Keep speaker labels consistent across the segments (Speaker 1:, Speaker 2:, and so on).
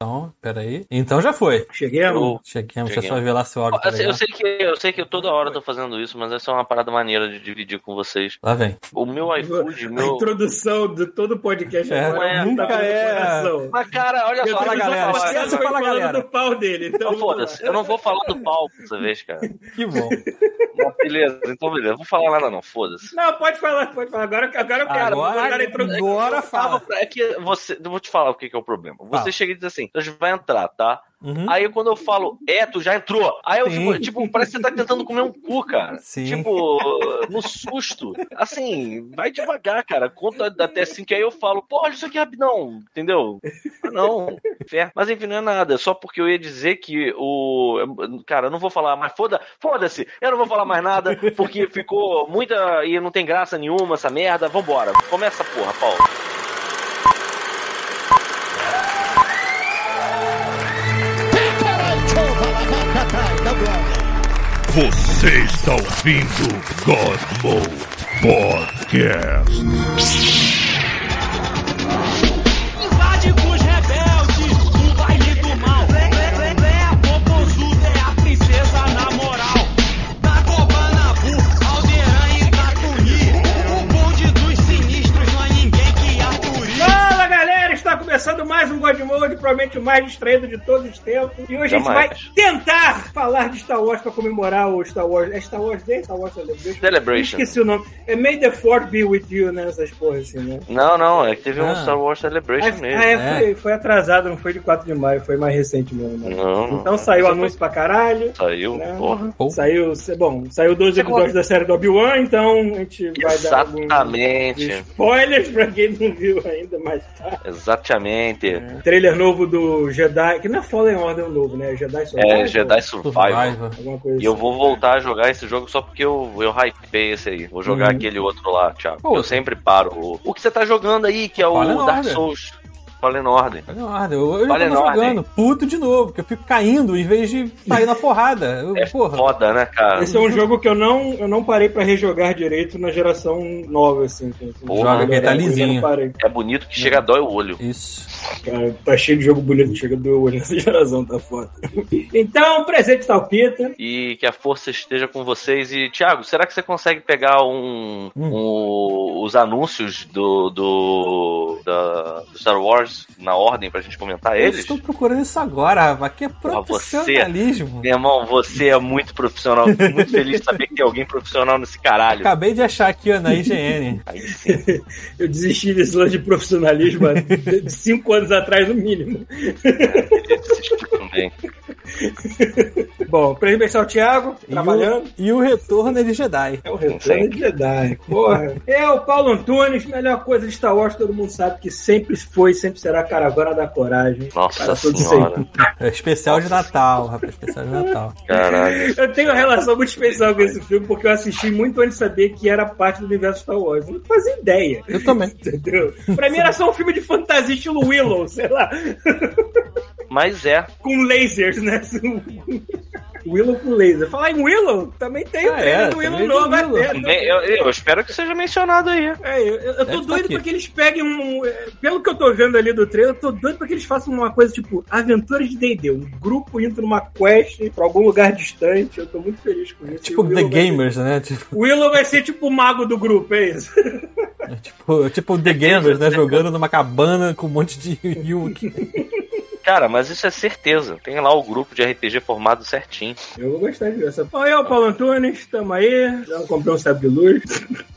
Speaker 1: Então, peraí. Então já foi.
Speaker 2: Cheguemos.
Speaker 1: Cheguemos, deixa eu só
Speaker 3: Cheguemos.
Speaker 1: revelar seu áudio.
Speaker 3: Ó, assim,
Speaker 1: tá
Speaker 3: Eu sei, eu
Speaker 1: ligado?
Speaker 3: sei que, eu sei que eu toda hora tô fazendo isso, mas essa é uma parada maneira de dividir com vocês.
Speaker 1: Lá vem.
Speaker 3: O meu iFood,
Speaker 2: A
Speaker 3: meu.
Speaker 2: introdução de todo podcast
Speaker 1: É,
Speaker 2: agora um
Speaker 1: nunca
Speaker 2: tapa no
Speaker 1: é.
Speaker 2: coração.
Speaker 3: Mas, cara, olha
Speaker 2: Eu
Speaker 3: só,
Speaker 1: Fala,
Speaker 2: tenho
Speaker 1: galera.
Speaker 2: só
Speaker 3: olha
Speaker 2: falado
Speaker 1: Esquece
Speaker 3: só.
Speaker 1: de falar,
Speaker 2: foi falando
Speaker 1: galera.
Speaker 2: do pau dele. Então,
Speaker 3: Não, foda-se, eu não vou falar do palco dessa vez, cara.
Speaker 1: Que bom.
Speaker 3: Mas beleza, então beleza, não vou falar nada, não, fofoda-se.
Speaker 2: Não, pode falar, pode falar. Agora, agora eu quero.
Speaker 1: Agora,
Speaker 2: Agora a introdução.
Speaker 1: agora
Speaker 3: Tava
Speaker 1: fala.
Speaker 3: pra- É que você. Eu vou te falar o que, que é o problema. Você
Speaker 1: Fala.
Speaker 3: chega e diz assim: a gente vai entrar, tá?
Speaker 2: Hum?
Speaker 1: Uhum.
Speaker 3: Aí quando eu falo, é, tu já entrou. Aí eu
Speaker 1: Sim.
Speaker 3: fico, tipo, parece que você tá tentando comer um cu, cara.
Speaker 1: Sim.
Speaker 3: Tipo, no susto. Assim, vai devagar, cara. Conta até assim que aí eu falo, pô, olha isso aqui é rapidão, entendeu? Ah, Não, ferro. Mas enfim, não é nada. Só porque eu ia dizer que o. Cara, eu não vou falar mais. Foda- Foda-se, eu não vou falar mais nada, porque ficou muita. E não tem graça nenhuma essa merda. Vambora, começa a porra, Paulo.
Speaker 4: Você está ouvindo God Mode Podcast.
Speaker 5: Invade com os rebeldes, o baile do mal. Leva o consulta, é a princesa na moral. Tá Na Cobanabu, Alderan e Catuni. O bonde dos sinistros, não é ninguém que aturi.
Speaker 2: Fala galera, está começando mais um Godmode, provavelmente o mais distraído de todos os tempos. E hoje a
Speaker 3: Jamais.
Speaker 2: gente vai tentar falar de Star Wars pra comemorar o Star Wars. É Star Wars Day? Star Wars Celebration?
Speaker 3: Celebration.
Speaker 2: Esqueci o nome. É May the Fourth be with you, né? Essas porras assim, né?
Speaker 3: Não, não, é que teve
Speaker 1: Ah.
Speaker 3: um Star Wars
Speaker 2: Ah,
Speaker 3: Celebration mesmo.
Speaker 2: ah, é,
Speaker 1: É.
Speaker 2: Foi, foi atrasado, não foi de 4 de maio, foi mais recente mesmo. né?
Speaker 3: Não, não.
Speaker 2: Então saiu anúncio pra caralho.
Speaker 3: Saiu,
Speaker 2: né?
Speaker 3: porra.
Speaker 1: Pô.
Speaker 2: Saiu, bom, saiu dois
Speaker 3: Você
Speaker 2: episódios
Speaker 3: gosta-
Speaker 2: da série do Obi-Wan, então a gente vai dar alguns
Speaker 3: Exatamente,
Speaker 2: spoilers pra quem não viu ainda mais tarde.
Speaker 3: exatamente.
Speaker 2: É, Trailer novo do Jedi, que não é Fallen Order novo, né? Jedi Survival.
Speaker 3: É, Jedi Survival.
Speaker 1: Survival.
Speaker 2: Alguma coisa
Speaker 3: E eu
Speaker 2: assim.
Speaker 3: vou voltar a jogar esse jogo só porque eu, eu hypei esse aí. Vou jogar
Speaker 2: Uhum.
Speaker 3: aquele outro lá, Thiago.
Speaker 1: Pô.
Speaker 3: Eu sempre paro. O, o que você tá jogando aí, que é o
Speaker 1: Fallen
Speaker 3: Dark
Speaker 1: Order.
Speaker 3: Souls. Fallen Order.
Speaker 1: Olha lá, Eu, eu já
Speaker 3: Olha
Speaker 1: tava
Speaker 3: lá,
Speaker 1: jogando, puto de novo, porque eu fico caindo em vez de sair na porrada. Eu,
Speaker 3: É
Speaker 1: porra.
Speaker 3: foda, né, cara?
Speaker 2: Esse é um jogo que eu não, eu não parei pra rejogar direito na geração nova, assim. que- que-
Speaker 3: Porra,
Speaker 2: que-
Speaker 3: que
Speaker 1: tá
Speaker 2: eu não
Speaker 1: lisinho.
Speaker 2: parei.
Speaker 3: É bonito que chega a dói o olho.
Speaker 1: Isso.
Speaker 2: Cara, tá cheio de jogo bonito, chega do olho nessa geração, tá foda. Então, presente Talpita.
Speaker 3: E que a força esteja com vocês. E, Thiago, será que você consegue pegar um,
Speaker 2: Hum.
Speaker 3: um- os anúncios do, do, da- do Star Wars na ordem pra gente comentar
Speaker 1: Eles
Speaker 3: É eles?
Speaker 1: estão procurando isso agora, rapaz. Aqui é
Speaker 3: Porra, você-
Speaker 1: profissionalismo.
Speaker 3: Meu irmão, você é muito profissional. Fico muito feliz de saber que tem alguém profissional nesse caralho.
Speaker 1: Acabei de achar aqui ó, na IGN.
Speaker 3: Aí sim.
Speaker 2: Eu desisti desse lance de profissionalismo há de cinco anos atrás, no mínimo.
Speaker 3: Assisti também.
Speaker 2: Bom, presente ao Thiago,
Speaker 1: E
Speaker 2: trabalhando.
Speaker 1: o, e o retorno é de Jedi.
Speaker 2: É o retorno de Jedi, porra. Eu, Paulo Antunes, melhor coisa de Star Wars, todo mundo sabe que sempre foi, sempre será a caravana da coragem.
Speaker 3: Nossa
Speaker 2: Para todos
Speaker 3: senhora.
Speaker 1: É especial de Natal, rapaz. Especial de Natal.
Speaker 3: Caralho.
Speaker 2: Eu tenho uma relação muito especial com esse filme, porque eu assisti muito antes de saber que era parte do universo Star Wars. Eu Não fazia ideia,
Speaker 1: Eu também.
Speaker 2: entendeu? Pra mim era só um filme de fantasia estilo Willow, sei lá.
Speaker 3: Mas é.
Speaker 2: com lasers, né? Um Willow com laser. Falar em Willow, também tem o
Speaker 1: Ah,
Speaker 2: trailer
Speaker 1: é,
Speaker 2: do Willow
Speaker 1: também tem
Speaker 2: novo.
Speaker 1: Willow.
Speaker 2: até. né?
Speaker 3: Bem, Eu, eu espero que seja mencionado aí.
Speaker 2: É, eu, eu
Speaker 1: Deve
Speaker 2: tô
Speaker 1: tá
Speaker 2: doido
Speaker 1: aqui.
Speaker 2: pra que eles peguem um. é, Pelo que eu tô vendo ali do trailer, eu tô doido pra que eles façam uma coisa tipo Aventuras de DD. Um grupo indo numa quest pra algum lugar distante. Eu tô muito feliz com isso. E
Speaker 1: Tipo
Speaker 2: o
Speaker 1: The
Speaker 2: Willow vai ser-
Speaker 1: Gamers, né? Tipo,
Speaker 2: O Willow vai ser tipo o mago do grupo, é isso?
Speaker 1: tipo, tipo The Gamers, né? Jogando numa cabana com um monte de Yuki.
Speaker 3: Cara, mas isso é certeza. Tem lá o grupo de RPG formado certinho.
Speaker 2: Eu vou gostar de ver essa. Bom, eu, Paulo Antunes, tamo aí. Já comprei um sabre de luz.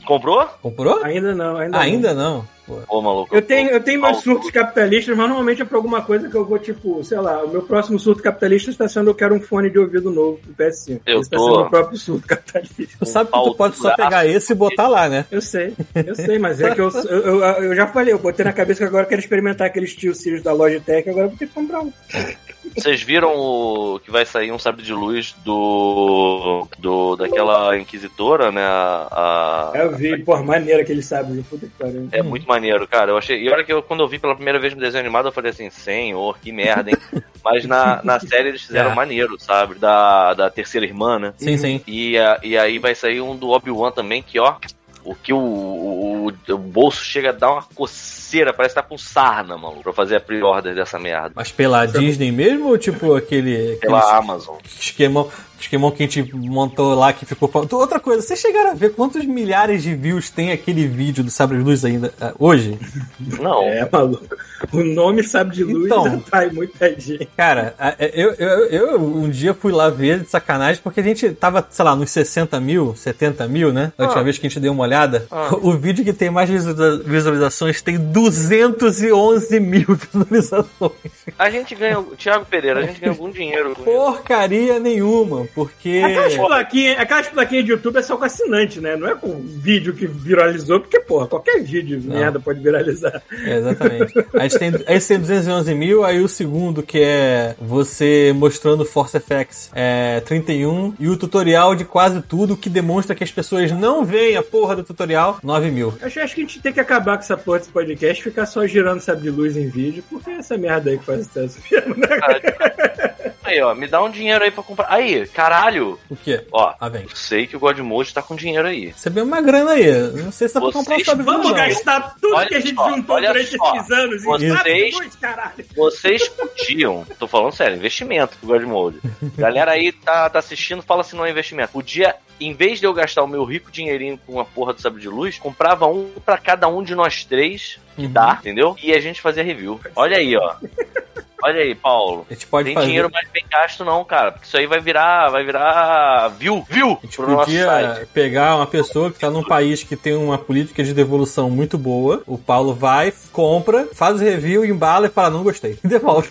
Speaker 3: Comprou?
Speaker 1: Comprou?
Speaker 2: Ainda não, ainda não.
Speaker 1: Ainda não. Pô.
Speaker 3: Ô, maluco.
Speaker 2: Eu tenho, eu tenho meus
Speaker 3: Paulo.
Speaker 2: surtos capitalistas, mas normalmente é pra alguma coisa que eu vou, tipo, sei lá, o meu próximo surto capitalista está sendo eu quero um fone de ouvido novo pro PS5.
Speaker 3: Eu
Speaker 2: Esse tá
Speaker 3: tô-
Speaker 2: sendo o próprio surto capitalista.
Speaker 1: Tu sabe que tu
Speaker 3: Tipo, pau
Speaker 1: pode só
Speaker 3: duraço.
Speaker 1: pegar esse e botar lá, né?
Speaker 2: Eu sei, eu sei, mas é que eu, eu, eu, eu já falei, eu botei na cabeça que agora eu quero experimentar aqueles tio Sirius da Logitech, agora eu vou ter que comprar um.
Speaker 3: Vocês viram o que vai sair um sabre de luz do. do daquela inquisitora, né? A, a-
Speaker 2: Aí eu vi, porra, maneira que eles sabem, puta que pariu.
Speaker 1: Hum.
Speaker 3: É muito maneiro, cara. Eu achei. E olha que eu, quando eu vi pela primeira vez no desenho animado, eu falei assim, senhor, que merda, hein? Mas na, na série eles fizeram
Speaker 1: É.
Speaker 3: maneiro, sabe? Da, da terceira irmã, né?
Speaker 1: Sim, sim.
Speaker 3: E, a- e aí vai sair um do Obi-Wan também, que ó. O que o, o, o, o bolso chega a dar uma coceira, parece que tá com sarna, maluco, pra fazer a pre-order dessa merda.
Speaker 1: Mas pela Disney mesmo ou tipo aquele, aquele
Speaker 3: Pela Amazon.
Speaker 1: esquemão, esquemão que a gente montou lá que ficou. fal- Outra coisa, vocês chegaram a ver quantos milhares de views tem aquele vídeo do Sabre de Luz ainda ah, hoje?
Speaker 3: Não.
Speaker 2: É, maluco. O nome sabe de luz
Speaker 1: Então.
Speaker 2: já atrai muita gente.
Speaker 1: Cara, a- é- eu, eu, eu um dia fui lá ver de sacanagem, porque a gente tava, sei lá, nos 60 mil, 70 mil, né? A última vez que a gente deu uma olhada. O vídeo que tem mais visualiza- visualizações tem 211 mil visualizações.
Speaker 3: A gente ganha. Tiago Pereira, a gente ganha algum dinheiro com isso.
Speaker 1: Porcaria nenhuma, porque.
Speaker 2: Aquelas plaquinhas, aquelas plaquinhas de YouTube é só com assinante, né? Não é com vídeo que viralizou, porque, porra, qualquer vídeo merda pode viralizar.
Speaker 1: É, exatamente. A gente tem, esse tem 211 mil, aí o segundo que é você mostrando Force FX é 31 e o tutorial de quase tudo que demonstra que as pessoas não veem a porra do tutorial, 9 mil.
Speaker 2: Acho, acho que a gente tem que acabar com essa porra desse podcast, ficar só girando sabe de luz em vídeo, porque é essa merda aí que faz sucesso mesmo, né?
Speaker 3: Aí, ó, me dá um dinheiro aí pra comprar. Aí, caralho!
Speaker 1: O quê?
Speaker 3: Ó,
Speaker 1: Ah, vem.
Speaker 3: eu sei que o Godmode tá com dinheiro aí.
Speaker 1: Você vê uma grana aí. Não sei se dá pra
Speaker 3: Vocês
Speaker 1: comprar um sabre
Speaker 2: Vamos
Speaker 1: não.
Speaker 2: gastar tudo
Speaker 3: Olha
Speaker 2: que a gente
Speaker 3: só,
Speaker 2: juntou
Speaker 3: olha
Speaker 2: durante
Speaker 3: só.
Speaker 2: esses anos em
Speaker 3: Vocês-
Speaker 2: sabe de luz, caralho.
Speaker 3: Vocês podiam, tô falando sério, investimento pro Godmode. Galera aí tá, tá assistindo, fala se não é investimento. Podia, em vez de eu gastar o meu rico dinheirinho com a porra do sabre de luz, comprava um pra cada um de nós três, que
Speaker 1: Uhum.
Speaker 3: dá, entendeu? E a gente fazia review. Olha aí, ó. Olha aí, Paulo.
Speaker 1: A gente pode
Speaker 3: tem
Speaker 1: fazer.
Speaker 3: dinheiro mais bem gasto, não, cara. Porque isso aí vai virar. Vai virar. Viu? Viu?
Speaker 1: A gente
Speaker 3: Pro nosso site.
Speaker 1: podia pegar uma pessoa que tá num país que tem uma política de devolução muito boa. O Paulo vai, compra, faz o review, embala e fala: não gostei. E devolve.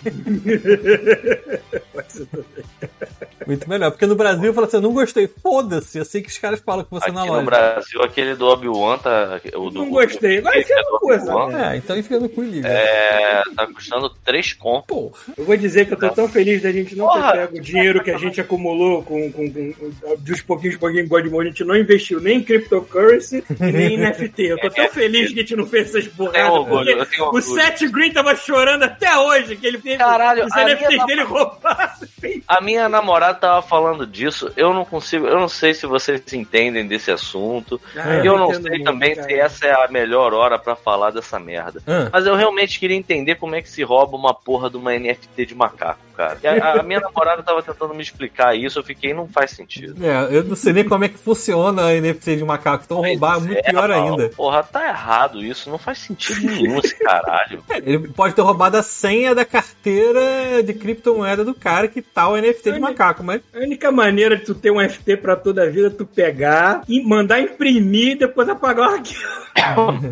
Speaker 1: muito melhor. Porque no Brasil fala assim: não gostei. Foda-se. Eu sei que os caras falam com você
Speaker 3: Aqui
Speaker 1: na
Speaker 3: no
Speaker 1: loja.
Speaker 3: Brasil, aquele do Obi-Wan tá. O do,
Speaker 2: Não gostei. Vai ser uma coisa,
Speaker 3: Obi-Wan,
Speaker 2: né?
Speaker 1: É, então aí fica no cu e liga.
Speaker 3: É, tá custando 3 conto.
Speaker 1: Porra.
Speaker 2: Eu vou dizer que eu tô tão feliz da gente não
Speaker 3: Porra!
Speaker 2: ter pego o dinheiro que a gente acumulou com, com, com, dos pouquinhos pouquinhos Godmode, a gente não investiu nem em cryptocurrency e nem em NFT. Eu tô tão feliz que a gente não fez essas
Speaker 3: é Tenho
Speaker 2: burradas.
Speaker 3: orgulho,
Speaker 2: porque
Speaker 3: eu tenho
Speaker 2: O
Speaker 3: orgulho.
Speaker 2: Seth Green tava chorando até hoje que ele teve
Speaker 3: Caralho,
Speaker 2: os
Speaker 3: a
Speaker 2: NFTs
Speaker 3: minha-
Speaker 2: dele roubados.
Speaker 3: A minha namorada tava falando disso. Eu não consigo. Eu não sei se vocês entendem desse assunto.
Speaker 2: Ah,
Speaker 3: eu
Speaker 2: eu
Speaker 3: não
Speaker 2: entendo
Speaker 3: sei
Speaker 2: muito,
Speaker 3: também
Speaker 2: cara.
Speaker 3: se essa é a melhor hora pra falar dessa merda.
Speaker 1: Ah.
Speaker 3: Mas eu realmente queria entender como é que se rouba uma porra de uma NFT de macaco, cara. E A, a minha namorada tava tentando me explicar isso, eu fiquei, não faz sentido.
Speaker 1: É, eu não sei nem como é que funciona a NFC de macaco. Então roubar é muito pior
Speaker 3: Paulo,
Speaker 1: ainda.
Speaker 3: Porra, tá errado isso, não faz sentido nenhum esse caralho.
Speaker 1: Ele pode ter roubado a senha da carteira de criptomoeda do cara que tá o NFT de macaco, mas.
Speaker 2: A única maneira de tu ter um FT pra toda a vida é tu pegar e mandar imprimir e depois apagar o arquivo.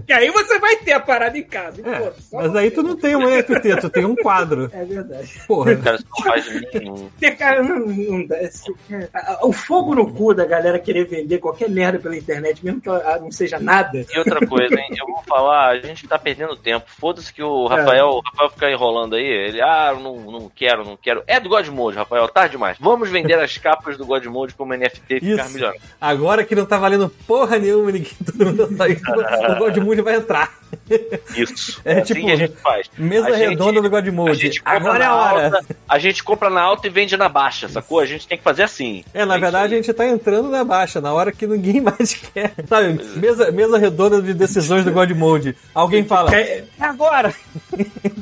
Speaker 2: e aí você vai ter a parada em casa.
Speaker 1: É,
Speaker 2: Pô, só
Speaker 1: mas aí tu não tem um NFT, tu tem um quadro.
Speaker 2: É verdade.
Speaker 1: Porra.
Speaker 3: Cara, isso não faz nenhum.
Speaker 2: Ter cara- não- não dá, esse- é, a- a- O fogo no cu da galera querer vender qualquer merda pela internet, mesmo que ela não seja nada.
Speaker 3: E outra coisa, hein? Eu vou falar, a gente tá perdendo tempo. Foda-se que o
Speaker 1: É.
Speaker 3: Rafael, o Rafael fica enrolando aí. Ele, ah, não, não quero, não quero. É do Godmode, Rafael, tarde demais. Vamos vender as capas do Godmode como NFT e ficar
Speaker 1: Isso.
Speaker 3: milionário.
Speaker 1: Agora que não tá valendo porra nenhuma, ninguém todo mundo tá aí, o Godmode vai entrar.
Speaker 3: Isso.
Speaker 1: É
Speaker 3: É assim
Speaker 1: tipo,
Speaker 3: que a gente faz.
Speaker 1: Mesa
Speaker 3: A gente-
Speaker 1: redonda do
Speaker 3: A
Speaker 1: Godmode.
Speaker 3: gente, compra
Speaker 1: Agora é
Speaker 3: na
Speaker 1: a hora.
Speaker 3: alta, a gente compra na alta e vende na baixa, sacou? A gente tem que fazer assim.
Speaker 1: É, na
Speaker 3: Tem
Speaker 1: verdade a
Speaker 3: que-
Speaker 1: gente tá entrando na baixa, na hora que ninguém mais quer. Sabe, mesa, mesa redonda de decisões do Godmode. Alguém fala,
Speaker 2: É,
Speaker 1: é agora!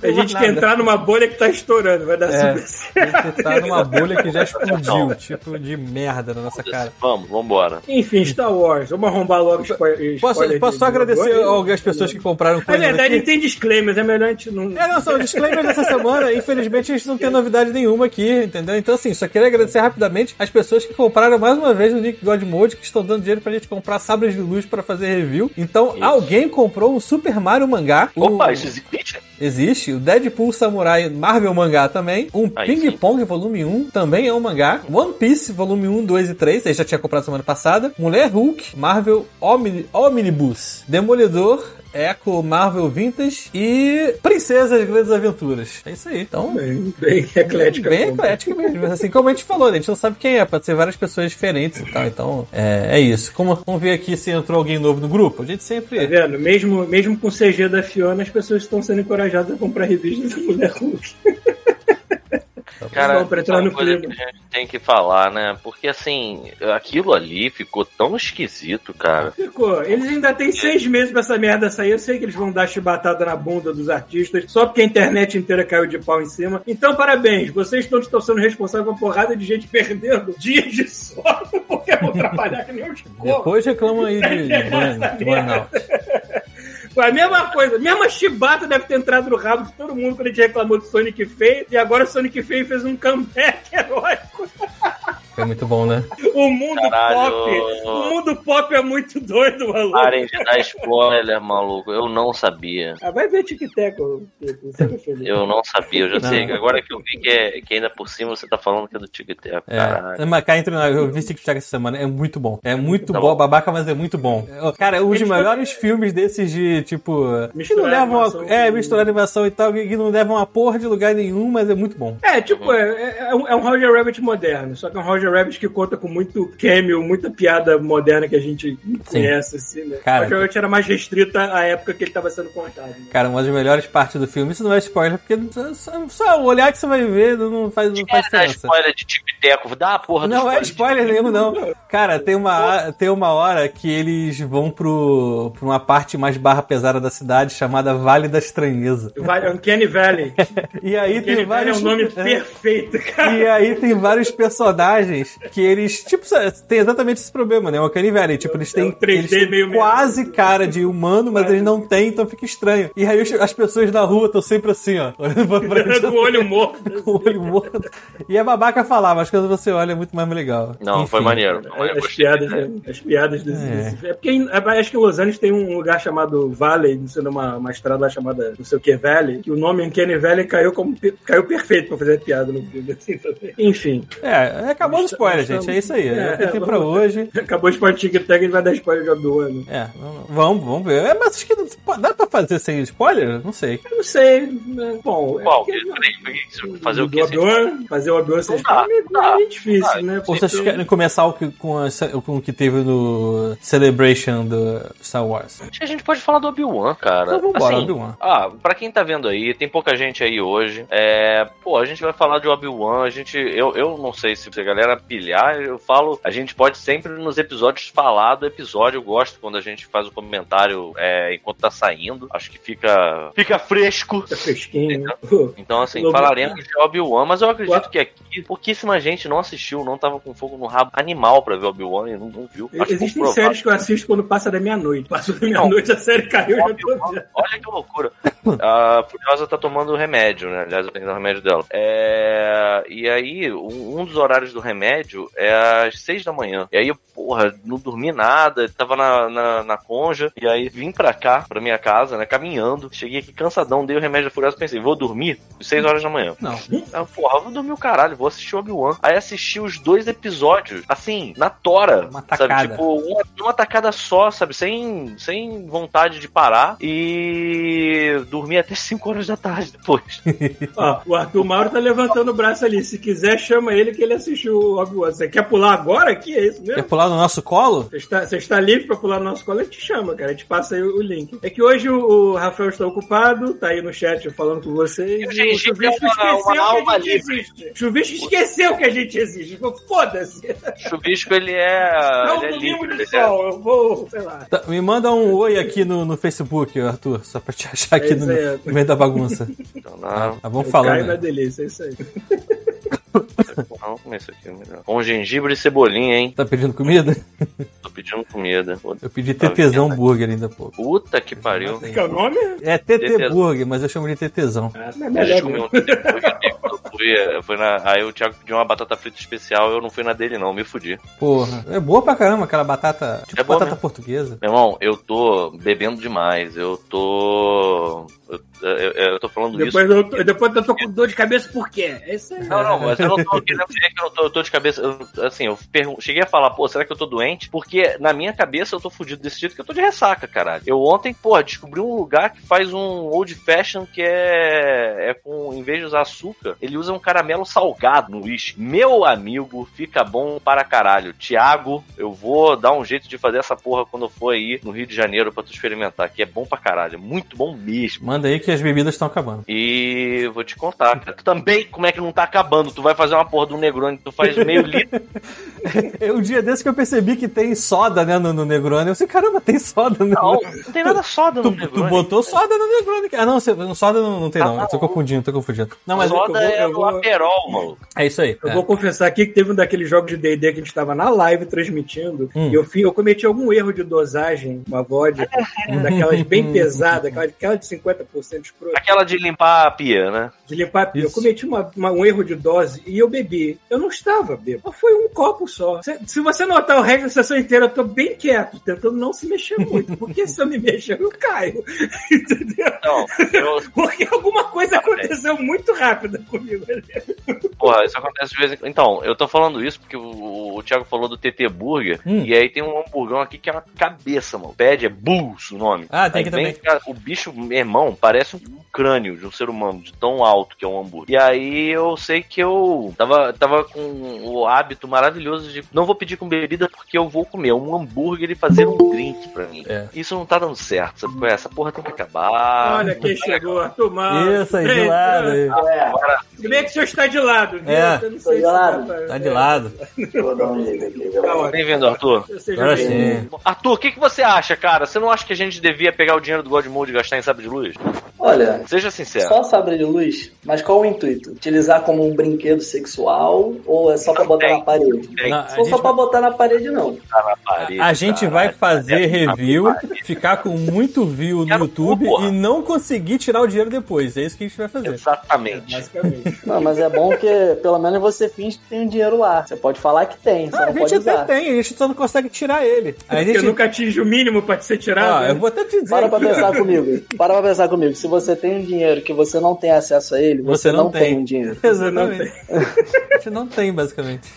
Speaker 2: a gente
Speaker 1: nada.
Speaker 2: quer entrar numa bolha que tá estourando, vai dar
Speaker 1: É,
Speaker 2: super certo.
Speaker 1: Você tá numa bolha que já explodiu, tipo de merda na nossa cara.
Speaker 3: Vamos, vambora.
Speaker 2: Enfim, Star Wars, vamos arrombar logo spoiler.
Speaker 1: Posso,
Speaker 2: spoiler
Speaker 1: posso
Speaker 2: de-
Speaker 1: só
Speaker 2: de-
Speaker 1: agradecer algumas pessoas que compraram
Speaker 2: Na
Speaker 1: coisas
Speaker 2: verdade,
Speaker 1: aqui?
Speaker 2: tem disclaimers, é melhor a gente não.
Speaker 1: É, não, só o disclaimer dessa semana, infelizmente a gente não tem novidade nenhuma aqui, entendeu? Então, assim, só queria agradecer rapidamente as pessoas que compraram mais uma vez no Link God Mode, que estão dando dinheiro pra gente comprar sabres de luz pra fazer review. Então, alguém comprou um Super Mario mangá. Um
Speaker 3: Opa,
Speaker 1: o-
Speaker 3: isso existe?
Speaker 1: Existe o Deadpool Samurai Marvel mangá também. Um
Speaker 3: Aí
Speaker 1: Ping
Speaker 3: sim.
Speaker 1: Pong volume 1 também é um mangá. One Piece volume 1, 2 e 3, aí já tinha comprado semana passada. Mulher Hulk, Marvel Omni Omnibus, Demolidor, Echo Marvel Vintage e Princesa das Grandes Aventuras. É isso aí. Então,
Speaker 2: Bem, bem eclética.
Speaker 1: Bem
Speaker 2: como.
Speaker 1: eclética mesmo. Mas Assim como a gente falou, né? a gente não sabe quem é, pode ser várias pessoas diferentes e tal. Então, é, é isso. Como, vamos ver aqui se entrou alguém novo no grupo. A gente
Speaker 2: Tá
Speaker 1: sempre.
Speaker 2: vendo? Mesmo, mesmo com o CG da Fiona, as pessoas estão sendo encorajadas a comprar revistas da Mulher Hulk.
Speaker 3: Cara,
Speaker 1: Então,
Speaker 2: Vamos pra entrar
Speaker 3: uma
Speaker 2: no
Speaker 3: coisa
Speaker 2: clima.
Speaker 3: que a gente tem que falar, né? Porque assim, aquilo ali ficou tão esquisito, cara.
Speaker 2: Ficou. Eles ainda têm seis meses pra essa merda sair. Eu sei que eles vão dar chibatada na bunda dos artistas, só porque a internet inteira caiu de pau em cima. Então, parabéns. Vocês todos estão sendo responsáveis por uma porrada de gente perdendo dias de sono porque vão trabalhar que nem um os corvos.
Speaker 1: Depois reclama aí de,
Speaker 2: É
Speaker 1: de, burn- de burnout.
Speaker 2: Foi a mesma coisa. A mesma chibata deve ter entrado no rabo de todo mundo quando a gente reclamou do Sonic Feio. E agora o Sonic Feio fez um comeback heróico.
Speaker 1: Foi muito bom, né?
Speaker 2: O mundo
Speaker 3: Caralho.
Speaker 2: pop. O mundo pop é muito doido, maluco.
Speaker 3: Parem de dar spoiler, maluco. Eu não sabia.
Speaker 2: Ah, vai ver Tic Tac. ô, Pedro, você é vai fazer.
Speaker 3: Eu não sabia, eu já
Speaker 1: Não.
Speaker 3: sei. Agora que eu vi que, é, que ainda por cima você tá falando que é do Tic Tac.
Speaker 1: É,
Speaker 3: Caralho.
Speaker 1: mas cá entre nós, eu vi Tic Tac essa semana, é muito bom. É muito
Speaker 3: Tá
Speaker 1: bom,
Speaker 3: bom.
Speaker 1: babaca, mas é muito bom. É, Cara, um dos
Speaker 2: Eles
Speaker 1: melhores filmes desses de, tipo... que não
Speaker 2: Misturar
Speaker 1: levam a-
Speaker 2: animação
Speaker 1: É,
Speaker 2: com-
Speaker 1: misturar animação e tal, que que não levam a porra de lugar nenhum, mas é muito bom.
Speaker 2: É, tipo, é, é- é um é um Roger Rabbit moderno, só que é um Roger Rabbit que conta com muito cameo, muita piada moderna que a gente conhece, assim, né?
Speaker 1: Cara,
Speaker 2: Roger Rabbit era mais restrita à época que ele tava sendo contado. né?
Speaker 1: Cara, uma das melhores partes do filme, isso não é spoiler, porque só, só o olhar que você vai ver não- não faz, não faz
Speaker 3: Quer dar
Speaker 1: diferença.
Speaker 3: é spoiler de Tic Tac? Dá a porra do
Speaker 1: Não é
Speaker 3: de
Speaker 1: spoiler nenhum, não. Cara, tem uma, tem uma hora que eles vão pro, pra uma parte mais barra pesada da cidade chamada Vale da Estranheza.
Speaker 2: Vai- Uncanny Valley.
Speaker 1: E aí
Speaker 2: Uncanny
Speaker 1: tem
Speaker 2: Valley é
Speaker 1: vários.
Speaker 2: um nome
Speaker 1: é.
Speaker 2: perfeito, cara.
Speaker 1: E aí tem vários personagens que eles, tipo, tem exatamente esse problema, né? O canivele, tipo, eles têm,
Speaker 2: É um 3D
Speaker 1: eles têm
Speaker 2: meio É.
Speaker 1: quase cara de humano, mas eles não têm, então fica estranho. E aí os- as pessoas na rua estão sempre assim, ó, olhando pra frente.
Speaker 2: Com o olho morto.
Speaker 1: com o olho morto. E é babaca falar, mas quando você olha é muito mais legal.
Speaker 3: Não, foi
Speaker 1: Enfim.
Speaker 3: maneiro. Não, eu
Speaker 2: As
Speaker 3: gostei.
Speaker 2: piadas, né? as piadas desse,
Speaker 1: É.
Speaker 2: desse- É porque em- acho que em Los Angeles tem um lugar chamado Valley, não sei, uma, uma estrada lá chamada não sei o que Valley, que o nome Uncanny Valley caiu, como, pe- caiu perfeito pra fazer piada no filme, assim também. Enfim,
Speaker 1: É, acabou o spoiler, gente. É isso aí.
Speaker 2: É,
Speaker 1: É o que
Speaker 2: é,
Speaker 1: tem
Speaker 2: vamos-
Speaker 1: pra hoje.
Speaker 2: acabou o Sport Tic Tac, ele vai dar spoiler de Obi-Wan. né?
Speaker 1: É, vamos, vamos ver. É, mas acho que dá pra fazer sem spoiler? Não sei.
Speaker 2: Eu não sei, né? bom... é
Speaker 3: Qual?
Speaker 2: porque-
Speaker 3: Fazer o
Speaker 2: do
Speaker 3: quê?
Speaker 2: Obi-Wan, fazer o Obi-Wan sem
Speaker 3: Não dá,
Speaker 2: spoiler
Speaker 3: não dá,
Speaker 2: é meio difícil, né?
Speaker 1: Ou vocês
Speaker 2: Então-
Speaker 1: querem começar o que, com, a ce- com o que teve no Celebration do Star Wars?
Speaker 3: Acho que a gente pode falar do Obi-Wan, cara.
Speaker 1: Então vambora, Obi-Wan.
Speaker 3: Ah, pra quem tá vendo aí, tem pouca gente aí hoje. É, pô, a gente vai falar de Obi-Wan. A gente. Eu, eu não sei se a galera pilhar, eu falo. A gente pode sempre nos episódios falar do episódio. Eu gosto quando a gente faz o comentário é, enquanto tá saindo. Acho que fica. Fica fresco.
Speaker 2: Tá fresquinho, né?
Speaker 3: Então, assim,
Speaker 2: Lobo-
Speaker 3: falaremos de Obi-Wan, mas eu acredito
Speaker 2: What?
Speaker 3: que aqui pouquíssima gente não assistiu, não tava com fogo no rabo animal pra ver Obi-Wan e não, não viu. Acho
Speaker 2: Existem séries
Speaker 3: pouco provável.
Speaker 2: que eu assisto quando passa da meia-noite. Passou da meia-noite, a série caiu, eu já tô vendo.
Speaker 3: Olha que loucura. A Furiosa tá tomando remédio, né? Aliás, eu tenho que dar o remédio dela. É, E aí, um um dos horários do remédio é às seis da manhã. E aí, eu, porra, não dormi nada, tava na, na, na conja. E aí, vim pra cá, pra minha casa, né? Caminhando. Cheguei aqui cansadão, dei o remédio da Furiosa. Pensei, vou dormir às seis horas da manhã.
Speaker 1: Não.
Speaker 3: Ah, porra, eu vou dormir o caralho, vou assistir Obi-Wan. Aí assisti os dois episódios, assim, na tora.
Speaker 1: Uma tacada.
Speaker 3: sabe? Tipo, uma, uma tacada só, sabe? Sem, sem vontade de parar. E dormi até 5 horas da tarde depois.
Speaker 2: Ó, o Arthur Mauro tá levantando o braço ali. Se quiser, chama ele que ele assistiu o Obi-Wan. Você quer pular agora aqui? É isso
Speaker 1: Quer
Speaker 2: mesmo?
Speaker 1: pular no nosso colo?
Speaker 2: Você está, você está livre pra pular na nossa escola? A gente chama, cara. A gente passa aí o, o link. É que hoje o, o Rafael está ocupado, tá aí no chat falando com vocês.
Speaker 3: Eu
Speaker 2: O
Speaker 3: já enchi
Speaker 2: Chuvisco
Speaker 3: uma- uma
Speaker 2: esqueceu que
Speaker 3: alma
Speaker 2: a gente
Speaker 3: livre.
Speaker 2: existe. O Chuvisco esqueceu que a gente existe. Ficou, Foda-se.
Speaker 3: Chuvisco, ele é.
Speaker 2: Não
Speaker 3: ele é
Speaker 2: domingo
Speaker 3: livre,
Speaker 2: de
Speaker 3: ele é-
Speaker 2: sol. Eu vou, sei lá.
Speaker 1: Tá, me manda um oi aqui no, no Facebook, Arthur, só pra te achar aqui
Speaker 2: É isso
Speaker 1: no,
Speaker 2: aí,
Speaker 1: no meio da bagunça.
Speaker 3: Não, Então, não,
Speaker 1: Tá, vamos
Speaker 2: Cai
Speaker 1: falando.
Speaker 2: na
Speaker 1: aí.
Speaker 2: delícia, é isso aí.
Speaker 3: não, como é isso aqui é melhor. Com gengibre e cebolinha, hein?
Speaker 1: Tá pedindo comida?
Speaker 3: Tô pedindo comida.
Speaker 1: Eu
Speaker 3: Tá
Speaker 1: pedi TTzão Burger ainda há pouco.
Speaker 3: Puta que pariu.
Speaker 2: Que é o nome?
Speaker 1: É TT Burger, mas eu chamo de TTzão.
Speaker 2: Ah, mas é
Speaker 3: A gente
Speaker 2: melhor.
Speaker 3: comeu
Speaker 2: mesmo.
Speaker 3: um eu fui, eu fui na, aí o Thiago pediu uma batata frita especial, eu não fui na dele não, me fudi.
Speaker 1: Porra. É boa pra caramba aquela batata. Tipo
Speaker 3: É boa
Speaker 1: batata
Speaker 3: mesmo.
Speaker 1: portuguesa.
Speaker 3: Meu irmão, eu tô bebendo demais, eu tô... Eu, eu- eu tô falando isso...
Speaker 2: Depois eu, tô- depois eu tô com dor de cabeça, por quê? É isso aí.
Speaker 3: Não, não, mas eu não tô querendo dizer que eu, tô, eu tô de cabeça. eu- assim, eu pergun- cheguei a falar, pô, será que eu tô doente? Porque na minha cabeça eu tô fudido desse jeito que eu tô de ressaca, caralho. Eu ontem, porra, descobri um lugar que faz um old fashion que é. é com. Em vez de usar açúcar, ele usa um caramelo salgado no uísque. Meu amigo, fica bom para caralho. Tiago, eu vou dar um jeito de fazer essa porra quando eu for aí no Rio de Janeiro pra tu experimentar, que é bom pra caralho. É muito bom mesmo.
Speaker 1: Manda cuidado aí que as bebidas estão acabando.
Speaker 3: E vou te contar, cara. Tu também, como é que não tá acabando? Tu vai fazer uma porra de um Negroni, tu faz meio litro.
Speaker 1: É um dia desse que eu percebi que tem soda, né, no, no Negroni. Eu sei, caramba, tem soda no
Speaker 3: Não, não tem nada soda no
Speaker 1: Tu, tu
Speaker 3: Negroni.
Speaker 1: botou soda no Negroni. cara. Ah, não, você, no soda não, não tem, não. Eu tô confundindo, tô confundindo. Não, mas eu- eu
Speaker 3: soda
Speaker 1: vou-
Speaker 3: é
Speaker 1: eu
Speaker 3: no
Speaker 1: vou-
Speaker 3: Aperol, maluco.
Speaker 1: É isso aí.
Speaker 2: Eu
Speaker 1: é.
Speaker 2: vou confessar aqui que teve um daqueles jogos de D&D que a gente tava na live transmitindo
Speaker 1: Hum.
Speaker 2: e eu, fi- eu cometi algum erro de dosagem, uma vodka, daquelas bem pesada, aquela, aquela de 50% escrota,
Speaker 3: Aquela de limpar a pia, né?
Speaker 2: de limpar a pia. Eu
Speaker 1: Isso.
Speaker 2: cometi uma- uma- um erro de dose e eu bebi. Eu não estava bêbado. Foi um copo só. Se, se você notar o resto da sessão inteira, eu tô bem quieto, tentando não se mexer muito, porque se eu me mexer, eu caio. Entendeu?
Speaker 3: Não, Então, eu,
Speaker 2: Porque alguma coisa aconteceu muito rápida comigo.
Speaker 3: Porra, isso acontece de vez em quando. Então, eu tô falando isso porque o, o Thiago falou do TT Burger,
Speaker 1: Hum.
Speaker 3: e aí tem um hamburgão aqui que é uma cabeça, mano. Pede, é Bulls o nome.
Speaker 1: Ah, tem
Speaker 3: Aí
Speaker 1: aqui
Speaker 3: vem,
Speaker 1: também.
Speaker 3: cara, o bicho, meu irmão, parece um crânio de um ser humano, de tão alto que é um hambúrguer. E aí eu sei que eu tava, tava com o hábito maravilhoso de não vou pedir com bebida porque eu vou comer um hambúrguer e fazer um drink pra mim.
Speaker 1: É.
Speaker 3: Isso não tá dando certo, sabe? qual é? Essa porra tem que acabar. tá
Speaker 2: Olha quem chegou, Arthur Mauro.
Speaker 1: Ah. Isso aí, de
Speaker 2: Vem,
Speaker 1: lado. aí.
Speaker 6: É,
Speaker 2: Tudo bem que o senhor está de lado, viu?
Speaker 1: É,
Speaker 2: Eu não sei
Speaker 6: de
Speaker 2: se dá
Speaker 6: lado.
Speaker 2: pra-
Speaker 1: Tá de lado.
Speaker 6: Vou dar um jeito aqui,
Speaker 2: Tá
Speaker 6: galera.
Speaker 2: ótimo.
Speaker 3: Bem-vindo, Arthur.
Speaker 2: Eu sei, já
Speaker 1: Agora
Speaker 2: sei.
Speaker 1: sim.
Speaker 3: Arthur, o que, que você acha, cara? Você não acha que a gente devia pegar o dinheiro do Godmode e gastar em sabre de luz?
Speaker 6: Olha,
Speaker 3: Seja sincero.
Speaker 6: só sabre de luz, mas qual o intuito? Utilizar como um brinquedo sexual ou é só pra
Speaker 3: Não
Speaker 6: botar
Speaker 3: tem.
Speaker 6: na parede?
Speaker 1: Não,
Speaker 3: Tem
Speaker 1: a
Speaker 6: Se for só
Speaker 1: gente-
Speaker 6: pra botar na parede, não.
Speaker 3: parede,
Speaker 1: A gente
Speaker 3: cara.
Speaker 1: vai fazer review, ficar com muito view no
Speaker 3: Quero
Speaker 1: YouTube
Speaker 3: porra.
Speaker 1: e não conseguir tirar o dinheiro depois. É isso que a gente vai fazer.
Speaker 3: Exatamente.
Speaker 2: Basicamente.
Speaker 6: Não, mas é bom que pelo menos você finge que tem um dinheiro lá. Você pode falar que tem, só
Speaker 1: Ah, a
Speaker 6: não
Speaker 1: gente
Speaker 6: pode
Speaker 1: até
Speaker 6: usar.
Speaker 1: tem, a gente só não consegue tirar ele. A
Speaker 2: Porque
Speaker 1: gente.
Speaker 2: eu nunca atinge o mínimo pra ser
Speaker 1: Ó,
Speaker 2: tirado. né?
Speaker 1: eu vou até te dizer.
Speaker 6: Para pra
Speaker 1: aqui, ó.
Speaker 6: pensar comigo. Para pra pensar comigo. Se você tem um dinheiro que você não tem acesso a ele, você, não, tem. um dinheiro.
Speaker 1: Exatamente. A gente não tem, basicamente.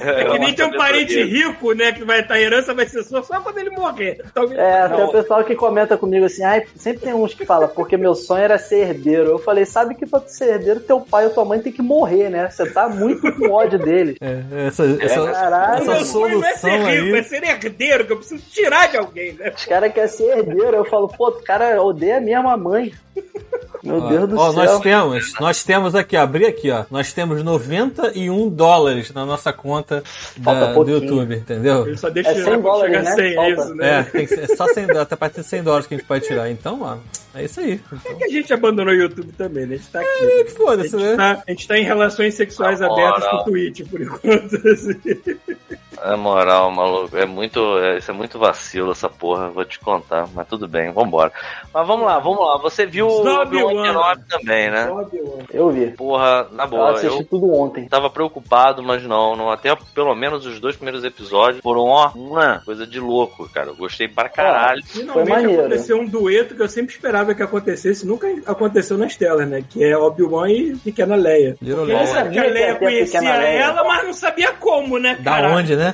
Speaker 2: É que
Speaker 3: uma
Speaker 2: nem tem um
Speaker 3: sabedoria.
Speaker 2: parente rico, né? Que vai estar herança, vai ser sua só quando ele morrer. Então, Talvez.
Speaker 6: É, tem
Speaker 2: Não.
Speaker 6: o pessoal que comenta comigo assim, ai, sempre tem uns que fala, porque meu sonho era ser herdeiro. Eu falei, sabe que pra tu ser herdeiro, teu pai ou tua mãe tem que morrer, né? Você tá muito com ódio deles.
Speaker 1: É, essa, essa,
Speaker 6: Caralho,
Speaker 1: essa
Speaker 2: Meu sonho não é
Speaker 1: solução
Speaker 2: ser rico, é
Speaker 1: aí.
Speaker 2: ser herdeiro, que eu preciso tirar de alguém, né?
Speaker 6: os caras querem ser herdeiro. Eu falo, pô, o cara odeia mesmo a mãe. Meu
Speaker 1: Ó,
Speaker 6: Deus do
Speaker 1: ó,
Speaker 6: céu.
Speaker 1: nós temos, nós temos aqui, ó, abri aqui, ó. Nós temos 91 dólares na nossa conta
Speaker 6: Falta
Speaker 1: da- do
Speaker 6: pouquinho.
Speaker 1: YouTube, entendeu?
Speaker 2: Ele só deixa
Speaker 6: É
Speaker 2: tirar
Speaker 6: 100
Speaker 2: quando
Speaker 6: dólares,
Speaker 2: chegar
Speaker 6: né?
Speaker 2: 100, é
Speaker 6: Falta.
Speaker 2: isso, né?
Speaker 1: É, tem que ser, é só 100 dólares, até a partir de 100 dólares que a gente pode tirar. Então, ó, é isso aí. Então,
Speaker 2: que a gente abandonou o YouTube também, né? A gente tá aqui. A
Speaker 1: Foda-se,
Speaker 2: gente
Speaker 1: né?
Speaker 2: tá, a gente tá em relações sexuais
Speaker 3: Na
Speaker 2: abertas com
Speaker 3: moral.
Speaker 2: o Twitch, por enquanto. assim.
Speaker 3: É moral, maluco. É muito. é- isso é muito vacilo, essa porra. Vou te contar. Mas tudo bem, vambora. Mas vamos lá, vamos lá. Você viu o
Speaker 2: Sobe o
Speaker 3: Obi-Wan Kenobi
Speaker 2: ano.
Speaker 3: também, né?
Speaker 6: Eu vi.
Speaker 3: Porra, na
Speaker 6: Eu
Speaker 3: boa.
Speaker 6: assisti
Speaker 3: Eu
Speaker 6: tudo ontem.
Speaker 3: tava preocupado, mas não, não. Até pelo menos os dois primeiros episódios foram, ó, uma coisa de louco, cara. Eu gostei pra caralho.
Speaker 6: Foi
Speaker 2: Finalmente
Speaker 6: maneiro.
Speaker 2: aconteceu um dueto que eu sempre esperava que acontecesse, nunca aconteceu nas telas, né? Que é Obi-Wan e Pequena Leia.
Speaker 1: Little
Speaker 2: Porque eu
Speaker 1: Leia.
Speaker 2: sabia que a
Speaker 6: Eu sabia que
Speaker 2: Leia
Speaker 6: ia ter a
Speaker 2: conhecia
Speaker 6: Pequena Leia.
Speaker 2: ela, mas não sabia como, né?
Speaker 1: Da
Speaker 2: caralho?
Speaker 1: onde, né?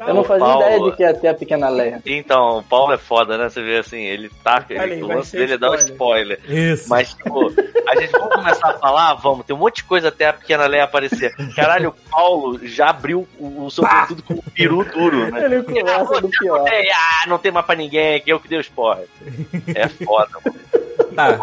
Speaker 6: Eu não fazia
Speaker 3: Paulo.
Speaker 6: ideia de que ia ter a pequena Leia.
Speaker 3: Então, o Paulo é foda, né? Você vê assim, ele taca,
Speaker 2: Olha aí,
Speaker 3: ele, o
Speaker 2: vai
Speaker 3: lance
Speaker 2: ser
Speaker 3: dele é dar um
Speaker 2: spoiler.
Speaker 3: spoiler.
Speaker 1: Isso.
Speaker 3: Mas, tipo, a gente vamos começar a falar? Vamos, tem um monte de coisa até a pequena Leia aparecer. Caralho, o Paulo já abriu o, o sobretudo com o peru duro, né?
Speaker 6: Ele começa do pior.
Speaker 3: É, ah, não tem mais pra ninguém, que eu que dei o spoiler. É foda, mano.
Speaker 1: Tá.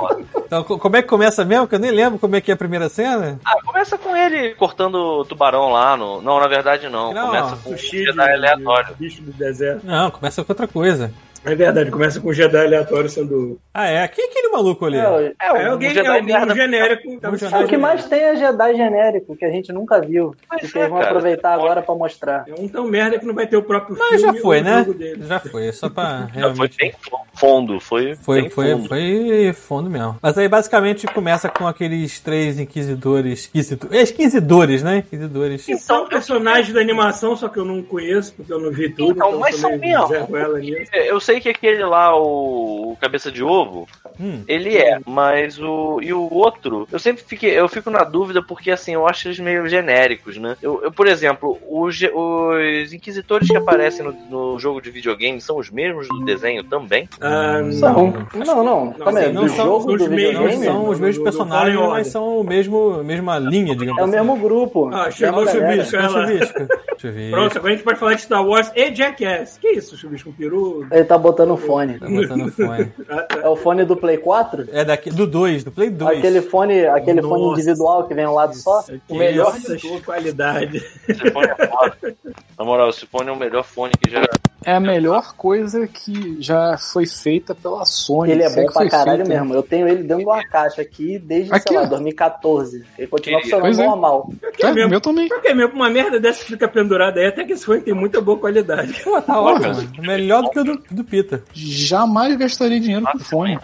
Speaker 1: Então, co- como é que começa mesmo? Que eu nem lembro como é que é a primeira cena.
Speaker 3: Ah, começa com ele cortando o tubarão lá no. Não, na verdade não.
Speaker 1: Não,
Speaker 3: começa com o
Speaker 2: Sushi
Speaker 3: Jedi aleatório.
Speaker 2: Um bicho do deserto.
Speaker 1: Não, começa com outra coisa.
Speaker 2: É verdade, começa com o Jedi aleatório sendo.
Speaker 1: Ah, é? Quem é aquele maluco ali?
Speaker 6: É,
Speaker 3: É,
Speaker 2: É alguém, é alguém um genérico. Tava
Speaker 6: é o que
Speaker 1: Jedi.
Speaker 6: mais tem é Jedi genérico, que a gente nunca viu.
Speaker 3: Pois
Speaker 6: Que
Speaker 3: é,
Speaker 6: vocês vão
Speaker 3: cara.
Speaker 6: aproveitar agora pra mostrar.
Speaker 2: É um tão merda que não vai ter o próprio
Speaker 1: Mas já
Speaker 2: filme
Speaker 1: foi,
Speaker 2: ou o
Speaker 1: né?
Speaker 2: jogo dele.
Speaker 1: Já foi, só pra
Speaker 3: Não, Foi
Speaker 1: realmente.
Speaker 3: bem fundo, foi.
Speaker 1: É, Foi,
Speaker 3: bem
Speaker 1: foi,
Speaker 3: fundo.
Speaker 1: foi fundo mesmo. Mas aí basicamente começa com aqueles três inquisidores. Inquisido... É, Inquisidores, né? Inquisidores.
Speaker 2: Que são personagens da animação, só que eu não conheço, porque eu não vi tudo.
Speaker 3: Então, mas
Speaker 2: eu
Speaker 3: são
Speaker 2: também
Speaker 3: mesmo.
Speaker 2: zero ela nisso.
Speaker 3: É, Eu sei que aquele lá, o, o cabeça de ovo,
Speaker 1: Hum.
Speaker 3: ele é, mas o e o outro, eu sempre fiquei, eu fico na dúvida porque assim, eu acho eles meio genéricos, né? Eu, eu, por exemplo, os, ge- os inquisitores que aparecem no, no jogo de videogame são os mesmos do desenho também?
Speaker 2: Ah, não.
Speaker 6: São. Não, não. Calma aí,
Speaker 2: assim,
Speaker 1: não
Speaker 6: do
Speaker 1: são
Speaker 6: jogo
Speaker 2: os
Speaker 6: do
Speaker 2: mesmos,
Speaker 1: Não
Speaker 6: videogame?
Speaker 1: são os mesmos
Speaker 2: Não, não fala em
Speaker 1: personagens,
Speaker 2: ordem.
Speaker 1: mas são o mesmo, mesma linha, digamos
Speaker 6: É o
Speaker 1: assim.
Speaker 6: mesmo grupo.
Speaker 2: Ah,
Speaker 6: Mesma
Speaker 2: chegou o
Speaker 6: galera.
Speaker 1: Chubisco,
Speaker 2: Chubisco.
Speaker 1: é o
Speaker 2: Ela-
Speaker 1: Chubisco. Deixa eu ver.
Speaker 2: Pronto, agora a gente pode falar de Star Wars e Jackass. Que isso, chubicho com peru?
Speaker 6: Ele tá botando fone.
Speaker 1: Tá botando fone.
Speaker 2: Ah, tá.
Speaker 6: É o fone do Play 4?
Speaker 1: É daqui, do 2, do Play 2.
Speaker 6: Aquele fone, aquele fone
Speaker 2: Nossa.
Speaker 6: individual que vem um lado só?
Speaker 2: O melhor da sua qualidade.
Speaker 3: Esse fone é foda. Na moral, esse fone é o melhor fone que já.
Speaker 7: É a melhor coisa que já foi feita pela Sony.
Speaker 6: Ele é
Speaker 7: Se
Speaker 6: bom
Speaker 7: que
Speaker 6: pra
Speaker 7: foi né?
Speaker 6: caralho
Speaker 7: feita.
Speaker 6: mesmo. Eu tenho ele dentro de uma caixa aqui desde,
Speaker 7: Aqui,
Speaker 6: sei lá,
Speaker 7: ó.
Speaker 6: 2014. Ele continua
Speaker 3: Que-
Speaker 6: funcionando
Speaker 7: pois é.
Speaker 6: normal.
Speaker 7: Tá,
Speaker 2: mesmo.
Speaker 7: meu também.
Speaker 2: Só que é mesmo uma merda dessa que fica pendurada aí, até que esse fone tem muita boa qualidade.
Speaker 1: Pô, tá ótimo. mano. Melhor do que o do, do Pita.
Speaker 7: Jamais gastaria dinheiro com fone.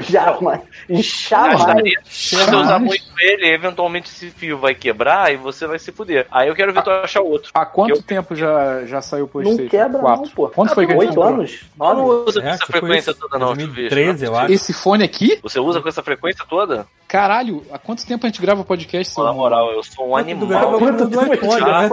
Speaker 6: Jamais. Jamais.
Speaker 3: Gastaria. Se você usar muito ele, eventualmente esse fio vai quebrar e você vai se fuder. Aí eu quero ver tu achar outro.
Speaker 7: Há quanto
Speaker 3: Eu-
Speaker 7: tempo já, já saiu o
Speaker 6: Não
Speaker 7: PlayStation
Speaker 6: quebra,
Speaker 7: 4?
Speaker 6: não, pô.
Speaker 7: Quanto foi que a gente
Speaker 6: Oito
Speaker 7: comprou?
Speaker 6: anos?
Speaker 3: Tu não
Speaker 6: Nove?
Speaker 3: usa com
Speaker 1: É,
Speaker 3: essa
Speaker 1: tipo
Speaker 3: frequência
Speaker 1: isso.
Speaker 3: toda, não,
Speaker 1: 2013,
Speaker 3: Chubicho.
Speaker 1: eu acho.
Speaker 7: Esse fone aqui?
Speaker 3: né? Você usa com essa frequência toda?
Speaker 7: Caralho, há quanto tempo a gente grava podcast?
Speaker 3: Pô,
Speaker 7: seu-
Speaker 3: Na moral, eu
Speaker 6: é
Speaker 3: sou um
Speaker 1: Tu grava
Speaker 3: animal.
Speaker 1: muito do iPhone, né?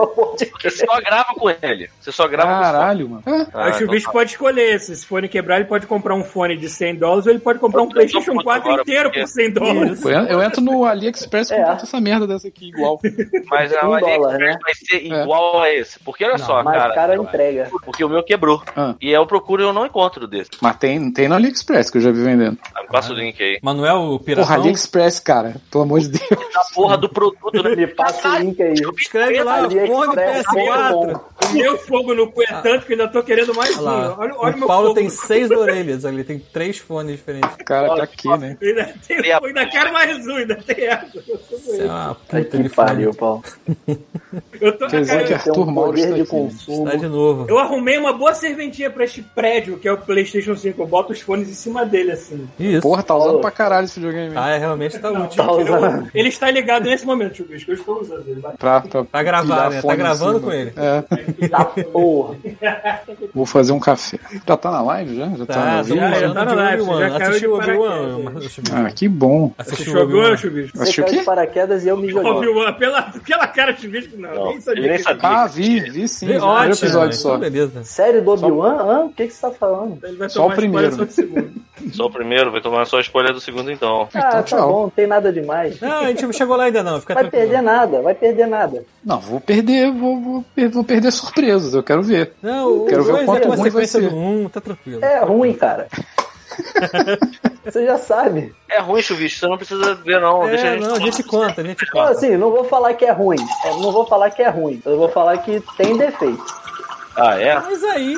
Speaker 3: Você só grava com ele. Você só grava
Speaker 7: Caralho, mano. É,
Speaker 3: com
Speaker 2: aí o
Speaker 3: esse fone. Ah,
Speaker 2: chubicho
Speaker 3: então tá.
Speaker 2: pode escolher. Se esse fone quebrar, ele pode comprar um fone de 100 dólares ou ele pode comprar um PlayStation
Speaker 3: puto
Speaker 2: 4
Speaker 3: agora,
Speaker 2: inteiro
Speaker 3: porque-
Speaker 2: por 100 dólares.
Speaker 7: Eu, eu entro no AliExpress e
Speaker 6: É.
Speaker 7: compro essa merda dessa aqui igual.
Speaker 3: Ah, Mas a
Speaker 6: Um
Speaker 3: AliExpress
Speaker 6: dólar, né?
Speaker 3: vai ser igual a esse. Porque olha só,
Speaker 6: Mas
Speaker 3: cara.
Speaker 6: o cara entrega.
Speaker 3: Porque o meu quebrou.
Speaker 7: Ah.
Speaker 3: E eu procuro e eu não encontro desse.
Speaker 7: Mas tem, tem no AliExpress que eu já vi vendendo.
Speaker 3: Ah, me Passa o link aí.
Speaker 1: Manuel, o
Speaker 7: Porra,
Speaker 1: Piratão.
Speaker 7: AliExpress, cara. Pelo amor de Deus.
Speaker 3: Da porra do produto, né?
Speaker 6: Me passa o link aí. é
Speaker 1: Escreve lá,
Speaker 6: AliExpress,
Speaker 1: porra do PS4.
Speaker 2: O meu fogo no cu é tanto que eu ainda tô querendo mais um.
Speaker 1: Ah. Olha lá.
Speaker 2: Olha, olha o
Speaker 1: o
Speaker 2: meu
Speaker 1: Paulo
Speaker 2: fogo.
Speaker 1: tem seis orelhas ali, tem três fones diferentes.
Speaker 7: Cara, pra quê, né?
Speaker 2: Ainda, tem,
Speaker 3: Tem a-
Speaker 2: ainda quero mais um, ainda tem essa.
Speaker 1: Isso é uma
Speaker 6: Ai,
Speaker 1: puta de
Speaker 6: que
Speaker 1: fone.
Speaker 6: pariu, Paulo.
Speaker 2: Eu tô
Speaker 7: Quer dizer
Speaker 2: cara,
Speaker 7: que
Speaker 2: eu-
Speaker 6: Tem
Speaker 7: Arthur
Speaker 6: um
Speaker 7: Mauro
Speaker 6: poder
Speaker 7: está
Speaker 6: de
Speaker 7: aqui.
Speaker 6: consumo.
Speaker 1: Tá de novo.
Speaker 2: Eu arrumei uma boa serventia pra este prédio, que é o PlayStation 5. Eu boto os fones em cima dele, assim.
Speaker 1: Isso.
Speaker 7: Porra, tá usando pra caralho esse videogame.
Speaker 1: Ah, é, realmente tá útil.
Speaker 6: Tá usando.
Speaker 2: Ele está ligado nesse momento, Chubis, que eu estou usando ele. vai.
Speaker 7: Pra, pra
Speaker 1: Pra gravar,
Speaker 7: pilhar
Speaker 1: né? Tá
Speaker 7: fone em
Speaker 1: gravando
Speaker 7: cima.
Speaker 1: com ele.
Speaker 7: É,
Speaker 6: Tá porra.
Speaker 7: vou fazer um café. Já tá na live já? Já tá,
Speaker 1: Tá,
Speaker 7: na
Speaker 1: tô
Speaker 7: live?
Speaker 2: já
Speaker 1: falando
Speaker 2: tá na
Speaker 1: de
Speaker 2: live,
Speaker 1: Obi-Wan.
Speaker 2: já caiu de
Speaker 1: Assistiu
Speaker 2: paraquedas.
Speaker 1: Obi-Wan.
Speaker 7: Ah, que bom.
Speaker 2: Você
Speaker 1: Assistiu
Speaker 2: jogou,
Speaker 1: Obi-Wan.
Speaker 2: Chubis?
Speaker 7: Assistiu
Speaker 6: Você
Speaker 7: o
Speaker 6: caiu
Speaker 7: quê?
Speaker 6: de paraquedas e eu me joguei.
Speaker 2: Obi-Wan, pela, pela cara de bicho, não.
Speaker 3: Não,
Speaker 2: nem sabia.
Speaker 3: ele nem
Speaker 2: que
Speaker 3: sabia.
Speaker 7: Ah, vi, vi sim.
Speaker 1: Vê,
Speaker 7: vi o primeiro
Speaker 1: Ótimo.
Speaker 7: episódio só.
Speaker 1: então Beleza.
Speaker 6: Série do Obi-Wan? Hã? O que, que você tá falando?
Speaker 2: Ele vai
Speaker 7: Só
Speaker 2: tomar
Speaker 7: o primeiro.
Speaker 2: spoiler Só de segundo.
Speaker 3: Só o primeiro, vai tomar só a escolha do segundo então.
Speaker 6: Ah,
Speaker 7: Então,
Speaker 6: tá
Speaker 7: tchau.
Speaker 6: bom, não tem nada demais.
Speaker 1: Não, a gente não chegou lá ainda não. Fica
Speaker 6: Vai
Speaker 1: tranquilo.
Speaker 6: perder nada, vai perder nada.
Speaker 7: Não, vou perder, vou, vou, per- vou perder surpresas, eu quero ver.
Speaker 1: Não, o
Speaker 7: Quero ver o
Speaker 1: 2 é
Speaker 7: quanto
Speaker 1: uma
Speaker 7: ruim vai
Speaker 1: sequência
Speaker 7: ser.
Speaker 1: do 1, tá tranquilo.
Speaker 6: É ruim, cara. Você já sabe.
Speaker 3: É ruim, Chubicho, você não precisa ver, não. Deixa a
Speaker 1: É,
Speaker 3: gente.
Speaker 1: não, a gente conta, a gente
Speaker 6: Não,
Speaker 1: conta.
Speaker 6: assim, não vou falar que é ruim. Eu não vou falar que é ruim. Eu vou falar que tem defeito.
Speaker 3: Ah, é?
Speaker 1: Mas aí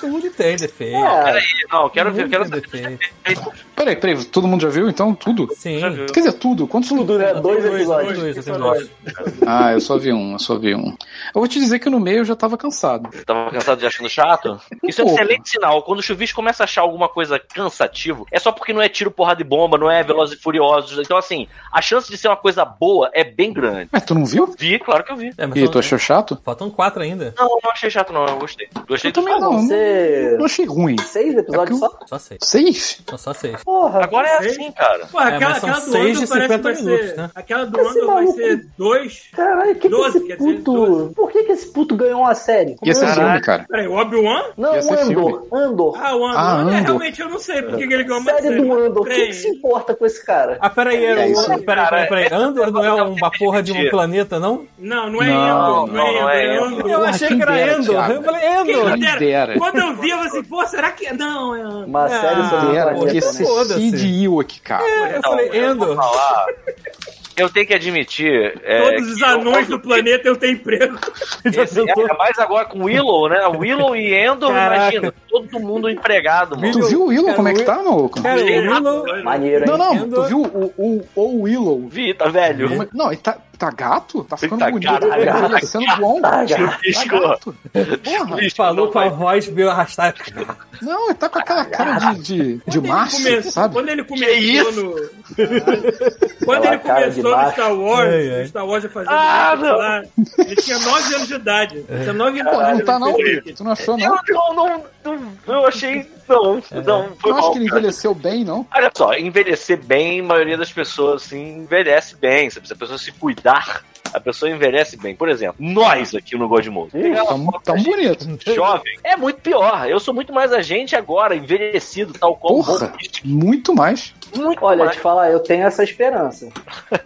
Speaker 1: tudo tem defeito.
Speaker 6: É,
Speaker 3: Peraí, não, quero ver,
Speaker 1: Tudo
Speaker 3: quero
Speaker 1: tem
Speaker 3: saber.
Speaker 1: defeito.
Speaker 7: Peraí, peraí, todo mundo já viu então? Tudo?
Speaker 1: Sim.
Speaker 3: Já viu.
Speaker 7: Quer dizer, tudo? Quantos
Speaker 6: tudo, né? Dois
Speaker 1: Dois,
Speaker 6: episódios.
Speaker 1: dois, eu tenho dois.
Speaker 7: Ah, eu só vi um, eu só vi um. Eu vou te dizer que no meio eu já tava cansado.
Speaker 3: Tava cansado de achando chato? Isso é um
Speaker 7: pouco.
Speaker 3: excelente sinal. Quando o chuvisco começa a achar alguma coisa cansativo, é só porque não é tiro, porrada e bomba, não é velozes e furiosos. Então, assim, a chance de ser uma coisa boa é bem grande.
Speaker 7: Mas tu não viu?
Speaker 3: Vi, claro que eu vi.
Speaker 1: É, mas
Speaker 7: E
Speaker 1: são-
Speaker 7: tu achou chato?
Speaker 1: Faltam quatro ainda.
Speaker 3: Não, não achei chato, não. Eu gostei. Gostei
Speaker 7: Eu também
Speaker 6: Ah,
Speaker 7: não,
Speaker 6: não,
Speaker 7: não,
Speaker 6: você-
Speaker 7: não achei ruim.
Speaker 6: seis episódios
Speaker 7: É
Speaker 6: só?
Speaker 1: Só seis.
Speaker 7: Seis?
Speaker 1: Não, só seis.
Speaker 6: Porra.
Speaker 3: Agora é assim, cara.
Speaker 2: Porra,
Speaker 1: É,
Speaker 2: aquela,
Speaker 1: mas são
Speaker 2: aquela do
Speaker 1: seis
Speaker 2: Andor
Speaker 1: de
Speaker 2: parece que vai
Speaker 1: 50 minutos,
Speaker 2: ser...
Speaker 1: né?
Speaker 2: Aquela do
Speaker 6: Esse
Speaker 2: Andor vai
Speaker 6: maluco-
Speaker 2: ser dois...
Speaker 6: Caralho, que, que
Speaker 2: Doze,
Speaker 6: esse
Speaker 2: quer dizer,
Speaker 6: puto.
Speaker 2: doze.
Speaker 6: Por que, que esse puto ganhou uma série?
Speaker 7: Ia ser
Speaker 3: Caralho.
Speaker 7: filme, cara.
Speaker 2: Peraí, o Obi-Wan?
Speaker 6: Não, um
Speaker 7: Ia ser
Speaker 6: Andor.
Speaker 7: filme.
Speaker 6: Andor.
Speaker 2: Ah, o Andor.
Speaker 7: Ah,
Speaker 2: É,
Speaker 7: Andor.
Speaker 2: realmente eu não sei por que que ele ganhou uma
Speaker 6: série do
Speaker 2: mas
Speaker 6: Andor. Quem
Speaker 2: tem.
Speaker 6: que se importa com esse cara?
Speaker 1: Ah, peraí, é,
Speaker 7: É
Speaker 1: o-
Speaker 7: isso.
Speaker 1: peraí, peraí, peraí. Andor não é uma porra de um
Speaker 3: Mentira.
Speaker 1: planeta, não?
Speaker 2: Não, não é
Speaker 7: Não,
Speaker 2: Andor. Não, é
Speaker 3: não, não
Speaker 2: Andor.
Speaker 3: é Andor.
Speaker 2: é Andor.
Speaker 1: Eu
Speaker 7: Porra,
Speaker 1: achei
Speaker 7: quem
Speaker 1: que era
Speaker 7: dera,
Speaker 1: Endor.
Speaker 7: Thiago.
Speaker 1: Eu falei,
Speaker 2: Quem
Speaker 1: Endor!
Speaker 7: Quem dera.
Speaker 3: é
Speaker 2: dera. Quando eu vi, eu falei assim, pô, será que... Não, é Andor.
Speaker 6: Uma
Speaker 1: Ah,
Speaker 6: série
Speaker 1: dera,
Speaker 6: sobre um
Speaker 7: Era,
Speaker 1: porra,
Speaker 7: que
Speaker 6: planeta,
Speaker 7: ia
Speaker 1: esse-
Speaker 6: né?
Speaker 7: ser
Speaker 1: Foda-se. É,
Speaker 7: CGI aqui, cara.
Speaker 1: Eu falei, Endor.
Speaker 3: Falar. Eu tenho que admitir. é,
Speaker 2: Todos os
Speaker 3: que eu-
Speaker 2: anões do planeta eu tenho emprego.
Speaker 3: Esse, ainda mais agora com Willow, né? Willow e Endor,
Speaker 1: Caraca.
Speaker 3: imagina. Todo mundo empregado, mano.
Speaker 7: Tu viu o Willow
Speaker 1: Cara,
Speaker 7: como é que
Speaker 1: o-
Speaker 7: tá, maluco?
Speaker 1: Cara, o Willow...
Speaker 6: Maneiro, hein?
Speaker 7: Não, não,
Speaker 1: Entendo.
Speaker 7: tu viu o, o, o Willow?
Speaker 3: Vi, tá velho.
Speaker 7: Como é- Não, ele tá, tá gato? Tá ficando
Speaker 3: tá
Speaker 7: bonito.
Speaker 3: gato,
Speaker 7: Tá gato, tá sendo bom.
Speaker 6: Tá gato.
Speaker 7: Tá gato. Porra.
Speaker 3: Bicho,
Speaker 1: Falou
Speaker 3: não
Speaker 1: com a
Speaker 3: vai-
Speaker 1: voz meio arrastada.
Speaker 7: Não, ele tá com aquela cara de, de, de macho,
Speaker 2: começou,
Speaker 7: sabe?
Speaker 2: Quando ele
Speaker 3: Que
Speaker 2: começou
Speaker 3: isso?
Speaker 2: no. Quando
Speaker 6: Aquela
Speaker 2: ele
Speaker 6: cara de
Speaker 2: começou no
Speaker 6: macho.
Speaker 2: Star Wars,
Speaker 1: Ai, ai.
Speaker 2: no Star Wars ia fazer
Speaker 3: Ah,
Speaker 2: marketing lá, ele tinha 9 anos de idade. Ele tinha 9 anos de
Speaker 7: Pô,
Speaker 2: idade.
Speaker 7: não tá não,
Speaker 2: ele fez
Speaker 7: Bill.
Speaker 2: marketing.
Speaker 7: Tu não achou não?
Speaker 3: Eu não, não, não- eu achei. Não, não,
Speaker 7: Tu
Speaker 3: foi
Speaker 7: não acha
Speaker 3: mal.
Speaker 7: que ele
Speaker 3: cara.
Speaker 7: envelheceu bem, não?
Speaker 3: Olha só, envelhecer bem, a maioria das pessoas assim envelhece bem, sabe? Se a pessoa se cuidar, A pessoa envelhece bem. Por exemplo, nós aqui no Godmode. Pegar uma
Speaker 7: Tá, mu-
Speaker 3: foto
Speaker 7: tá
Speaker 3: da gente
Speaker 7: bonito.
Speaker 3: jovem é muito pior. Eu sou muito mais a gente agora, envelhecido, tal qual o tipo,
Speaker 7: Porra,
Speaker 3: Bob Dylan.
Speaker 7: muito mais.
Speaker 3: Muito
Speaker 6: Olha,
Speaker 3: mais.
Speaker 6: te falar, eu tenho essa esperança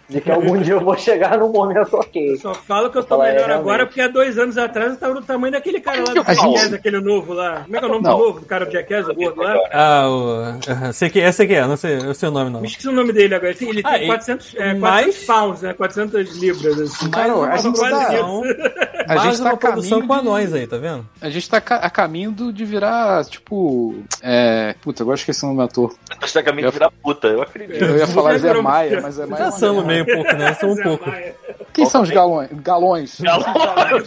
Speaker 6: de que algum dia eu vou chegar num momento ok.
Speaker 2: Só falo que eu tô
Speaker 6: Fala, é,
Speaker 2: melhor
Speaker 6: realmente.
Speaker 2: agora, porque há dois anos atrás eu tava do tamanho daquele cara lá do
Speaker 7: A gente-
Speaker 2: Jackass, aquele novo lá. Como é que é o nome do
Speaker 7: Não.
Speaker 2: novo? Do cara do Jackass, o gordo lá?
Speaker 1: Ah, o... aham, sei que é, sei que é, não sei, eu sei o nome não.
Speaker 2: Me esqueci o nome dele agora. Ele tem, ele
Speaker 1: Ah,
Speaker 2: tem
Speaker 1: e-
Speaker 2: 400, é, 400
Speaker 1: mas-
Speaker 2: pounds, né? 400 libras. Assim.
Speaker 7: Cara, a gente
Speaker 2: Quase
Speaker 7: tá-
Speaker 2: isso.
Speaker 1: Então,
Speaker 7: A
Speaker 1: Mais
Speaker 7: gente tá
Speaker 1: uma
Speaker 7: a caminho.
Speaker 1: produção com
Speaker 7: De,
Speaker 1: anões aí, tá vendo?
Speaker 7: a gente tá ca- a caminho do- de virar, tipo. É. Puta, agora esqueci o nome do ator.
Speaker 3: Você tá caminho de virar puta, eu acredito.
Speaker 7: Eu ia falar Zé
Speaker 2: lembro.
Speaker 7: Maia, mas Zé Maia. é
Speaker 1: Já
Speaker 7: uma
Speaker 1: somos
Speaker 7: merda.
Speaker 1: meio pouco, né? Somos um
Speaker 2: Zé
Speaker 1: pouco.
Speaker 2: Maia.
Speaker 7: Quem são os galões?
Speaker 3: é?
Speaker 7: Galões.
Speaker 3: A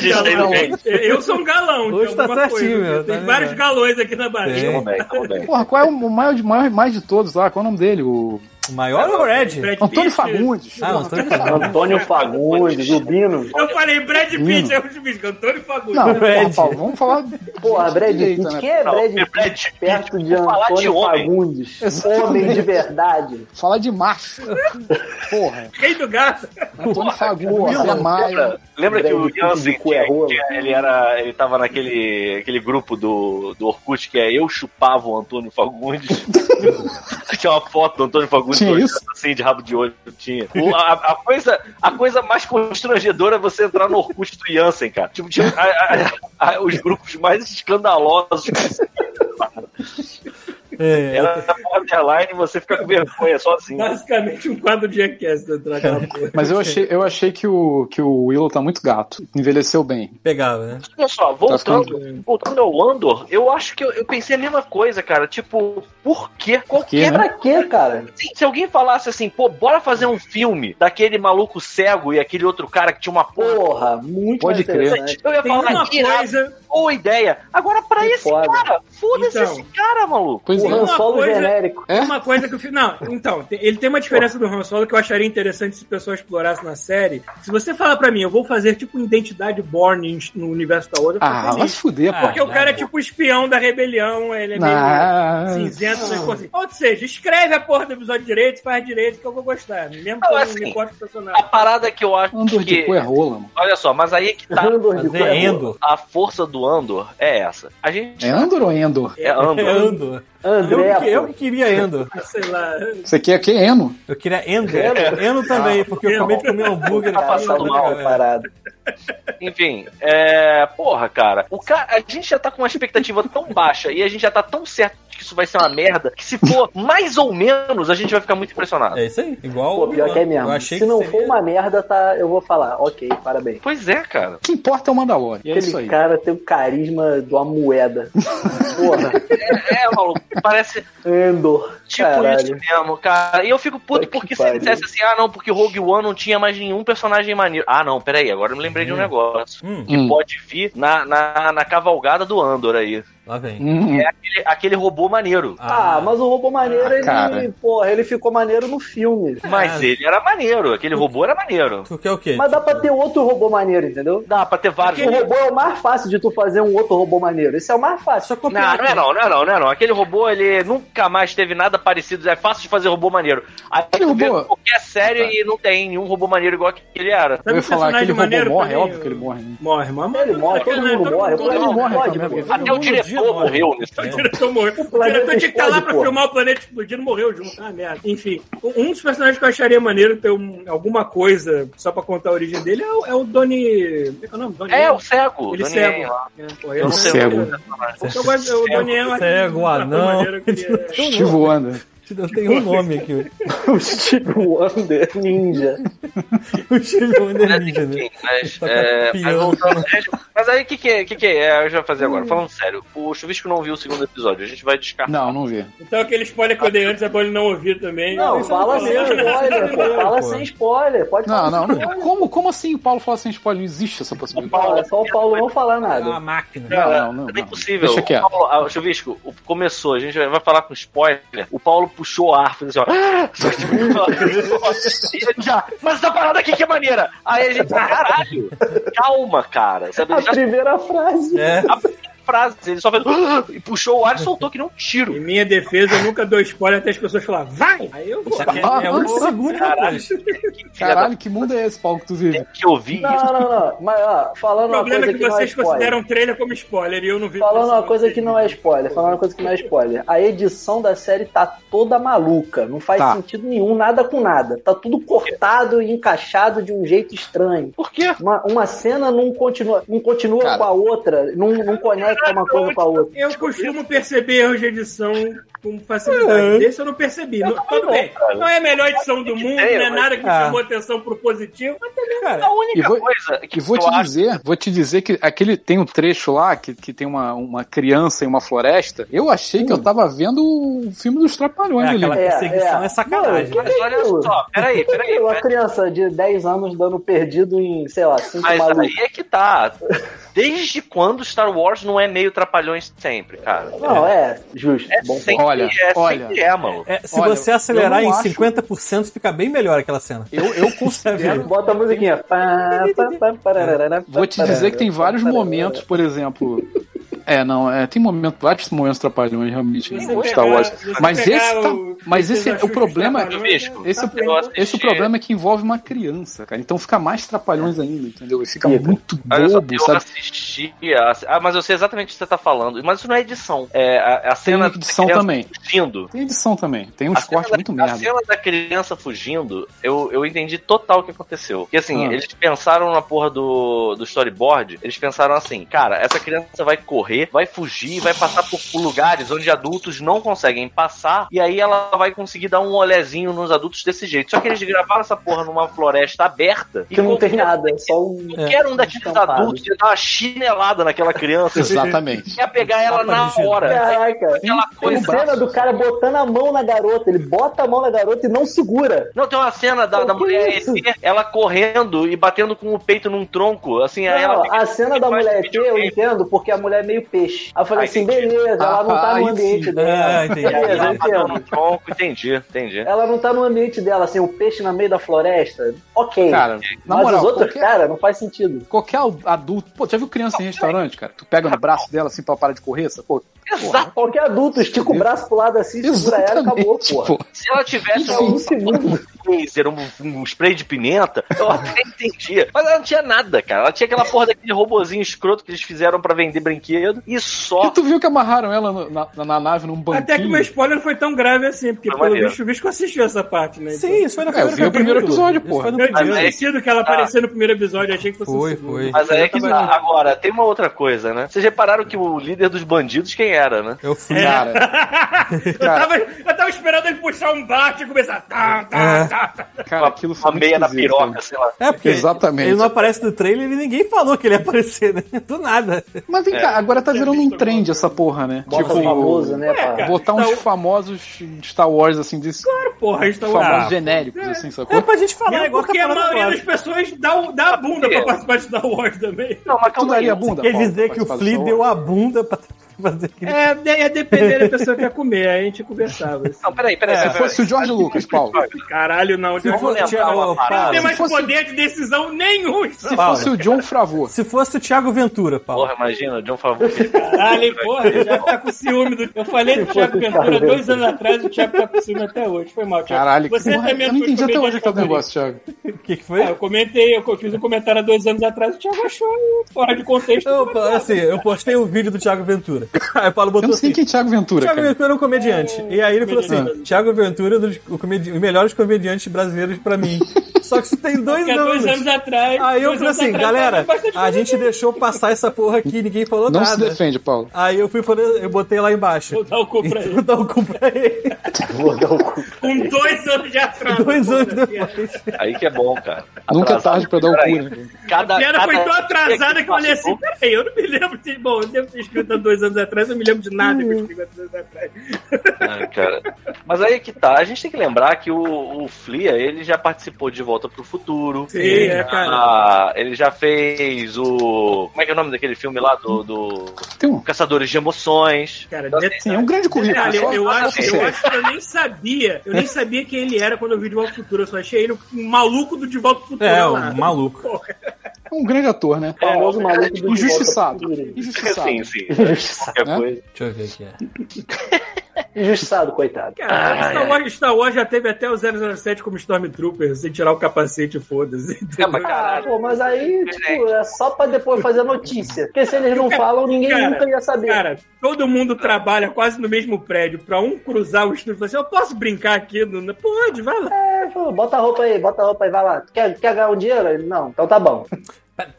Speaker 3: gente tá indo bem.
Speaker 2: Eu sou um galão. de
Speaker 1: Hoje tá
Speaker 2: alguma
Speaker 1: certinho,
Speaker 2: coisa.
Speaker 1: meu,
Speaker 2: Tem
Speaker 1: tá
Speaker 2: vários
Speaker 1: vendo?
Speaker 2: galões aqui na barriga.
Speaker 1: Tem.
Speaker 3: Tamo bem, tamo bem.
Speaker 7: Porra, qual é o maior de, maior, mais de todos lá? Qual é o nome dele? O
Speaker 1: O maior ou o
Speaker 3: É
Speaker 1: Red?
Speaker 2: Brad
Speaker 7: Antônio
Speaker 2: Pitt.
Speaker 7: Fagundes.
Speaker 1: Ah, Antônio
Speaker 6: Antônio Fagundes, o Bino.
Speaker 2: Eu falei Brad Pitt,
Speaker 7: Hum.
Speaker 2: é o juiz, Antônio Fagundes.
Speaker 7: Não, é.
Speaker 1: Fred.
Speaker 7: porra, Paulo, vamos falar.
Speaker 6: Porra,
Speaker 7: gente
Speaker 6: Brad
Speaker 7: direita,
Speaker 6: Pitt.
Speaker 7: né?
Speaker 6: Quem é
Speaker 3: Não,
Speaker 6: Brad
Speaker 3: é Brad
Speaker 6: Pitt perto de
Speaker 3: Vou falar de
Speaker 6: Antônio
Speaker 3: homem.
Speaker 6: Fagundes?
Speaker 7: Exatamente.
Speaker 6: Homem de verdade.
Speaker 7: Falar de macho. Porra,
Speaker 2: Rei do gato.
Speaker 7: Antônio Fagundes,
Speaker 6: porra,
Speaker 7: Zé Maia.
Speaker 3: Lembra, lembra que o
Speaker 6: Grande
Speaker 3: Jansen,
Speaker 6: tipo de coerrola.
Speaker 3: tinha- ele era, ele tava naquele aquele grupo do, do Orkut que é Eu Chupava o Antônio Fagundes. tinha uma foto do Antônio Fagundes
Speaker 7: Tinha
Speaker 3: olhando
Speaker 7: isso?
Speaker 3: assim, de rabo de olho, tinha. O- A, a coisa, a coisa mais constrangedora é você entrar no Orkut do Jansen, cara. Tipo, tinha a- a- a- os grupos mais escandalosos.
Speaker 1: É, é.
Speaker 3: Era da borderline e você fica com vergonha sozinho.
Speaker 2: Basicamente um quadro de Jackass dentro daquela porra.
Speaker 7: Mas eu achei, eu achei que, o, que o Willow tá muito gato. Envelheceu bem.
Speaker 1: Pegava, né?
Speaker 3: Olha
Speaker 7: Tá
Speaker 3: só, voltando, voltando ao Andor, eu acho que eu, eu pensei a mesma coisa, cara. Tipo, por que
Speaker 7: quê,
Speaker 3: qualquer.
Speaker 7: né?
Speaker 6: Pra quê, cara?
Speaker 3: Se, se alguém falasse assim, pô, bora fazer um filme daquele maluco cego e aquele outro cara que tinha uma porra.
Speaker 6: Porra, muito
Speaker 7: Pode
Speaker 6: mais
Speaker 7: crer.
Speaker 6: interessante.
Speaker 3: Eu ia
Speaker 2: Tem
Speaker 3: falar,
Speaker 2: uma
Speaker 3: que
Speaker 7: né?
Speaker 3: irado,
Speaker 2: coisa,
Speaker 3: boa ideia. Agora, pra
Speaker 6: Que
Speaker 3: esse
Speaker 6: foda.
Speaker 3: cara, foda-se
Speaker 2: Então.
Speaker 3: esse cara, maluco.
Speaker 7: Pois
Speaker 6: O
Speaker 7: é.
Speaker 6: Han
Speaker 2: Uma
Speaker 6: Solo
Speaker 2: coisa-
Speaker 6: genérico.
Speaker 7: É?
Speaker 2: uma coisa que o fi- Não, então, te- ele tem uma diferença do Han Solo que eu acharia interessante se o pessoal explorasse na série. Se você falar pra mim, eu vou fazer tipo identidade Born em- no universo da outra, eu
Speaker 7: Ah,
Speaker 2: fico
Speaker 7: vai
Speaker 2: feliz.
Speaker 7: se fuder,
Speaker 1: Ah,
Speaker 7: pô.
Speaker 2: Porque o cara é tipo o espião da rebelião, ele é meio
Speaker 7: Ah.
Speaker 2: cinzento, essas coisas assim. Ou seja, escreve a porra do episódio direito, faz direito, que eu vou gostar. Me lembro
Speaker 3: Não,
Speaker 2: que eu
Speaker 3: assim,
Speaker 2: me corto o
Speaker 3: A
Speaker 2: personagem.
Speaker 3: parada que eu acho
Speaker 7: Andor de
Speaker 3: que.
Speaker 7: cu é rola, mano.
Speaker 3: Olha só, mas aí é que tá.
Speaker 6: Andor de
Speaker 1: Fazer
Speaker 6: Cuervo.
Speaker 1: Endo.
Speaker 3: A força do Andor é essa. A gente.
Speaker 7: É Andor ou Endor?
Speaker 3: É
Speaker 1: É
Speaker 3: Andor.
Speaker 1: Ando.
Speaker 6: André,
Speaker 1: Eu que, eu
Speaker 6: pô.
Speaker 1: que queria Endo.
Speaker 2: Sei lá.
Speaker 7: Isso aqui é que é Eno.
Speaker 1: Eu queria Endo. Endo também, porque eu acabei de comer um hambúrguer. né? É.
Speaker 3: Tá
Speaker 1: cara.
Speaker 3: passando mal,
Speaker 6: Parado.
Speaker 3: Enfim, é. Porra, cara. O cara. A gente já tá com uma expectativa tão baixa e a gente já tá tão certo de que isso vai ser uma merda que se for mais ou menos, a gente vai ficar muito impressionado.
Speaker 1: É isso aí. Igual.
Speaker 6: Pô, pior que é mesmo.
Speaker 1: Eu achei
Speaker 6: Se
Speaker 1: que
Speaker 6: não
Speaker 1: seria-
Speaker 6: for uma merda, tá, eu vou falar, ok, parabéns.
Speaker 3: Pois é, cara.
Speaker 7: O que importa é o Mandalorian. E é isso
Speaker 6: Aquele
Speaker 7: aí.
Speaker 6: cara tem o carisma de uma moeda. Porra,
Speaker 3: É, é, maluco. Parece
Speaker 6: Andor.
Speaker 3: tipo isso
Speaker 6: caralho.
Speaker 3: mesmo, cara. E eu fico puto
Speaker 6: Puta que
Speaker 3: porque se ele
Speaker 6: pariu.
Speaker 3: dissesse assim, ah, não, porque Rogue One não tinha mais nenhum personagem maneiro. Ah, não, peraí, agora eu me lembrei de um negócio.
Speaker 1: Hum,
Speaker 3: Que
Speaker 7: Hum.
Speaker 3: pode vir na, na, na cavalgada do Andor aí.
Speaker 1: lá vem.
Speaker 7: Hum,
Speaker 3: Aquele, aquele robô maneiro.
Speaker 6: Ah, mas o robô maneiro, ele,
Speaker 7: cara.
Speaker 6: porra, ele ficou maneiro no filme.
Speaker 3: Mas ele era maneiro, aquele robô era maneiro.
Speaker 1: Tu quer é o quê?
Speaker 6: Mas dá pra ter outro robô maneiro, entendeu?
Speaker 3: Dá pra ter vários.
Speaker 6: O robô é o mais fácil de tu fazer um outro robô maneiro. Esse é o mais fácil.
Speaker 1: Só
Speaker 3: Não,
Speaker 1: copiar.
Speaker 3: não é não, não é não, não é não. Aquele robô, ele nunca mais teve nada parecido. É fácil de fazer robô maneiro. Aí
Speaker 7: Aquele
Speaker 3: tu vê
Speaker 7: robô-
Speaker 3: qualquer série é e não tem nenhum robô maneiro igual que ele era.
Speaker 7: eu
Speaker 2: um
Speaker 7: ia falar,
Speaker 2: personagem
Speaker 7: aquele robô
Speaker 2: maneiro
Speaker 7: morre, é
Speaker 2: também?
Speaker 7: óbvio que ele morre. né?
Speaker 2: Morre, mas
Speaker 6: Ele morre, todo mundo morre.
Speaker 2: Todo
Speaker 7: Ele
Speaker 2: mundo
Speaker 6: Todo
Speaker 2: morre.
Speaker 7: morre,
Speaker 6: pode,
Speaker 7: também,
Speaker 6: pô.
Speaker 7: porque-
Speaker 3: Até o
Speaker 1: mundo morre.
Speaker 3: diretor morreu nesse
Speaker 2: O
Speaker 3: filme.
Speaker 2: diretor morreu. O
Speaker 6: planeta
Speaker 2: diretor tinha que estar lá
Speaker 6: explode,
Speaker 2: pra
Speaker 6: porra.
Speaker 2: filmar o planeta explodindo, morreu junto. Ah, merda. Enfim, um dos personagens que eu acharia maneiro ter um- alguma coisa só pra contar a origem dele é o, é o Donnie. Como é que é o nome? Donnie
Speaker 3: É,
Speaker 2: Yen.
Speaker 3: o cego.
Speaker 2: Ele
Speaker 3: Donnie
Speaker 2: cego.
Speaker 3: Yen lá.
Speaker 2: É, porra, ele
Speaker 7: É o
Speaker 2: não tem-
Speaker 7: cego.
Speaker 2: Eu gosto- O Donnie Yen é um
Speaker 1: Cego,
Speaker 2: ator
Speaker 1: anão.
Speaker 2: maneiro que ele é.
Speaker 7: Steve Wonder.
Speaker 1: Eu tenho um nome aqui.
Speaker 6: O Steve Wonder Ninja.
Speaker 1: O Steve Wonder
Speaker 3: Mas,
Speaker 1: Ninja, né?
Speaker 3: enfim, assim, mas,
Speaker 1: Tá
Speaker 3: é, mas,
Speaker 1: campeão.
Speaker 3: voltando- mas aí o que, que, é- que, que é? Eu já vou fazer agora. Falando sério, o Chuvisco não viu o segundo episódio. A gente vai descartar.
Speaker 7: Não, não vi.
Speaker 2: Então aquele spoiler que eu dei antes é bom ele não ouvir também.
Speaker 6: Não,
Speaker 2: Isso é um
Speaker 6: fala
Speaker 2: não
Speaker 6: sem
Speaker 2: fala.
Speaker 6: spoiler, pô. Fala sem spoiler. Pode
Speaker 7: Não,
Speaker 6: falar.
Speaker 7: não, não. Como, como assim o Paulo fala sem spoiler? Não existe essa possibilidade.
Speaker 6: Fala, é só o Paulo não falar
Speaker 1: A
Speaker 6: nada.
Speaker 1: É máquina.
Speaker 7: Não, não, não.
Speaker 3: É
Speaker 7: não.
Speaker 3: impossível.
Speaker 7: Deixa
Speaker 3: o
Speaker 7: quieto.
Speaker 3: Paulo, ah, Chuvisco, o- começou, a gente vai falar com spoiler. O Paulo puxou a ar, fez assim, ó. E ele já, mas essa parada aqui que é maneira. Aí a gente, caralho, calma, cara. Sabe,
Speaker 6: A
Speaker 3: já
Speaker 7: Ah,
Speaker 6: primeira frase.
Speaker 1: É.
Speaker 3: frases. Ele só fez. E puxou o ar e soltou que nem um tiro.
Speaker 2: Em minha defesa, eu nunca dou spoiler até as pessoas falarem, vai! Aí eu vou.
Speaker 7: tá
Speaker 1: É, é um segundo
Speaker 3: Caralho.
Speaker 1: depois.
Speaker 3: Filha da-
Speaker 7: Ah, Caralho, que mundo é esse, Paulo, que tu vive?
Speaker 3: Tem que ouvir
Speaker 6: Não,
Speaker 3: isso.
Speaker 6: não, não. Mas, ó,
Speaker 2: O
Speaker 6: falando uma
Speaker 2: problema
Speaker 6: coisa
Speaker 2: é que vocês
Speaker 6: não é spoiler.
Speaker 2: consideram o trailer como spoiler e eu não vi.
Speaker 6: Falando uma coisa que não é spoiler, falando uma coisa que não é spoiler. A edição da série tá toda maluca. Não faz
Speaker 7: Tá.
Speaker 6: sentido nenhum, nada com nada. Tá tudo cortado e encaixado de um jeito estranho.
Speaker 3: Por quê?
Speaker 6: Uma, uma cena não continua, não continua
Speaker 7: Cara.
Speaker 6: com a outra, não, não conecta uma coisa com a outra.
Speaker 2: Eu costumo perceber erros de edição com facilidade.
Speaker 7: É.
Speaker 2: Desse eu não percebi. Não- tudo bem. Não é a melhor edição do mundo, não é
Speaker 3: ideia, mas-
Speaker 2: nada que me
Speaker 1: Ah.
Speaker 2: chamou atenção pro positivo, mas também
Speaker 1: Cara,
Speaker 3: É A única
Speaker 7: E vou-
Speaker 3: coisa que
Speaker 7: E vou
Speaker 3: eu
Speaker 7: te
Speaker 3: acho-
Speaker 7: dizer, vou te dizer que aquele tem um trecho lá que, que tem uma, uma criança em uma floresta. Eu achei que eu tava vendo o filme dos Trapalhões
Speaker 1: É,
Speaker 7: ali.
Speaker 1: aquela
Speaker 6: É,
Speaker 1: perseguição é,
Speaker 6: é.
Speaker 1: sacanagem.
Speaker 6: Não,
Speaker 1: né?
Speaker 3: Mas olha só, peraí, peraí.
Speaker 6: Uma criança de 10 anos dando perdido em, sei lá, cinco
Speaker 3: Mas
Speaker 6: malucos.
Speaker 3: aí é que tá. Desde quando Star Wars não é meio trapalhões sempre, cara?
Speaker 6: Não, é, justo.
Speaker 3: É
Speaker 6: bom
Speaker 3: sempre
Speaker 7: Olha,
Speaker 3: é, sempre
Speaker 7: olha.
Speaker 3: é, mano.
Speaker 1: É, se
Speaker 7: Olha,
Speaker 1: você
Speaker 7: eu
Speaker 1: acelerar
Speaker 7: não
Speaker 1: em
Speaker 7: acho-
Speaker 1: 50%, fica bem melhor aquela cena. é
Speaker 7: Eu, eu
Speaker 1: Sabe?
Speaker 7: considero.
Speaker 6: Bota a musiquinha. Pá, pá, pá, pararara,
Speaker 7: Vou te dizer que
Speaker 6: É,
Speaker 7: tem vários momentos, por exemplo. É, não, é, tem momento, vários momentos trapalhões, realmente,
Speaker 2: Você
Speaker 7: no
Speaker 2: pegar-
Speaker 7: Star Wars.
Speaker 2: você
Speaker 7: Mas
Speaker 2: pegar
Speaker 7: esse, tá-
Speaker 2: o-
Speaker 7: mas esse,
Speaker 2: Princesa
Speaker 7: o problema,
Speaker 2: Xuxa e os
Speaker 3: Bicho,
Speaker 2: Trapalhões,
Speaker 7: esse
Speaker 2: tá
Speaker 3: eu
Speaker 2: bem.
Speaker 3: assisti-
Speaker 7: esse problema é que envolve uma criança, cara. Então fica mais trapalhões ainda, entendeu? E fica
Speaker 6: Eita.
Speaker 7: muito
Speaker 3: Olha só,
Speaker 7: É bobo,
Speaker 3: eu
Speaker 7: sabe?
Speaker 3: assisti. a- Ah, mas eu sei exatamente o que você tá falando. Mas isso não é edição. É a, a
Speaker 7: Tem
Speaker 3: cena
Speaker 7: edição
Speaker 3: da criança
Speaker 7: também.
Speaker 3: fugindo.
Speaker 7: Tem edição também. Tem
Speaker 3: A
Speaker 7: uns
Speaker 3: cena,
Speaker 7: cortes
Speaker 3: da,
Speaker 7: muito
Speaker 3: a
Speaker 7: merda.
Speaker 3: cena da criança fugindo, eu, eu entendi total o que aconteceu. Porque assim,
Speaker 7: Ah.
Speaker 3: eles pensaram na porra do, do storyboard, eles pensaram assim, cara, essa criança vai correr, vai fugir, vai passar por, por lugares onde adultos não conseguem passar, e aí ela vai conseguir dar um olezinho nos adultos desse jeito. Só que eles gravaram essa porra numa floresta aberta
Speaker 6: Que não tem
Speaker 3: qualquer-
Speaker 6: nada, é só um.
Speaker 3: Qualquer um daqueles
Speaker 6: Estampado.
Speaker 3: adultos ia dar uma chinelada naquela criança.
Speaker 7: Exatamente.
Speaker 3: Ia pegar ela na
Speaker 1: Estampado.
Speaker 6: É,
Speaker 3: hora.
Speaker 6: Caraca.
Speaker 3: Aquela
Speaker 7: um
Speaker 6: Tem
Speaker 3: coisa.
Speaker 6: cena do cara botando a mão na garota. Ele bota a mão na garota e não segura.
Speaker 3: Não, tem uma cena da,
Speaker 6: Pô,
Speaker 3: da
Speaker 6: que é
Speaker 3: mulher
Speaker 6: isso?
Speaker 3: ET, ela correndo e batendo com o peito num tronco, assim, aí ela...
Speaker 6: Não, a cena da
Speaker 3: faz
Speaker 6: mulher ET eu
Speaker 3: videogame.
Speaker 6: entendo porque a mulher é meio peixe. Aí eu falei
Speaker 3: Aí
Speaker 6: assim,
Speaker 3: entendi.
Speaker 6: beleza, ela não tá
Speaker 7: Ah,
Speaker 6: no
Speaker 7: aí
Speaker 6: ambiente
Speaker 7: sim.
Speaker 1: Ah,
Speaker 6: dela.
Speaker 1: entendi.
Speaker 6: Beleza, eu
Speaker 3: ela bateu
Speaker 6: entendo.
Speaker 3: num tronco, entendi, entendi.
Speaker 6: Ela não tá no ambiente dela, assim, o peixe na meio da floresta. Ok.
Speaker 7: Cara, na
Speaker 6: mas
Speaker 7: moral,
Speaker 6: os outros,
Speaker 7: qualquer-
Speaker 6: cara, não faz sentido.
Speaker 7: Qualquer adulto. Pô, já viu criança em restaurante, cara? Tu pega no braço dela assim pra ela parar de correr, essa porra.
Speaker 3: Exato.
Speaker 6: Qualquer adulto estica o braço pro lado assim, segura ela e acabou, porra.
Speaker 7: pô.
Speaker 3: Se ela tivesse
Speaker 6: Isso,
Speaker 3: um
Speaker 6: um segundo.
Speaker 3: laser, um, um spray de pimenta, eu até entendia. Mas ela não tinha nada, cara. Ela tinha aquela porra daquele robozinho escroto que eles fizeram pra vender brinquedo e
Speaker 7: E
Speaker 3: só.
Speaker 7: tu viu que amarraram ela no- na, na- na nave num banquinho?
Speaker 2: Até que o meu spoiler não foi tão grave assim, porque
Speaker 3: Foi
Speaker 2: pelo
Speaker 3: Ah, maneiro.
Speaker 2: visto, o Visco assistiu essa parte, né?
Speaker 1: Sim, isso foi no
Speaker 7: É, eu
Speaker 1: primeiro
Speaker 7: vi o primeiro episódio,
Speaker 1: Isso
Speaker 7: porra.
Speaker 1: foi no
Speaker 2: Eu tinha
Speaker 3: Mas Ah.
Speaker 1: primeiro.
Speaker 3: aí-
Speaker 2: esquecido que ela apareceu no primeiro episódio, achei que fosse
Speaker 1: Foi,
Speaker 2: no segundo.
Speaker 1: foi.
Speaker 3: Mas aí é que
Speaker 2: Eu
Speaker 3: tá.
Speaker 2: tava-
Speaker 3: Agora, tem uma outra coisa, né? Vocês repararam que o líder dos bandidos, quem era, né?
Speaker 1: Eu fui.
Speaker 7: Cara,
Speaker 2: eu, tava, eu tava esperando ele puxar um bate e começar. Tá, tá,
Speaker 1: É.
Speaker 2: tá, tá.
Speaker 7: cara,
Speaker 3: Uma-
Speaker 7: aquilo foi
Speaker 3: uma
Speaker 7: muito
Speaker 3: meia na
Speaker 7: esquisito, né?
Speaker 3: piroca,
Speaker 7: cara.
Speaker 3: sei lá.
Speaker 1: É, porque
Speaker 7: Exatamente.
Speaker 1: ele não aparece no trailer e ninguém falou que ele ia aparecer, né? Do nada.
Speaker 7: Mas vem cá, agora tá virando um trend essa porra, né?
Speaker 6: Bota o famoso, né, pá?
Speaker 2: cara.
Speaker 7: botar
Speaker 2: Star
Speaker 7: uns
Speaker 2: Wars-
Speaker 7: famosos de Star Wars, assim, desses
Speaker 2: Porra, a gente tá
Speaker 7: famosos
Speaker 1: Ah,
Speaker 7: genéricos, assim,
Speaker 1: É
Speaker 7: sacou?
Speaker 1: pra gente falar,
Speaker 2: Mesmo
Speaker 1: igual
Speaker 2: porque
Speaker 1: tá
Speaker 2: a
Speaker 1: falando
Speaker 2: maioria
Speaker 1: agora.
Speaker 2: das pessoas dá, o- dá a bunda
Speaker 3: Por quê?
Speaker 2: pra participar de Star Wars também.
Speaker 3: Não, mas
Speaker 7: Tu
Speaker 3: calma aí.
Speaker 7: daria a bunda,
Speaker 1: Quer
Speaker 7: Paulo,
Speaker 1: dizer
Speaker 7: pra
Speaker 1: que o
Speaker 7: participar do
Speaker 1: Flea
Speaker 7: Star
Speaker 1: deu
Speaker 7: Wars?
Speaker 1: a bunda pra fazer aquele...
Speaker 2: É, é, é depender da pessoa que ia comer, aí a gente conversava. assim.
Speaker 3: Não, peraí, peraí.
Speaker 7: É. Se
Speaker 3: peraí, peraí.
Speaker 7: fosse o George Lucas, Paulo.
Speaker 2: Caralho, não.
Speaker 1: Se
Speaker 2: eu vou-
Speaker 1: for-
Speaker 3: lembrar
Speaker 1: Tiago,
Speaker 3: uma parada.
Speaker 2: não tem
Speaker 1: Paulo,
Speaker 2: mais
Speaker 7: se fosse-
Speaker 2: poder de decisão nenhum.
Speaker 7: Se
Speaker 1: Paulo.
Speaker 7: fosse o John Favreau.
Speaker 1: se fosse o Thiago Ventura, Paulo.
Speaker 3: Porra, imagina, de um favor.
Speaker 2: Caralho, hein, porra, já tá com ciúme do. Eu falei do Thiago Ventura dois anos atrás, o Thiago tá com ciúme até hoje. Foi mal, Thiago.
Speaker 7: Caralho,
Speaker 2: Você
Speaker 7: porra,
Speaker 2: também é
Speaker 7: eu não
Speaker 2: meu
Speaker 7: entendi até
Speaker 2: comediante
Speaker 7: hoje aquele
Speaker 2: favorito.
Speaker 7: negócio, Thiago.
Speaker 1: O que, que foi?
Speaker 2: Ah, eu comentei, eu fiz um comentário há dois anos atrás, o Thiago achou fora de contexto.
Speaker 1: Eu, assim, eu postei um vídeo do Thiago Ventura. Aí o Paulo
Speaker 7: Eu
Speaker 1: botou
Speaker 7: não
Speaker 1: assim.
Speaker 7: sei quem é Thiago Ventura,
Speaker 1: Thiago
Speaker 7: cara.
Speaker 1: Ventura é um comediante. E aí ele falou assim:
Speaker 2: Comediante.
Speaker 1: Thiago Ventura é um dos o comedi- os melhores comediantes brasileiros pra mim. Só que isso tem dois
Speaker 2: Porque há
Speaker 1: anos.
Speaker 2: dois anos atrás.
Speaker 1: Aí eu
Speaker 2: dois
Speaker 1: falei
Speaker 2: anos
Speaker 1: assim,
Speaker 2: atrás,
Speaker 1: galera,
Speaker 2: tava bastante
Speaker 1: a gente deixou passar essa porra aqui, ninguém falou
Speaker 7: Não se
Speaker 1: nada.
Speaker 7: defende, Paulo.
Speaker 1: Aí eu fui falando, eu botei lá embaixo.
Speaker 2: Vou dar o cu pra
Speaker 1: Então
Speaker 2: ele.
Speaker 1: dá o cu pra ele.
Speaker 6: Vou dar o cu.
Speaker 2: Com dois anos de atraso.
Speaker 1: Dois anos
Speaker 2: Porra,
Speaker 1: depois.
Speaker 3: Aí que é bom, cara.
Speaker 7: Nunca é
Speaker 3: Atrasado,
Speaker 7: tarde pra dar o
Speaker 3: peraí.
Speaker 7: cu, né?
Speaker 3: Cada,
Speaker 2: A piada foi
Speaker 3: cada
Speaker 2: tão atrasada que eu olhei assim,
Speaker 3: passou,
Speaker 2: peraí, eu não me lembro de. Bom, eu devo ter escrito há dois anos atrás, eu me lembro de nada que eu escrevi há dois anos atrás.
Speaker 3: né, cara. Mas aí que tá. A gente tem que lembrar que o, o Flia, ele já participou de Volta pro Futuro.
Speaker 2: Sim,
Speaker 3: ele,
Speaker 2: é, cara.
Speaker 3: já- ele já fez o. Como é que é o nome daquele filme lá? Do, do
Speaker 7: Tem um,
Speaker 3: Caçadores de Emoções.
Speaker 2: Cara,
Speaker 3: Então,
Speaker 2: deve-
Speaker 3: assim,
Speaker 7: sim, é um grande currículo.
Speaker 2: Detalhe,
Speaker 7: só-
Speaker 2: eu,
Speaker 7: só
Speaker 2: acho, eu
Speaker 7: sério.
Speaker 2: acho que eu nem sabia. Eu nem sabia quem ele era quando eu vi De Volta ao Futuro. Eu só achei ele um maluco do De Volta ao Futuro.
Speaker 1: É,
Speaker 2: lá.
Speaker 1: um maluco.
Speaker 7: É um grande ator, né?
Speaker 6: O famoso maluco do
Speaker 7: Injustiçado.
Speaker 6: Injustiçado.
Speaker 7: Injustiçado.
Speaker 3: Sim, sim.
Speaker 6: Injustiçado.
Speaker 3: Qualquer
Speaker 7: Né?
Speaker 3: coisa.
Speaker 1: Deixa eu ver aqui. é.
Speaker 6: Injustiçado, coitado.
Speaker 2: Cara,
Speaker 3: Ai,
Speaker 2: Star, Wars, Star Wars já teve até o 007 como Stormtrooper, sem tirar o capacete, foda-se. entendeu?
Speaker 3: mas
Speaker 6: Ah,
Speaker 3: caralho.
Speaker 6: pô, mas aí, tipo, é só pra depois fazer notícia. Porque se eles não falam, ninguém
Speaker 2: Cara,
Speaker 6: nunca ia saber.
Speaker 2: Cara, todo mundo trabalha quase no mesmo prédio. Pra um cruzar o estúdio e falar assim: eu posso brincar aqui? No... Pode, vai lá.
Speaker 6: É, pô, bota a roupa aí, bota a roupa aí, vai lá. Quer, quer ganhar um dinheiro? Ele, Não, então tá bom.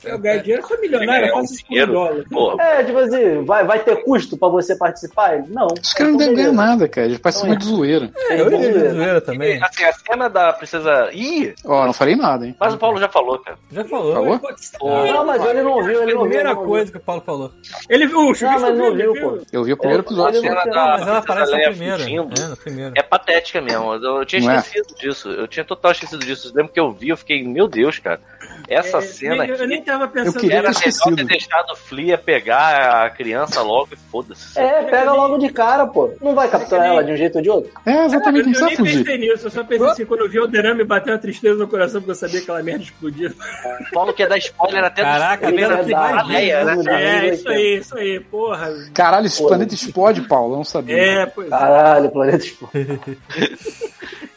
Speaker 2: Eu ganho dinheiro, eu sou milionário, eu faço isso com um
Speaker 3: Dinheiro.
Speaker 2: dólar.
Speaker 3: Pô,
Speaker 6: É, tipo assim, vai, vai ter custo pra você participar? Ele, Não.
Speaker 7: Os caras não
Speaker 6: Então,
Speaker 7: devem ganhar
Speaker 6: beleza.
Speaker 7: nada, cara. Eles participam de zoeira.
Speaker 1: É, eu
Speaker 6: Vamos
Speaker 1: iria de
Speaker 6: ver.
Speaker 1: zoeira também.
Speaker 3: assim, a cena da princesa. Ih,
Speaker 7: Ó, não falei nada, hein?
Speaker 3: mas o Paulo já falou, cara.
Speaker 1: Já falou.
Speaker 7: Falou?
Speaker 1: Pô, que
Speaker 6: Não, mas ele não viu, ele não viu.
Speaker 1: Primeira
Speaker 6: ele não viu.
Speaker 1: coisa que o Paulo falou.
Speaker 2: Ele viu o é Chubisco.
Speaker 6: Não, mas não viu,
Speaker 2: ele
Speaker 6: pô.
Speaker 7: Eu vi o primeiro episódio.
Speaker 3: A
Speaker 6: Ele
Speaker 7: só.
Speaker 3: cena
Speaker 6: não-
Speaker 3: da
Speaker 1: mas ela aparece
Speaker 3: princesa
Speaker 1: na
Speaker 3: Leia
Speaker 1: primeira.
Speaker 3: fugindo
Speaker 1: É, na primeira.
Speaker 3: É patética mesmo. Eu eu tinha
Speaker 7: Não é?
Speaker 3: esquecido disso. Eu tinha total esquecido disso. Eu lembro que eu vi, eu fiquei, meu Deus, cara. Essa
Speaker 2: É,
Speaker 3: cena
Speaker 2: nem- Eu nem
Speaker 3: aqui.
Speaker 2: tava pensando
Speaker 7: Eu queria
Speaker 3: Era
Speaker 7: ter
Speaker 2: nisso.
Speaker 3: melhor ter
Speaker 7: esquecido.
Speaker 3: deixado o Flea pegar a criança logo e foda-se.
Speaker 6: É, pega logo de cara, pô. Não vai capturar ela de um jeito ou de outro?
Speaker 7: É,
Speaker 2: Eu,
Speaker 7: exatamente, não precisa
Speaker 2: nem
Speaker 7: fugir.
Speaker 2: pensei nisso, eu só pensei assim, quando eu vi o derrame bateu uma tristeza no coração, porque eu sabia que aquela merda explodiu.
Speaker 3: O Paulo quer dar spoiler até do
Speaker 1: Caraca,
Speaker 3: filme,
Speaker 1: vendo
Speaker 3: né?
Speaker 1: aqui,
Speaker 3: da
Speaker 1: vai ver,
Speaker 3: Leia, né?
Speaker 6: vamos ver.
Speaker 2: É, isso aí, isso aí, porra.
Speaker 7: Caralho, esse
Speaker 6: Pô,
Speaker 7: planeta explode, Paulo. Eu não sabia.
Speaker 2: É, pois é.
Speaker 6: Caralho, planeta explodiu.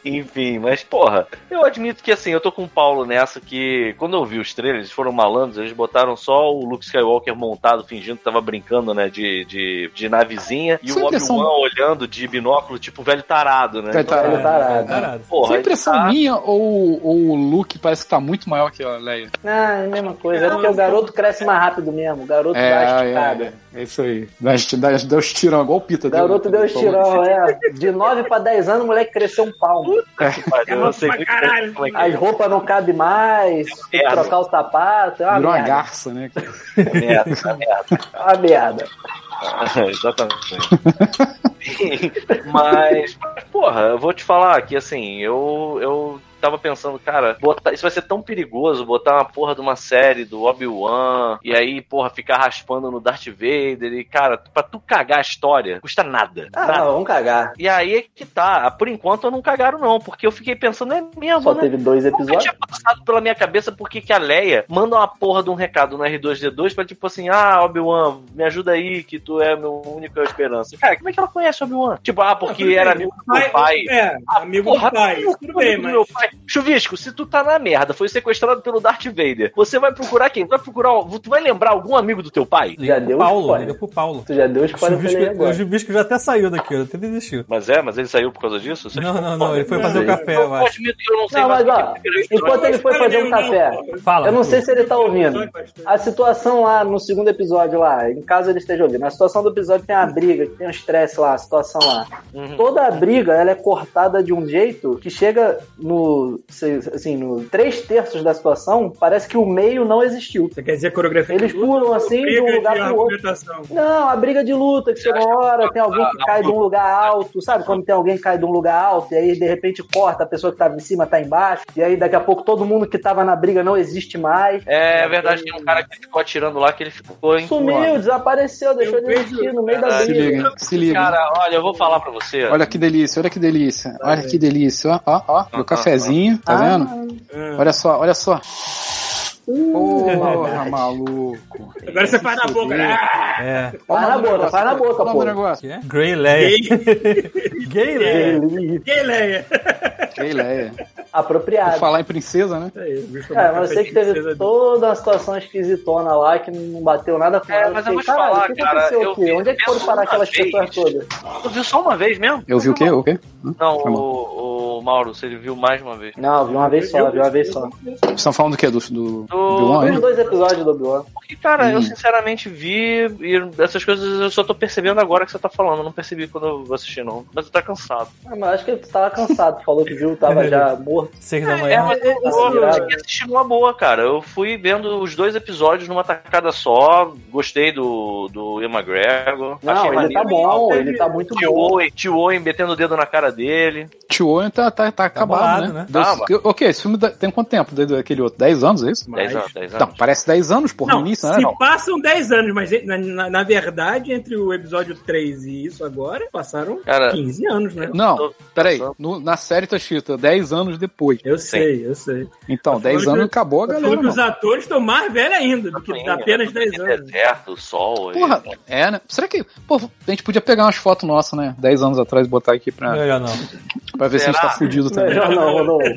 Speaker 3: Enfim, mas porra, eu admito que assim, eu tô com o Paulo nessa que quando eu vi os trailers, eles foram malandros, eles botaram só o Luke Skywalker montado, fingindo que tava brincando, né, de, de, de navezinha, e
Speaker 7: Sua
Speaker 3: o Obi-Wan
Speaker 7: impressão-
Speaker 3: olhando de binóculo, tipo velho tarado, né?
Speaker 7: Velho tarado.
Speaker 6: Ele Tá tarado.
Speaker 1: Tá Tarado.
Speaker 3: Porra,
Speaker 7: Foi impressão
Speaker 3: tá-
Speaker 7: minha ou, ou o Luke parece que tá muito maior que a Leia?
Speaker 6: Ah, é a mesma coisa. É porque o garoto cresce mais rápido mesmo. O garoto
Speaker 7: É,
Speaker 6: dá esticada.
Speaker 7: é, é, é isso aí. Dá, esti- dá, dá os tirão, igual o Pita. né?
Speaker 6: O garoto deu
Speaker 7: Paulo.
Speaker 6: estirão, é. De 9 pra 10 anos, o moleque cresceu um palmo.
Speaker 3: Mas eu sei
Speaker 2: É. pra
Speaker 3: muito
Speaker 2: caralho.
Speaker 3: bem como é que
Speaker 6: As roupas não cabem mais, tem que
Speaker 3: merda.
Speaker 6: trocar o sapato. É uma
Speaker 7: Virou uma
Speaker 6: merda.
Speaker 7: garça, né? cara?
Speaker 3: é merda, tá merda.
Speaker 6: É uma merda.
Speaker 3: Exatamente. Sim, mas, mas, porra, eu vou te falar que assim, eu, eu tava pensando, cara, botar- isso vai ser tão perigoso, botar uma porra de uma série do Obi-Wan, e aí, porra, ficar raspando no Darth Vader, e, cara, pra tu cagar a história, custa nada.
Speaker 6: Ah,
Speaker 3: nada.
Speaker 6: não, vamos cagar.
Speaker 3: E aí é que tá, por enquanto eu não cagaram não, porque eu fiquei pensando, é mesmo,
Speaker 6: Só
Speaker 3: né?
Speaker 6: teve dois
Speaker 3: Nunca
Speaker 6: episódios.
Speaker 3: tinha passado pela minha cabeça porque que a Leia manda uma porra de um recado no R2D2 pra tipo assim, ah, Obi-Wan, me ajuda aí, que tu é meu única esperança. Cara, como é que ela conhece Obi-Wan? Tipo, ah, porque
Speaker 2: Não, tudo
Speaker 3: era
Speaker 2: bem,
Speaker 3: amigo do meu pai.
Speaker 2: É,
Speaker 3: Ah,
Speaker 2: amigo
Speaker 3: porra,
Speaker 2: do pai,
Speaker 3: tu
Speaker 2: tudo
Speaker 3: é
Speaker 2: bem,
Speaker 3: amigo do
Speaker 2: mas...
Speaker 3: meu pai. Chuvisco, se tu tá na merda, foi sequestrado pelo Darth Vader, você vai procurar quem? Vai procurar. Tu vai lembrar algum amigo do teu pai?
Speaker 1: Liga
Speaker 6: Já
Speaker 1: pro
Speaker 6: deu
Speaker 1: Paulo,
Speaker 6: spoiler.
Speaker 1: liga pro Paulo.
Speaker 6: Tu já deu
Speaker 1: O
Speaker 6: spoiler pra ele aí
Speaker 1: Chubisco- O
Speaker 6: agora.
Speaker 1: Jubisco já até saiu daqui, eu até desistiu.
Speaker 3: Mas é, mas ele saiu por causa disso? Vocês-
Speaker 1: Não, não, não, ele foi
Speaker 2: Não,
Speaker 1: fazer o
Speaker 2: não.
Speaker 1: café, eu
Speaker 3: Eu
Speaker 1: acho.
Speaker 3: admito que eu não sei
Speaker 6: Não,
Speaker 3: mais o
Speaker 6: mas
Speaker 3: que
Speaker 6: ó,
Speaker 3: que ele fez,
Speaker 6: enquanto ele foi fazer
Speaker 2: Não,
Speaker 6: um
Speaker 2: não,
Speaker 6: café,
Speaker 2: pô.
Speaker 1: Fala.
Speaker 6: eu não sei se ele tá ouvindo.
Speaker 2: Pastor.
Speaker 6: A situação lá no segundo episódio lá, em caso ele esteja ouvindo, a situação do episódio tem uma briga, tem um estresse lá, a situação lá.
Speaker 3: Uhum.
Speaker 6: Toda a briga, ela é cortada de um jeito que chega no, sei- assim, no três terços da situação, parece que o meio não existiu.
Speaker 2: Você quer dizer coreografia?
Speaker 6: Eles
Speaker 2: de luta?
Speaker 6: pulam assim de um
Speaker 2: Briga
Speaker 6: lugar
Speaker 2: de né?
Speaker 6: pro outro.
Speaker 2: argumentação.
Speaker 6: Não, a briga de luta, que chega uma hora, tem alguém que cai de um lugar alto, sabe? Quando tem alguém que cai de um lugar alto, e aí de repente corta, a pessoa que tava em cima tá embaixo, e aí daqui a pouco todo mundo que tava na briga não existe mais.
Speaker 3: É verdade, tem um cara que ficou atirando lá que ele ficou Tá em
Speaker 6: Sumiu, desapareceu, deixou
Speaker 2: Eu
Speaker 6: de existir
Speaker 2: vejo-
Speaker 6: no meio da
Speaker 3: Caralho.
Speaker 7: Se
Speaker 6: briga.
Speaker 7: liga, se liga.
Speaker 3: Cara, olha, eu vou falar pra você.
Speaker 7: Olha que delícia, olha que delícia.
Speaker 6: Tá
Speaker 7: Olha que delícia, ó, ó, ó. Meu cafezinho, tá
Speaker 6: Ah.
Speaker 7: vendo? Olha só, olha só. Porra, maluco.
Speaker 2: Agora você faz na boca. Ah,
Speaker 1: É.
Speaker 6: Faz na boca, faz na boca,
Speaker 7: Olha o
Speaker 6: pô.
Speaker 7: negócio.
Speaker 1: Que é? Grey Leia. Gay Leia.
Speaker 2: Que leia.
Speaker 7: Que ideia. Por
Speaker 6: Apropriado.
Speaker 7: falar em princesa, né?
Speaker 6: É, mas eu sei que teve toda uma situação esquisitona lá que não bateu nada com
Speaker 3: É,
Speaker 6: ela.
Speaker 3: mas eu
Speaker 6: Fiquei,
Speaker 3: vou te
Speaker 6: "Caralho,
Speaker 3: falar,
Speaker 6: o que
Speaker 3: cara,
Speaker 6: aconteceu
Speaker 3: eu
Speaker 6: aqui?
Speaker 3: vi-
Speaker 6: Onde é que
Speaker 3: eu
Speaker 6: foram
Speaker 3: vi
Speaker 6: parar
Speaker 3: uma
Speaker 6: aquelas
Speaker 3: vez.
Speaker 6: pessoas todas?
Speaker 3: Tu viu só uma vez mesmo?
Speaker 7: Eu vi o quê? O quê? Hum?
Speaker 3: Não,
Speaker 7: Tá bom.
Speaker 3: o, o Mauro, você viu mais de uma vez.
Speaker 6: Não, vi uma vez só, vi uma vez só.
Speaker 7: Vocês estão falando do quê? Do, do,
Speaker 3: Do-
Speaker 7: do
Speaker 6: Vi
Speaker 7: homem?
Speaker 6: os dois episódios do Obi-Wan.
Speaker 3: Porque, cara, eu
Speaker 7: Hum.
Speaker 3: sinceramente vi e essas coisas eu só tô percebendo agora que você tá falando. Eu não percebi quando eu assisti, não. Mas eu tá cansado.
Speaker 6: Ah, mas acho que tu tava cansado, falou que viu,
Speaker 7: É.
Speaker 6: tava já morto.
Speaker 1: Seis da
Speaker 3: É,
Speaker 1: manhã.
Speaker 3: mas eu, eu, eu consegui assistir numa é boa, cara. Eu fui vendo os dois episódios numa tacada só. Gostei do, do Ian McGregor.
Speaker 6: Não,
Speaker 3: Achei
Speaker 6: ele
Speaker 3: maneiro.
Speaker 6: tá bom, ele tá muito
Speaker 3: Tio
Speaker 6: bom.
Speaker 3: Owen- Tio Owen metendo o dedo na cara dele.
Speaker 7: Tio Owen tá, tá, tá acabado,
Speaker 1: bolado,
Speaker 7: né?
Speaker 1: né?
Speaker 7: Deu-
Speaker 3: Tava.
Speaker 7: que- ok, esse filme da- tem quanto tempo? Desde aquele outro? 10 anos, é isso?
Speaker 3: 10 anos, 10 anos.
Speaker 7: Então, parece 10 anos, porra,
Speaker 2: Não,
Speaker 7: no início, né?
Speaker 2: se
Speaker 7: Não.
Speaker 2: passam 10 anos, mas na, na- na verdade, entre o episódio 3 e isso agora, passaram
Speaker 3: Cara,
Speaker 2: 15 anos, né?
Speaker 7: Não, peraí.
Speaker 3: passando.
Speaker 7: no- na série tá escrito 10 anos depois.
Speaker 2: Eu sei, eu sei.
Speaker 7: Então,
Speaker 2: Tá
Speaker 7: 10
Speaker 2: falando
Speaker 7: anos
Speaker 2: que-
Speaker 7: acabou a
Speaker 2: Só
Speaker 7: galera,
Speaker 2: que os
Speaker 7: não.
Speaker 2: atores estão mais velhos ainda do que
Speaker 3: Ainda,
Speaker 2: apenas
Speaker 3: tudo
Speaker 2: 10
Speaker 3: aquele
Speaker 2: anos.
Speaker 3: Deserto, sol. e-
Speaker 7: Porra, é, né? Será que. Pô, a gente podia pegar umas fotos nossas, né? 10 anos atrás e botar aqui pra,
Speaker 1: Melhor não.
Speaker 7: pra ver se a gente
Speaker 3: Será?
Speaker 7: tá fudido também.
Speaker 6: Melhor não, Rodolfo.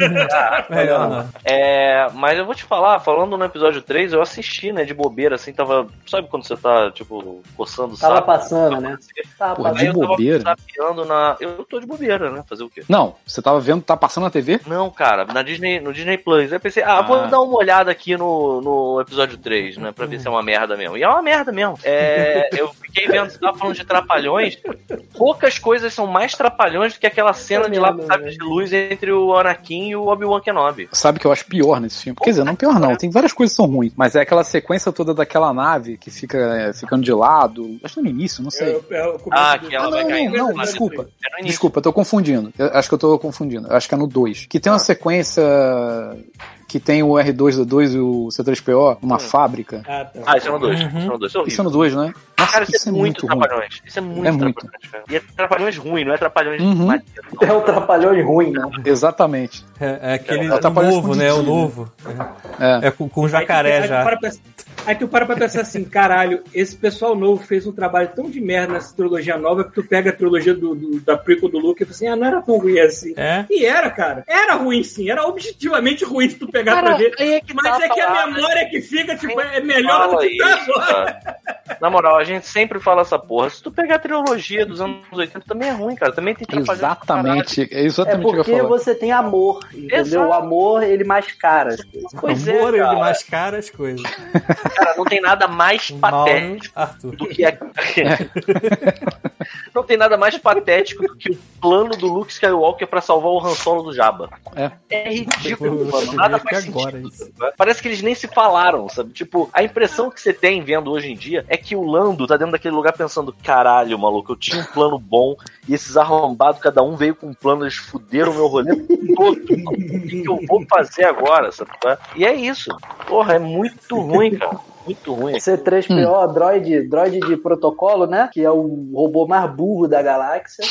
Speaker 1: Melhor não.
Speaker 3: É, mas eu vou te falar, falando no episódio 3, eu assisti, né, de bobeira, assim, tava. Sabe quando você tá, tipo, coçando o
Speaker 6: Tava
Speaker 3: saco?
Speaker 6: passando, né? Tava
Speaker 7: Porra,
Speaker 3: Aí
Speaker 6: passando.
Speaker 7: de
Speaker 3: eu tava
Speaker 7: bobeira?
Speaker 3: zapeando na. Eu tô de bobeira, né? Fazer o quê?
Speaker 7: Não, você tava vendo, tá passando na TV?
Speaker 3: Não, cara, na Disney, no Disney Plus. Aí eu pensei, ah,
Speaker 7: Ah.
Speaker 3: vou dar uma olhada aqui no, no episódio 3, né? Pra ver se é uma merda mesmo. E é uma merda mesmo. É, eu fiquei vendo, você tava falando de trapalhões. Poucas coisas são mais trapalhões do que aquela
Speaker 7: é
Speaker 3: cena de
Speaker 7: né?
Speaker 3: lápis de luz entre o Anakin e o Obi-Wan Kenobi.
Speaker 7: Sabe que eu acho pior nesse filme? Quer dizer, não pior não, tem várias coisas que são ruins, mas é aquela sequência toda daquela nave que fica é, ficando de lado, acho que no início, não sei.
Speaker 2: Eu- eu- eu- eu-
Speaker 3: Ah, que ela
Speaker 7: Ah,
Speaker 3: vai
Speaker 7: não,
Speaker 3: cair.
Speaker 7: não, não,
Speaker 3: Mas-
Speaker 7: desculpa.
Speaker 3: É no início.
Speaker 7: Desculpa, eu tô confundindo. Eu acho que eu tô confundindo. Eu acho que é no 2. Que tem
Speaker 3: Ah.
Speaker 7: uma sequência que tem o R2D2 e o C3PO, uma fábrica.
Speaker 2: Ah, tá.
Speaker 3: Ah, esse é no 2. Esse é no 2.
Speaker 7: Isso é no 2, né? Nossa,
Speaker 3: Cara,
Speaker 7: isso
Speaker 3: isso é muito trapalhões. Isso é muito
Speaker 7: É muito.
Speaker 3: trapalhões, cara. E é trapalhões ruim, não é trapalhões
Speaker 7: Uhum.
Speaker 3: maneiro, não.
Speaker 6: É um trapalhão e ruim, né?
Speaker 7: Exatamente.
Speaker 1: É, é aquele
Speaker 7: Ela tá
Speaker 1: o
Speaker 7: parecendo
Speaker 1: novo, né? O
Speaker 7: escondidinho,
Speaker 1: novo.
Speaker 7: É.
Speaker 1: É com, com
Speaker 2: Aí tu- aí
Speaker 1: jacaré
Speaker 2: tu
Speaker 1: já.
Speaker 2: para pra- Aí tu para pra pensar assim, caralho, esse pessoal novo fez um trabalho tão de merda nessa trilogia nova que tu pega a trilogia do, do- da prequel do Luke e fala assim, ah, não era tão ruim assim.
Speaker 1: É.
Speaker 2: E era, cara. Era ruim sim, era objetivamente ruim se tu pegar
Speaker 3: Cara,
Speaker 2: pra ver.
Speaker 3: aí é que
Speaker 2: Mas
Speaker 3: tá
Speaker 2: é que a
Speaker 3: parada.
Speaker 2: memória que fica, tipo, é melhor do
Speaker 3: Fala
Speaker 2: que tá
Speaker 3: isso,
Speaker 2: agora.
Speaker 3: cara. Na moral, a gente sempre fala essa porra. Se tu pegar a trilogia dos anos 80, também é ruim, cara. Também tem trapalhões pra caralho.
Speaker 7: Exatamente. É
Speaker 6: É
Speaker 7: exatamente o que eu
Speaker 6: porque
Speaker 7: ia falar.
Speaker 6: você tem amor, entendeu?
Speaker 3: Exato.
Speaker 6: O amor, ele mascara as coisas.
Speaker 3: Pois é,
Speaker 1: Amor, ele
Speaker 3: cara.
Speaker 1: mascara as coisas.
Speaker 3: Cara, não tem nada mais
Speaker 1: Mauro,
Speaker 3: patético
Speaker 1: Arthur.
Speaker 3: do que a... Não tem nada mais patético do que o plano do Luke Skywalker pra salvar o Han Solo do Jabba.
Speaker 7: É.
Speaker 3: ridículo,
Speaker 1: Eu
Speaker 3: mano.
Speaker 1: cheguei
Speaker 3: Nada
Speaker 1: aqui
Speaker 3: faz sentido.
Speaker 1: agora é isso.
Speaker 3: né? Parece que eles nem se falaram, sabe? Tipo, a impressão que você tem vendo hoje em dia é que o Lando tá dentro daquele lugar pensando: caralho, maluco, eu tinha um plano bom e esses arrombados, cada um veio com um plano, eles fuderam meu rolê todo. maluco. O que, que eu vou fazer agora, sabe? E é isso. Porra, é muito ruim, cara. Muito ruim.
Speaker 6: C3PO, droid, droid de protocolo, né? Que é o robô mais burro da galáxia.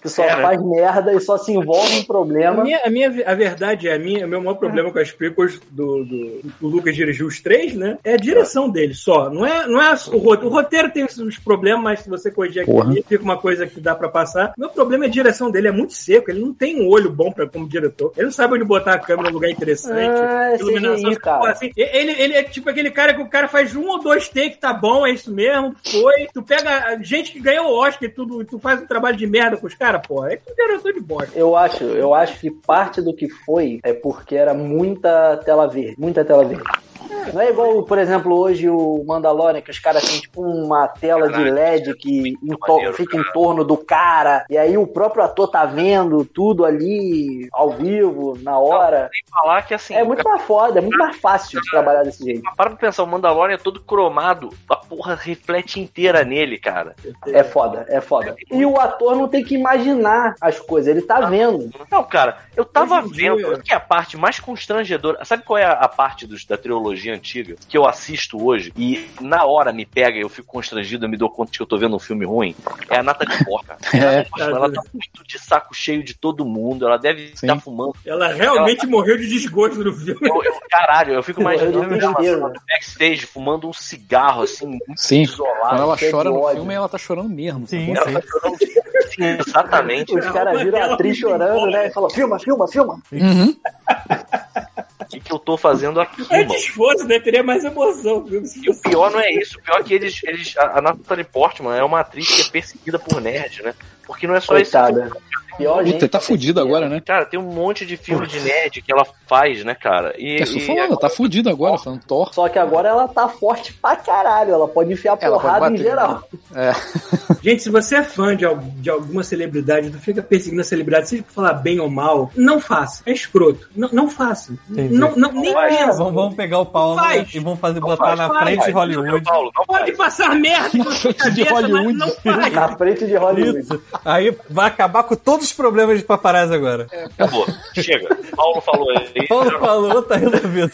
Speaker 6: Que só
Speaker 3: Era.
Speaker 6: faz merda e só se envolve em
Speaker 2: A
Speaker 6: problema.
Speaker 2: minha, a minha ve- a verdade é, a minha, o meu maior problema com as prequels do, do, o Lucas dirigiu os três, né? É a direção dele só. Não é, não é o roteiro. O roteiro tem os problemas, mas se você corrigir aqui,
Speaker 7: Porra.
Speaker 2: ali, fica uma coisa que dá pra passar. Meu problema é a direção dele, é muito seco. Ele não tem um olho bom pra, como diretor. Ele não sabe onde botar a câmera num lugar interessante.
Speaker 6: Ah, esse
Speaker 2: Iluminação,
Speaker 6: aí,
Speaker 2: essas porra
Speaker 6: cara.
Speaker 2: assim. E- Ele, ele é tipo aquele cara que o cara faz um ou dois takes, tá bom, é isso mesmo, foi. Tu pega a gente que ganhou o Oscar e tudo, e tu faz um trabalho de merda com os caras, pô. É que diretor de bosta.
Speaker 6: Eu acho, eu acho que parte do que foi é porque era muita tela verde, muita tela verde. Não é igual, por exemplo, hoje o Mandalorian, que os caras têm tipo uma tela de
Speaker 3: Caralho,
Speaker 6: LED que em to-
Speaker 3: é maneiro,
Speaker 6: fica em torno do cara, e aí o próprio ator tá vendo tudo ali ao vivo, na hora.
Speaker 3: Falar que assim.
Speaker 6: É muito mais foda, é muito mais fácil de trabalhar desse jeito.
Speaker 3: Para pra pensar, o Mandalorian é todo cromado, a porra reflete inteira nele, cara.
Speaker 6: É foda, é foda. E o ator não tem que imaginar as coisas, ele tá vendo.
Speaker 3: Não, cara, eu tava
Speaker 2: Hoje em dia-
Speaker 3: vendo. Sabe que é a parte mais constrangedora? Sabe qual é a, a parte dos- da trilogia antiga que eu assisto hoje e na hora me pega e eu fico constrangido, eu me dou conta de que eu tô vendo um filme ruim? É a Natalie Porca.
Speaker 7: É.
Speaker 3: Ela tá muito de saco cheio de todo mundo, ela deve
Speaker 7: Sim.
Speaker 3: estar fumando.
Speaker 2: Ela realmente morreu de desgosto no filme.
Speaker 3: Eu, eu- caralho, eu fico imaginando
Speaker 6: Morreu de
Speaker 3: ela
Speaker 6: tristeza.
Speaker 3: no backstage fumando um cigarro assim, muito
Speaker 7: Sim. Quando
Speaker 3: isolado.
Speaker 7: ela
Speaker 6: Cheio
Speaker 7: chora
Speaker 6: de
Speaker 7: no
Speaker 6: ódio.
Speaker 7: filme, ela tá chorando mesmo.
Speaker 1: Sim,
Speaker 7: sacou?
Speaker 1: sim.
Speaker 3: Sim, exatamente.
Speaker 6: Os caras viram a atriz chorando, né? E falam, filma, filma, filma.
Speaker 7: Uhum.
Speaker 3: O que, que eu tô fazendo aqui,
Speaker 2: É
Speaker 3: mano?
Speaker 2: desgosto, né? Teria mais emoção. Viu? Se
Speaker 3: E o
Speaker 2: fosse-
Speaker 3: pior não é isso, o pior é que eles. eles a a Natalie Portman é uma atriz que é perseguida por nerd, né? Porque não é só isso.
Speaker 6: Coitada. Pior
Speaker 7: Puta,
Speaker 6: gente.
Speaker 7: tá fudido agora, né?
Speaker 3: Cara, tem um monte de filme de nerd que ela faz, né, cara? E,
Speaker 7: É isso
Speaker 3: e-
Speaker 7: falando, tá fudido agora, falando Thor.
Speaker 6: Só que agora ela tá forte pra caralho. Ela pode enfiar
Speaker 7: Ela pode
Speaker 6: porrada em
Speaker 7: bater.
Speaker 6: geral.
Speaker 2: Gente, se você é fã de, al- de alguma celebridade, não fica perseguindo a celebridade, seja por falar bem ou mal, não faça. É escroto. Não, não faça.
Speaker 1: Entendi.
Speaker 2: Não, não, nem
Speaker 3: Não
Speaker 2: pensa.
Speaker 1: Vamos, vamos pegar o pau né,
Speaker 2: Faz.
Speaker 1: e vamos fazer,
Speaker 3: Não
Speaker 1: botar
Speaker 3: faz,
Speaker 1: na
Speaker 2: faz,
Speaker 1: frente de
Speaker 3: faz.
Speaker 1: Hollywood.
Speaker 3: é né, Paulo, não
Speaker 2: Pode
Speaker 3: faz.
Speaker 2: passar merda na sua
Speaker 7: frente
Speaker 2: cabeça,
Speaker 7: de
Speaker 2: mas
Speaker 7: Hollywood.
Speaker 2: não faz.
Speaker 6: Na frente de Hollywood.
Speaker 1: Isso. Aí vai acabar com todo todos os problemas de paparazzi agora.
Speaker 3: Acabou. Chega. Paulo falou aí.
Speaker 1: Paulo falou, tá resolvido.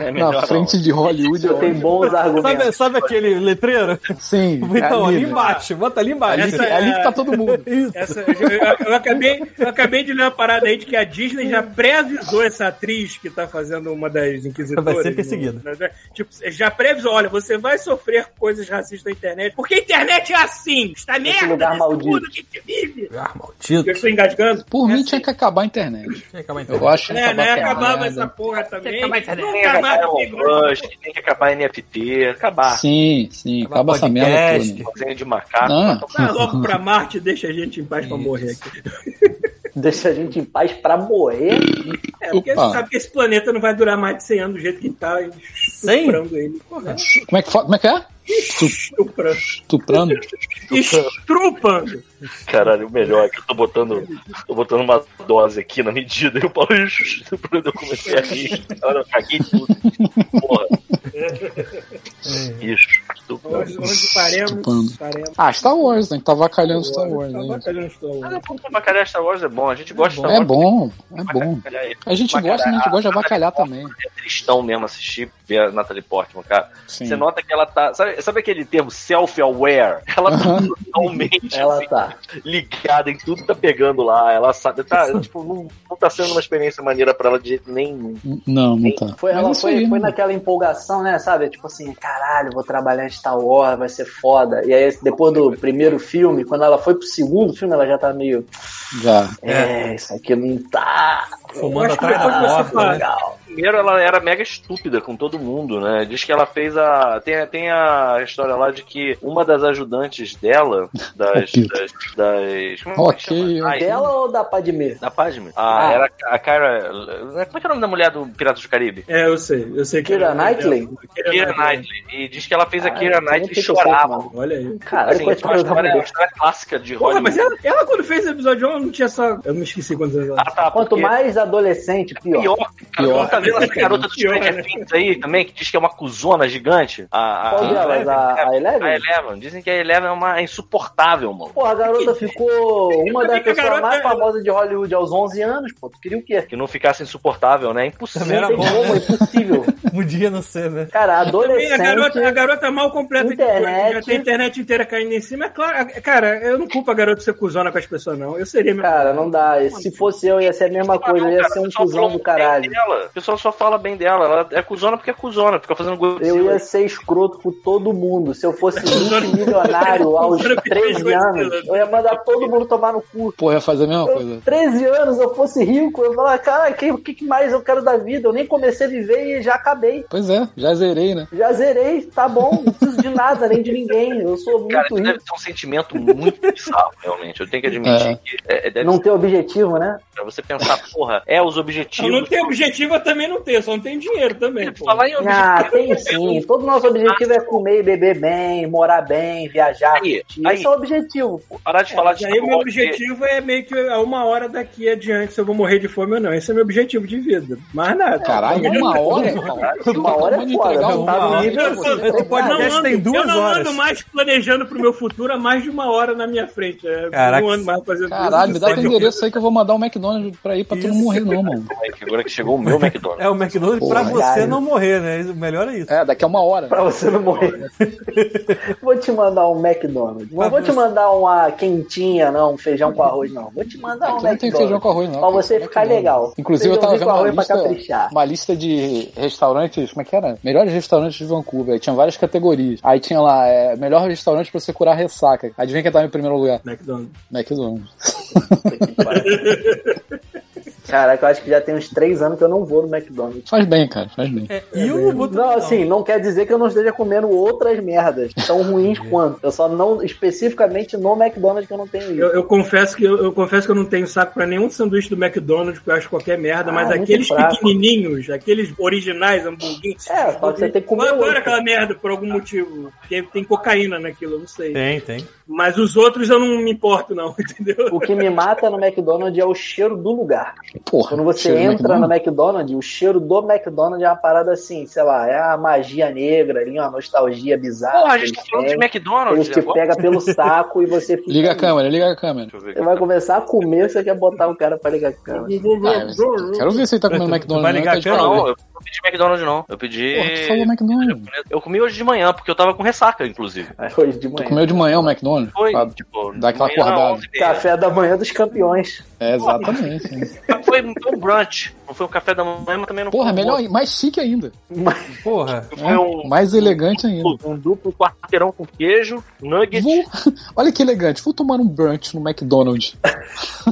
Speaker 3: É melhor
Speaker 7: Na
Speaker 3: não.
Speaker 7: frente de Hollywood.
Speaker 6: Eu tenho é bons argumentos.
Speaker 1: Sabe, sabe aquele letreiro?
Speaker 3: É
Speaker 7: Sim.
Speaker 1: Então, ali
Speaker 7: né?
Speaker 1: embaixo, bota ali embaixo.
Speaker 7: Ali, que- ali que tá todo mundo.
Speaker 1: Isso.
Speaker 2: Essa- eu, eu acabei, eu acabei de ler uma parada aí de que a Disney já pré-avisou essa atriz que tá fazendo uma das inquisitoras.
Speaker 1: Vai ser perseguida.
Speaker 2: no- na- tipo, já pré-avisou, olha, você vai sofrer coisas racistas na internet, porque a internet é assim, está merda
Speaker 6: lugar
Speaker 2: nesse
Speaker 6: maldito.
Speaker 2: mundo que te vive.
Speaker 1: Ah, maldito.
Speaker 2: Eu estou engasgando.
Speaker 7: Por
Speaker 2: É
Speaker 7: mim
Speaker 2: assim.
Speaker 7: tinha que acabar a internet.
Speaker 1: Tinha que acabar a
Speaker 7: Eu
Speaker 1: internet.
Speaker 7: acho que
Speaker 2: É,
Speaker 7: acabar
Speaker 2: né?
Speaker 7: a
Speaker 2: Acabava
Speaker 7: merda.
Speaker 2: essa porra também.
Speaker 1: acabar a internet.
Speaker 3: Tem que
Speaker 2: Nunca
Speaker 3: acabar
Speaker 2: mais
Speaker 3: Elon Musk, tem que acabar NFT, acabar.
Speaker 7: Sim, sim.
Speaker 1: Acabar
Speaker 7: Acaba essa merda
Speaker 1: podcast.
Speaker 7: toda.
Speaker 3: Desenho de macaco.
Speaker 7: Ah.
Speaker 2: Vai logo pra Marte e deixa a gente em paz pra morrer aqui.
Speaker 6: Deixa a gente em paz pra morrer.
Speaker 2: É, porque
Speaker 7: Opa.
Speaker 2: você sabe que esse planeta não vai durar mais de 100 anos do jeito que tá, estuprando ele. Porra,
Speaker 7: Como é que, fa- como é, que é?
Speaker 2: estuprando.
Speaker 7: Tuprando?
Speaker 2: Estrupando.
Speaker 3: Caralho, o melhor é que eu tô botando, tô botando uma dose aqui na medida e o Paulo justo quando eu comecei a rir. Cara, eu caguei tudo. Porra. Isso. Tô-
Speaker 2: Onde, onde paremos,
Speaker 7: Estrupando.
Speaker 2: paremos.
Speaker 7: Ah, Star Wars, né? Que tá avacalhando Star Wars.
Speaker 2: Tá
Speaker 7: né?
Speaker 2: bacalhando Star
Speaker 3: Mas
Speaker 2: Wars.
Speaker 3: é bom que avacalhar Star Wars é bom. A gente gosta de Star
Speaker 7: É
Speaker 3: Wars.
Speaker 7: bom, é bom.
Speaker 3: Avacalhar ele.
Speaker 7: A gente
Speaker 3: Mas,
Speaker 7: gosta,
Speaker 3: cara,
Speaker 7: né? A gente gosta de
Speaker 3: a-
Speaker 7: avacalhar também.
Speaker 3: É tristão mesmo assistir ver a Natalie Portman, cara.
Speaker 7: Sim.
Speaker 3: Você nota que ela tá. Sabe, sabe aquele termo self-aware? Ela tá
Speaker 7: Aham.
Speaker 3: totalmente
Speaker 6: Ela
Speaker 3: assim,
Speaker 6: tá.
Speaker 3: ligada em tudo que tá pegando lá. Ela sabe. Tá, tipo, não, não tá sendo uma experiência maneira pra ela de jeito nenhum.
Speaker 7: Não, não tá.
Speaker 6: Foi,
Speaker 7: Mas
Speaker 6: ela
Speaker 7: isso
Speaker 6: foi,
Speaker 7: aí,
Speaker 6: foi
Speaker 7: né?
Speaker 6: naquela empolgação, né? Sabe? Tipo assim, caralho, vou trabalhar em Star Wars, vai ser foda. E aí, depois do primeiro filme, quando ela foi pro segundo filme, ela já tá meio.
Speaker 7: Já.
Speaker 6: É, isso aqui não tá
Speaker 1: Fumando
Speaker 2: Acho que
Speaker 1: atrás da
Speaker 2: depois você
Speaker 1: porta, né?
Speaker 6: legal.
Speaker 3: Primeiro, ela era mega estúpida com todo mundo, né? Diz que ela fez a. Tem, tem a história lá de que uma das ajudantes dela, das.
Speaker 7: Ok.
Speaker 3: das, das como é que
Speaker 7: Ok,
Speaker 3: chama? Ai,
Speaker 6: Dela ou da Padme?
Speaker 3: Da Padme. Ah,
Speaker 6: Ah.
Speaker 3: era a Kyra. Como é que é o nome da mulher do Piratas do Caribe?
Speaker 2: É, eu sei, eu sei que.
Speaker 6: Keira Knightley?
Speaker 3: Kira Knightley. E diz que ela fez a
Speaker 6: Ah,
Speaker 3: Kira
Speaker 6: eu também
Speaker 3: Knightley
Speaker 6: fiquei fofo,
Speaker 3: chorar.
Speaker 6: mano.
Speaker 2: Olha aí.
Speaker 6: Caralho,
Speaker 3: Assim, tipo, uma
Speaker 6: coitado da
Speaker 3: história, uma
Speaker 6: mulher.
Speaker 3: história clássica de
Speaker 2: Porra,
Speaker 3: Hollywood.
Speaker 2: mas ela, ela quando fez o episódio 1 não tinha só. Eu não esqueci quantos anos ela
Speaker 3: Ah, tá,
Speaker 6: Quanto
Speaker 3: porque-
Speaker 6: mais adolescente, pior.
Speaker 3: Pior, cara,
Speaker 7: Pior.
Speaker 3: Você tá vendo essa garota do
Speaker 2: Pior,
Speaker 3: Stranger
Speaker 2: né?
Speaker 3: Things aí também, que diz que é uma cuzona gigante? A, a,
Speaker 6: Qual delas? A, a Eleven?
Speaker 3: Ah, a Eleven. Dizem que a Eleven é uma insuportável, mano.
Speaker 6: Porra, a garota ficou uma das
Speaker 2: que a
Speaker 6: pessoas
Speaker 2: garota-
Speaker 6: mais famosas de Hollywood aos 11 anos, pô. Tu queria o quê?
Speaker 3: Que não ficasse insuportável, né? É
Speaker 1: Também
Speaker 3: impossível.
Speaker 1: era
Speaker 6: Não tem
Speaker 1: bom,
Speaker 6: como, é impossível.
Speaker 1: Podia não ser, né?
Speaker 6: Cara,
Speaker 2: Também a garota, a
Speaker 6: adolescente...
Speaker 2: garota mal completa que foi,
Speaker 6: Internet.
Speaker 2: já tem a internet inteira caindo em cima. É claro, a- cara, eu não culpo a garota por ser cuzona com as pessoas, não. Eu seria mesmo.
Speaker 6: Cara, não dá. Se fosse eu, ia ser a mesma coisa. Eu ia ser um cuzão do caralho.
Speaker 3: Dela. O pessoal só fala bem dela. Ela é cuzona porque é cuzona. Fica fazendo
Speaker 6: Eu
Speaker 3: Godzilla.
Speaker 6: ia ser escroto com todo mundo. Se eu fosse multimilionário aos 13 anos, eu ia mandar todo mundo tomar no cu.
Speaker 7: Porra, ia fazer a mesma
Speaker 6: Eu,
Speaker 7: coisa.
Speaker 6: 13 anos, eu fosse rico, eu ia falar, cara, o que, que, que mais eu quero da vida? Eu nem comecei a viver e já acabei.
Speaker 7: Pois é, já zerei, né?
Speaker 6: Já zerei, tá bom, não preciso de nada, nem de ninguém. Eu sou muito
Speaker 3: Cara, isso
Speaker 6: rico.
Speaker 3: deve ser um sentimento muito bizarro, realmente. Eu tenho que admitir
Speaker 7: É.
Speaker 3: que é, é- deve
Speaker 6: Não ter objetivo, né?
Speaker 3: Pra você pensar, porra, é os
Speaker 2: Eu não
Speaker 3: objetivos.
Speaker 2: tenho objetivo, eu também não tenho, só não tenho dinheiro também. Pô.
Speaker 3: Falar em
Speaker 6: Ah,
Speaker 3: objetivo.
Speaker 6: tem sim. Todo nosso objetivo é comer e beber bem, morar bem, viajar,
Speaker 3: Aí,
Speaker 6: curtir.
Speaker 3: aí.
Speaker 6: Esse é o objetivo, pô.
Speaker 3: Parar de falar de
Speaker 2: Mas aí o meu
Speaker 3: Wars, porque
Speaker 2: objetivo é meio que a uma hora daqui adiante se eu vou morrer de fome ou não. Esse é meu objetivo de vida. Mais nada.
Speaker 7: Caralho, uma hora, cara.
Speaker 6: Uma hora é foda. Não tá no
Speaker 1: hora.
Speaker 6: nível
Speaker 2: assim,
Speaker 6: de
Speaker 2: né?
Speaker 6: você
Speaker 1: Esse
Speaker 6: entregar.
Speaker 1: podcast tem duas
Speaker 2: eu não
Speaker 1: horas.
Speaker 2: ando mais planejando pro meu futuro há mais de uma hora na minha frente. É,
Speaker 1: Caraca.
Speaker 2: Não ando mais fazendo
Speaker 7: Caralho, me dá
Speaker 2: isso.
Speaker 7: teu endereço aí que eu vou mandar um McDonald's pra ir pra tu não
Speaker 1: Isso.
Speaker 7: morrer, não, mano.
Speaker 3: Agora que chegou o meu McDonald's.
Speaker 1: É o McDonald's
Speaker 7: Porra,
Speaker 1: pra você
Speaker 6: caralho.
Speaker 1: não morrer, né? O melhor é isso.
Speaker 7: É, daqui a uma hora.
Speaker 6: Pra você não morrer. vou te mandar um McDonald's. Não
Speaker 1: Pra
Speaker 6: vou te
Speaker 1: você.
Speaker 6: mandar uma quentinha, não, um feijão com arroz, não. Vou te mandar um
Speaker 7: Aqui não tem
Speaker 6: McDonald's.
Speaker 7: feijão com arroz, não.
Speaker 6: Pra você
Speaker 7: Como é que
Speaker 6: ficar
Speaker 7: não?
Speaker 6: legal.
Speaker 7: Inclusive, eu tava vendo
Speaker 6: Feijãozinho com
Speaker 7: uma
Speaker 6: arroz pra
Speaker 7: lista,
Speaker 6: caprichar.
Speaker 7: uma lista de restaurantes, como é que era? Melhores restaurantes de Vancouver. Aí tinha várias categorias. Aí tinha lá, é, melhor restaurante pra você curar ressaca. Adivinha quem tava em primeiro lugar?
Speaker 2: McDonald's.
Speaker 7: McDonald's.
Speaker 6: Caraca, eu acho que já tem uns três anos que eu não vou no McDonald's.
Speaker 7: Faz bem, cara, faz bem.
Speaker 1: É, e eu não vou
Speaker 6: Não, assim, não quer dizer que eu não esteja comendo outras merdas tão ruins quanto. Eu só não, especificamente no McDonald's que eu não tenho
Speaker 2: Eu,
Speaker 6: isso.
Speaker 2: eu confesso que eu, eu confesso que eu não tenho saco pra nenhum sanduíche do McDonald's, porque eu acho qualquer merda,
Speaker 6: Ah,
Speaker 2: mas
Speaker 6: muito
Speaker 2: aqueles
Speaker 6: fraco.
Speaker 2: pequenininhos, aqueles originais, hamburguinhos.
Speaker 6: É, só que você tem que comer
Speaker 2: Eu adoro
Speaker 6: outro.
Speaker 2: aquela merda por algum motivo, porque tem cocaína naquilo, eu não sei.
Speaker 1: Tem, tem.
Speaker 2: Mas os outros eu não me importo, não, entendeu?
Speaker 6: O que me mata no McDonald's é o cheiro do lugar.
Speaker 7: Porra.
Speaker 6: Quando você
Speaker 7: cheiro de
Speaker 6: entra
Speaker 7: McDonald's.
Speaker 6: no McDonald's, o cheiro do McDonald's é uma parada assim, sei lá, é a magia negra ali, uma nostalgia bizarra.
Speaker 3: Porra, a
Speaker 6: que
Speaker 3: gente tá
Speaker 6: eles
Speaker 3: falando de
Speaker 6: têm.
Speaker 3: McDonald's
Speaker 6: Eles te
Speaker 3: agora.
Speaker 6: pega pelo saco e você fica.
Speaker 7: Liga a
Speaker 6: ali.
Speaker 7: câmera, liga a câmera.
Speaker 3: Deixa eu ver
Speaker 6: Você
Speaker 3: aqui.
Speaker 6: vai começar a comer, você quer botar o cara pra ligar a câmera.
Speaker 7: Ah, mas quero ver se ele tá comendo
Speaker 1: Vai
Speaker 7: McDonald's.
Speaker 1: ligar
Speaker 7: né?
Speaker 1: a
Speaker 7: Tá de
Speaker 1: câmera?
Speaker 3: Não,
Speaker 7: parabéns.
Speaker 3: eu não pedi McDonald's, não. Eu pedi.
Speaker 7: Porra, tu falou McDonald's.
Speaker 3: Eu comi hoje de manhã, porque eu tava com ressaca, inclusive.
Speaker 6: Hoje de
Speaker 7: Tu
Speaker 6: manhã.
Speaker 7: comeu de manhã o McDonald's?
Speaker 3: Foi,
Speaker 7: Ah,
Speaker 3: tipo,
Speaker 7: dá aquela
Speaker 3: de manhã,
Speaker 7: acordada.
Speaker 3: 11 e meia.
Speaker 6: Café da manhã dos campeões.
Speaker 7: É, exatamente. né?
Speaker 3: Foi foi um brunch. Não foi um café da manhã, mas também não
Speaker 7: Porra,
Speaker 3: foi
Speaker 7: é
Speaker 3: um
Speaker 7: melhor, né? ainda, mais chique ainda. É,
Speaker 1: Porra.
Speaker 3: almoço. Foi um,
Speaker 7: Mais elegante ainda.
Speaker 3: um duplo quarteirão com queijo, nugget.
Speaker 7: Vou... Olha que elegante, vou tomar um brunch no McDonald's.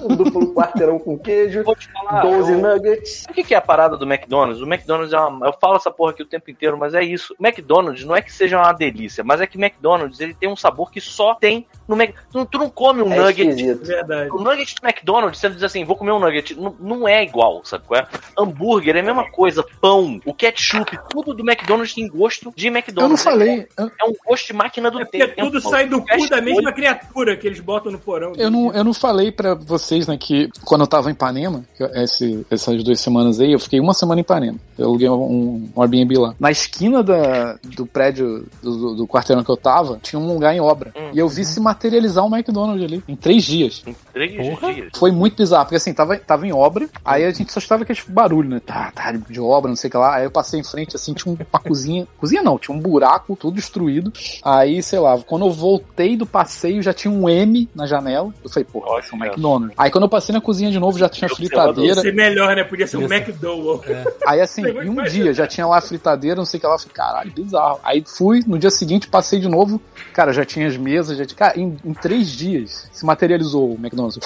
Speaker 6: Um duplo quarteirão com queijo,
Speaker 3: Vou te falar.
Speaker 6: 12
Speaker 3: eu-
Speaker 6: nuggets.
Speaker 3: Sabe o que que é a parada do McDonald's? O McDonald's é uma. Eu falo essa porra aqui o tempo inteiro, mas é isso. O McDonald's não é que seja uma delícia, mas é que McDonald's ele tem um sabor que só tem no McDonald's. Tu, não- tu não come um
Speaker 6: É
Speaker 3: nugget
Speaker 6: esquisito.
Speaker 2: Verdade.
Speaker 3: O nugget do McDonald's, você diz assim, vou comer um nugget. Não, não é igual, sabe qual é? Hambúrguer é a mesma coisa, pão, o ketchup, tudo do McDonald's tem gosto de McDonald's.
Speaker 7: Eu não falei, eu,
Speaker 3: É um gosto de máquina do
Speaker 2: É porque
Speaker 3: tempo.
Speaker 2: tudo sai do cu da mesma criatura que eles botam no porão. né?
Speaker 7: eu não, eu não falei pra vocês, né, que quando eu tava em Ipanema, que eu- esse- essas duas semanas aí, eu fiquei uma semana em Ipanema. Eu aluguei um, um Airbnb lá. Na esquina da, do prédio, do, do, do quarteirão que eu tava, tinha um lugar em obra.
Speaker 3: Hum.
Speaker 7: E eu vi se materializar um McDonald's ali, em três dias.
Speaker 3: Em três
Speaker 1: Porra.
Speaker 3: dias.
Speaker 7: Foi muito bizarro, porque assim, tava, tava em obra, aí a gente só escutava aquele barulho, né? Tá, tá, de obra, não sei o que lá. Aí eu passei em frente, assim, tinha uma cozinha. Cozinha não, tinha um buraco todo destruído. Aí, sei lá, quando eu voltei do passeio, já tinha um M na janela. Eu falei, porra,
Speaker 3: Olha
Speaker 7: esse é um
Speaker 3: que
Speaker 7: McDonald's. Aí quando eu passei na cozinha de novo, já tinha
Speaker 3: Meu
Speaker 7: fritadeira.
Speaker 2: Ia ser melhor, né? Podia ser um
Speaker 1: Isso.
Speaker 2: McDowell.
Speaker 1: É.
Speaker 7: Aí assim,
Speaker 2: Tem muito
Speaker 7: em um
Speaker 2: mais
Speaker 7: dia já tinha lá a fritadeira, não sei o que lá. Eu falei, caralho, bizarro. Aí fui, no dia seguinte passei de novo. Cara, já tinha as mesas, já tinha. Cara, em, em três dias se materializou o McDonald's.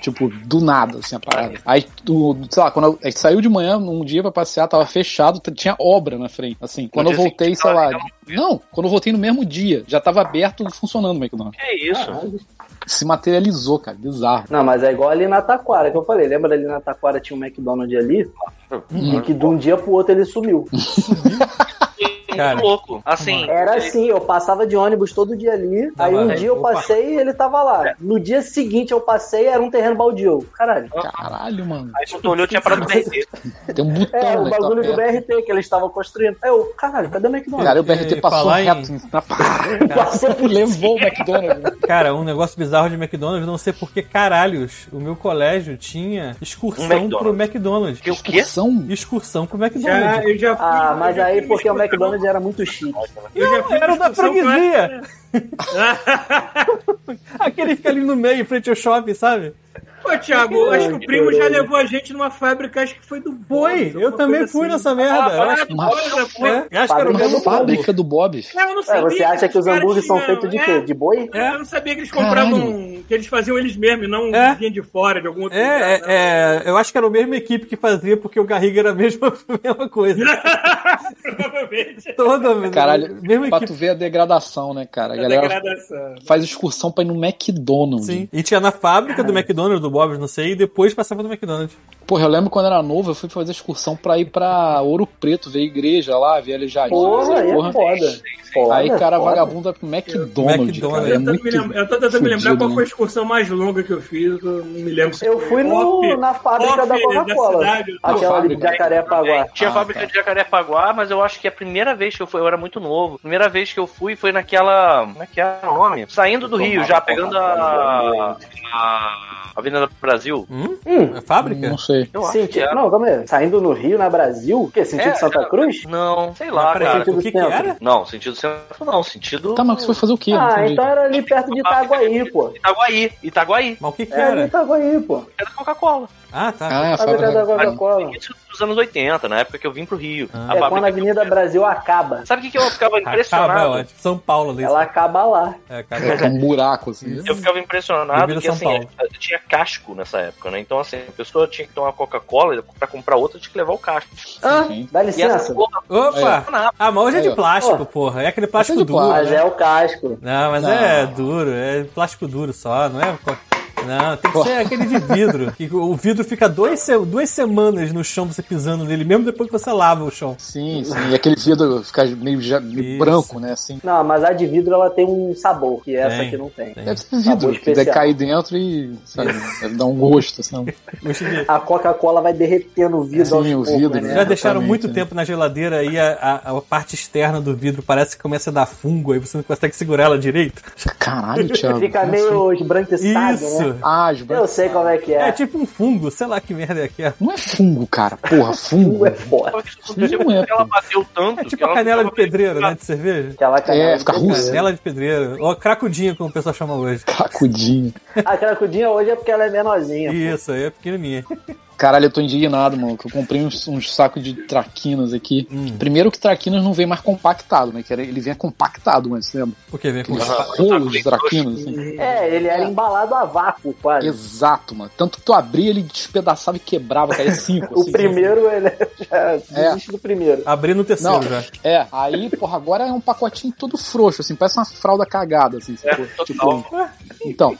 Speaker 7: Tipo, do nada, assim, a parada. Aí, do, do- sei lá, quando eu- a gente saiu de manhã, num dia pra passear, tava fechado, t- tinha obra na frente. Assim, quando eu
Speaker 3: dia
Speaker 7: voltei,
Speaker 3: seguinte,
Speaker 7: sei
Speaker 3: tava
Speaker 7: lá.
Speaker 3: legal.
Speaker 7: Não, quando eu voltei no mesmo dia, já tava aberto e funcionando o McDonald's.
Speaker 3: Que isso?
Speaker 7: Se materializou, cara, bizarro.
Speaker 6: Não, mas é igual ali na Taquara, que eu falei. Lembra ali na Taquara tinha um McDonald's ali? E que de um dia pro outro ele sumiu.
Speaker 1: Cara.
Speaker 3: Muito louco. Assim.
Speaker 6: Era assim, eu passava de ônibus todo dia ali.
Speaker 1: Tava
Speaker 6: aí um
Speaker 1: lá.
Speaker 6: dia eu
Speaker 1: Opa.
Speaker 6: passei e ele tava lá. No dia seguinte eu passei era um terreno baldio. Caralho.
Speaker 7: Caralho, mano.
Speaker 3: Aí tu olhou, tinha parado do BRT.
Speaker 7: Tem um botão,
Speaker 6: É, o
Speaker 7: né, que tá
Speaker 6: bagulho do
Speaker 7: aperto.
Speaker 6: BRT que eles estavam construindo. Aí eu, caralho, cadê o McDonald's?
Speaker 7: Cara, o BRT
Speaker 1: E
Speaker 7: passou
Speaker 1: falar em-
Speaker 7: reto na parada. Passou por levou o McDonald's.
Speaker 1: Cara, um negócio bizarro de McDonald's, não sei por que caralhos. O meu colégio tinha excursão
Speaker 3: Um McDonald's.
Speaker 1: pro McDonald's.
Speaker 3: Que o quê?
Speaker 7: São
Speaker 1: Excursão pro
Speaker 2: Já,
Speaker 1: McDonald's.
Speaker 2: eu já fui,
Speaker 6: Ah, mas
Speaker 2: eu já
Speaker 6: aí
Speaker 2: fui
Speaker 6: porque o
Speaker 2: discussão-
Speaker 6: McDonald's era muito chique.
Speaker 2: Eu já fui
Speaker 1: Era da
Speaker 2: discussão com a-
Speaker 1: freguesia! Aquele que fica ali no meio, em frente ao shopping, sabe?
Speaker 2: Ô, Thiago, acho que o primo já levou a gente numa fábrica, acho que foi do
Speaker 1: Foi!
Speaker 2: Bob's,
Speaker 1: Eu
Speaker 2: alguma
Speaker 1: também
Speaker 2: coisa
Speaker 1: fui
Speaker 2: assim.
Speaker 1: nessa
Speaker 6: Ah,
Speaker 1: merda. Eu acho-
Speaker 7: uma
Speaker 1: é, eu acho que era o mesmo
Speaker 6: Fábrica
Speaker 7: uma
Speaker 6: do
Speaker 1: fábrica.
Speaker 7: fábrica do Bob's.
Speaker 2: Cara, eu não
Speaker 6: É,
Speaker 2: sabia
Speaker 6: você acha que
Speaker 2: esses
Speaker 6: os
Speaker 2: caras
Speaker 6: hambúrgueres são
Speaker 2: tinham-
Speaker 6: feitos de
Speaker 2: é,
Speaker 6: quê? De boi?
Speaker 2: É, eu não sabia que eles compravam, que eles faziam eles mesmos, não
Speaker 1: É.
Speaker 2: vinha de fora, de algum outro
Speaker 1: É, é,
Speaker 2: lugar. né?
Speaker 1: é, eu acho que era a mesma equipe que fazia, porque o Garriga era a mesma, a mesma coisa. é
Speaker 2: Provavelmente.
Speaker 1: Toda
Speaker 7: Caralho,
Speaker 1: mesma
Speaker 7: pra tu
Speaker 1: equipe.
Speaker 7: ver a degradação, né, cara? A
Speaker 2: É
Speaker 7: galera
Speaker 2: degradação.
Speaker 7: faz excursão pra ir no McDonald's.
Speaker 1: Sim. E tinha na fábrica do McDonald's, do Bob's, não sei, e depois passava do McDonald's.
Speaker 7: Porra, eu lembro quando era novo, eu fui fazer excursão pra ir pra Ouro Preto, ver a igreja lá, ver a Jair.
Speaker 6: Porra, aí é
Speaker 7: porra.
Speaker 6: foda. Foda,
Speaker 7: Aí, cara,
Speaker 6: foda.
Speaker 7: vagabundo vai pro McDonald's,
Speaker 1: McDonald's.
Speaker 2: Eu
Speaker 7: cara. É
Speaker 2: tô tentando me lembrar-
Speaker 7: muito...
Speaker 2: eu tô tentando me lembrar
Speaker 7: fudido,
Speaker 2: qual
Speaker 7: né?
Speaker 2: foi a excursão mais longa que eu fiz, eu não me lembro se
Speaker 6: Eu
Speaker 2: foi
Speaker 6: fui no,
Speaker 2: off,
Speaker 6: na fábrica da
Speaker 2: off
Speaker 6: Coca-Cola.
Speaker 2: cidade.
Speaker 6: Aquela ali de
Speaker 7: Fábrica.
Speaker 6: Jacarepaguá.
Speaker 3: É, Tinha
Speaker 7: Ah,
Speaker 3: fábrica
Speaker 7: tá.
Speaker 3: de Jacarepaguá, mas eu acho que a primeira vez que eu fui, eu era muito novo. A primeira vez que eu fui foi naquela. Como é que é o nome? Saindo do Rio, já pegando a. a Avenida do Brasil.
Speaker 1: Hum?
Speaker 6: Hum.
Speaker 1: É fábrica?
Speaker 7: Não sei.
Speaker 3: Eu acho que
Speaker 6: Sentido,
Speaker 3: era.
Speaker 6: não, calma aí. Saindo no Rio, na Brasil? O quê? Sentido
Speaker 3: É,
Speaker 6: Santa Cruz?
Speaker 3: Não, sei
Speaker 1: Mas
Speaker 3: lá,
Speaker 1: peraí,
Speaker 3: cara.
Speaker 1: o que que era?
Speaker 3: Não, sentido centro não, sentido.
Speaker 7: Tá, mas você foi fazer o quê? Não
Speaker 6: Ah,
Speaker 7: entendi.
Speaker 6: então era ali perto de Itaguaí, pô.
Speaker 3: Itaguaí, Itaguaí.
Speaker 1: Mas o que que
Speaker 6: É ali em
Speaker 1: era?
Speaker 6: Itaguaí, pô.
Speaker 3: Era Coca-Cola.
Speaker 1: Ah, tá.
Speaker 7: Ah, a
Speaker 6: Fábrica da
Speaker 7: fábrica.
Speaker 6: Coca-Cola.
Speaker 3: Isso nos anos 80, na época que eu vim pro Rio.
Speaker 1: Ah.
Speaker 3: A
Speaker 6: É
Speaker 3: fábrica-
Speaker 6: quando a Avenida Brasil acaba.
Speaker 3: Sabe o que, que eu
Speaker 1: Acaba,
Speaker 3: ficava
Speaker 1: é
Speaker 3: impressionado?
Speaker 1: ótimo. São Paulo ali.
Speaker 6: Ela acaba lá.
Speaker 1: É, acaba.
Speaker 7: É um buraco, assim.
Speaker 3: Eu ficava impressionado
Speaker 1: Bebida
Speaker 3: que
Speaker 1: São
Speaker 3: assim,
Speaker 1: Paulo.
Speaker 3: a- tinha casco nessa época, né? Então, assim, a pessoa tinha que tomar Coca-Cola pra comprar outra, tinha que levar o casco.
Speaker 6: Ah,
Speaker 7: sim.
Speaker 6: dá
Speaker 3: E essa
Speaker 6: licença.
Speaker 3: porra
Speaker 1: Opa!
Speaker 3: funcionava.
Speaker 1: Ah, mas hoje é
Speaker 7: Aí,
Speaker 1: de
Speaker 7: ó.
Speaker 1: plástico,
Speaker 6: Ó.
Speaker 1: porra. É aquele plástico
Speaker 3: né?
Speaker 7: de
Speaker 1: duro.
Speaker 7: plástico.
Speaker 6: Mas
Speaker 1: né?
Speaker 6: é o casco.
Speaker 1: Não, mas
Speaker 7: Não.
Speaker 1: é duro, é plástico duro só, não é? co- Não, tem que ser aquele de vidro. Que o vidro fica dois, se- duas semanas no chão, você pisando nele, mesmo depois que você lava o chão.
Speaker 7: Sim, sim. E aquele vidro fica meio, já- meio
Speaker 1: Isso.
Speaker 7: branco, né? Assim.
Speaker 6: Não, mas a de vidro ela tem um sabor, que essa
Speaker 1: Tem,
Speaker 6: aqui não tem.
Speaker 1: tem.
Speaker 7: Deve ser vidro, que
Speaker 6: É especial.
Speaker 7: deve cair dentro e sabe, deve dar um gosto. Assim.
Speaker 1: Mas, Chiquinho,
Speaker 6: A Coca-Cola vai derretendo o vidro.
Speaker 7: Sim,
Speaker 6: aos
Speaker 7: o
Speaker 6: poucos,
Speaker 7: vidro,
Speaker 6: né?
Speaker 1: Já deixaram
Speaker 7: Exatamente,
Speaker 1: muito
Speaker 7: né?
Speaker 1: tempo na geladeira aí a, a- a parte externa do vidro parece que começa a dar fungo, aí você não consegue segurar ela direito.
Speaker 7: Caralho, Thiago.
Speaker 6: Fica
Speaker 7: como assim?
Speaker 6: meio esbranquiçado, né?
Speaker 1: Isso!
Speaker 7: Ah, as
Speaker 6: Eu sei como é que
Speaker 1: É
Speaker 6: é.
Speaker 1: tipo um fungo, sei lá que merda é aquela.
Speaker 7: Não é fungo, cara. Porra, fungo.
Speaker 6: Tipo, é foda.
Speaker 3: Só que isso aconteceu
Speaker 7: Não é,
Speaker 3: porque ela
Speaker 7: pô.
Speaker 3: bateu tanto.
Speaker 1: É
Speaker 3: que
Speaker 1: tipo
Speaker 3: ela
Speaker 1: a canela de
Speaker 3: ficava-
Speaker 1: pedreiro, né? De cerveja.
Speaker 6: Aquela canela
Speaker 7: É, fica
Speaker 6: de pedreiro.
Speaker 7: russa.
Speaker 1: Canela de pedreiro. Ou cracudinha, como o pessoal chama hoje.
Speaker 7: Cacudinho.
Speaker 6: Aquela cudinha hoje é porque ela é menorzinha.
Speaker 1: Isso, aí é pequenininha.
Speaker 7: Caralho, eu tô indignado, mano. Que eu comprei uns, uns sacos de traquinas aqui.
Speaker 1: Hum.
Speaker 7: Primeiro que traquinas não vem mais compactado, né? Que era- ele vinha compactado antes, lembra?
Speaker 1: O que vem com
Speaker 7: Aqueles rolos de traquinas, assim.
Speaker 6: É, ele era embalado a vácuo quase.
Speaker 7: Exato, mano. Tanto que tu abria, ele despedaçava e quebrava, caía cinco.
Speaker 6: O
Speaker 7: assim.
Speaker 6: primeiro, ele já desiste do primeiro.
Speaker 1: Abrindo o terceiro
Speaker 7: Não,
Speaker 1: já.
Speaker 7: é. Aí, porra, agora é um pacotinho todo frouxo, assim. Parece uma fralda cagada, assim. sacou?
Speaker 3: total.
Speaker 7: então,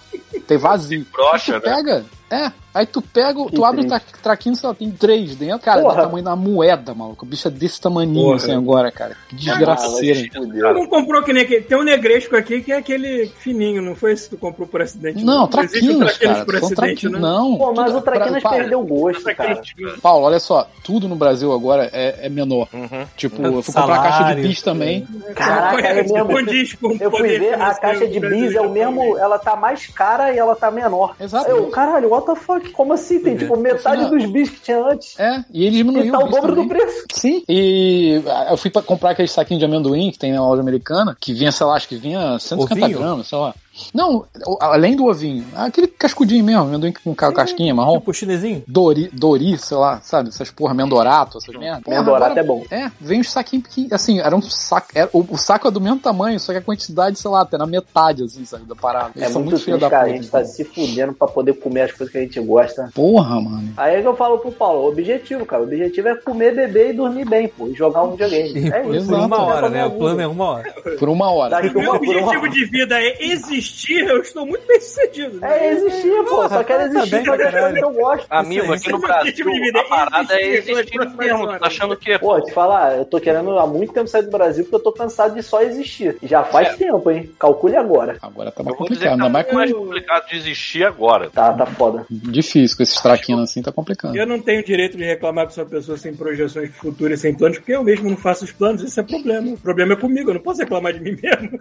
Speaker 7: tem vazio.
Speaker 3: Broxa,
Speaker 7: Aí tu
Speaker 3: né?
Speaker 7: pega, é. Aí tu pega, tu
Speaker 6: Que
Speaker 7: abre o tra traquinho, sei lá, tem três dentro. Cara, do
Speaker 6: Porra.
Speaker 7: tamanho da moeda, maluco. O bicho é desse tamaninho,
Speaker 2: Porra.
Speaker 7: assim, agora, cara. Que desgraceira, hein?
Speaker 2: Não comprou que nem aquele. Tem um negresco aqui que é aquele fininho, não foi esse que tu comprou por acidente?
Speaker 7: Não,
Speaker 2: Existe um
Speaker 7: traquinas,
Speaker 2: traquinas
Speaker 7: cara.
Speaker 2: por
Speaker 7: São
Speaker 2: acidente,
Speaker 7: traquinas.
Speaker 2: né?
Speaker 7: Não.
Speaker 6: Pô, mas
Speaker 7: tudo-
Speaker 6: o Traquinas
Speaker 7: pra- para.
Speaker 6: perdeu o gosto, cara.
Speaker 3: Traquinas, cara.
Speaker 7: Paulo, olha só, tudo no Brasil agora é, é menor.
Speaker 3: Uhum.
Speaker 7: Tipo, eu fui comprar uma caixa de
Speaker 1: Salário.
Speaker 7: bis também.
Speaker 6: Caraca, é
Speaker 2: um
Speaker 6: mesmo. Eu fui ver, a caixa de bis é o mesmo. Ela tá mais cara e ela tá menor.
Speaker 7: Exato.
Speaker 6: Eu, caralho, what the fuck? Como assim? Tem tipo metade dos bis que tinha antes.
Speaker 7: É, e ele
Speaker 6: E
Speaker 7: diminuiu.
Speaker 6: tá o
Speaker 7: bis
Speaker 6: dobro do
Speaker 7: também.
Speaker 6: preço.
Speaker 7: Sim, e ah, eu fui pra comprar aquele saquinho de amendoim que tem na loja americana, que vinha, sei lá, acho que vinha 150
Speaker 1: Ovinho?
Speaker 7: gramas, sei lá. Não, o- além do ovinho, aquele cascudinho mesmo, amendoim com ca- casquinha marrom.
Speaker 1: Tipo chinesinho.
Speaker 7: Dori, Dori, sei lá, sabe? Essas porra, Mendorato, essas merda. Porra,
Speaker 6: Mendorato
Speaker 7: agora-
Speaker 6: é bom.
Speaker 7: É, vem uns saquinhos pequenos. Assim, era um saco. Era, o, o saco é do mesmo tamanho, só que a quantidade, sei lá, até na metade, assim, sabe? Da parada.
Speaker 6: É muito triste, cara. A gente tá
Speaker 7: então.
Speaker 6: se fudendo pra poder comer as coisas que a gente gosta.
Speaker 7: Porra, mano.
Speaker 6: Aí é que eu falo pro Paulo, o objetivo, cara. O objetivo é comer, beber e dormir bem, pô. E jogar um videogame. É
Speaker 1: por
Speaker 6: isso.
Speaker 1: por Tipo, uma
Speaker 7: Exato. um-
Speaker 1: hora, né? O plano é uma hora.
Speaker 7: Por uma hora.
Speaker 6: Daqui
Speaker 2: O meu
Speaker 6: uma por uma.
Speaker 2: objetivo de vida é existir, eu estou muito bem sucedido. né?
Speaker 6: É existir, pô. Só quero existir
Speaker 1: tá bem
Speaker 6: pra
Speaker 1: pra
Speaker 6: coisa que eu gosto.
Speaker 3: Amigo, aqui no
Speaker 2: Isso aí.
Speaker 3: Brasil, a parada é
Speaker 2: Existir,
Speaker 3: existir mesmo.
Speaker 2: mas-
Speaker 3: Tá achando que é
Speaker 6: Pô, tipo, te falar, eu tô querendo há muito tempo sair do Brasil porque eu tô cansado de só existir. Já faz tempo, hein? Calcule agora.
Speaker 7: Agora tá mais
Speaker 3: Vou dizer
Speaker 7: complicado.
Speaker 3: que
Speaker 7: Ainda mais
Speaker 3: tá mais
Speaker 7: com.
Speaker 3: complicado de existir agora.
Speaker 6: Tá, tá foda.
Speaker 7: Difícil, com esses traquinos assim, tá complicado.
Speaker 2: Eu não tenho direito de reclamar que sou uma pessoa sem projeções de futuro e sem planos, porque eu mesmo não faço os planos, isso é problema. O problema é comigo, eu não posso reclamar de mim mesmo.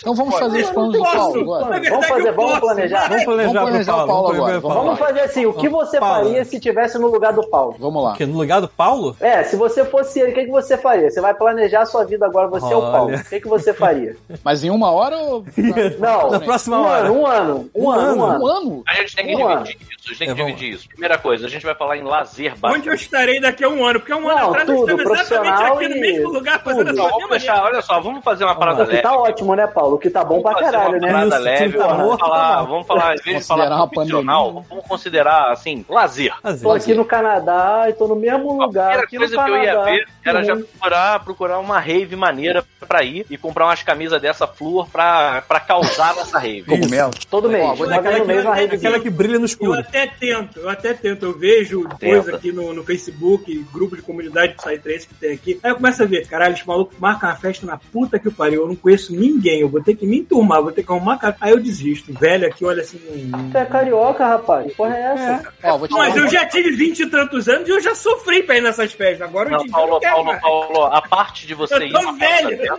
Speaker 7: Então vamos fazer
Speaker 2: Eu
Speaker 7: os
Speaker 2: não
Speaker 7: planos do Paulo
Speaker 2: posso.
Speaker 7: agora.
Speaker 2: Na verdade,
Speaker 6: Vamos fazer,
Speaker 2: eu
Speaker 6: vamos
Speaker 2: posso.
Speaker 6: planejar.
Speaker 1: Vamos planejar,
Speaker 7: Vamos planejar
Speaker 1: pro
Speaker 7: o Paulo
Speaker 1: Paulo. vamos planejar
Speaker 7: agora,
Speaker 1: pro Paulo.
Speaker 6: Vamos fazer assim, o que você
Speaker 1: Fala.
Speaker 6: faria se tivesse no lugar do Paulo?
Speaker 7: Vamos lá.
Speaker 1: Porque no lugar do Paulo,
Speaker 6: É, se você fosse ele, o que, que você faria? Você vai planejar a sua vida agora, você é o
Speaker 1: Olha.
Speaker 6: Paulo. O que, que você faria?
Speaker 7: Mas em uma hora ou.
Speaker 6: Não,
Speaker 1: na próxima
Speaker 6: um
Speaker 1: hora.
Speaker 6: ano, um ano, um,
Speaker 1: Um
Speaker 6: ano, um
Speaker 7: Um
Speaker 6: ano.
Speaker 7: ano?
Speaker 3: A gente tem que
Speaker 6: Vamos lá.
Speaker 3: dividir isso. A gente tem
Speaker 1: É,
Speaker 3: que
Speaker 1: vamos
Speaker 3: dividir isso. Primeira coisa, a gente vai falar em lazer básico.
Speaker 2: Onde eu estarei daqui a um ano? Porque há um ano
Speaker 6: Não,
Speaker 2: atrás
Speaker 6: tudo,
Speaker 2: eu estava exatamente
Speaker 6: profissional
Speaker 2: aqui no
Speaker 6: e
Speaker 2: mesmo lugar fazendo
Speaker 3: Não,
Speaker 2: essa
Speaker 3: vamos
Speaker 2: mesma
Speaker 3: deixar, olha só, vamos fazer uma parada
Speaker 6: O que
Speaker 3: leve.
Speaker 6: tá ótimo, né, Paulo? O que tá bom pra
Speaker 3: Vamos fazer uma
Speaker 6: caralho, né?
Speaker 3: parada
Speaker 1: Isso,
Speaker 3: leve,
Speaker 1: tá
Speaker 3: vamos,
Speaker 1: morto,
Speaker 3: falar,
Speaker 1: tá
Speaker 3: vamos falar, em vez de falar
Speaker 7: Considerar uma
Speaker 3: profissional,
Speaker 7: pandemia.
Speaker 3: vamos considerar, assim, lazer.
Speaker 1: Fazer.
Speaker 6: Tô aqui no Canadá e tô no mesmo
Speaker 3: A
Speaker 6: Um lugar tá
Speaker 3: primeira
Speaker 6: aqui no
Speaker 3: coisa que eu ia
Speaker 6: Canadá.
Speaker 3: ver era já
Speaker 6: Uhum.
Speaker 3: procurar, procurar uma rave maneira pra ir e comprar umas camisas dessa flor pra, pra causar nessa rave.
Speaker 7: Cogumelo.
Speaker 6: Todo mês,
Speaker 7: Ó,
Speaker 6: uma
Speaker 7: vou
Speaker 6: vez
Speaker 1: Aquela
Speaker 6: no mês uma
Speaker 1: que,
Speaker 6: redezinha.
Speaker 1: aquela que brilha no
Speaker 2: Eu
Speaker 1: escuro.
Speaker 2: até tento, eu até tento. Eu vejo coisa aqui no, no Facebook, grupo de comunidade de Psytrance que tem aqui. Aí eu começo a ver, caralho, os malucos marcam a festa na puta que pariu. Eu não conheço ninguém, eu vou ter que me enturmar, vou ter que arrumar cara. Aí eu desisto. Velho aqui, olha assim. hum.
Speaker 6: Tu é carioca, rapaz. Que porra é essa?
Speaker 7: Ó, vou te
Speaker 2: Mas
Speaker 7: dar
Speaker 2: eu
Speaker 7: uma-
Speaker 2: já tive vinte e tantos anos e eu já sofri pra ir nessas festas. Agora eu
Speaker 3: Não,
Speaker 2: digo, eu não
Speaker 3: Paulo,
Speaker 2: quero
Speaker 3: Paulo,
Speaker 2: mais.
Speaker 3: Paulo, a parte de você
Speaker 2: Eu tô
Speaker 3: ir numa parada
Speaker 2: velho.
Speaker 3: dessa-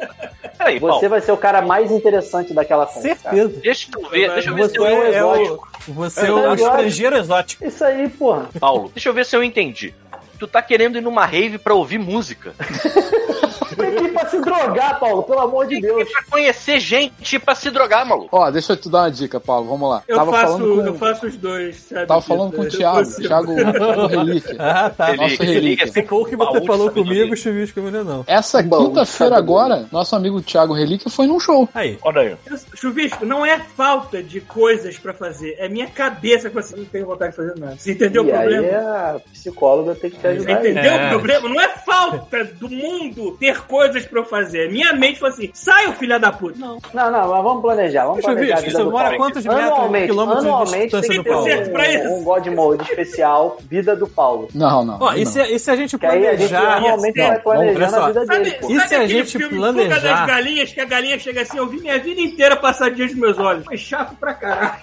Speaker 3: Peraí, Paulo,
Speaker 6: Você vai ser o cara mais interessante daquela conta. cara.
Speaker 1: Certeza.
Speaker 3: deixa eu ver, deixa eu ver se
Speaker 1: Você
Speaker 3: eu
Speaker 1: é o,
Speaker 6: um exótico.
Speaker 1: você é
Speaker 6: Eu
Speaker 1: o
Speaker 6: sou
Speaker 1: estrangeiro exótico.
Speaker 6: Isso aí, porra.
Speaker 3: Paulo, deixa eu ver se eu entendi. Tu tá querendo ir numa rave pra ouvir música.
Speaker 6: Tem que ir pra se drogar, Paulo, pelo amor de
Speaker 3: E
Speaker 6: Deus.
Speaker 3: pra conhecer gente pra se drogar, maluco.
Speaker 7: Ó, deixa eu te dar uma dica, Paulo. Vamos lá.
Speaker 2: Eu,
Speaker 7: Tava
Speaker 2: faço,
Speaker 7: falando com...
Speaker 2: eu faço os dois, sabe?
Speaker 7: Tava
Speaker 2: disso,
Speaker 7: falando com
Speaker 2: né?
Speaker 7: o
Speaker 2: Eu
Speaker 7: Thiago.
Speaker 2: consigo.
Speaker 7: Thiago, Thiago Relíquia.
Speaker 1: Ah, tá.
Speaker 7: Relíquia. Nossa relíquia.
Speaker 1: Ficou o que você
Speaker 3: Baú de
Speaker 1: falou
Speaker 3: sabedoria.
Speaker 1: comigo, chuvisco, menino, não.
Speaker 7: Essa
Speaker 6: Bom, sabe
Speaker 7: quinta-feira agora, nosso amigo Thiago Relíquia foi num show.
Speaker 1: Aí.
Speaker 3: Olha aí.
Speaker 2: Chuvisco, não é falta de coisas pra fazer, é minha cabeça que você não tem vontade de fazer nada. é- Você
Speaker 1: um
Speaker 2: entendeu
Speaker 6: E
Speaker 2: o problema?
Speaker 6: aí a psicóloga tem que te
Speaker 2: Você
Speaker 6: ajudar. aí.
Speaker 2: entendeu
Speaker 1: É.
Speaker 2: o problema? Não é falta do mundo ter coisas pra eu fazer. Minha mente falou assim: sai, ô filha da puta. Não.
Speaker 6: Não, não, mas vamos planejar. Vamos
Speaker 1: Deixa eu
Speaker 6: planejar.
Speaker 1: ver,
Speaker 6: a vida
Speaker 1: você
Speaker 6: do
Speaker 1: mora
Speaker 6: Paulo.
Speaker 1: quantos metros,
Speaker 6: Anualmente,
Speaker 1: quilômetros de
Speaker 6: anualmente
Speaker 1: distância
Speaker 6: tem
Speaker 1: do
Speaker 6: que ter
Speaker 1: Paulo?
Speaker 2: certeza. pra
Speaker 6: um,
Speaker 2: isso.
Speaker 6: um God Mode especial, vida do Paulo.
Speaker 7: Não, não.
Speaker 1: Ó,
Speaker 7: aí
Speaker 1: e
Speaker 7: não.
Speaker 1: se, e se a gente
Speaker 6: Que aí a gente
Speaker 1: planejar...
Speaker 6: anualmente
Speaker 1: Não,
Speaker 6: vai planejando
Speaker 1: olha
Speaker 6: a
Speaker 1: só.
Speaker 6: vida
Speaker 2: Sabe,
Speaker 6: dele, pô.
Speaker 1: E
Speaker 2: sabe
Speaker 1: se é a
Speaker 2: aquele
Speaker 1: gente
Speaker 2: filme
Speaker 1: planejar?
Speaker 2: Fuga das Galinhas, que a galinha chega assim, eu vi minha vida inteira passar dias nos meus olhos. Foi chato pra caralho.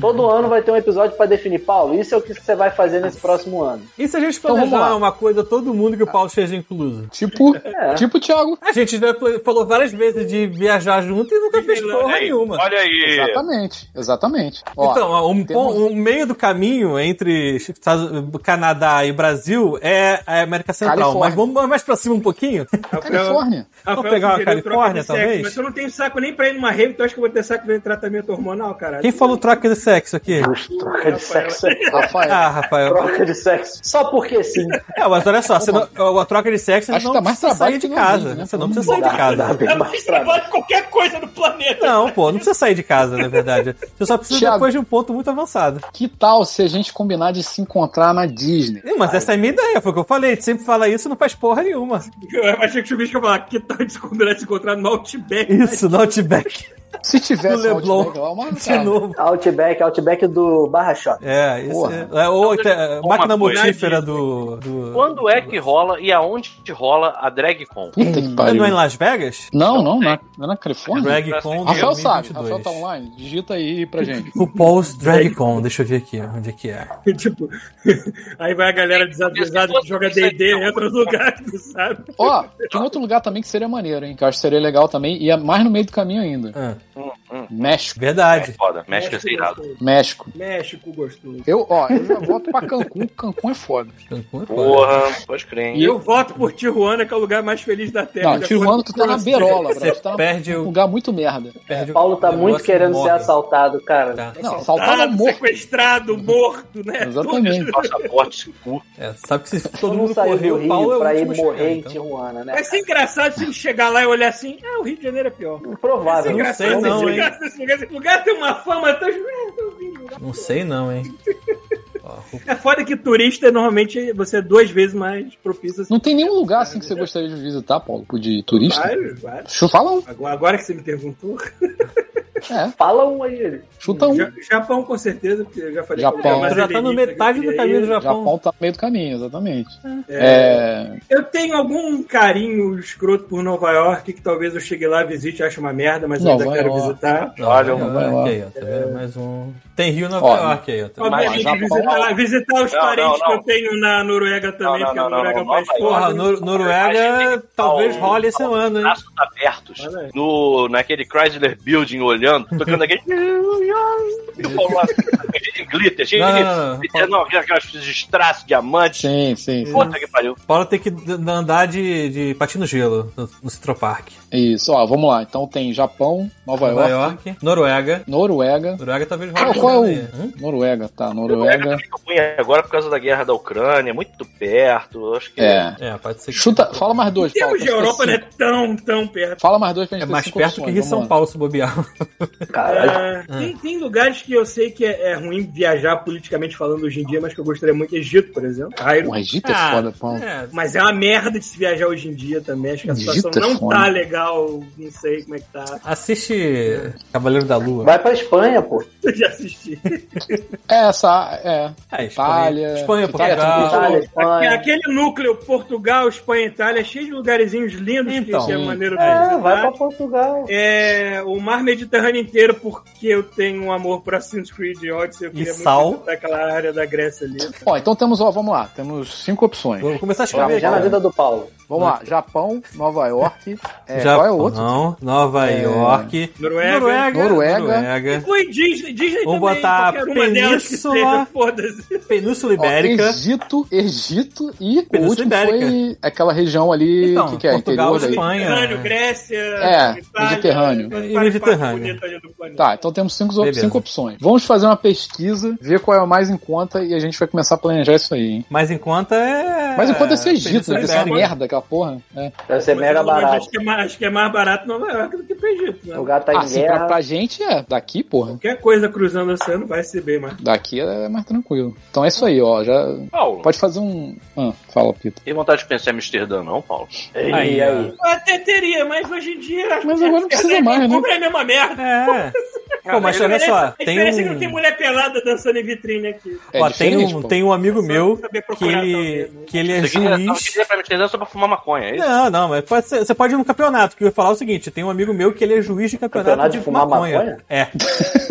Speaker 6: Todo ano vai ter um episódio pra definir, Paulo, isso é o que você vai fazer nesse próximo ano.
Speaker 1: E se a gente
Speaker 7: Então, vamos
Speaker 1: planejar
Speaker 7: lá.
Speaker 1: uma coisa, todo mundo que o Paulo seja incluso?
Speaker 7: Tipo,
Speaker 6: É.
Speaker 7: tipo o Thiago.
Speaker 1: A gente já pla- falou várias vezes de viajar junto e nunca fez
Speaker 2: Disneyland.
Speaker 1: porra nenhuma.
Speaker 3: Olha aí.
Speaker 7: Exatamente, exatamente. Ó,
Speaker 1: Então, ó, um, pon-
Speaker 7: temos-
Speaker 1: um meio do caminho entre Estados- Canadá e Brasil é a América Central.
Speaker 7: Califórnia.
Speaker 1: Mas vamos mais pra cima um pouquinho?
Speaker 7: Califórnia.
Speaker 1: Vamos pegar uma
Speaker 2: sugeriu troca
Speaker 1: Califórnia,
Speaker 2: de sexo,
Speaker 1: talvez?
Speaker 2: Mas eu não tenho saco nem pra ir numa rave, então acho que eu vou ter saco pra ir em tratamento hormonal, caralho.
Speaker 1: Quem falou troca de sexo aqui?
Speaker 6: Troca de sexo. é-
Speaker 7: Rafael.
Speaker 1: Ah, Rafael.
Speaker 6: Troca de sexo. Só porque sim.
Speaker 1: É, mas olha só, você não- a troca de sexo você
Speaker 7: Acho
Speaker 1: não
Speaker 7: que dá mais
Speaker 1: precisa
Speaker 7: trabalho
Speaker 1: sair de
Speaker 7: que não
Speaker 1: casa.
Speaker 7: vende, né?
Speaker 1: Você não
Speaker 7: Vamos
Speaker 1: precisa sair de
Speaker 6: Dá- dá
Speaker 1: casa.
Speaker 6: bem
Speaker 2: Dá
Speaker 6: mais
Speaker 2: mais
Speaker 6: trabalho.
Speaker 2: trabalho que qualquer coisa do planeta.
Speaker 1: Não, pô, não precisa sair de casa, na verdade. Você só precisa
Speaker 7: Thiago.
Speaker 1: depois de um ponto muito avançado.
Speaker 7: Que tal se a gente combinar de se encontrar na Disney?
Speaker 1: Ih, Mas essa é a minha ideia, foi o que eu falei. Tu sempre fala isso e não faz porra nenhuma.
Speaker 2: Eu achei que o Chubisco ia falar, que tal de se combinar de se encontrar no Outback?
Speaker 1: Isso, no Outback.
Speaker 7: Se
Speaker 1: Do
Speaker 7: tivesse um
Speaker 1: Leblon.
Speaker 7: Outback, lá, uma
Speaker 1: De novo.
Speaker 6: Outback, Outback do Barra Shop.
Speaker 1: É, isso
Speaker 7: Porra.
Speaker 1: é, é, ou até, é, máquina
Speaker 3: Uma coisa
Speaker 1: mortífera do. do-
Speaker 3: Quando é que rola e aonde que rola a drag con?
Speaker 7: Puta que
Speaker 1: Não é
Speaker 7: pariu.
Speaker 1: em Las Vegas?
Speaker 7: Não, não, na, não é na Califórnia?
Speaker 1: DragCon
Speaker 7: Rafael sabe,
Speaker 1: 2022.
Speaker 7: Rafael tá online. Digita aí pra gente.
Speaker 1: RuPaul's DragCon, deixa eu ver aqui onde é que é.
Speaker 2: tipo, aí vai a galera desavisada que joga D&D, entra no lugar, não sabe?
Speaker 7: Ó, tem outro lugar também que seria maneiro, hein? Que eu acho que seria legal também. E é mais no meio do caminho ainda.
Speaker 1: Ah,
Speaker 7: México.
Speaker 1: verdade.
Speaker 3: Foda, México é ser irado.
Speaker 2: gostoso.
Speaker 7: México.
Speaker 2: México gostoso.
Speaker 7: Eu, ó, eu já volto pra Cancún. Cancún é foda.
Speaker 1: Cancún é foda.
Speaker 3: Porra, pode crer, hein?
Speaker 2: E eu voto por Tijuana, que é o lugar mais feliz da Terra.
Speaker 7: Não, Tijuana tu tá na berola,
Speaker 1: Você
Speaker 7: bro. Tu tá
Speaker 1: perde
Speaker 7: num
Speaker 1: o.
Speaker 7: lugar muito merda.
Speaker 1: Perde o-
Speaker 6: Paulo tá
Speaker 1: o
Speaker 6: muito
Speaker 1: negócio
Speaker 6: querendo
Speaker 1: morre.
Speaker 6: ser assaltado, cara.
Speaker 1: Tá.
Speaker 7: Não, faltava
Speaker 2: Assaltado,
Speaker 7: morto.
Speaker 2: sequestrado, morto, né?
Speaker 7: Exatamente.
Speaker 3: Passaporte, esse cu.
Speaker 1: É, sabe que se todo
Speaker 6: Todo mundo
Speaker 1: mundo
Speaker 6: saiu
Speaker 1: correr,
Speaker 6: do
Speaker 1: o Paulo é
Speaker 6: Rio
Speaker 1: o
Speaker 6: pra ir
Speaker 1: último a chegar,
Speaker 6: morrer em
Speaker 1: então.
Speaker 6: Tijuana, né?
Speaker 2: Vai ser engraçado se chegar lá e olhar assim, ah, o Rio de Janeiro é pior. Vai ser
Speaker 6: Improvável.
Speaker 1: Não
Speaker 2: engraçado
Speaker 1: sei
Speaker 2: se
Speaker 1: não,
Speaker 2: chegar nesse lugar, esse lugar tem uma fama tão...
Speaker 6: então.
Speaker 1: Não sei não, hein. Ó,
Speaker 2: É foda que turista, normalmente, você é duas vezes mais propício a
Speaker 7: Não tem nenhum lugar assim que você gostaria de visitar, Paulo, de turista?
Speaker 2: Vários, vários.
Speaker 7: Chuta um.
Speaker 2: Agora, agora que você me perguntou,
Speaker 7: É,
Speaker 6: Fala um aí.
Speaker 7: chuta um.
Speaker 2: Ja- Japão com certeza, porque eu já falei
Speaker 7: Japão.
Speaker 2: que eu
Speaker 1: tu
Speaker 2: mais
Speaker 1: já tá no
Speaker 2: elenista
Speaker 1: metade
Speaker 2: que eu
Speaker 1: do
Speaker 2: queria
Speaker 1: caminho do
Speaker 2: ir.
Speaker 1: Japão.
Speaker 7: Japão tá no meio do caminho, exatamente.
Speaker 2: É,
Speaker 7: É.
Speaker 2: Eu tenho algum carinho escroto por Nova York, que talvez eu chegue lá, visite, ache uma merda, mas eu
Speaker 7: Nova
Speaker 2: ainda quero
Speaker 7: York.
Speaker 2: visitar.
Speaker 1: Olha,
Speaker 7: Nova
Speaker 1: Nova
Speaker 7: York.
Speaker 1: York aí, ó, tá vendo? Mais um. Tem Rio Nova
Speaker 7: Ó,
Speaker 1: York aí, ó. tá vendo?
Speaker 2: Obviamente,
Speaker 7: Japão-
Speaker 2: visitar, lá, visitar os
Speaker 3: Não,
Speaker 2: parentes
Speaker 3: não, não.
Speaker 2: que eu tenho na Noruega também,
Speaker 3: não,
Speaker 2: porque
Speaker 3: não,
Speaker 2: a Noruega
Speaker 3: não,
Speaker 2: é um país
Speaker 3: Nova York.
Speaker 1: Porra,
Speaker 2: foda.
Speaker 1: Nor- Noruega talvez role esse ano, hein?
Speaker 3: Braços abertos no, naquele Chrysler Building olhando, tocando aquele. Eu falo lá, cheio de glitter, cheio
Speaker 1: Não,
Speaker 3: de.
Speaker 1: não, não,
Speaker 3: Não, aquelas coisas de traço, diamante.
Speaker 7: Sim, sim, sim.
Speaker 3: Puta que pariu.
Speaker 1: Paulo tem que d- andar de, de patino gelo no, no Central Park.
Speaker 7: Isso, ó, vamos lá. Então tem Japão, Nova,
Speaker 1: Nova
Speaker 7: York,
Speaker 1: York, Noruega.
Speaker 7: Noruega.
Speaker 1: Noruega talvez role
Speaker 7: Qual,
Speaker 1: esse
Speaker 7: qual é
Speaker 1: ano
Speaker 7: o.
Speaker 1: aí. Hum?
Speaker 7: Noruega, tá.
Speaker 3: Noruega
Speaker 7: Noruega.
Speaker 3: também que eu punha agora por causa da guerra da Ucrânia, muito perto. Acho que.
Speaker 7: É.
Speaker 1: É, pode ser que...
Speaker 7: Chuta, fala mais dois,
Speaker 2: Em termos
Speaker 7: Paulo.
Speaker 2: de
Speaker 7: pra gente ter
Speaker 2: Europa, não é
Speaker 7: cinco.
Speaker 2: tão, tão perto.
Speaker 7: Fala mais dois pra gente
Speaker 1: É
Speaker 7: ter
Speaker 1: mais
Speaker 7: cinco
Speaker 1: perto que
Speaker 7: opções,
Speaker 1: Rio
Speaker 7: vamos
Speaker 1: São
Speaker 7: lá.
Speaker 1: Paulo se bobear.
Speaker 6: Caralho.
Speaker 2: É,
Speaker 1: Ah.
Speaker 2: tem, tem lugares que eu sei que é, é ruim viajar politicamente falando hoje em dia, mas que eu gostaria muito. Egito, por exemplo. Cairo.
Speaker 7: Porra, Egito é foda, Paulo.
Speaker 1: É,
Speaker 2: Mas é uma merda de se viajar hoje em dia também. Acho que a situação
Speaker 7: Egito é
Speaker 2: não
Speaker 7: foda.
Speaker 2: tá legal. Não sei como é que tá.
Speaker 1: assiste Cavaleiro da Lua.
Speaker 6: Vai pra Espanha, pô. É,
Speaker 2: Eu já assisti.
Speaker 7: É, essa. É.
Speaker 1: É,
Speaker 7: Itália.
Speaker 1: Espanha,
Speaker 7: Itália,
Speaker 1: Portugal.
Speaker 6: Itália,
Speaker 2: Aque-
Speaker 6: Espanha.
Speaker 2: Aquele núcleo Portugal, Espanha, Itália, é cheio de lugarzinhos lindos
Speaker 1: Então,
Speaker 2: que é maneiro de
Speaker 6: É, vai pra
Speaker 2: visitar.
Speaker 6: Portugal.
Speaker 2: É, o mar Mediterrâneo inteiro, porque eu tenho um amor por Assassin's Creed e Odyssey. Eu
Speaker 1: E
Speaker 2: queria
Speaker 1: sal.
Speaker 2: muito visitar aquela área da Grécia ali. tá?
Speaker 7: Ó, então temos, ó, vamos lá. Temos cinco opções.
Speaker 1: Vou começar a escrever
Speaker 6: Já na
Speaker 1: aqui.
Speaker 6: vida do Paulo.
Speaker 7: Vamos lá. Japão, Nova York. É, qual é o outro? É.
Speaker 1: Japão, Nova York,
Speaker 2: Noruega.
Speaker 7: Noruega.
Speaker 1: Noruega,
Speaker 2: Foi Disney, Disney
Speaker 1: Vou
Speaker 2: também,
Speaker 1: botar
Speaker 2: qualquer uma delas que
Speaker 1: Península.
Speaker 2: seja, foda-se.
Speaker 1: Península
Speaker 7: Ó,
Speaker 1: Ibérica.
Speaker 7: Egito, Egito e o
Speaker 1: Península
Speaker 7: último foi
Speaker 1: Ibérica.
Speaker 7: aquela região ali
Speaker 1: Então,
Speaker 7: que, que é
Speaker 1: Portugal,
Speaker 7: interior aí.
Speaker 1: Espanha.
Speaker 2: Mediterrâneo, Grécia,
Speaker 7: É, Mediterrâneo.
Speaker 2: vários
Speaker 1: E
Speaker 2: países
Speaker 1: Mediterrâneo.
Speaker 2: bonitos metade do planeta.
Speaker 7: Tá, então temos cinco, op-
Speaker 1: Beleza.
Speaker 7: cinco opções. Vamos fazer uma pesquisa, ver qual é o mais em conta e a gente vai começar a planejar isso aí, hein?
Speaker 1: Mas enquanto é. né?
Speaker 7: Mas enquanto é esse Egito,
Speaker 1: Perdição
Speaker 7: deve ser
Speaker 1: ibérica.
Speaker 7: uma merda aquela porra. né?
Speaker 6: Deve ser
Speaker 2: Mas
Speaker 6: mega
Speaker 2: eu não- mas
Speaker 6: barato.
Speaker 2: Acho que, é mais, acho que é mais barato Nova York do que pro Egito, né?
Speaker 6: O lugar tá em
Speaker 7: Ah, sim, pra,
Speaker 6: guerra.
Speaker 7: pra gente é. Daqui, porra.
Speaker 2: Qualquer coisa cruzando o oceano vai ser bem mais.
Speaker 7: Daqui é mais tranquilo. Então é isso aí, ó. Já
Speaker 3: Paulo,
Speaker 7: pode fazer um. Ah, fala, Pita.
Speaker 3: tem vontade de pensar em Amsterdã, não, Paulo?
Speaker 6: E
Speaker 1: Aí,
Speaker 6: aí?
Speaker 2: Até teria, mas hoje em dia.
Speaker 7: Mas agora não precisa mais, né?
Speaker 2: Compra a mesma merda.
Speaker 1: É. Pô, mas
Speaker 2: A
Speaker 1: olha só,
Speaker 2: diferença- A
Speaker 1: tem
Speaker 2: diferença é que não tem
Speaker 1: um.
Speaker 2: mulher pelada dançando em vitrine aqui.
Speaker 7: É
Speaker 1: Ó, tem
Speaker 7: diferente,
Speaker 1: um,
Speaker 7: pô.
Speaker 1: tem um amigo meu
Speaker 2: saber
Speaker 1: que
Speaker 2: procurar
Speaker 1: ele,
Speaker 2: também, né?
Speaker 1: que ele é
Speaker 3: Você quer eu
Speaker 1: juiz.
Speaker 3: queria ir pra Amsterdã só pra fumar maconha, é isso?
Speaker 1: Não, não, mas pode ser- você pode ir no campeonato, que eu ia falar o seguinte: tem um amigo meu que ele é juiz de campeonato,
Speaker 6: Campeonato
Speaker 1: de,
Speaker 6: de fumar
Speaker 1: maconha.
Speaker 6: maconha?
Speaker 1: É.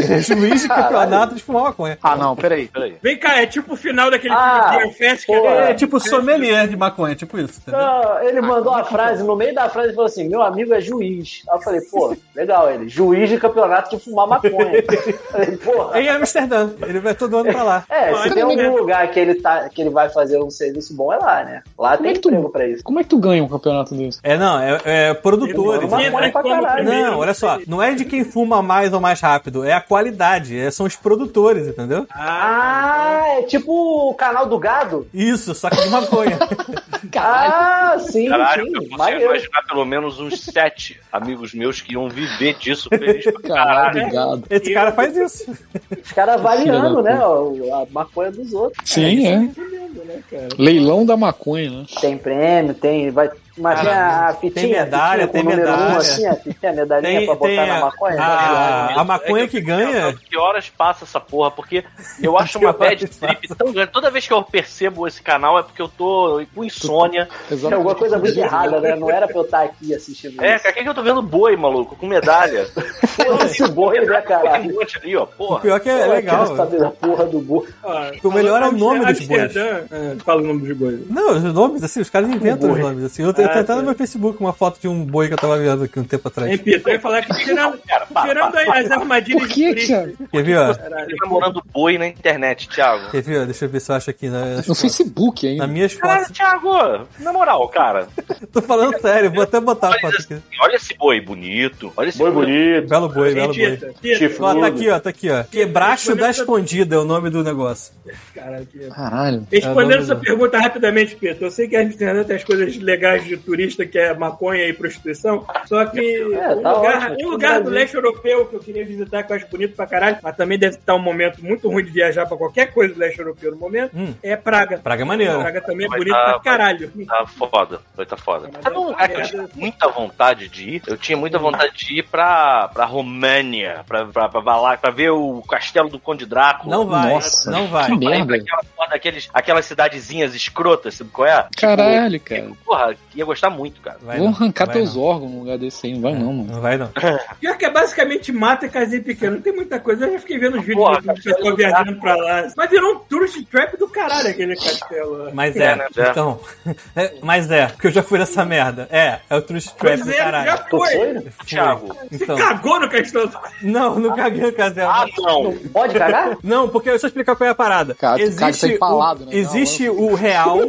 Speaker 1: Ele é juiz de campeonato de fumar maconha.
Speaker 7: Ah, não, peraí.
Speaker 3: Peraí.
Speaker 2: Vem cá, é tipo o final daquele
Speaker 6: Ah,
Speaker 2: filme Dear Fest, que
Speaker 6: pô.
Speaker 2: é
Speaker 1: É tipo sommelier de maconha, tipo isso, entendeu?
Speaker 6: Não,
Speaker 1: Ah,
Speaker 6: ele mandou a frase, no meio da frase ele falou assim: meu amigo é juiz. Aí eu falei, pô, legal ele, juiz de campeonato de fumar maconha. Eu falei, porra.
Speaker 1: É em Amsterdã, ele vai todo ano pra lá.
Speaker 6: É, se
Speaker 2: Olha,
Speaker 6: tem
Speaker 2: né?
Speaker 6: algum lugar que ele, tá, que ele vai fazer um serviço bom, é lá, né? Lá tem
Speaker 7: é que tu-
Speaker 6: emprego pra isso.
Speaker 7: Como é que tu ganha um campeonato desse?
Speaker 1: É, não, é, é produtores.
Speaker 6: Ele
Speaker 1: né?
Speaker 6: mora pra caralho.
Speaker 1: Não, olha só, não é de quem fuma mais ou mais rápido, é a qualidade, é- são os produtores, entendeu?
Speaker 6: Ah, é tipo o canal do gado?
Speaker 1: Isso, só que de maconha.
Speaker 6: Ah, sim,
Speaker 3: Caralho, eu
Speaker 6: sim.
Speaker 3: consigo
Speaker 6: Maneiro.
Speaker 3: imaginar pelo menos uns sete amigos meus que iam viver disso feliz pra caralho.
Speaker 7: Caralho, gado.
Speaker 1: Esse cara faz isso.
Speaker 6: Os caras variando,
Speaker 7: Filha da
Speaker 6: né? ó, A maconha dos outros. né?
Speaker 7: Sim, é.
Speaker 1: né,
Speaker 7: Leilão da maconha, né?
Speaker 6: Tem prêmio, tem. Vai, mas tem a, a fitinha.
Speaker 1: tem medalha,
Speaker 6: fitinha com
Speaker 1: tem
Speaker 6: o número
Speaker 1: medalha.
Speaker 6: Um, assim, a fitinha, a medalhinha
Speaker 1: Tem,
Speaker 6: pra botar
Speaker 1: tem
Speaker 6: na
Speaker 1: a, Ah.
Speaker 6: maconha. né?
Speaker 1: a,
Speaker 3: é
Speaker 1: a maconha que ganha.
Speaker 3: Que horas passa essa porra? Porque eu acho uma
Speaker 1: Que
Speaker 3: bad
Speaker 1: horas
Speaker 3: trip tão grande. Toda vez que eu percebo esse canal é porque eu tô com insônia.
Speaker 6: Tem
Speaker 7: Exato.
Speaker 6: alguma coisa muito errada, né? Não era pra eu estar aqui assistindo
Speaker 3: É,
Speaker 6: isso.
Speaker 3: cara, que eu tô vendo boi, maluco, com medalha.
Speaker 6: Esse boi, né,
Speaker 3: Tem
Speaker 6: caralho?
Speaker 3: um monte ali, ó,
Speaker 1: O
Speaker 3: porra.
Speaker 1: pior que é
Speaker 6: Eu
Speaker 1: legal.
Speaker 6: quero
Speaker 7: né?
Speaker 6: saber da porra do boi.
Speaker 1: O melhor é o nome dos bois.
Speaker 2: Amsterdã, é, fala o nome dos bois.
Speaker 1: Não, os nomes, assim, os caras inventam os nomes, assim. Eu, eu tô
Speaker 2: Ah,
Speaker 1: tentando
Speaker 2: tá.
Speaker 1: no meu Facebook uma foto de um boi que eu tava vendo aqui um tempo
Speaker 2: Hein,
Speaker 1: atrás.
Speaker 2: Pito? Eu ia falar que tirando, tirando aí as armadilhas
Speaker 7: Por que,
Speaker 2: de
Speaker 7: Thiago?
Speaker 1: Quer ver, ó?
Speaker 2: Caralho.
Speaker 3: Você tá namorando boi na internet, Thiago.
Speaker 1: Quer ver, ó? Deixa eu ver se eu acho aqui. Na, nas
Speaker 7: No
Speaker 1: fotos.
Speaker 7: Facebook ainda.
Speaker 1: Nas minhas
Speaker 3: Caralho,
Speaker 1: fotos.
Speaker 3: Thiago, na moral, cara.
Speaker 1: Tô falando sério, vou até botar a
Speaker 3: Olha,
Speaker 1: foto
Speaker 3: esse-
Speaker 1: aqui.
Speaker 3: olha esse boi bonito. Olha esse boi
Speaker 6: bonito.
Speaker 1: Belo boi, belo boi.
Speaker 2: Pita, Pita,
Speaker 1: Ó, tá aqui, ó, tá aqui, ó. Quebracho da escondida é o nome do negócio.
Speaker 2: caralho, Pita.
Speaker 7: Caralho.
Speaker 1: É,
Speaker 2: Respondendo
Speaker 1: não,
Speaker 2: essa
Speaker 1: não.
Speaker 2: pergunta rapidamente, Pito, eu sei que a Amsterdã tem as coisas legais de turista, que é maconha e prostituição, só que
Speaker 6: É,
Speaker 2: um
Speaker 6: tá
Speaker 2: lugar,
Speaker 6: ótimo,
Speaker 2: um
Speaker 6: tipo
Speaker 2: lugar do
Speaker 6: Brasil.
Speaker 2: leste europeu que eu queria visitar, que eu acho bonito pra caralho, mas também deve estar um momento muito ruim de viajar pra qualquer coisa do leste europeu no momento,
Speaker 1: Hum.
Speaker 2: é Praga.
Speaker 1: Praga é maneiro.
Speaker 2: Praga também é
Speaker 3: Vai
Speaker 2: bonito
Speaker 3: tá,
Speaker 2: pra caralho.
Speaker 3: Tá foda, vai tá foda. Sabe um lugar que eu tinha muita vontade de ir? Eu tinha muita vontade de ir pra, pra Romênia, pra, pra, pra, pra, lá, pra ver o castelo do Conde Drácula.
Speaker 1: Não vai,
Speaker 7: Nossa,
Speaker 1: não vai.
Speaker 7: que
Speaker 3: Pra ir pra
Speaker 7: merda.
Speaker 3: aquela porra daqueles- aquelas cidadezinhas escrotas, sabe qual é?
Speaker 7: Caralho, cara.
Speaker 3: Tipo, porra, ia gostar muito, cara.
Speaker 1: Vai
Speaker 7: Vou
Speaker 1: não,
Speaker 7: arrancar
Speaker 1: vai
Speaker 7: teus
Speaker 1: não. É.
Speaker 7: órgãos num lugar desse aí. Não vai não, mano.
Speaker 1: Não vai não.
Speaker 2: Pior que é basicamente mata e casinha pequena. Não tem muita coisa. Eu já fiquei vendo os vídeos
Speaker 3: Porra,
Speaker 2: do pessoal
Speaker 3: castelo
Speaker 2: viajando pra lá. Mas virou um tourist trap do caralho aquele castelo.
Speaker 1: Mas é,
Speaker 3: É, né? É.
Speaker 1: então. É, mas é, porque eu já fui nessa merda. É, é o Trust Trap
Speaker 2: Pois
Speaker 1: do
Speaker 2: é, já
Speaker 1: caralho.
Speaker 6: Tu
Speaker 2: foi.
Speaker 6: foi? né?
Speaker 1: Foi.
Speaker 3: Thiago.
Speaker 2: Se
Speaker 1: Então,
Speaker 2: cagou no castelo do
Speaker 1: não, não caguei no casal.
Speaker 3: Ah, não!
Speaker 6: Pode cagar?
Speaker 1: Não, porque deixa eu explicar qual é a parada.
Speaker 7: Cara, tu caga, tá empalado,
Speaker 1: o,
Speaker 7: né?
Speaker 1: existe o real.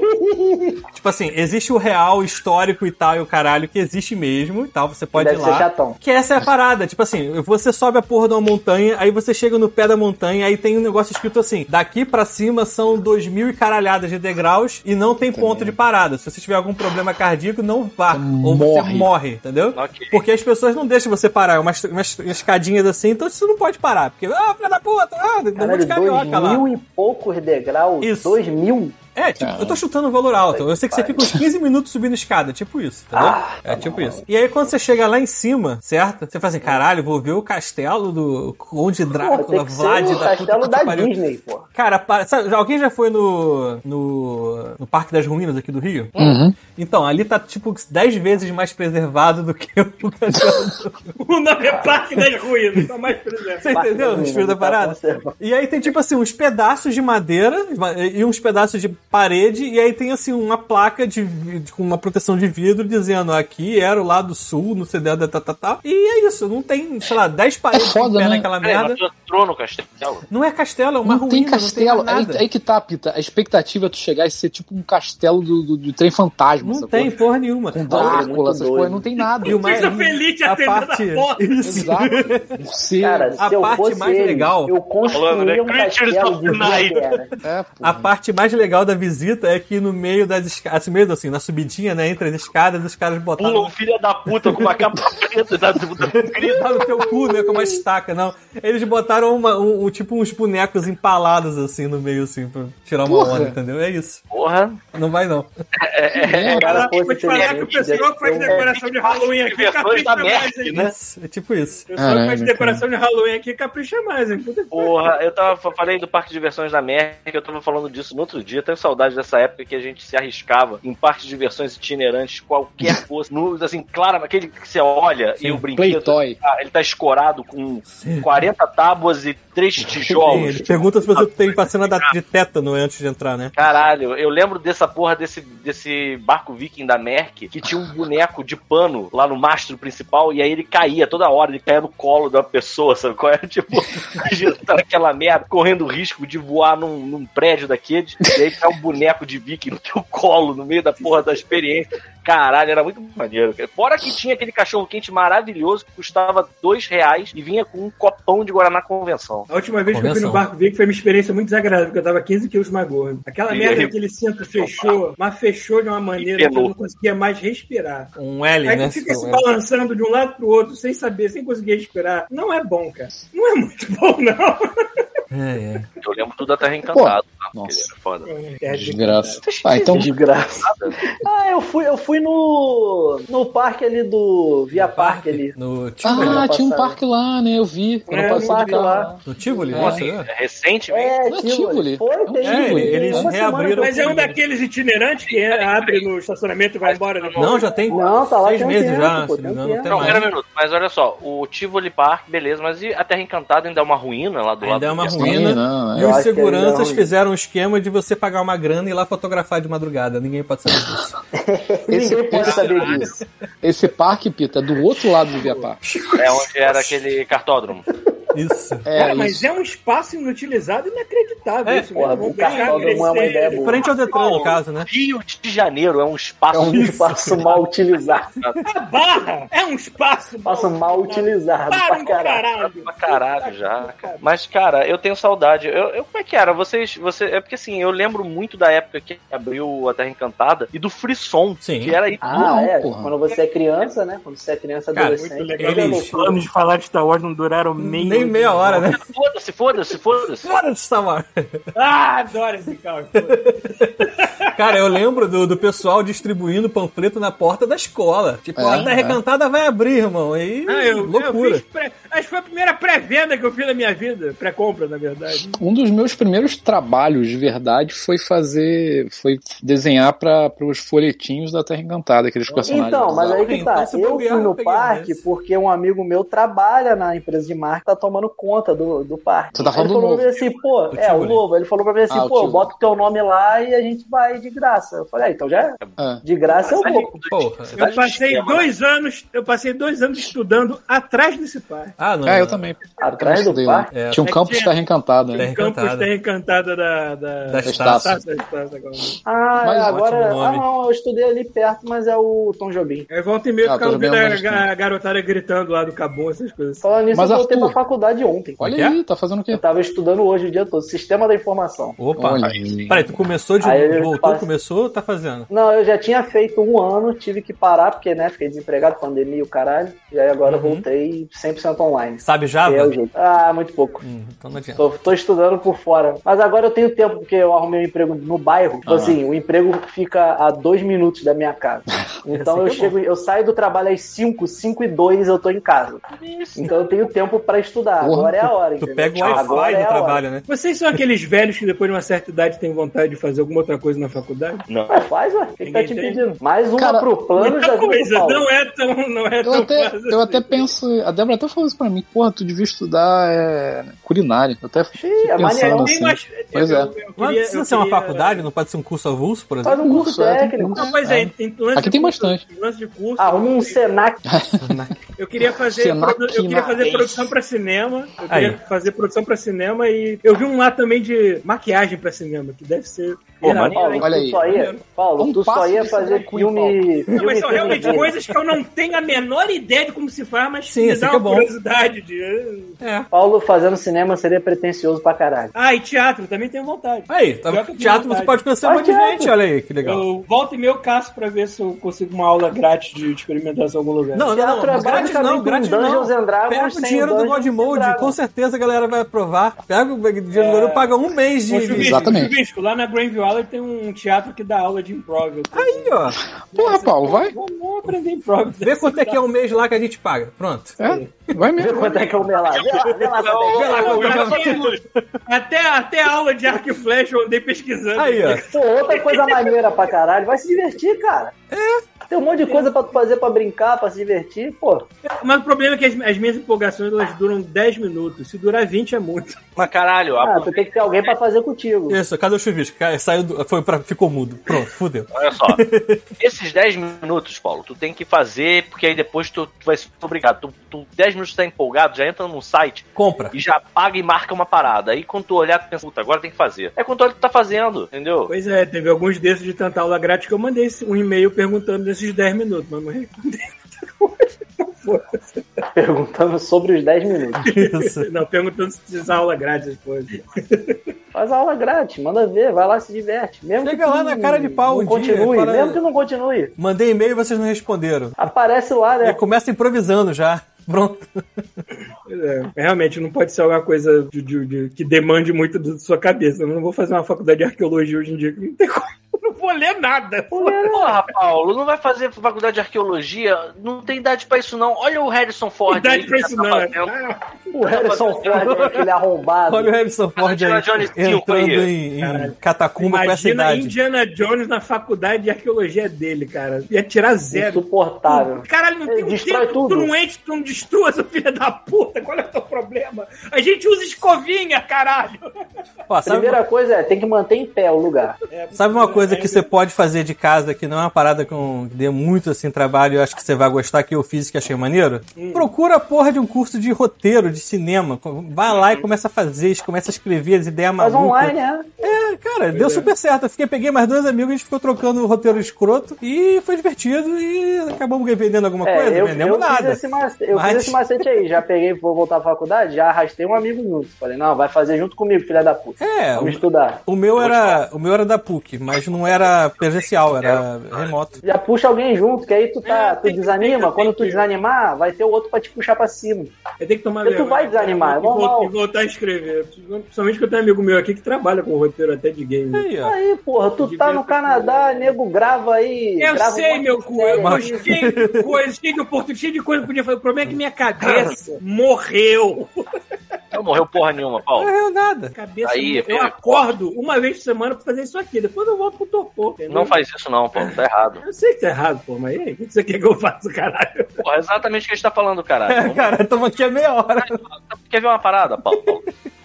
Speaker 1: tipo assim, existe o real histórico e tal, e o caralho, que existe mesmo e tal, você pode
Speaker 6: Deve
Speaker 1: ir lá.
Speaker 6: ser chatão.
Speaker 1: Que essa é a parada, tipo assim, você sobe a porra de uma montanha, aí você chega no pé da montanha, aí tem um negócio escrito assim: daqui pra cima são dois mil e caralhadas de degraus e não tem ponto de parada. Se você tiver algum problema cardíaco, não vá. Ou você
Speaker 7: Morre.
Speaker 1: morre, entendeu?
Speaker 3: Ok.
Speaker 1: Porque as pessoas não deixam você parar, É umas, umas escadinhas assim, então você não pode parar. Porque, ah, filha da puta, ah, deu um monte
Speaker 6: Caralho,
Speaker 1: de
Speaker 6: dois
Speaker 1: carioca lá.
Speaker 6: mil e poucos degraus.
Speaker 1: Isso.
Speaker 6: Dois mil?
Speaker 1: É, tipo, eu tô chutando um valor alto. Eu sei que você fica uns 15 minutos subindo escada, tipo isso, entendeu?
Speaker 6: Ah, tá
Speaker 1: é tipo isso. E aí quando você chega lá em cima, certo? Você fala assim, caralho, vou ver o castelo do Conde
Speaker 6: Porra, tem
Speaker 1: Drácula,
Speaker 6: que ser
Speaker 1: Vlad
Speaker 6: o
Speaker 1: da puta
Speaker 6: castelo
Speaker 1: que
Speaker 6: da
Speaker 1: pariu.
Speaker 6: Disney, pô.
Speaker 1: Cara, pa- sabe, já- alguém já foi no, no, no Parque das Ruínas aqui do Rio?
Speaker 6: Uhum.
Speaker 1: Então, ali tá tipo 10 vezes mais preservado do que o castelo.
Speaker 2: O nome é Parque das Ruínas. Tá mais preservado.
Speaker 1: Você entendeu o
Speaker 6: Ruínas,
Speaker 1: espírito da
Speaker 6: tá
Speaker 1: parada?
Speaker 6: conservado.
Speaker 1: E aí tem tipo assim, uns pedaços de madeira e uns pedaços de parede, e aí tem assim uma placa de, vi- com uma proteção de vidro dizendo aqui era o lado sul, não sei da tá, tá, tá. E é isso, não tem, sei lá, 10 paredes
Speaker 7: foda,
Speaker 1: em pé
Speaker 7: né?
Speaker 1: naquela
Speaker 3: Peraí,
Speaker 1: merda.
Speaker 3: mas tu entrou no castelo?
Speaker 1: Não é castelo, é uma
Speaker 7: Não
Speaker 1: ruína,
Speaker 7: tem castelo.
Speaker 8: mais
Speaker 7: Aí,
Speaker 8: nada.
Speaker 7: aí que tá, Pita. A expectativa é tu chegar e ser tipo um castelo do, do, do trem fantasma.
Speaker 1: Não
Speaker 7: sacou?
Speaker 1: tem porra nenhuma.
Speaker 7: Com
Speaker 1: Ah,
Speaker 6: Nossa, é muito
Speaker 7: Drácula, essas
Speaker 6: doido.
Speaker 7: coisas. Não tem nada.
Speaker 1: E o mais.
Speaker 2: Fica feliz de
Speaker 1: a
Speaker 2: atender na
Speaker 1: parte-
Speaker 2: porta.
Speaker 1: Isso.
Speaker 7: Exato. Morcego.
Speaker 6: Cara,
Speaker 1: A
Speaker 6: se eu
Speaker 1: parte
Speaker 6: fosse
Speaker 1: mais
Speaker 6: ele,
Speaker 1: legal-
Speaker 6: eu construiria
Speaker 3: Falando,
Speaker 6: um
Speaker 3: né? Creatures
Speaker 6: castelo
Speaker 3: of
Speaker 6: de
Speaker 3: the Night.
Speaker 6: Runeterra.
Speaker 7: É, pô.
Speaker 1: A parte mais legal da visita é que no meio das escadas, assim, meio assim, na subidinha, né, entre as escadas, os caras botaram
Speaker 3: Pula um filho da puta com uma capa preta da, da grita.
Speaker 1: Tá no teu cu, né? Com uma estaca, não. Eles botaram uma, um, um- tipo uns bonecos empalados assim no meio, assim, pra tirar uma
Speaker 7: Porra.
Speaker 1: onda, entendeu? É isso.
Speaker 3: Porra.
Speaker 1: Não vai não.
Speaker 7: né,
Speaker 6: Se o É, cara
Speaker 2: Caraca,
Speaker 6: fosse
Speaker 2: vou te falar que o
Speaker 6: inteligente, ia
Speaker 2: pessoal que faz
Speaker 6: ser um-
Speaker 2: decoração de Halloween aqui
Speaker 3: Versões
Speaker 2: capricha
Speaker 3: da
Speaker 2: mais,
Speaker 3: Merck,
Speaker 2: hein?
Speaker 3: né?
Speaker 1: Isso, é tipo isso.
Speaker 2: O pessoal que faz
Speaker 7: Caralho,
Speaker 2: decoração de Halloween aqui capricha mais, hein? Puta que
Speaker 3: Porra, eu tava, falei do parque de diversões da Merck, eu tava falando disso no outro dia, tenho saudade dessa época que a gente se arriscava em parques de diversões itinerantes, qualquer coisa, no, assim, claro, aquele que você olha e o brinquedo,
Speaker 7: Um Playtoy.
Speaker 3: tá- ele tá escorado com 40 tábuas e três
Speaker 1: Sim,
Speaker 3: tijolos.
Speaker 1: ele pergunta se você tem vacina da, de tétano antes de entrar, né?
Speaker 3: Caralho, eu lembro dessa porra desse, desse barco viking da Merck que tinha um boneco de pano lá no mastro principal e aí ele caía toda hora, ele caía no colo da pessoa, sabe qual era? Tipo, tá aquela merda, correndo risco de voar num, num prédio daqueles e aí cai um boneco de viking no teu colo, no meio da porra da experiência. Caralho, era muito maneiro. cara. Fora que tinha aquele cachorro quente maravilhoso que custava dois reais e vinha com um copão de Guaraná Convenção.
Speaker 2: A última vez que eu fui
Speaker 1: Convenção.
Speaker 2: no Barco Vic foi uma experiência muito desagradável, porque eu tava 15 quilos mais gordo. Aquela
Speaker 3: E
Speaker 2: merda
Speaker 3: aí?
Speaker 2: que ele cinto fechou, mas fechou de uma maneira que eu
Speaker 3: penou.
Speaker 2: não conseguia mais respirar.
Speaker 1: Um L,
Speaker 2: Aí
Speaker 1: né?
Speaker 2: tu fica se balançando de um lado pro outro, sem saber, sem conseguir respirar. Não é bom, cara. Não é muito bom, não.
Speaker 1: É, é.
Speaker 3: Eu lembro tudo da Terra Encantada. tá? Porque
Speaker 7: Nossa.
Speaker 3: Era foda.
Speaker 2: É,
Speaker 7: Desgraça. Ah, então.
Speaker 6: De graça. Ah, eu fui, eu fui no. no parque ali do. Via Parque ali.
Speaker 1: No Tivoli.
Speaker 7: Ah, tinha um
Speaker 6: passado.
Speaker 7: parque lá, né? Eu vi. Eu
Speaker 2: É,
Speaker 7: não
Speaker 2: um
Speaker 7: passei
Speaker 6: parque
Speaker 7: de carro.
Speaker 6: lá.
Speaker 1: No Tivoli,
Speaker 7: É.
Speaker 1: né? Isso aí, ó.
Speaker 3: Recentemente.
Speaker 6: É, um
Speaker 7: Não é Tivoli.
Speaker 6: Tivoli. Foi, tem
Speaker 1: É,
Speaker 6: Tivoli.
Speaker 1: eles
Speaker 6: Uma semana
Speaker 1: reabriram.
Speaker 2: Mas é um daqueles itinerantes que é- abre no estacionamento e vai embora. né?
Speaker 1: Não, já tem
Speaker 6: Não, tá lá
Speaker 1: seis
Speaker 6: tem um
Speaker 1: meses
Speaker 6: tempo,
Speaker 1: já,
Speaker 6: pô,
Speaker 1: se não
Speaker 6: tem
Speaker 1: me
Speaker 6: um
Speaker 1: engano, até
Speaker 3: Não,
Speaker 1: mais.
Speaker 3: pera um minuto, mas olha só, o Tivoli Park, beleza, mas e a Terra Encantada ainda é uma ruína lá do lado?
Speaker 1: Ainda é uma
Speaker 3: do-
Speaker 1: ruína.
Speaker 7: não, é.
Speaker 1: E
Speaker 6: Eu
Speaker 1: os
Speaker 6: acho que ainda
Speaker 1: seguranças
Speaker 6: não.
Speaker 1: fizeram um esquema de você pagar uma grana e ir lá fotografar de madrugada. Ninguém pode saber disso.
Speaker 7: Esse-
Speaker 6: Ninguém pode
Speaker 7: esse-
Speaker 6: saber disso.
Speaker 7: Esse parque, Pita, é do outro lado do Via Parque.
Speaker 3: É onde era aquele cartódromo.
Speaker 1: Isso.
Speaker 7: É,
Speaker 2: Cara, mas
Speaker 7: isso.
Speaker 2: é um espaço inutilizado inacreditável.
Speaker 1: É,
Speaker 2: isso,
Speaker 6: porra,
Speaker 2: mesmo.
Speaker 6: o cartódromo não é uma ideia boa.
Speaker 1: Frente ao Detran, no caso, né?
Speaker 3: Rio de Janeiro é um
Speaker 6: É
Speaker 3: espaço.
Speaker 6: um espaço mal utilizado.
Speaker 2: A barra é um espaço.
Speaker 6: Espaço mal utilizado
Speaker 2: Para
Speaker 6: pra
Speaker 2: um
Speaker 6: caralho.
Speaker 2: caralho.
Speaker 3: Pra caralho já, cara. Mas, cara, eu tenho saudade. Eu, eu- como é que era? Vocês. Você, é porque assim, eu lembro muito da época que abriu a Terra Encantada e do Frisson,
Speaker 1: Sim.
Speaker 3: que era aí.
Speaker 6: Ah, é.
Speaker 7: porra.
Speaker 6: Quando você é criança, né? Quando você é criança
Speaker 1: Cara,
Speaker 6: adolescente.
Speaker 2: muito legal.
Speaker 6: é
Speaker 1: Eles,
Speaker 6: loucura.
Speaker 2: planos de falar de Star Wars não duraram
Speaker 1: nem
Speaker 2: meio
Speaker 1: meia hora, né?
Speaker 3: Foda-se, foda-se, foda-se.
Speaker 1: Fora de Star Wars.
Speaker 2: Ah, adoro esse carro.
Speaker 1: Cara, eu lembro do, do pessoal distribuindo panfleto na porta da escola. Tipo,
Speaker 7: É,
Speaker 1: ó, a terra
Speaker 7: é.
Speaker 1: recantada vai abrir, irmão. E
Speaker 2: Ah, eu, eu
Speaker 1: É, loucura.
Speaker 2: fiz pré- acho que foi a primeira pré-venda que eu fiz na minha vida. Pré-compra, na verdade.
Speaker 7: Um dos meus primeiros trabalhos de verdade foi fazer. Foi desenhar para os folhetinhos da Terra Encantada, aqueles personagens.
Speaker 6: Então, mas aí
Speaker 1: Ah,
Speaker 6: que
Speaker 1: então
Speaker 6: tá.
Speaker 1: se
Speaker 6: eu
Speaker 1: bobear,
Speaker 6: fui
Speaker 1: eu
Speaker 6: no
Speaker 1: peguei
Speaker 6: parque
Speaker 1: nesse.
Speaker 6: porque um amigo meu trabalha na empresa de marca, tá tomando conta do, do parque.
Speaker 7: Você tá falando
Speaker 6: ele falou
Speaker 7: do
Speaker 6: pra mim assim, pô,
Speaker 1: Do
Speaker 6: é, o
Speaker 1: Tivoli.
Speaker 6: novo. Ele falou pra mim assim,
Speaker 7: Ah, o
Speaker 6: pô,
Speaker 7: Tivoli.
Speaker 6: bota o teu nome lá e a gente vai de graça. Eu falei, ah, então já é.
Speaker 7: Ah.
Speaker 6: De graça eu vou.
Speaker 1: Porra.
Speaker 2: Eu passei dois anos, eu passei dois anos estudando atrás desse parque.
Speaker 1: Ah, não.
Speaker 7: É, eu também.
Speaker 6: Atrás do
Speaker 7: Estudei lá.
Speaker 6: parque.
Speaker 1: É,
Speaker 7: Tinha um
Speaker 2: É que
Speaker 7: campus
Speaker 2: tinha-
Speaker 7: Terra Encantada, né?
Speaker 1: Terra
Speaker 2: Campos
Speaker 1: Encantada.
Speaker 2: Terra Encantada da, da,
Speaker 1: Da
Speaker 7: Estácio.
Speaker 2: Estácio, da Estácio, agora.
Speaker 6: Ah,
Speaker 7: Mas
Speaker 6: agora.
Speaker 1: ótimo nome.
Speaker 6: Ah, não, eu estudei ali perto, mas é o Tom Jobim.
Speaker 2: Aí volta e meia
Speaker 7: Ah,
Speaker 2: ficava
Speaker 7: tudo bem,
Speaker 2: ouvindo a
Speaker 7: mas não.
Speaker 2: ga- garotada gritando lá do Cabum, essas coisas assim.
Speaker 6: Falando nisso,
Speaker 7: Mas,
Speaker 6: eu voltei
Speaker 7: Arthur,
Speaker 6: pra faculdade ontem.
Speaker 7: Olha aí, tá fazendo o quê?
Speaker 6: Eu tava estudando hoje o dia todo, sistema da informação.
Speaker 1: Opa.
Speaker 7: Olha aí.
Speaker 1: Peraí, tu começou de
Speaker 6: Aí eu
Speaker 1: novo, voltou,
Speaker 6: faço-
Speaker 1: começou, tá fazendo?
Speaker 6: Não, eu já tinha feito um ano, tive que parar, porque, né, fiquei desempregado, pandemia, e o caralho. E aí agora eu
Speaker 1: Uhum.
Speaker 6: voltei 100% online.
Speaker 1: Sabe
Speaker 6: Que é o
Speaker 1: Java?
Speaker 6: jeito. Ah, muito pouco.
Speaker 1: Hum, então não adianta.
Speaker 6: Tô, tô estudando por fora. Mas agora eu tenho tempo, porque eu arrumei um emprego no bairro. Tipo
Speaker 7: Ah.
Speaker 6: assim, o emprego fica a dois minutos da minha casa. Então eu
Speaker 1: Esse que é
Speaker 6: chego, eu saio do trabalho às 5, 5 e 2 eu tô em casa. Então eu tenho tempo pra estudar.
Speaker 7: Porra,
Speaker 6: agora é a hora,
Speaker 1: Tu
Speaker 6: entendeu?
Speaker 1: pega o
Speaker 6: Agora
Speaker 1: Wi-Fi
Speaker 6: é
Speaker 1: do
Speaker 6: a hora.
Speaker 1: trabalho, né?
Speaker 2: Vocês são aqueles velhos que depois de uma certa idade têm vontade de fazer alguma outra coisa na faculdade?
Speaker 3: Não.
Speaker 6: Ué, faz, ué. O que, que tá
Speaker 2: Ninguém
Speaker 6: te
Speaker 2: tem.
Speaker 6: pedindo? Mais uma
Speaker 7: Cara,
Speaker 6: pro plano já
Speaker 2: Muita
Speaker 6: viu
Speaker 2: coisa,
Speaker 6: Paulo.
Speaker 2: não é tão, não é
Speaker 7: Eu
Speaker 2: tão
Speaker 7: até,
Speaker 2: fácil
Speaker 7: eu
Speaker 2: assim.
Speaker 7: até penso, a Débora até falou isso pra mim, porra, tu devia estudar é, culinária. Eu até fiquei
Speaker 6: Xiii, é
Speaker 7: pensando
Speaker 6: maneiro.
Speaker 7: assim.
Speaker 2: mais.
Speaker 7: Pois é.
Speaker 2: eu- eu queria-
Speaker 1: Mas não precisa
Speaker 2: eu
Speaker 1: ser uma
Speaker 2: queria-
Speaker 1: faculdade, não pode ser um curso avulso, por exemplo.
Speaker 6: Faz um curso
Speaker 7: Curso, é, tem
Speaker 6: técnico.
Speaker 7: curso.
Speaker 2: Não, mas é, tem lance
Speaker 7: Aqui
Speaker 2: de curso-
Speaker 7: tem bastante.
Speaker 2: Lance de curso.
Speaker 1: Ah,
Speaker 6: Arruma um Senac.
Speaker 2: Eu queria fazer,
Speaker 7: Senac
Speaker 2: produ- eu queria fazer
Speaker 7: Narense.
Speaker 2: produção pra cinema. Eu
Speaker 1: Aí.
Speaker 2: queria fazer produção pra cinema e eu vi um lá também de maquiagem pra cinema, que deve ser.
Speaker 3: Pô,
Speaker 2: irado.
Speaker 3: maneiro,
Speaker 6: Paulo,
Speaker 7: hein? Olha
Speaker 6: tu
Speaker 7: aí.
Speaker 6: só ia, Paulo,
Speaker 7: Um
Speaker 6: tu só
Speaker 7: passo
Speaker 6: ia
Speaker 7: de
Speaker 6: fazer
Speaker 7: Senac,
Speaker 6: filme.
Speaker 2: Não, mas
Speaker 6: filme
Speaker 2: são realmente
Speaker 6: estrangeiro.
Speaker 2: coisas que eu não tenho a menor ideia de como se faz, mas
Speaker 1: Sim,
Speaker 2: me
Speaker 1: assim
Speaker 2: dá
Speaker 1: que
Speaker 2: uma
Speaker 1: é bom.
Speaker 2: curiosidade de.
Speaker 1: É.
Speaker 6: Paulo fazendo cinema seria pretencioso pra caralho.
Speaker 2: Ah, e teatro, também tenho vontade.
Speaker 1: Aí, tá-
Speaker 2: Pior que eu tenho
Speaker 1: teatro você
Speaker 2: vontade.
Speaker 1: pode conhecer um
Speaker 6: Faz
Speaker 1: monte de
Speaker 6: teatro.
Speaker 1: gente, olha aí, que é legal.
Speaker 2: Eu volto e meio caço pra ver se eu consigo uma aula grátis de experimentação em algum lugar.
Speaker 1: Não, não,
Speaker 6: Teatro
Speaker 1: não,
Speaker 6: é
Speaker 1: grátis
Speaker 6: basicamente
Speaker 1: não,
Speaker 6: um
Speaker 1: grátis
Speaker 6: Dungeons
Speaker 1: não.
Speaker 6: and Dragons
Speaker 1: Pega
Speaker 6: sem
Speaker 1: o
Speaker 6: o
Speaker 1: dinheiro do
Speaker 6: Dungeons
Speaker 1: God
Speaker 6: and
Speaker 1: Mode,
Speaker 6: Dragons. É.
Speaker 1: com certeza a galera vai aprovar. Pega o dinheiro do God Mode, paga um mês
Speaker 2: Ô,
Speaker 1: de...
Speaker 2: Chuvisco,
Speaker 7: Exatamente.
Speaker 2: Chuvisco, lá na Grandview Alley tem um teatro que dá aula de improv. Eu tô-
Speaker 1: Aí, ó,
Speaker 7: Porra, Paulo, vai.
Speaker 2: Vamos vamos aprender improv.
Speaker 1: vê quanto é que é um mês lá que a gente paga, pronto.
Speaker 7: É, vai
Speaker 6: Vê
Speaker 7: mesmo.
Speaker 6: quanto é que é o melado. Vê lá, vê
Speaker 3: Não,
Speaker 6: lá, Satanás.
Speaker 1: Vê lá,
Speaker 3: não,
Speaker 1: vê
Speaker 6: Ah,
Speaker 1: lá.
Speaker 2: Até, até aula de arco e flecha eu andei pesquisando.
Speaker 1: Aí, ó,
Speaker 6: Pô, outra coisa maneira pra caralho. Vai se divertir, cara. É. Tem um monte de coisa pra tu fazer pra brincar, pra se divertir, pô.
Speaker 2: Mas o problema é que as, as minhas empolgações elas duram 10 minutos. Se durar 20 é muito.
Speaker 3: Mas caralho,
Speaker 6: Ah,
Speaker 3: a-
Speaker 6: tu tem que ter alguém pra fazer contigo.
Speaker 1: isso, cadê o chuvisco? Cara, Saiu do... Foi pra... Ficou mudo, pronto, fudeu.
Speaker 3: olha só. Esses 10 minutos, Paulo, tu tem que fazer, porque aí depois tu, tu vai ser obrigado. Tu, tu 10 minutos tu tá empolgado, já entra num site
Speaker 1: Compra.
Speaker 3: e já paga e marca uma parada. Aí quando tu olhar, tu pensa, puta, agora tem que fazer. É quando tu olha, tu tá fazendo, entendeu?
Speaker 2: Pois é, teve alguns desses de tanta aula grátis que eu mandei esse- um e-mail perguntando desses 10 minutos, mas não respondeu.
Speaker 6: Perguntando sobre os 10 minutos.
Speaker 1: Isso.
Speaker 2: Não, perguntando se precisa aula grátis as coisas.
Speaker 6: Faz a aula grátis, manda ver, vai lá se diverte. Mesmo
Speaker 1: Chega
Speaker 6: que
Speaker 1: lá
Speaker 6: não-
Speaker 1: na cara de pau
Speaker 6: não
Speaker 1: um dia,
Speaker 6: continue,
Speaker 1: fala-
Speaker 6: mesmo que não continue.
Speaker 1: Mandei e-mail e vocês não responderam.
Speaker 6: Aparece lá,
Speaker 1: Ele
Speaker 6: né?
Speaker 1: começa improvisando já. Pronto.
Speaker 2: Pois é, realmente não pode ser alguma coisa de- de- de- que demande muito da sua cabeça. Eu não vou fazer uma faculdade de arqueologia hoje em dia, que não tem como. Eu não vou ler nada.
Speaker 3: Porra, Paulo, não vai fazer faculdade de arqueologia? Não tem idade pra isso, não. Olha o Harrison Ford.
Speaker 2: Idade
Speaker 3: aí,
Speaker 2: pra
Speaker 3: que já
Speaker 2: isso
Speaker 3: tá
Speaker 2: não. é.
Speaker 3: fazendo.
Speaker 6: O Harrison Ford, um né? aquele arrombado.
Speaker 1: Olha o Harrison Ford aí,
Speaker 3: Indiana Jones um cinco
Speaker 1: entrando em,
Speaker 3: aí.
Speaker 1: em catacumba com essa
Speaker 2: Imagina
Speaker 1: idade.
Speaker 2: Indiana Jones na faculdade de arqueologia dele, cara. Ia tirar zero.
Speaker 6: Insuportável.
Speaker 2: Caralho, não tem
Speaker 6: Ele
Speaker 2: um
Speaker 6: destrói
Speaker 2: tempo que tu
Speaker 6: tudo.
Speaker 2: não entra, tu não destrua essa filha da puta. Qual é o teu problema? A gente usa escovinha, caralho.
Speaker 1: Ó, sabe,
Speaker 6: Primeira coisa é, tem que manter em pé o lugar.
Speaker 1: sabe uma coisa que você pode fazer de casa que não é uma parada com, que dê muito assim trabalho, eu acho que você vai gostar, que eu fiz e que achei maneiro?
Speaker 6: Hum.
Speaker 1: Procura a porra de um curso de roteiro, de cinema. Vai lá e começa a fazer, começa a escrever as ideias
Speaker 6: Hum. Faz
Speaker 1: malucas.
Speaker 6: online, né?
Speaker 1: É, cara, deu super certo. Eu fiquei, peguei mais dois amigos, a gente ficou trocando o roteiro escroto e foi divertido e acabamos vendendo alguma
Speaker 6: É,
Speaker 1: coisa.
Speaker 6: eu,
Speaker 1: Vendemos
Speaker 6: eu
Speaker 1: nada.
Speaker 6: Fiz esse macete, eu
Speaker 1: Mas-
Speaker 6: fiz esse macete aí, já peguei, vou voltar pra faculdade, já arrastei um amigo junto. Falei, não, vai fazer junto comigo, filha da puta.
Speaker 1: É,
Speaker 6: Vamos
Speaker 1: o,
Speaker 6: estudar.
Speaker 1: o meu era, o meu era da PUC, mas não era presencial, era
Speaker 6: É.
Speaker 1: remoto.
Speaker 6: Já puxa alguém junto, que aí tu, tá,
Speaker 2: É,
Speaker 6: tu
Speaker 2: tem que-
Speaker 6: desanima.
Speaker 2: tem que-
Speaker 6: Quando tu
Speaker 2: tem que-
Speaker 6: desanimar, vai ter o outro pra te puxar pra cima.
Speaker 2: Eu tenho que tomar
Speaker 6: Porque tu
Speaker 2: vergonha.
Speaker 6: vai desanimar,
Speaker 2: E
Speaker 6: é normal.
Speaker 2: vol- e voltar a escrever. Principalmente que eu tenho um amigo meu aqui que trabalha com roteiro até de game.
Speaker 1: Aí, ó.
Speaker 6: Aí, porra, tu tá no Canadá, nego grava aí.
Speaker 2: Eu
Speaker 6: grava
Speaker 2: sei,
Speaker 6: um-
Speaker 2: meu cu, eu tô
Speaker 1: Mas-
Speaker 2: cheio de coisa, cheio de oportunidade, cheio de coisa que eu podia fazer. O problema é que minha cabeça morreu.
Speaker 3: Não morreu porra nenhuma, Paulo.
Speaker 1: Não errou nada.
Speaker 2: Cabeça
Speaker 3: Aí,
Speaker 2: morreu. eu
Speaker 3: é.
Speaker 2: acordo uma vez por semana pra fazer isso aqui. Depois eu volto pro torpor. entendeu?
Speaker 3: Não faz isso não, Paulo. Tá errado.
Speaker 2: Eu sei que tá errado, pô, mas e aí? O que você quer que eu faça, caralho?
Speaker 3: Porra, é exatamente o que a gente tá falando, caralho. Vamos-
Speaker 1: Cara, estamos aqui a meia hora.
Speaker 3: Quer ver uma parada, Paulo?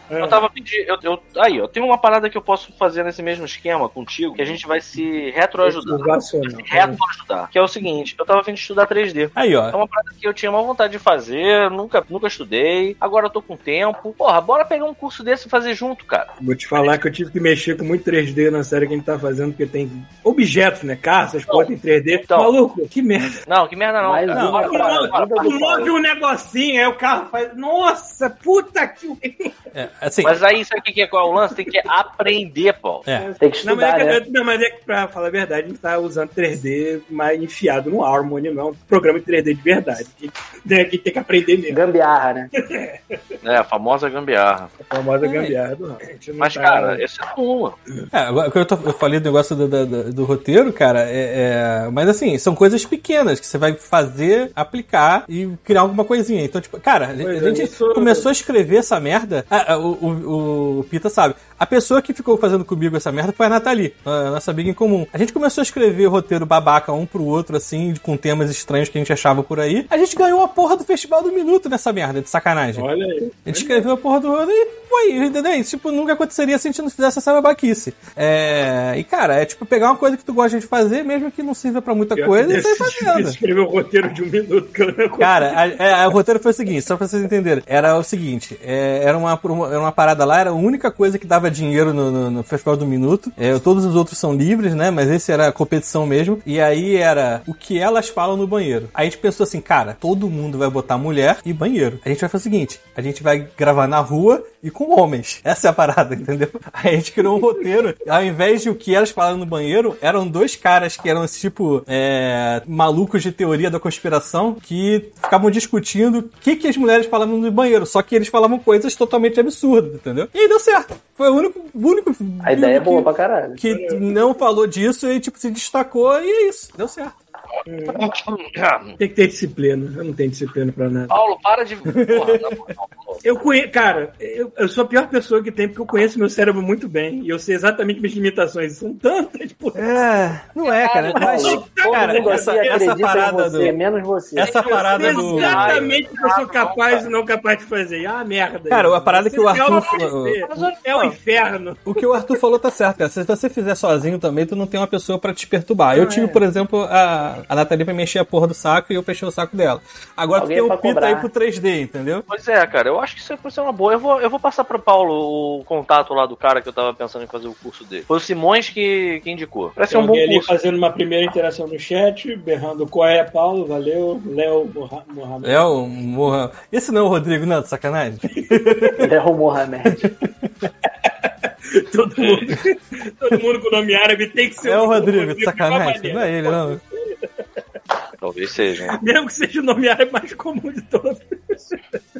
Speaker 3: Eu tava pedindo. Eu, eu- aí, ó, tem uma parada que eu posso fazer nesse mesmo esquema contigo, que a gente vai se retroajudar.
Speaker 2: Observacional.
Speaker 3: Retroajudar. Que é o seguinte, eu tava afim de estudar 3D.
Speaker 1: Aí,
Speaker 3: É
Speaker 1: ó.
Speaker 3: uma parada que eu tinha uma vontade de fazer, nunca, nunca estudei, agora eu tô com tempo. Porra, bora pegar um curso desse e fazer junto, cara.
Speaker 2: Vou te falar que eu tive que mexer com muito 3D na série que a gente tá fazendo, porque tem objetos, né? Caças,
Speaker 3: Então,
Speaker 2: podem 3D.
Speaker 3: então.
Speaker 2: Maluco, que merda.
Speaker 3: Não, que merda não,
Speaker 6: Mais
Speaker 3: cara.
Speaker 6: uma
Speaker 3: Bora,
Speaker 6: pra
Speaker 3: bora,
Speaker 6: vida
Speaker 3: bora,
Speaker 6: do
Speaker 2: Tu
Speaker 3: bora, bora.
Speaker 2: move um negocinho, aí o carro faz. Nossa, puta que.
Speaker 1: É, assim,
Speaker 3: Mas aí, sabe o que que é, qual é o lance? Tem que aprender, Paulo.
Speaker 1: é.
Speaker 6: Tem que
Speaker 2: Não, mas,
Speaker 6: estudar,
Speaker 2: é
Speaker 6: né?
Speaker 2: que, não, mas é que, pra falar a verdade, a gente tá usando 3D mais enfiado no Harmony, não. é um Programa de 3D de verdade. Que, né, que tem que aprender mesmo.
Speaker 6: Gambiarra, né?
Speaker 3: É, a famosa gambiarra.
Speaker 2: A famosa
Speaker 1: É.
Speaker 2: gambiarra do Harmony. A gente não
Speaker 3: Mas,
Speaker 2: tá-
Speaker 3: cara, essa é uma.
Speaker 1: É, agora que eu, tô- eu falei do negócio do, da- da- do roteiro, cara, é, é- mas assim, são coisas pequenas que você vai fazer, aplicar e criar alguma coisinha. Então, tipo, cara, a
Speaker 2: Pois é,
Speaker 1: gente
Speaker 2: isso-
Speaker 1: começou a escrever essa merda. ah, ah, o, o- o Pita sabe. A pessoa que ficou fazendo comigo essa merda foi a Nathalie, a nossa amiga em comum. A gente começou a escrever roteiro babaca um pro outro, assim, com temas estranhos que a gente achava por aí. A gente ganhou a porra do Festival do Minuto nessa merda, de sacanagem.
Speaker 2: Olha aí.
Speaker 1: A gente escreveu a porra do roteiro e foi, entendeu? Isso, tipo, nunca aconteceria se a gente não fizesse essa babaquice. É... E, cara, é tipo pegar uma coisa que tu gosta de fazer, mesmo que não sirva pra muita coisa, e sair fazendo.
Speaker 2: Escreveu o roteiro de um minuto que eu não consigo.
Speaker 1: Cara, a- é, a- o roteiro foi o seguinte, só pra vocês entenderem. Era o seguinte, é, era, uma, promo- era uma parada lá, era a única coisa que dava dinheiro no, no- no Festival do Minuto. É, todos os outros são livres, né? Mas esse era a competição mesmo. E aí era o que elas falam no banheiro. Aí a gente pensou assim, cara, todo mundo vai botar mulher e banheiro. A gente vai fazer o seguinte, a gente vai gravar na rua e com homens. Essa é a parada, entendeu? Aí a gente criou um roteiro. Ao invés de o que elas falaram no banheiro, eram dois caras que eram esse tipo é, malucos de teoria da conspiração que ficavam discutindo o que, que as mulheres falavam no banheiro. Só que eles falavam coisas totalmente absurdas, entendeu? E aí deu certo. Foi o único. O único
Speaker 6: A ideia é
Speaker 1: que-
Speaker 6: boa pra caralho.
Speaker 1: Que não falou disso e, tipo, se destacou e é isso. Deu certo.
Speaker 2: Tem que ter disciplina. Eu não tenho disciplina pra nada.
Speaker 3: Paulo, para de. Porra, tá na moral, Paulo.
Speaker 2: Eu conheço, cara, eu, eu sou a pior pessoa que tem, porque eu conheço meu cérebro muito bem. E eu sei exatamente minhas limitações. São tantas, pô.
Speaker 1: É, não é, cara. Mas,
Speaker 6: Paulo,
Speaker 1: cara,
Speaker 6: Todo mundo
Speaker 1: essa,
Speaker 6: aqui
Speaker 1: essa
Speaker 6: acredita
Speaker 1: parada
Speaker 6: em você,
Speaker 1: do.
Speaker 6: menos você.
Speaker 1: Essa parada do.
Speaker 2: Exatamente o que eu sou capaz e não capaz de fazer. Ah, merda.
Speaker 1: Cara, a parada que o
Speaker 2: Você é
Speaker 1: Arthur-
Speaker 2: uma- É o inferno.
Speaker 1: O que o Arthur falou tá certo, cara. Se você fizer sozinho também, tu não tem uma pessoa pra te perturbar.
Speaker 6: Ah,
Speaker 1: eu
Speaker 6: é.
Speaker 1: tive, por exemplo, a, a Nathalie pra mexer a porra do saco e eu fechei o saco dela. Agora
Speaker 6: Alguém
Speaker 1: tu tem
Speaker 6: pra
Speaker 1: um pita
Speaker 6: cobrar.
Speaker 1: aí pro 3D, entendeu?
Speaker 3: Pois é, cara, eu acho que isso vai ser uma boa. Eu vou, eu vou passar pro Paulo o contato lá do cara que eu tava pensando em fazer o curso dele. Foi o Simões que, que indicou. Parece
Speaker 2: Tem
Speaker 3: um bom
Speaker 2: alguém ali
Speaker 3: curso.
Speaker 2: fazendo uma primeira interação no chat, berrando qual é, Paulo, valeu, Léo, Moha- Mohamed.
Speaker 1: É o morra. Esse não é o Rodrigo, não, de sacanagem.
Speaker 6: Ele é o Mohamed.
Speaker 2: Todo mundo, todo mundo com nome árabe tem que ser
Speaker 1: É o
Speaker 2: nome
Speaker 1: Rodrigo, de
Speaker 2: de uma
Speaker 1: sacanagem.
Speaker 2: maneira.
Speaker 1: Não é ele, não.
Speaker 3: Talvez seja. hein?
Speaker 2: Mesmo que seja o nome árabe mais comum de todos.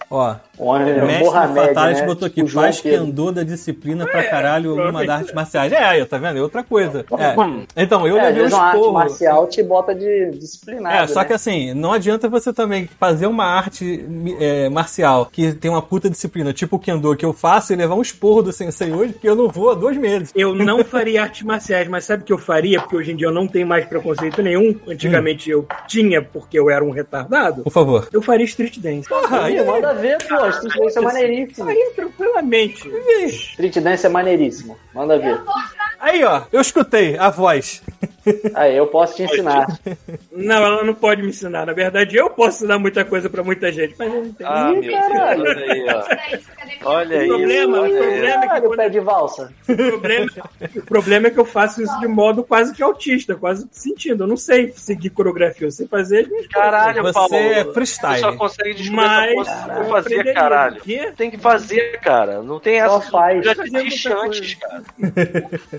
Speaker 1: Ó,
Speaker 6: O
Speaker 1: o
Speaker 6: homem- é
Speaker 1: mestre
Speaker 6: Mohamed,
Speaker 1: Fatality
Speaker 6: né?
Speaker 1: botou aqui,
Speaker 6: O João
Speaker 1: faz que
Speaker 6: Pedro.
Speaker 1: andou da disciplina pra caralho alguma das artes marciais. É, aí, tá vendo? É outra coisa. É. Então, eu
Speaker 6: É, às
Speaker 1: levei
Speaker 6: vezes
Speaker 1: uns
Speaker 6: uma arte
Speaker 1: porros.
Speaker 6: marcial te bota de disciplinado.
Speaker 1: É, só
Speaker 6: né?
Speaker 1: que assim, não adianta você também fazer uma arte é, marcial que tem uma puta disciplina, tipo o Kendo que eu faço e levar um esporro do sensei hoje, porque eu não vou há dois meses.
Speaker 2: Eu não faria artes marciais, mas sabe o que eu faria? Porque hoje em dia eu não tenho mais preconceito nenhum. Antigamente eu tinha, porque eu era um retardado.
Speaker 1: Por favor.
Speaker 2: Eu faria street dance.
Speaker 1: Porra, aí,
Speaker 6: Ih, manda ver, pô. Street Dance é maneiríssimo.
Speaker 2: Faria tranquilamente.
Speaker 6: Street Dance é maneiríssimo. Manda ver.
Speaker 1: aí, ó, eu escutei a voz.
Speaker 6: Aí, eu posso te ensinar.
Speaker 2: Não, ela não pode me ensinar. Na verdade, eu posso ensinar muita coisa pra muita gente, mas eu não tenho.
Speaker 3: Ah, meu Deus,
Speaker 6: caralho.
Speaker 3: olha aí, ó. Olha aí.
Speaker 2: Problema, problema. é
Speaker 6: Caralho, pé de valsa.
Speaker 2: O problema, o problema é que eu faço isso de modo quase que autista, quase sentindo. Eu não sei seguir coreografia, eu sei fazer as minhas
Speaker 3: Caralho,
Speaker 1: Você
Speaker 3: Paulo.
Speaker 1: é freestyle.
Speaker 3: Você só consegue descobrir
Speaker 2: Mas-
Speaker 3: essa porra se
Speaker 2: Caralho,
Speaker 3: não fazer,
Speaker 2: aprenderia.
Speaker 3: caralho.
Speaker 2: Quê?
Speaker 3: Tem que fazer, cara. Não tem essa.
Speaker 6: faz.
Speaker 3: Eu já
Speaker 2: Fazer muita
Speaker 3: desisti
Speaker 2: coisa.
Speaker 3: antes, cara.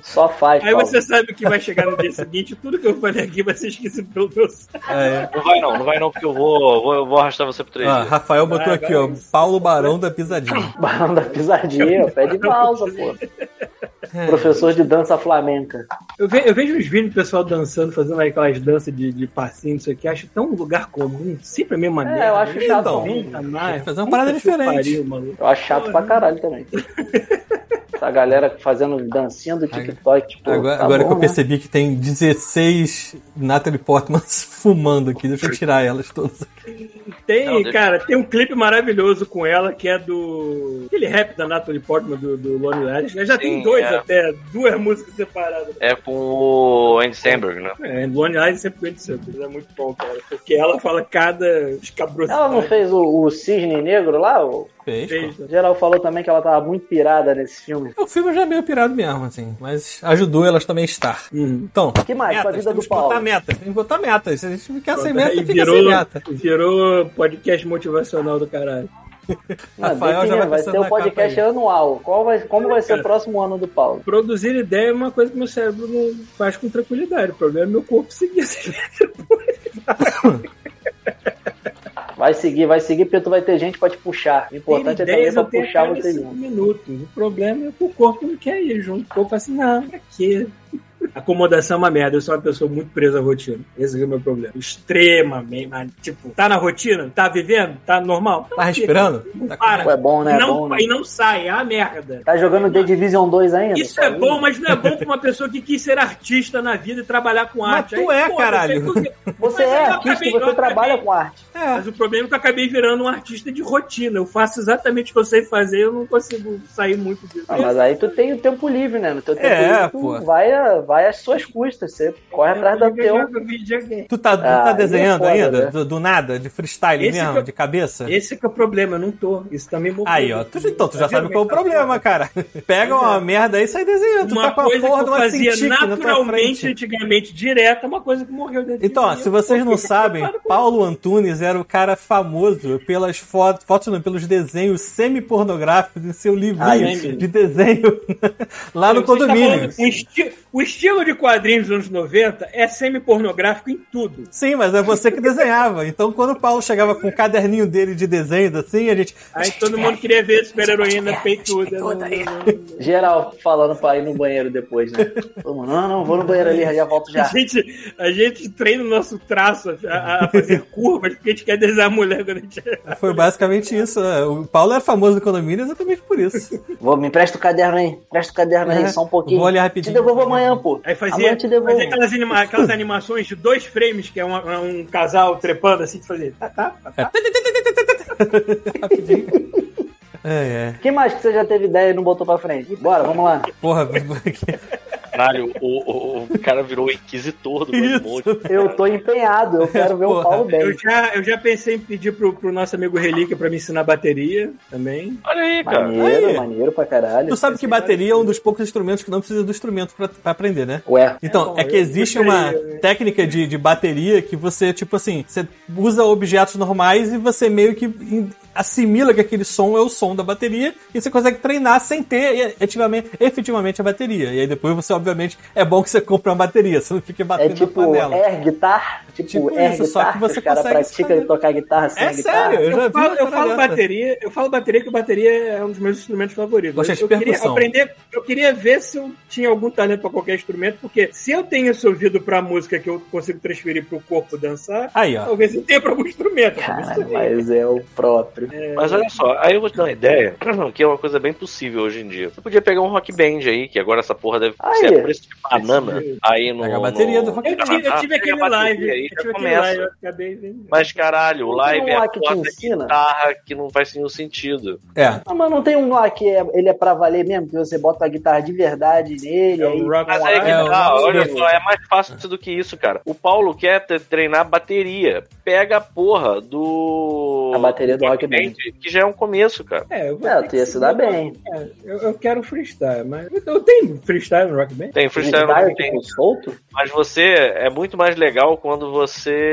Speaker 6: Só faz,
Speaker 2: Aí
Speaker 6: Paulo.
Speaker 2: você sabe que vai chegar no dia seguinte, tudo que eu falei aqui vai ser esquecido pelo meu saco.
Speaker 1: É.
Speaker 3: Não vai não, não vai não, porque eu vou, vou, eu vou arrastar você pro 3
Speaker 1: Ó, Rafael botou
Speaker 2: Ah,
Speaker 1: aqui, ó,
Speaker 2: agora-
Speaker 1: Paulo Barão da Pisadinha.
Speaker 6: Barão da pisadinha, ó, pé de valsa, pô.
Speaker 1: É.
Speaker 6: Professor de dança flamenca.
Speaker 2: Eu, ve- eu vejo os vídeos do pessoal dançando, fazendo aquelas danças de, de passinho, não sei o que, acho tão um lugar comum, sempre a mesma maneira.
Speaker 6: eu acho chato
Speaker 1: mesmo.
Speaker 2: mais.
Speaker 1: Fazer uma parada
Speaker 2: Puta que
Speaker 1: diferente.
Speaker 2: pariu, maluco.
Speaker 6: Eu acho chato
Speaker 2: né?
Speaker 6: pra caralho também. Essa galera fazendo dancinha do TikTok, tipo,
Speaker 1: Agora,
Speaker 6: tá
Speaker 1: agora
Speaker 6: bom,
Speaker 1: que eu
Speaker 6: né?
Speaker 1: percebi que tem 16 Natalie Portman fumando aqui, deixa eu tirar elas todas.
Speaker 2: Tem,
Speaker 3: Não, deixa-
Speaker 2: cara, tem um clipe maravilhoso com ela, que é do... Aquele rap da Natalie Portman, do, do Lonely Island. Já tem
Speaker 3: Sim,
Speaker 2: dois
Speaker 3: é.
Speaker 2: até, duas músicas separadas.
Speaker 3: É com o Andy Samberg, né?
Speaker 2: É, Lonely Island sempre foi de sempre, é muito bom, cara. Porque ela fala cada escabrosidade.
Speaker 6: Ela não fez o, o Cisne Negro lá? O
Speaker 1: Fez, pô.
Speaker 2: Fez,
Speaker 6: o geral falou também que ela tava muito pirada nesse filme.
Speaker 1: O filme já é meio pirado mesmo, assim, mas ajudou elas também a estar. Então,
Speaker 6: Que mais? Com Ah, tipo a vida
Speaker 1: temos que
Speaker 6: do
Speaker 1: botar
Speaker 6: Paulo.
Speaker 1: meta, tem que botar meta. Se a gente ficar sem
Speaker 2: Pronto,
Speaker 1: meta,
Speaker 2: aí
Speaker 1: fica
Speaker 2: virou,
Speaker 1: sem meta.
Speaker 2: virou podcast motivacional do caralho.
Speaker 6: Não,
Speaker 1: Rafael
Speaker 6: Betinha,
Speaker 1: já vai
Speaker 6: vai
Speaker 1: pensando
Speaker 6: ter o
Speaker 1: na
Speaker 6: podcast
Speaker 1: capa
Speaker 6: anual. Qual vai, como vai ser o próximo ano do Paulo?
Speaker 2: Produzir ideia é uma coisa que meu cérebro não faz com tranquilidade. O problema é meu corpo seguir essa ideia depois.
Speaker 6: Vai seguir, vai seguir, porque tu vai ter gente pra te puxar. O importante
Speaker 2: Ter
Speaker 6: é ter alguém
Speaker 2: ideias
Speaker 6: pra
Speaker 2: eu tenho a
Speaker 6: puxar
Speaker 2: cada
Speaker 6: você
Speaker 2: cinco
Speaker 6: junto.
Speaker 2: minutos. O problema é que o corpo não quer ir junto. O corpo fala assim, não, pra quê? acomodação é uma merda. Eu sou uma pessoa muito presa à rotina. Esse é o meu problema. Extremamente. mas, Tipo, tá na rotina? Tá vivendo? Tá normal? Então
Speaker 1: Tá
Speaker 2: fica.
Speaker 1: respirando?
Speaker 2: Não
Speaker 1: Tá com-
Speaker 2: para.
Speaker 6: Pô, é bom, né? É
Speaker 2: não,
Speaker 6: bom, né?
Speaker 2: E não sai. Ah, merda.
Speaker 6: Tá jogando The Division 2 ainda?
Speaker 2: Isso é bom, mas não é bom pra uma pessoa que quis ser artista na vida e trabalhar com
Speaker 1: Mas
Speaker 2: arte.
Speaker 1: tu é, caralho.
Speaker 2: Você,
Speaker 6: Você é artista e você trabalha com arte.
Speaker 1: É.
Speaker 2: Mas o problema é que eu acabei virando um artista de rotina. Eu faço exatamente o que eu sei fazer, eu não consigo sair muito disso.
Speaker 6: Ah, mas aí tu tem o tempo livre, né? No teu tempo
Speaker 1: É,
Speaker 6: livre, tu
Speaker 1: pô.
Speaker 6: Vai, a- vai às suas custas. Você
Speaker 2: É,
Speaker 6: corre
Speaker 1: tá
Speaker 6: atrás do teu.
Speaker 1: Tu tá, tu
Speaker 6: Ah,
Speaker 1: tá
Speaker 6: aí é
Speaker 1: desenhando
Speaker 6: foda,
Speaker 1: ainda?
Speaker 6: né?
Speaker 1: Do, do nada? De freestyle
Speaker 2: Esse
Speaker 1: mesmo?
Speaker 2: que eu-
Speaker 1: De cabeça?
Speaker 2: Esse que é o problema, eu não tô. Isso também moveu.
Speaker 1: Aí, ó. Tu, então, tu já
Speaker 2: Tá
Speaker 1: sabe
Speaker 2: vendo
Speaker 1: qual é o
Speaker 2: como
Speaker 1: problema, cara. Pega uma merda aí e sai desenhando. tu
Speaker 2: é. Uma
Speaker 1: tá com a
Speaker 2: coisa
Speaker 1: porra
Speaker 2: que
Speaker 1: de
Speaker 2: eu
Speaker 1: uma
Speaker 2: fazia
Speaker 1: cintique na tua
Speaker 2: naturalmente,
Speaker 1: frente.
Speaker 2: antigamente, direta, uma coisa que morreu dentro de
Speaker 1: Então, ó,
Speaker 2: mim.
Speaker 1: se vocês não sabem, Paulo Antunes era o cara famoso pelas fotos, fotos não, pelos desenhos semi-pornográficos em seu
Speaker 6: Ah,
Speaker 2: Ai,
Speaker 1: livrinho
Speaker 2: é mesmo.
Speaker 1: de desenho lá no
Speaker 2: Você está
Speaker 1: condomínio.
Speaker 2: tá falando, o, esti- o estilo de quadrinhos dos anos 90 é semi-pornográfico em tudo.
Speaker 1: Sim, mas é você que desenhava. Então, quando o Paulo chegava com o caderninho dele de desenhos, assim, a gente.
Speaker 2: Aí todo mundo queria ver super-heroína peituda. né?
Speaker 6: Geral falando pra ir no banheiro depois, né? Todo mundo, não, não, vou no banheiro ali, já volto
Speaker 2: A
Speaker 6: já.
Speaker 2: gente, a gente treina o nosso traço a- a, a fazer curvas porque a gente quer desenhar a mulher quando a gente
Speaker 1: Foi basicamente isso. né? O Paulo era famoso no condomínio exatamente por isso.
Speaker 6: Vou, me empresta o caderno aí, empresta o caderno aí,
Speaker 1: É,
Speaker 6: só um pouquinho.
Speaker 1: vou olhar
Speaker 6: Te
Speaker 1: rapidinho.
Speaker 6: devolvo amanhã, pô.
Speaker 2: Aí fazia,
Speaker 6: Amanhã te devolvo.
Speaker 2: fazia aquelas, anima- aquelas animações de dois frames, que é uma- um, casal trepando assim, de fazer. Tá, tá, tá,
Speaker 1: É.
Speaker 2: tá.
Speaker 1: Rapidinho. É, é.
Speaker 6: Quem mais que você já teve ideia e não botou pra frente? Bora, vamos lá.
Speaker 1: Porra, porque-
Speaker 3: Caralho, o, o- o cara virou o inquisitor do Blood Bowl.
Speaker 6: Eu tô empenhado, eu quero ver o
Speaker 1: Porra.
Speaker 6: Paulo
Speaker 2: Eu
Speaker 6: bem.
Speaker 2: já, eu já pensei em pedir pro, pro nosso amigo Relíquia pra me ensinar bateria também.
Speaker 3: Olha aí, cara.
Speaker 6: Maneiro,
Speaker 1: Aí.
Speaker 6: maneiro pra caralho.
Speaker 1: Tu sabe que bateria é um dos poucos instrumentos que não precisa do instrumento pra, pra aprender, né?
Speaker 6: Ué,
Speaker 1: Então, é que
Speaker 2: eu
Speaker 1: existe uma
Speaker 2: gostaria,
Speaker 1: técnica de, de bateria que você, tipo assim, você usa objetos normais e você meio que in- assimila que aquele som é o som da bateria e você consegue treinar sem ter e- ativamente, efetivamente a bateria. E aí depois você, obviamente, é bom que você compre uma bateria, você não fica
Speaker 6: é
Speaker 1: batendo na
Speaker 6: tipo
Speaker 1: panela.
Speaker 6: air guitar? Tipo,
Speaker 1: Tipo
Speaker 6: air
Speaker 1: isso, só
Speaker 6: guitar,
Speaker 1: que você
Speaker 6: os caras
Speaker 1: consegue
Speaker 6: praticam
Speaker 1: fazer.
Speaker 6: e tocar guitarra sem
Speaker 1: É
Speaker 6: a guitarra.
Speaker 1: sério, eu já
Speaker 2: Eu
Speaker 1: vi.
Speaker 2: falo,
Speaker 1: uma
Speaker 2: eu falo
Speaker 1: parada dessa.
Speaker 2: bateria, eu falo bateria que bateria é um dos meus instrumentos favoritos.
Speaker 1: Gosta
Speaker 2: eu,
Speaker 1: de
Speaker 2: eu queria
Speaker 1: percussão.
Speaker 2: aprender, eu queria ver se eu tinha algum talento pra qualquer instrumento, porque se eu tenho esse ouvido pra música que eu consigo transferir pro corpo dançar,
Speaker 1: Aí, ó.
Speaker 2: talvez eu tenha pra algum instrumento.
Speaker 6: Cara, mas é o próprio.
Speaker 3: Mas olha só, aí eu vou te dar uma ideia, que é uma coisa bem possível hoje em dia. Você podia pegar um rock band aí, que agora essa porra deve
Speaker 6: Aí.
Speaker 3: ser a preço de banana aí no.
Speaker 1: Pega a bateria do rock
Speaker 2: Eu tive, eu tive
Speaker 3: Ah,
Speaker 2: aquele
Speaker 3: pega a bateria
Speaker 2: live.
Speaker 3: aí,
Speaker 2: eu
Speaker 3: já
Speaker 2: tive aquele
Speaker 3: começa.
Speaker 2: live, eu acabei vendo.
Speaker 3: Mas caralho, o
Speaker 6: Não tem
Speaker 3: live
Speaker 6: um
Speaker 3: é a
Speaker 6: lá que te
Speaker 3: foda de
Speaker 6: ensina?
Speaker 3: guitarra que não faz nenhum sentido.
Speaker 1: É.
Speaker 6: Ah, mas não tem um lá que é- ele é pra valer mesmo, que você bota a guitarra de verdade nele.
Speaker 2: É
Speaker 6: aí,
Speaker 2: o rock
Speaker 3: Mas aí que
Speaker 1: É,
Speaker 3: tá,
Speaker 1: o-
Speaker 3: olha só, é mais fácil do que isso, cara. O Paulo quer te- treinar bateria. Pega a porra do.
Speaker 6: A bateria do Rock Band.
Speaker 3: Que já é um começo, cara.
Speaker 2: É, eu vou
Speaker 6: É,
Speaker 2: ter
Speaker 6: tu ia
Speaker 2: que-
Speaker 6: se dar bem.
Speaker 2: É, eu, eu quero freestyle, mas eu, eu tenho freestyle no Rock Band.
Speaker 3: Tem freestyle no
Speaker 6: Guitarra,
Speaker 3: Rock Band.
Speaker 6: tipo, solto?
Speaker 3: Mas você é muito mais legal quando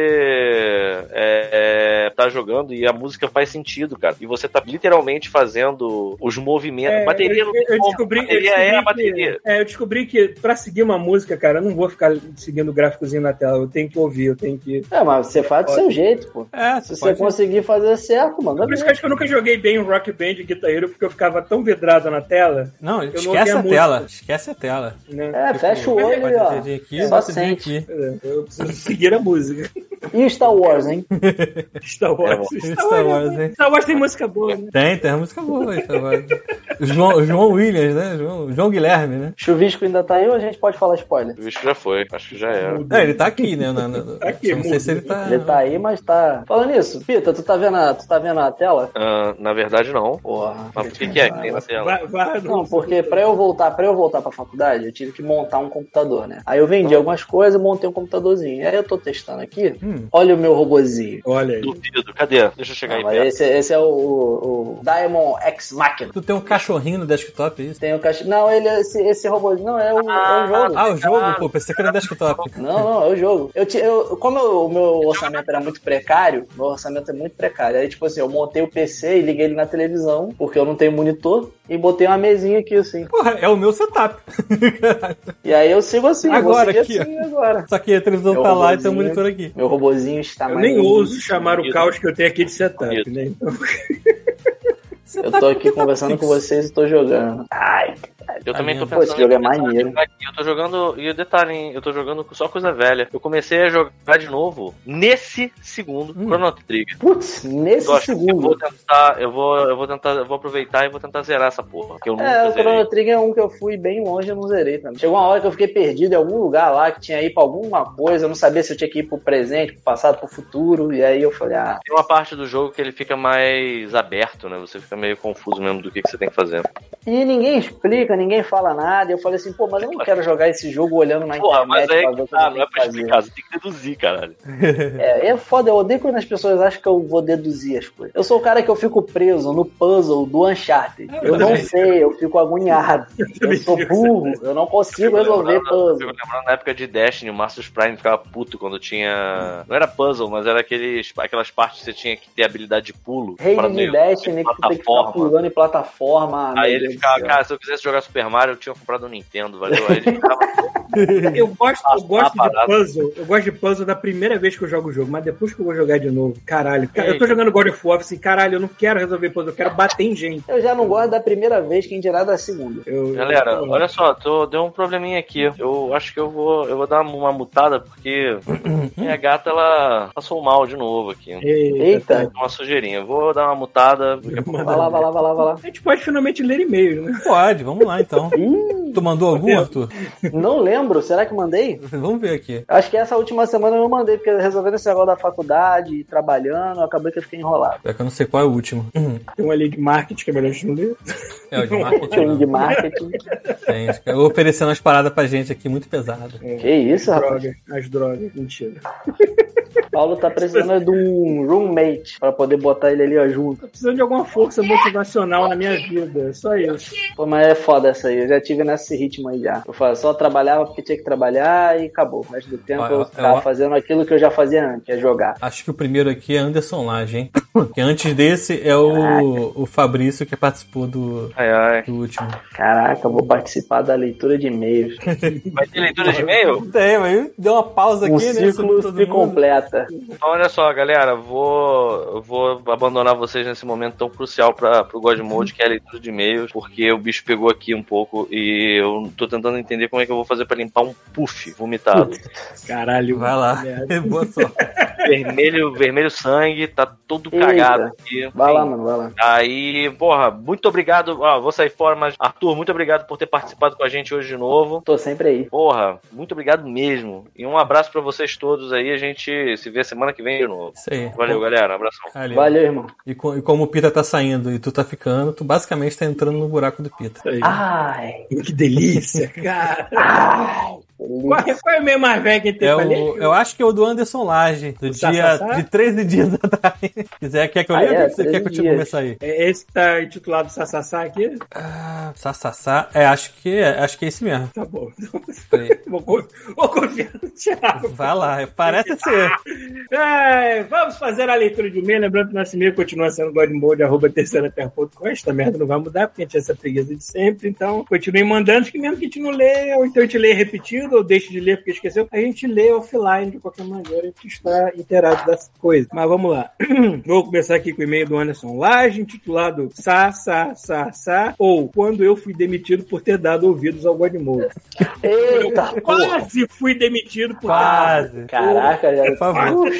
Speaker 3: você é, é, tá jogando e a música faz sentido, cara. E você tá literalmente fazendo os movimentos.
Speaker 2: É,
Speaker 3: bateria
Speaker 2: eu,
Speaker 3: não tem
Speaker 2: eu
Speaker 3: como.
Speaker 2: descobri, eu
Speaker 3: bateria
Speaker 2: descobri
Speaker 3: é a bateria.
Speaker 2: Que, é, eu descobri que pra seguir uma música, cara, eu não vou ficar seguindo o gráficozinho na tela. Eu tenho que ouvir, eu tenho que.
Speaker 6: É, mas você faz do seu jeito, pô.
Speaker 1: É,
Speaker 6: Se
Speaker 1: você
Speaker 6: você
Speaker 1: pode...
Speaker 6: conseguir fazer certo, manda
Speaker 2: Por isso
Speaker 6: ver.
Speaker 2: que eu acho que eu nunca joguei bem o Rock Band e Guitar Hero, porque eu ficava tão vidrado na tela,
Speaker 1: Não,
Speaker 2: não
Speaker 1: esquece
Speaker 2: ouvi a
Speaker 1: a tela. Esquece a tela.
Speaker 2: né?
Speaker 6: É, fecha o
Speaker 1: Tipo,
Speaker 6: olho e ó.
Speaker 1: bateria aqui,
Speaker 6: Só
Speaker 1: bateria
Speaker 6: sente.
Speaker 1: aqui.
Speaker 2: É, Eu preciso seguir a música.
Speaker 6: E Star Wars, hein?
Speaker 2: Star Wars.
Speaker 3: É,
Speaker 2: Star,
Speaker 1: Star
Speaker 2: Wars
Speaker 1: Wars, hein?
Speaker 2: Star Wars tem música boa, né?
Speaker 1: Tem, tem uma música boa aí, Star Wars. João, João Williams, né? João, João Guilherme, né?
Speaker 6: Chuvisco ainda tá aí ou a gente pode falar spoiler?
Speaker 3: O bicho já foi, acho que já era.
Speaker 1: É, ele tá aqui, né? Na, na-
Speaker 2: Tá aqui,
Speaker 1: não sei se ele
Speaker 2: mudo.
Speaker 1: tá.
Speaker 6: Ele tá aí, mas tá. Falando nisso, Pita, tu tá vendo a, tu tá vendo a tela?
Speaker 3: Ah, na verdade, não.
Speaker 6: Porra.
Speaker 3: Mas por que, que é que tem na tela?
Speaker 2: Vai, vai,
Speaker 6: Não, porque pra eu voltar, para eu voltar pra faculdade, eu tive que montar um computador, né? Aí eu vendi
Speaker 1: Ah.
Speaker 6: algumas coisas, montei um computadorzinho. Aí eu tô testando aqui.
Speaker 1: Hum.
Speaker 6: Olha o meu robozinho.
Speaker 2: Olha aí.
Speaker 3: Duvido. Cadê? Deixa eu chegar
Speaker 6: Ah,
Speaker 3: aí
Speaker 6: mas
Speaker 3: perto.
Speaker 6: esse, esse é o, o- o Diamond X Machina.
Speaker 1: Tu tem um cachorrinho no desktop, é isso?
Speaker 6: Tem o caixa. Não, ele é esse, esse robozinho. Não, é o, é o jogo.
Speaker 1: Ah, o jogo, pô, pensei que era desktop.
Speaker 6: Não, não, é o jogo. Eu, ti- eu, como eu- o meu orçamento era muito precário, meu orçamento é muito precário. Aí, tipo assim, eu montei o PC e liguei ele na televisão, porque eu não tenho monitor, e botei uma mesinha aqui, assim.
Speaker 1: Porra, é o meu setup.
Speaker 6: E aí eu sigo assim, eu vou
Speaker 1: Agora
Speaker 6: seguir
Speaker 1: aqui,
Speaker 6: assim agora.
Speaker 1: Só que a televisão
Speaker 6: É o
Speaker 1: tá lá e tem
Speaker 6: robozinho.
Speaker 1: o monitor aqui.
Speaker 6: Meu robozinho está
Speaker 2: Eu
Speaker 6: mais
Speaker 2: nem
Speaker 6: lindo.
Speaker 2: ouso chamar o caos que eu tenho aqui de setup, né?
Speaker 6: Eu tô aqui
Speaker 1: Setup
Speaker 3: tá
Speaker 6: conversando
Speaker 1: fixo.
Speaker 6: com vocês e tô jogando. Ai,
Speaker 3: Eu
Speaker 1: Tá
Speaker 3: também
Speaker 1: lindo.
Speaker 3: tô
Speaker 6: Pô,
Speaker 3: pensando.
Speaker 6: esse jogo é
Speaker 3: em começar a
Speaker 6: maneiro.
Speaker 3: jogar aqui. Eu tô jogando. E o detalhe, hein? Eu tô jogando só coisa velha. Eu comecei a jogar de novo nesse segundo
Speaker 1: Hum.
Speaker 3: Chrono Trigger.
Speaker 6: Putz, nesse
Speaker 3: Eu acho que eu vou
Speaker 6: segundo.
Speaker 3: tentar, eu vou, eu vou tentar, eu vou aproveitar e vou tentar zerar essa porra. Que eu nunca
Speaker 6: É, o
Speaker 3: zerei.
Speaker 6: Chrono Trigger é um que eu fui bem longe e não zerei também. Chegou uma hora que eu fiquei perdido em algum lugar lá, que tinha ir pra alguma coisa, eu não sabia se eu tinha que ir pro presente, pro passado, pro futuro, e aí eu falei, ah,
Speaker 3: Tem uma parte do jogo que ele fica mais aberto, né? Você fica meio confuso mesmo do que, que você tem que fazer.
Speaker 6: E ninguém explica, ninguém fala nada. Eu falei assim, pô, mas eu não quero jogar esse jogo olhando na
Speaker 3: Porra,
Speaker 6: internet
Speaker 3: mas aí é
Speaker 6: pra ver
Speaker 3: que
Speaker 6: o que eu
Speaker 3: tá, não é
Speaker 6: tenho que
Speaker 3: pra
Speaker 6: fazer.
Speaker 3: explicar, você tem que deduzir, caralho.
Speaker 6: É, é foda, eu odeio quando as pessoas acham que eu vou deduzir as coisas. Eu sou o cara que eu fico preso no puzzle do Uncharted.
Speaker 2: Ah, eu
Speaker 6: Eu não
Speaker 2: também.
Speaker 6: sei, eu fico agoniado. Eu
Speaker 2: também
Speaker 6: sou
Speaker 2: fico
Speaker 6: burro, eu não
Speaker 3: Fico
Speaker 6: consigo resolver
Speaker 3: lembrando-
Speaker 6: puzzle.
Speaker 3: fico lembrando na época de Destiny, o Marcus Prime ficava puto quando tinha. Não era puzzle, mas era aqueles, aquelas partes que você tinha que ter habilidade de pulo. para
Speaker 6: Rede de
Speaker 3: meio-
Speaker 6: Destiny que tu tem que ficar
Speaker 3: plataforma.
Speaker 6: pulando em plataforma. meu
Speaker 3: Aí ele
Speaker 6: Deus do
Speaker 3: ficava,
Speaker 6: céu.
Speaker 3: cara, se eu quisesse jogar Super Mario, eu tinha comprado um Nintendo, valeu? Aí ele ficava.
Speaker 2: Eu gosto, eu gosto
Speaker 3: Ah,
Speaker 2: de
Speaker 3: parado.
Speaker 2: puzzle. Eu gosto de puzzle da primeira vez que eu jogo o jogo, mas depois que eu vou jogar de novo, caralho. Cara, Eu tô jogando God of War assim, caralho, eu não quero resolver puzzle, eu quero bater em gente.
Speaker 6: Eu já não gosto da primeira vez, quem dirá da segunda.
Speaker 2: Eu-
Speaker 3: Galera,
Speaker 2: eu-
Speaker 3: olha só, tô, deu um probleminha aqui. Eu acho que eu vou, eu vou dar uma mutada, porque minha gata, ela passou mal de novo aqui.
Speaker 2: Eita.
Speaker 6: Eita,
Speaker 3: Uma sujeirinha. Eu Vou dar uma mutada. daqui a pouco eu
Speaker 6: vai lá, vai lá, vai lá, vai lá.
Speaker 2: A gente pode finalmente ler e-mail, né?
Speaker 1: Pode, vamos lá então. tu mandou algum, Arthur?
Speaker 6: Não lembro, será que mandei?
Speaker 1: Vamos ver aqui.
Speaker 6: Acho que essa última semana eu não mandei, porque resolvendo esse negócio da faculdade, trabalhando, eu acabei que eu fiquei enrolado.
Speaker 1: É que eu não sei qual é o último.
Speaker 2: Tem uma lei de marketing que é melhor a gente não ler.
Speaker 1: É o de marketing.
Speaker 6: Time de
Speaker 1: não.
Speaker 6: um marketing.
Speaker 1: Tem, os caras oferecendo umas paradas pra gente aqui muito pesada.
Speaker 6: que isso, rapaz.
Speaker 2: Droga, as drogas, mentira.
Speaker 6: Paulo tá precisando de um roommate pra poder botar ele ali, ó, junto.
Speaker 2: Tô precisando de alguma força motivacional na minha vida, é só isso.
Speaker 6: Pô, mas é foda essa aí. Eu já tive nesse ritmo aí já. Eu fa- só trabalhava porque tinha que trabalhar e acabou. O resto do tempo
Speaker 1: Ó,
Speaker 6: eu
Speaker 1: eu-
Speaker 6: ficava
Speaker 1: eu-
Speaker 6: fazendo aquilo que eu já fazia antes, que é jogar.
Speaker 1: Acho que o primeiro aqui é Anderson Lage, hein? Porque antes desse é o, o Fabrício que participou do,
Speaker 3: Ai, ai.
Speaker 1: do último.
Speaker 6: Caraca, eu vou participar da leitura de e-mails.
Speaker 3: Vai ter leitura de e-mail?
Speaker 1: Tem, mas deu uma pausa
Speaker 6: Um
Speaker 1: aqui, né?
Speaker 6: ciclo
Speaker 1: Subiu
Speaker 6: se completa.
Speaker 3: Então, olha só, galera, vou, eu vou abandonar vocês nesse momento tão crucial para o Godmode, que é a leitura de e-mails, porque o bicho pegou aqui um pouco e eu tô tentando entender como é que eu vou fazer para limpar um puff vomitado.
Speaker 2: Caralho.
Speaker 1: Vai lá.
Speaker 2: merda.
Speaker 1: Boa sorte.
Speaker 3: vermelho, vermelho sangue, tá todo
Speaker 6: Eita.
Speaker 3: cagado aqui.
Speaker 6: Vai lá, mano, vai lá.
Speaker 3: Aí, porra, muito obrigado. Ó, vou sair fora, mas Arthur, muito obrigado por ter participado com a gente hoje de novo.
Speaker 6: Tô sempre aí.
Speaker 3: Porra, muito obrigado mesmo. E um abraço pra vocês todos aí. A gente se vê semana que vem de novo.
Speaker 1: Isso aí.
Speaker 3: Valeu, galera. Um Abração.
Speaker 1: Valeu.
Speaker 6: Valeu, irmão.
Speaker 1: E, co- e como o Pita tá saindo e tu tá ficando, tu basicamente tá entrando no buraco do Pita.
Speaker 2: Isso aí.
Speaker 6: Ai,
Speaker 2: Que delícia, cara.
Speaker 6: delícia.
Speaker 2: Qual, qual é o e-mail mais velho que tem
Speaker 1: É
Speaker 2: pra ler?
Speaker 1: o, eu acho que é o do Anderson Lage, do
Speaker 2: Sá,
Speaker 1: dia
Speaker 2: sá, sá?
Speaker 1: de 13 dias atrás. Quiser, quer que eu
Speaker 6: Ah,
Speaker 1: leia
Speaker 6: é,
Speaker 1: ou quer que você- quer que eu
Speaker 6: 13
Speaker 1: te
Speaker 6: dias.
Speaker 1: comece aí?
Speaker 2: É esse que tá intitulado Sassá aqui?
Speaker 1: Ah, Sá, sá, sá. É, acho que é, acho que é esse mesmo.
Speaker 2: Tá bom.
Speaker 1: Peraí.
Speaker 2: Vou, co- vou confiar no Thiago.
Speaker 1: Vai lá, parece ser.
Speaker 2: É, vamos fazer a leitura de e-mail. Lembrando que nosso e-mail continua sendo godmode.terceiraterra.com. Esta merda não vai mudar, porque a gente tem essa preguiça de sempre. Então, continue mandando, que mesmo que a gente não leia, ou então a gente lê repetido, ou deixe de ler porque esqueceu, a gente lê offline de qualquer maneira. A gente está inteirado das coisas. Mas vamos lá. Vou começar aqui com o e-mail do Anderson Lage, intitulado Sá, Sá, Sá, Sá, ou Quando Eu Fui Demitido por Ter Dado Ouvidos ao Godmode.
Speaker 6: Eita, porra.
Speaker 2: Quase fui demitido por ter dado
Speaker 1: Quase.
Speaker 6: Caraca, já.
Speaker 1: Por favor.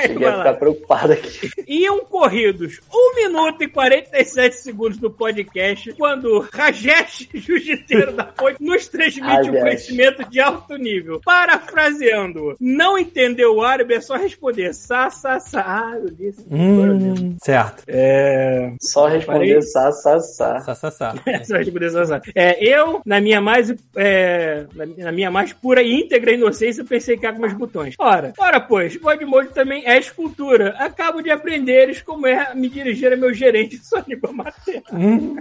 Speaker 6: Cheguei a ficar preocupado aqui.
Speaker 2: iam corridos 1 minuto e 47 segundos do podcast quando Rajesh, jiu-jiteiro da ponte, nos transmite um
Speaker 6: Rajesh.
Speaker 2: conhecimento de alto nível. Parafraseando, não entendeu o árabe, é só responder sa, sa, sa. Ah, eu li isso. agora mesmo.
Speaker 1: Hum, certo.
Speaker 2: É,
Speaker 6: Só responder sá, sá, sá.
Speaker 1: Sá, sá, sá.
Speaker 2: é só responder sa, sa. É, eu, na minha mais é, na, na minha mais pura e íntegra inocência, pensei que era com meus botões. Ora, ora pois, Godmode também é escultura. Acabo de aprenderes como é me dirigir a meu gerente, Sônico Matheus.
Speaker 1: Hum,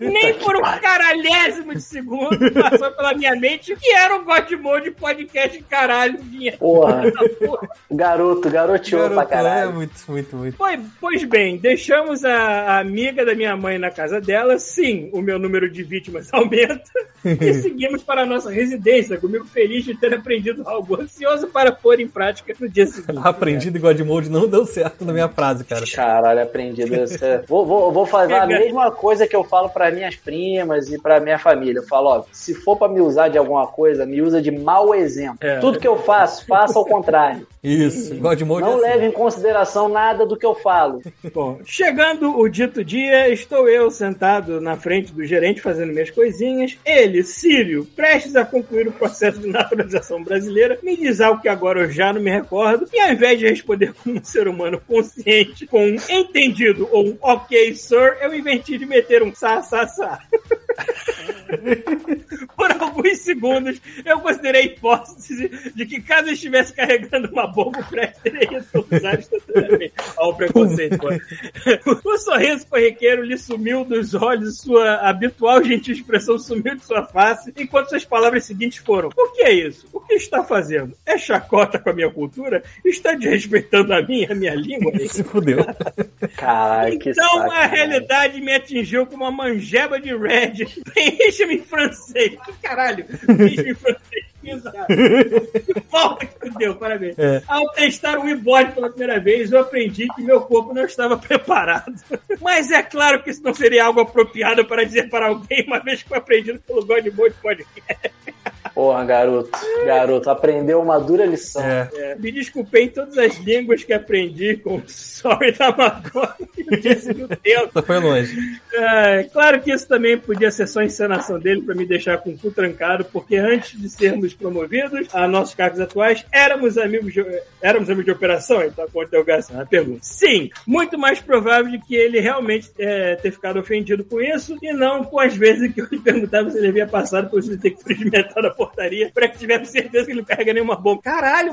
Speaker 2: Nem por um caralhésimo de segundo passou pela minha mente que era um God Mode podcast caralho, vinha.
Speaker 6: Porra,
Speaker 2: Porra.
Speaker 6: garoto, garoteou
Speaker 2: né,
Speaker 6: pra
Speaker 1: garoto, é
Speaker 6: caralho.
Speaker 1: muito, muito, muito.
Speaker 2: Pois, pois bem, deixamos a, a amiga da minha mãe na casa dela. Sim, o meu número de vítimas aumenta. E seguimos para a nossa residência, comigo feliz de ter aprendido algo ansioso para pôr em prática no dia
Speaker 1: Tá
Speaker 2: seguinte.
Speaker 1: Aprendido igual de molde não deu certo na minha frase, cara.
Speaker 6: Caralho, aprendido. Isso é- Vou, vou, vou fazer levar a mesma coisa que eu falo para minhas primas e para minha família. Eu falo, ó, se for para me usar de alguma coisa, me usa de mau exemplo.
Speaker 2: É.
Speaker 6: Tudo que eu faço, faça ao contrário.
Speaker 1: Isso, Godmode é
Speaker 2: assim.
Speaker 1: assim.
Speaker 6: Não leve em consideração nada do que eu falo.
Speaker 2: Bom, chegando o dito dia, estou eu sentado na frente do gerente fazendo minhas coisinhas. Ele, Sírio, prestes a concluir o processo de naturalização brasileira, me diz algo que agora eu já não me recordo. E ao invés de responder como um ser humano consciente, com um entendido ou um ok, sir, eu inventei de meter um sa, sa, sa. Por alguns segundos, eu considerei a hipótese de que caso eu estivesse carregando uma bomba, o Fred teria sido usado instantaneamente. um Olha o preconceito. mano. o sorriso corriqueiro lhe sumiu dos olhos, sua habitual gentil expressão sumiu de sua face, enquanto suas palavras seguintes foram: O que é isso? O que está fazendo? É chacota com a minha cultura? Está desrespeitando a minha, a minha língua?
Speaker 1: Se fudeu.
Speaker 6: Caralho, que né?
Speaker 2: então
Speaker 6: saco,
Speaker 2: a
Speaker 6: cara.
Speaker 2: realidade me atingiu com uma manjeba de red. Preencha-me em francês. Que caralho? Preencha-me em francês. Bizarro. Que Falta que tu deu, parabéns.
Speaker 1: É.
Speaker 2: Ao testar o e-body pela primeira vez, eu aprendi que meu corpo não estava preparado. Mas é claro que isso não seria algo apropriado para dizer para alguém, uma vez que foi aprendido pelo Godmode Podcast.
Speaker 6: Porra, garoto. Garoto, aprendeu uma dura lição.
Speaker 1: É.
Speaker 2: Me desculpei em todas as línguas que aprendi com o sorry da Magoa e no dia seguinte o tempo.
Speaker 1: Só foi longe.
Speaker 2: É, claro que isso também podia ser só encenação dele pra me deixar com o cu trancado, porque antes de sermos promovidos a nossos cargos atuais, éramos amigos de, éramos amigos de operação, então com interrogação na pergunta. Sim, muito mais provável de que ele realmente é, ter ficado ofendido com isso e não com as vezes em que eu lhe perguntava se ele havia passado por esse detector de metal na portaria pra que tivesse certeza que ele não carrega nenhuma bomba. Caralho,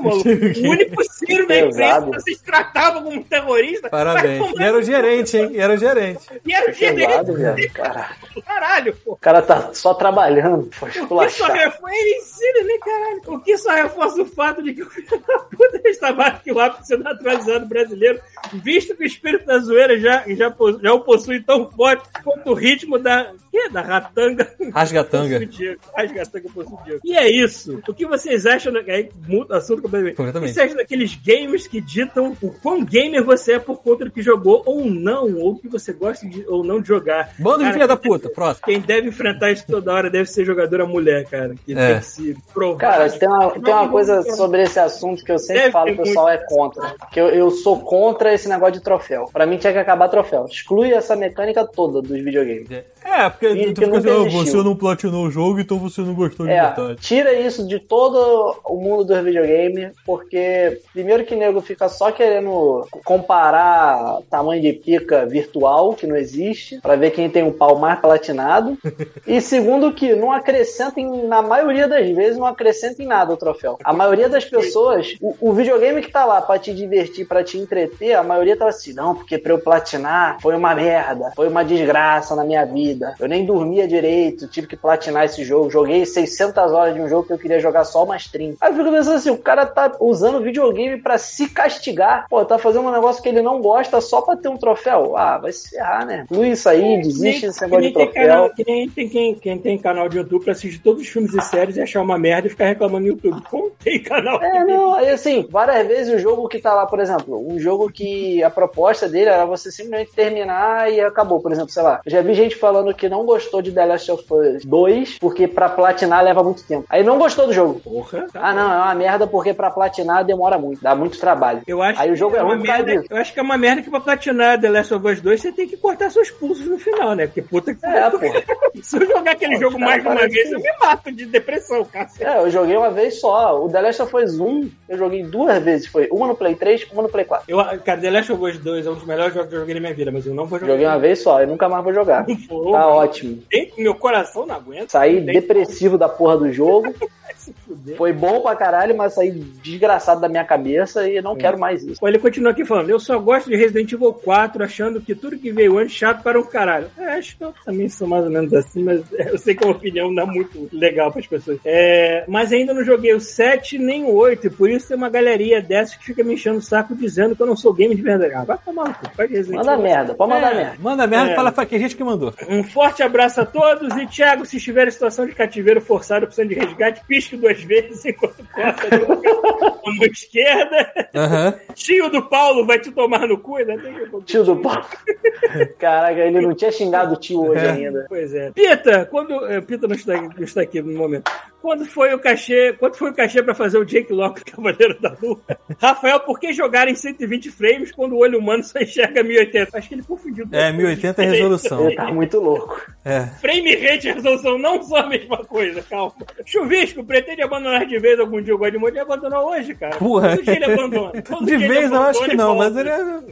Speaker 2: maluco, o único Ciro da imprensa
Speaker 6: Pesado.
Speaker 2: que vocês tratavam como um terrorista.
Speaker 1: Parabéns. E era o gerente, hein? E era o gerente.
Speaker 2: E era o
Speaker 6: Pesado,
Speaker 2: gerente.
Speaker 6: velho. Caralho.
Speaker 2: Caralho, pô.
Speaker 6: O cara tá só trabalhando. Foi
Speaker 2: O que só
Speaker 6: esculachado.
Speaker 2: reforça. Ele ensina, né, caralho? O que só reforça o fato de que o filho da puta está mais que o ápice sendo naturalizado brasileiro, visto que o espírito da zoeira já, já, po- já o possui tão forte quanto o ritmo da. Que? Da ratanga.
Speaker 1: Rasga a tanga.
Speaker 2: Possudia. Rasga a tanga possudia. E é isso. O que vocês acham. da- Aí muda o assunto completamente. O que
Speaker 1: Completamente.
Speaker 2: vocês acham daqueles games que ditam o quão gamer você é por conta do que jogou ou não, ou que você gosta de, ou não de jogar?
Speaker 1: Bando de
Speaker 2: Cara,
Speaker 1: filha da puta. Próximo.
Speaker 2: quem deve enfrentar isso toda hora deve ser jogadora mulher, cara. Que
Speaker 1: É.
Speaker 2: tem que se provar.
Speaker 6: Cara, tem uma,
Speaker 2: é
Speaker 6: tem uma coisa sobre esse assunto que eu sempre
Speaker 2: Deve
Speaker 6: falo
Speaker 2: ter
Speaker 6: que o pessoal é contra. Que eu, eu sou contra esse negócio de troféu. Pra mim tinha que acabar troféu. Exclui essa mecânica toda dos videogames.
Speaker 1: É, porque
Speaker 6: Sim,
Speaker 1: tu
Speaker 6: que
Speaker 1: fica assim,
Speaker 6: nunca
Speaker 1: "Ah,
Speaker 6: existiu."
Speaker 1: você não platinou o jogo, então você não gostou de
Speaker 6: É,
Speaker 1: verdade.
Speaker 6: tira isso de todo o mundo dos videogames, porque primeiro que nego fica só querendo comparar tamanho de pica virtual, que não existe, pra ver quem tem um pau mais platinado. E segundo que não acrescenta, em, na maioria das vezes, não acrescenta em nada o troféu. A maioria das pessoas, o, o videogame que tá lá pra te divertir, pra te entreter, a maioria tá assim, não, porque pra eu platinar foi uma merda, foi uma desgraça na minha vida. Eu nem dormia direito, tive que platinar esse jogo, joguei 600 horas de um jogo que eu queria jogar só umas 30. Aí eu fico pensando assim, o cara tá usando videogame pra se castigar, pô, tá fazendo um negócio que ele não gosta só pra ter um troféu. Ah, vai se ferrar, né? Inclui isso aí, desiste desse
Speaker 2: Que
Speaker 6: negócio
Speaker 2: É, nem
Speaker 6: de
Speaker 2: tem
Speaker 6: troféu.
Speaker 2: canal- que nem tem quem, quem tem canal de YouTube pra assistir todos os filmes e séries e achar uma merda e ficar reclamando no YouTube. Como tem canal?
Speaker 6: É, não, aí, assim, várias vezes o jogo que tá lá, por exemplo, um jogo que a proposta dele era você simplesmente terminar e acabou, por exemplo, sei lá. Eu já vi gente falando que não gostou de The Last of Us 2 porque pra platinar leva muito tempo. Aí não gostou do jogo.
Speaker 2: Porra. tá
Speaker 6: Ah, não, é uma merda porque pra platinar demora muito, dá muito trabalho.
Speaker 2: Eu acho,
Speaker 6: Aí o jogo
Speaker 2: que
Speaker 6: é
Speaker 2: uma
Speaker 6: ruim por causa
Speaker 2: merda,
Speaker 6: disso.
Speaker 2: eu acho que é uma merda que pra platinar The Last of Us 2 você tem que cortar seus pulsos no final, né? Porque puta que
Speaker 6: É, pô.
Speaker 2: Se eu jogar aquele
Speaker 6: Pô,
Speaker 2: jogo
Speaker 6: cara,
Speaker 2: mais de uma
Speaker 6: parece
Speaker 2: vez,
Speaker 6: que-
Speaker 2: eu me mato de depressão, cara.
Speaker 6: É, eu joguei uma vez só. O The Last of Us 1, eu joguei duas vezes. Foi uma no Play 3, uma no Play 4.
Speaker 2: Eu, cara, The Last of Us 2 é um dos melhores jogos que eu joguei na minha vida, mas eu não vou jogar.
Speaker 6: Joguei uma vez só, eu nunca mais vou jogar.
Speaker 2: Pô,
Speaker 6: Tá ótimo.
Speaker 2: tem- meu coração não aguenta.
Speaker 6: Saí
Speaker 2: Tem-
Speaker 6: depressivo da porra do jogo.
Speaker 2: se fuder.
Speaker 6: Foi bom pra caralho, mas saí desgraçado da minha cabeça e não
Speaker 1: Hum.
Speaker 6: quero mais isso.
Speaker 2: Pô, Ele continua aqui falando, eu só gosto de Resident Evil 4, achando que tudo que veio antes chato para um caralho. É, acho que eu também sou mais ou menos assim, mas é, eu sei que a opinião não é muito legal para as pessoas. É, mas ainda não joguei o 7 nem o 8, e por isso tem uma galeria dessas que fica me enchendo o saco dizendo que eu não sou game de verdade. Ah, vai tomar no cu, faz Resident
Speaker 6: Manda
Speaker 2: Evil.
Speaker 6: merda, pode mandar merda.
Speaker 1: Manda merda
Speaker 2: É.
Speaker 1: e fala pra que gente que mandou.
Speaker 2: Um forte abraço a todos e Thiago, se estiver em situação de cativeiro forçado precisando de resgate, pisque duas vezes enquanto corta a mão esquerda.
Speaker 1: Aham.
Speaker 2: Tio do Paulo vai te tomar no cu, ainda tem que
Speaker 6: Tio do Paulo. Caraca, ele não tinha xingado o tio hoje
Speaker 1: É.
Speaker 6: ainda.
Speaker 2: Pois é. Pita, quando. eh, Pita não está, não está aqui no momento. Quando foi o cachê? Quanto foi o cachê para fazer o Jake Locke, Cavaleiro da Lua? Rafael, por que jogar em 120 frames quando o olho humano só enxerga 1080? Acho que ele confundiu. duas
Speaker 1: É,
Speaker 2: coisas
Speaker 1: 1080 é
Speaker 2: diferentes.
Speaker 1: resolução.
Speaker 6: Ele tá muito louco.
Speaker 1: É.
Speaker 2: Frame rate e resolução não são a mesma coisa, calma. Chuvisco, pretende abandonar de vez algum dia o Godmode? Ele abandonou hoje, cara.
Speaker 1: Porra.
Speaker 2: Todo dia ele abandona. Todo
Speaker 1: De
Speaker 2: dia ele
Speaker 1: vez eu acho
Speaker 2: abandona
Speaker 1: que
Speaker 2: e
Speaker 1: não,
Speaker 2: volta.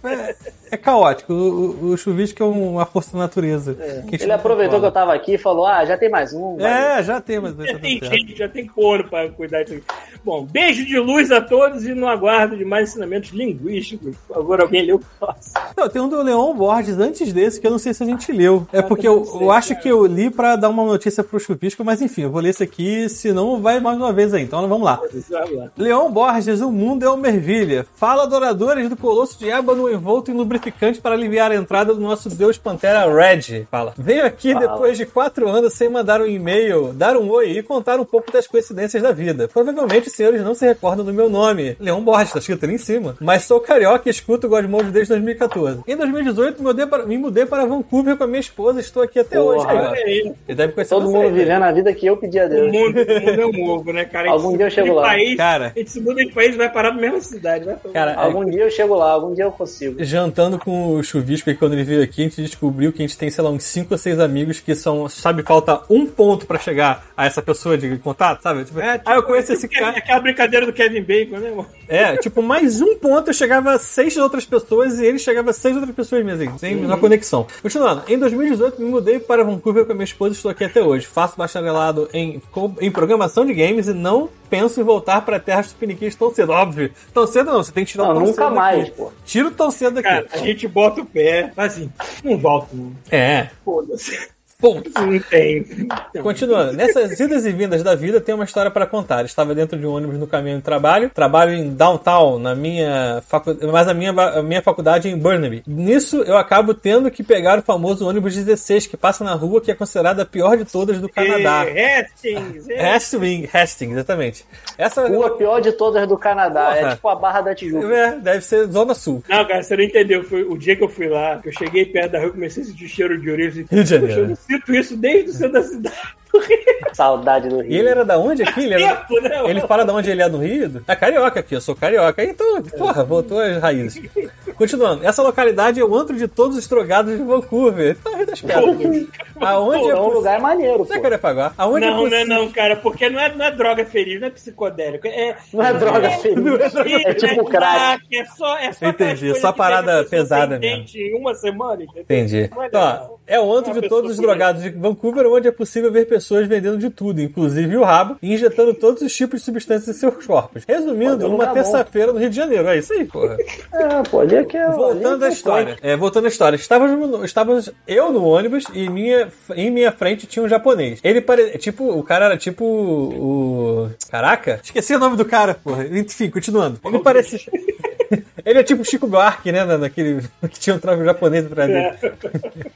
Speaker 1: mas ele é, é- é caótico. O, o, o chuvisco é uma força da natureza.
Speaker 2: É.
Speaker 1: que a gente
Speaker 6: Ele
Speaker 1: não
Speaker 6: aproveitou que eu
Speaker 1: controla.
Speaker 6: tava aquê e falou: Ah, já tem mais um. valeu.
Speaker 1: É. É, já tem, mas mas
Speaker 2: Já
Speaker 1: tá
Speaker 2: tem
Speaker 1: certo.
Speaker 2: gente, já tem couro pra cuidar disso aqui. Bom, beijo de luz a todos e no aguardo de mais ensinamentos linguísticos. Por favor, alguém leu o próximo.
Speaker 1: Não, tem um do Leon Borges antes desse que eu não sei se a gente leu. É porque eu, eu acho que eu li pra dar uma notícia pro chuvisco, mas enfim, eu vou ler esse aqui, senão vai mais uma vez aí. Então vamos lá.
Speaker 2: Vai lá.
Speaker 1: Leon Borges, o mundo é uma ervilha. Fala, adoradores do Colosso de Ébano envolto em lubrificante para aliviar a entrada do nosso deus Pantera Red. Fala. Venho aqui depois de quatro anos sem mandar um e-mail, dar um oi e contar um pouco das coincidências da vida. Provavelmente os senhores não se recordam do meu nome. Leon Borges, tá escrito ali em cima. Mas sou carioca e escuto Godmode desde 2014. Em 2018, mudei para- me mudei para Vancouver com a minha esposa e estou aqui até
Speaker 6: Porra.
Speaker 1: hoje. Cara.
Speaker 2: Olha aí,
Speaker 1: Ele deve conhecer
Speaker 6: Todo
Speaker 1: você,
Speaker 6: mundo
Speaker 1: né?
Speaker 6: vivendo a vida que eu pedi a
Speaker 2: o
Speaker 6: Deus.
Speaker 2: mundo, o mundo é um ovo, né, cara? A gente
Speaker 6: Algum
Speaker 2: se
Speaker 6: dia
Speaker 2: muda
Speaker 6: eu chego
Speaker 2: de
Speaker 6: lá.
Speaker 2: País,
Speaker 1: Cara.
Speaker 2: A gente se muda de país e vai parar na mesma cidade. Vai tomar.
Speaker 1: Cara, é-
Speaker 6: Algum dia eu chego lá, algum dia eu consigo.
Speaker 1: jantando com o Chuvisco aí quando ele veio aqui, a gente descobriu que a gente tem, sei lá, uns 5 ou 6 amigos que são, sabe, falta um ponto pra chegar a essa pessoa de contato, sabe? Tipo,
Speaker 2: É,
Speaker 1: ah, eu conheço esse
Speaker 2: Aquela-
Speaker 1: cara.
Speaker 2: Aquela brincadeira do Kevin Bacon, né, irmão?
Speaker 1: É, tipo, mais um ponto eu chegava a seis outras pessoas e ele chegava a seis outras pessoas mesmo, assim, sem a menor conexão. Continuando, em 2018 me mudei para Vancouver com a minha esposa e estou aqui até hoje. Faço bacharelado em, co- em programação de games e não penso em voltar para terras tupiniquins tão cedo. Óbvio, tão cedo não, você tem que tirar
Speaker 6: Não,
Speaker 1: tão
Speaker 6: nunca
Speaker 1: cedo
Speaker 6: mais,
Speaker 1: daqui.
Speaker 6: pô.
Speaker 1: Tira o tão cedo daqui.
Speaker 2: Cara, a gente bota o pé, mas assim, não volta, não.
Speaker 1: É.
Speaker 2: Foda-se.
Speaker 1: Bom,
Speaker 2: Não tem.
Speaker 1: Continuando, nessas idas e vindas da vida tem uma história para contar. Estava dentro de um ônibus no caminho do trabalho, trabalho em downtown, na minha faculdade, mas a minha, a minha faculdade é em Burnaby. Nisso eu acabo tendo que pegar o famoso ônibus 16 que passa na rua, que é considerada a pior de todas do Canadá.
Speaker 2: É, Hastings, é.
Speaker 1: Hastings, Hastings, exatamente. Essa
Speaker 6: Rua pior de todas do Canadá.
Speaker 1: Porra.
Speaker 6: É tipo a Barra da Tijuca.
Speaker 1: é, deve ser Zona Sul.
Speaker 2: Não, cara, você não entendeu. Foi o dia que eu fui lá, que eu cheguei perto da rua e comecei a sentir cheiro de orelha.
Speaker 1: Rio de Janeiro.
Speaker 2: Poxa, eu não sinto isso desde o centro da cidade.
Speaker 6: Saudade do Rio.
Speaker 1: E é- ele era da onde aqui? Ele, era...
Speaker 2: Tempo, né?
Speaker 1: ele fala de onde ele é no Rio? É carioca aqui, eu sou carioca. Então, porra, voltou às raízes. Continuando, essa localidade é o antro de todos os drogados de Vancouver. Tá Rio das Pedras. Aonde é
Speaker 6: Então o
Speaker 1: possível...
Speaker 6: lugar é maneiro, pô.
Speaker 1: Será que eu ia pagar? Aonde é
Speaker 2: um Não, não,
Speaker 1: possível...
Speaker 2: não, cara, porque não é, não é droga feliz, não é psicodélico. É,
Speaker 6: Não é droga feliz. É tipo crack.
Speaker 2: É só, é só
Speaker 1: Entendi,
Speaker 2: aquelas coisas
Speaker 1: só
Speaker 2: que
Speaker 1: parada
Speaker 2: pega a pessoa
Speaker 1: pesada
Speaker 2: pendente Em uma semana, entendeu?
Speaker 1: Entendi.
Speaker 2: Não é
Speaker 1: Então,
Speaker 2: legal.
Speaker 1: ó, é o antro
Speaker 2: Uma
Speaker 1: de todos os
Speaker 2: pessoa
Speaker 1: drogados de Vancouver, onde é possível ver pessoas vendendo de tudo, inclusive o rabo, e injetando todos os tipos de substâncias em seus corpos. Resumindo,
Speaker 2: um
Speaker 6: Olha,
Speaker 1: uma
Speaker 6: lugar
Speaker 1: terça-feira no Rio de Janeiro. É isso aí, porra.
Speaker 6: É, pô, ali é que é. ali
Speaker 1: Voltando à
Speaker 6: é que é
Speaker 1: história. É, voltando à história. Estávamos, no- estávamos eu no ônibus e minha, em minha frente tinha um japonês. Ele parecia. Tipo, o cara era tipo o. Caraca? Esqueci o nome do cara, porra. Enfim, continuando. Ele parecia. Ele é tipo Chico Buarque, né? na- Naquele que tinha um trago japonês atrás dele.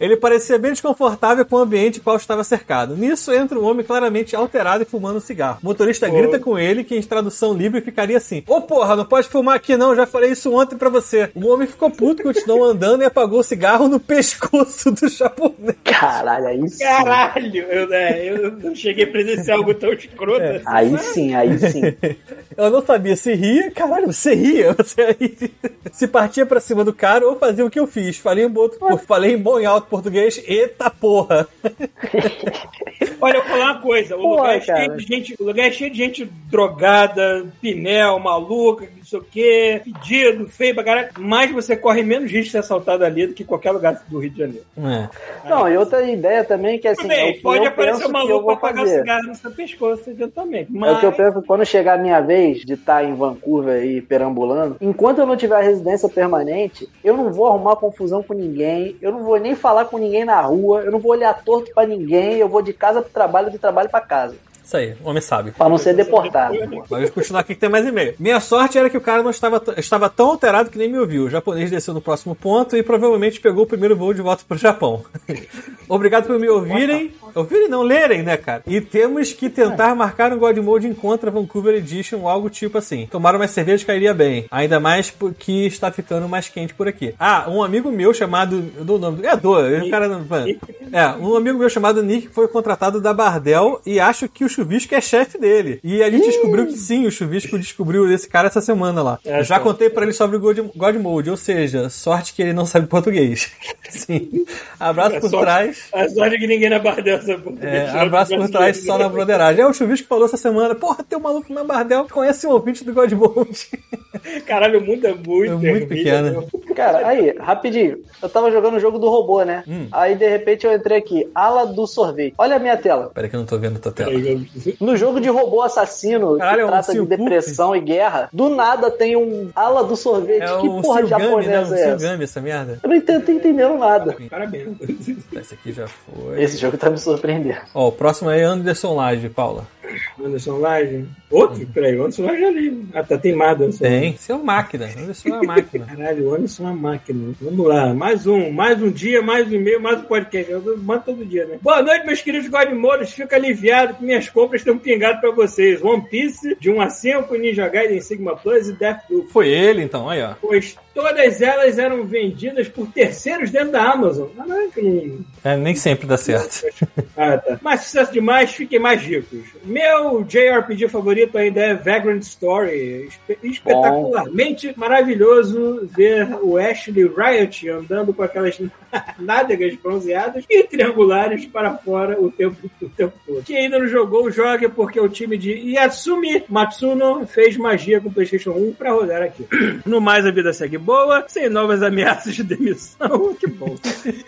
Speaker 1: Ele parecia bem desconfortável com o ambiente em qual estava cercado. Nisso entra um homem claramente alterado e fumando um cigarro. O motorista grita com ele, que em tradução livre ficaria assim: Ô porra, não pode fumar aqui não, já falei isso ontem pra você. O homem ficou puto, continuou andando e apagou o cigarro no pescoço do japonês.
Speaker 6: Caralho, aí sim.
Speaker 2: Caralho, eu, é, eu não cheguei a presenciar algo tão escroto
Speaker 1: É.
Speaker 2: assim.
Speaker 6: Aí sim, aí sim.
Speaker 1: Eu não sabia se ria, caralho, você ria, você ria. Se partia pra cima do cara ou fazia o que eu fiz. Falei em, boto, falei em bom e alto português, eita porra.
Speaker 2: Olha, eu vou falar uma coisa. O,
Speaker 6: Porra,
Speaker 2: lugar é cheio
Speaker 6: cara.
Speaker 2: de gente, o lugar é cheio de gente drogada, pinel, maluca, não sei o quê, pedido, feio pra caralho. Mas você corre menos risco de ser assaltado ali do que qualquer lugar do Rio de Janeiro.
Speaker 1: É.
Speaker 6: Não, e outra ideia também que assim,
Speaker 2: Tudo
Speaker 6: é o
Speaker 2: bem,
Speaker 6: que
Speaker 2: pode
Speaker 6: eu
Speaker 2: aparecer
Speaker 6: penso
Speaker 2: um
Speaker 6: que eu
Speaker 2: maluco
Speaker 6: vou
Speaker 2: pra pagar
Speaker 6: fazer.
Speaker 2: cigarro no seu pescoço eventualmente.
Speaker 6: É o
Speaker 2: Mas
Speaker 6: que eu penso quando chegar a minha vez de estar em Vancouver e perambulando. Enquanto eu não tiver a residência permanente, eu não vou arrumar confusão com ninguém, eu não vou nem falar com ninguém na rua, eu não vou olhar torto pra ninguém, eu vou de casa pro trabalho, de trabalho pra casa.
Speaker 1: Isso aí, homem sábio.
Speaker 6: Pra não ser deportado.
Speaker 1: Mas vamos continuar aqui que tem mais e-mail. Minha sorte era que o cara não estava, t- estava tão alterado que nem me ouviu. O japonês desceu no próximo ponto e provavelmente pegou o primeiro voo de volta pro Japão. Obrigado por me ouvirem. Ouvirem não, lerem, né, cara? E temos que tentar marcar um God Mode Encontra Vancouver Edition ou algo tipo assim. Tomar uma cerveja cairia bem. Ainda mais porque está ficando mais quente por aqui. Ah, um amigo meu chamado. Eu dou o nome do. É, dou. O cara não. É, um amigo meu chamado Nick foi contratado da Bardel e acho que o Chuvisco é chefe dele. E a gente descobriu que sim, o Chuvisco descobriu esse cara essa semana lá.
Speaker 2: É,
Speaker 1: Eu já
Speaker 2: então.
Speaker 1: contei pra ele sobre o God, God Mode, ou seja, sorte que ele não sabe português. sim. Abraço por
Speaker 2: sorte.
Speaker 1: trás.
Speaker 2: A sorte é que ninguém na Bardel sabe português.
Speaker 1: É, abraço por trás só na broderagem. É, o Chuvisco falou essa semana, porra, tem um maluco na Bardel que conhece um ouvinte do God Mode.
Speaker 2: Caralho, o mundo é muito, né?
Speaker 1: É muito pequeno.
Speaker 6: Cara, aí, rapidinho. Eu tava jogando o jogo do robô, né?
Speaker 2: Hum.
Speaker 6: Aí, de repente, eu entrei aqui. Ala do sorvete. Olha a minha tela.
Speaker 1: Peraí que eu não tô vendo a tua tela.
Speaker 2: pequeno.
Speaker 6: No jogo de robô assassino,
Speaker 1: Caralho, é
Speaker 6: que
Speaker 1: um
Speaker 6: trata de
Speaker 1: Silcoop?
Speaker 6: depressão e guerra, do nada tem um ala do sorvete.
Speaker 1: É
Speaker 6: que
Speaker 1: o
Speaker 6: porra de
Speaker 1: Silgami, né? O
Speaker 6: japonesa é essa?
Speaker 1: Silgami, essa merda.
Speaker 6: Eu não entendo, tô entendendo nada.
Speaker 2: Parabéns.
Speaker 1: Esse aqui já foi.
Speaker 6: Esse jogo tá me surpreendendo.
Speaker 1: Ó, o próximo é Anderson Lage, Paula.
Speaker 2: Anderson Laje. Outro? Peraí, o Anderson Laje é ali. Ah, tá teimado, Anderson.
Speaker 1: Tem. Você é uma máquina. Anderson é uma máquina.
Speaker 2: Caralho, o Anderson é uma máquina. Vamos lá, mais um, mais um dia, mais um e-mail, mais um podcast. Eu mando todo dia, né? Boa noite, meus queridos Godmodos. Fico aliviado que minhas compras estão pingadas pra vocês. One Piece, de 1 a 5, Ninja Gaiden Sigma Plus e Deathloop.
Speaker 1: Foi ele, então, aí, ó.
Speaker 2: Pois todas elas eram vendidas por terceiros dentro da Amazon. Caraca, não-
Speaker 1: É, nem sempre dá certo.
Speaker 2: ah, tá. Mas sucesso demais, fiquem mais ricos. Meu JRPG favorito ainda é Vagrant Story. Espe- espetacularmente maravilhoso ver o Ashley Riot andando com aquelas nádegas bronzeadas e triangulares para fora o tempo, o tempo todo. Quem ainda não jogou, jogue porque o time de Yasumi Matsuno fez magia com o PlayStation 1 para rodar aqui. No mais, a vida segue boa, sem novas ameaças de demissão. Que bom.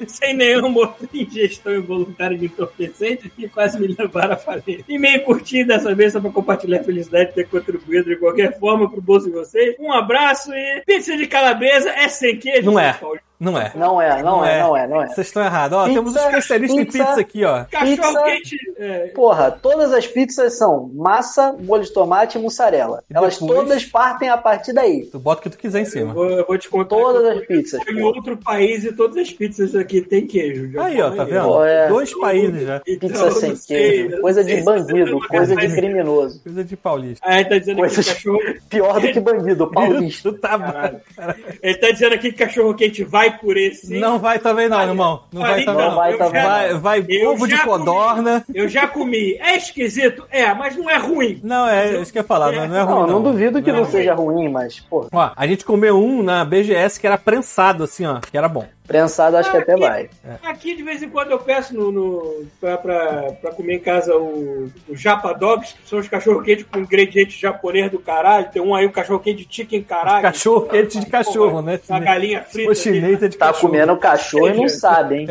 Speaker 2: sem nenhuma outra ingestão involuntária de entorpecente que quase me levaram a falir. E meio curtinho dessa vez só pra compartilhar a felicidade de ter contribuído de qualquer forma pro bolso de vocês. Um abraço e pizza de calabresa é sem queijo.
Speaker 1: Não é.
Speaker 2: São Paulo.
Speaker 1: Não é.
Speaker 6: Não é, não, é, não é, não é.
Speaker 1: Vocês estão errados. Ó, temos um
Speaker 6: Pizza,
Speaker 1: especialista em
Speaker 6: pizza.
Speaker 1: pizza aqui, ó.
Speaker 2: Cachorro
Speaker 6: Pizza.
Speaker 2: quente. É,
Speaker 6: Porra, todas as pizzas são massa, molho de tomate e mussarela.
Speaker 1: E
Speaker 6: Elas
Speaker 1: depois?
Speaker 6: todas partem a partir daí.
Speaker 1: Tu bota o que tu quiser em
Speaker 2: eu
Speaker 1: cima.
Speaker 2: vou, eu vou te contar.
Speaker 6: Todas
Speaker 2: que
Speaker 6: as pizzas.
Speaker 2: eu fui Em outro país e todas as pizzas aqui tem queijo. Já
Speaker 1: Aí, ó, tá
Speaker 2: falei.
Speaker 1: vendo?
Speaker 6: É.
Speaker 1: Dois países já.
Speaker 2: Então,
Speaker 6: Pizza
Speaker 2: não
Speaker 6: sem
Speaker 2: sei,
Speaker 6: queijo,
Speaker 2: não
Speaker 6: coisa
Speaker 2: sei
Speaker 6: de
Speaker 2: se
Speaker 6: bandido,
Speaker 1: é
Speaker 2: você tá
Speaker 6: coisa
Speaker 2: vai
Speaker 6: de criminoso.
Speaker 1: Coisa de paulista.
Speaker 2: Ah, ele tá dizendo aqui que
Speaker 6: Coisas-
Speaker 2: cachorro.
Speaker 6: Pior do que bandido, paulista.
Speaker 1: Tu tá
Speaker 2: Caralho.
Speaker 1: bom.
Speaker 2: Ele tá dizendo aqui que cachorro quente vai por esse.
Speaker 1: Não vai também não, irmão. Não vai
Speaker 2: Aí,
Speaker 1: também
Speaker 6: não vai
Speaker 1: não.
Speaker 2: eu
Speaker 6: também
Speaker 2: já-
Speaker 1: Vai, vai
Speaker 2: eu
Speaker 1: ovo
Speaker 2: já
Speaker 1: de codorna.
Speaker 2: comi. Eu já comi. É esquisito? É, mas não é ruim.
Speaker 1: Não, é isso que eu ia falar. Não, não é ruim,
Speaker 6: Não, não duvido que não,
Speaker 1: é ruim.
Speaker 6: seja ruim, mas, pô,
Speaker 1: Ó, a gente comeu um na BGS que era prensado, assim, ó. Que era bom.
Speaker 6: prensado
Speaker 1: Ah,
Speaker 6: acho que até vai.
Speaker 1: É.
Speaker 2: Aqui, de vez em quando, eu peço no, no, pra, pra- pra comer em casa o, o Japa Dogs, que são os cachorro-quente com ingrediente japonês do caralho. Tem um aí, o cachorro-quente de chicken caralho.
Speaker 1: Cachorro quente de cachorro, né?
Speaker 2: Uma galinha
Speaker 1: Se
Speaker 2: frita.
Speaker 1: for chinês, é de
Speaker 6: Tá
Speaker 1: cachorro.
Speaker 6: comendo cachorro e não sabe, hein?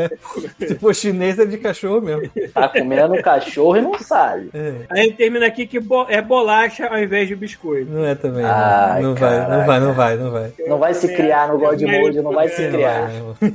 Speaker 1: Se for chinês, é de cachorro mesmo.
Speaker 6: Tá comendo cachorro e não sabe.
Speaker 1: É,
Speaker 2: Aí termina aqui que bo- é bolacha ao invés de biscoito.
Speaker 1: não é também.
Speaker 6: Ai,
Speaker 1: não. Não, vai, não vai, não vai, não vai.
Speaker 6: Não vai se criar no God Mode, não vai se
Speaker 1: Não
Speaker 6: criar.
Speaker 1: vai, não vai.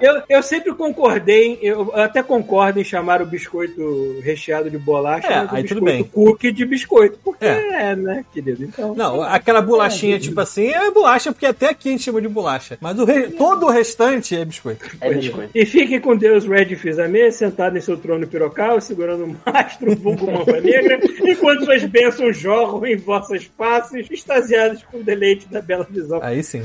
Speaker 2: Eu, eu sempre concordei, eu até concordo em chamar o biscoito recheado de bolacha,
Speaker 1: É,
Speaker 2: mas o
Speaker 1: aí
Speaker 2: biscoito
Speaker 1: tudo bem.
Speaker 2: cookie de biscoito. Porque
Speaker 1: É.
Speaker 2: é, né, querido? Então,
Speaker 1: Não, aquela bolachinha tipo assim é bolacha, porque até aqui a gente chama de bolacha. Mas o re- todo o restante é biscoito.
Speaker 6: É biscoito.
Speaker 2: E fique com Deus, Red Fizamê, sentado em seu trono pirocal, segurando o mastro, o vulgo mamba negra, enquanto suas bênçãos jorram em vossas faces, extasiadas com o deleite da bela visão.
Speaker 1: Aí sim.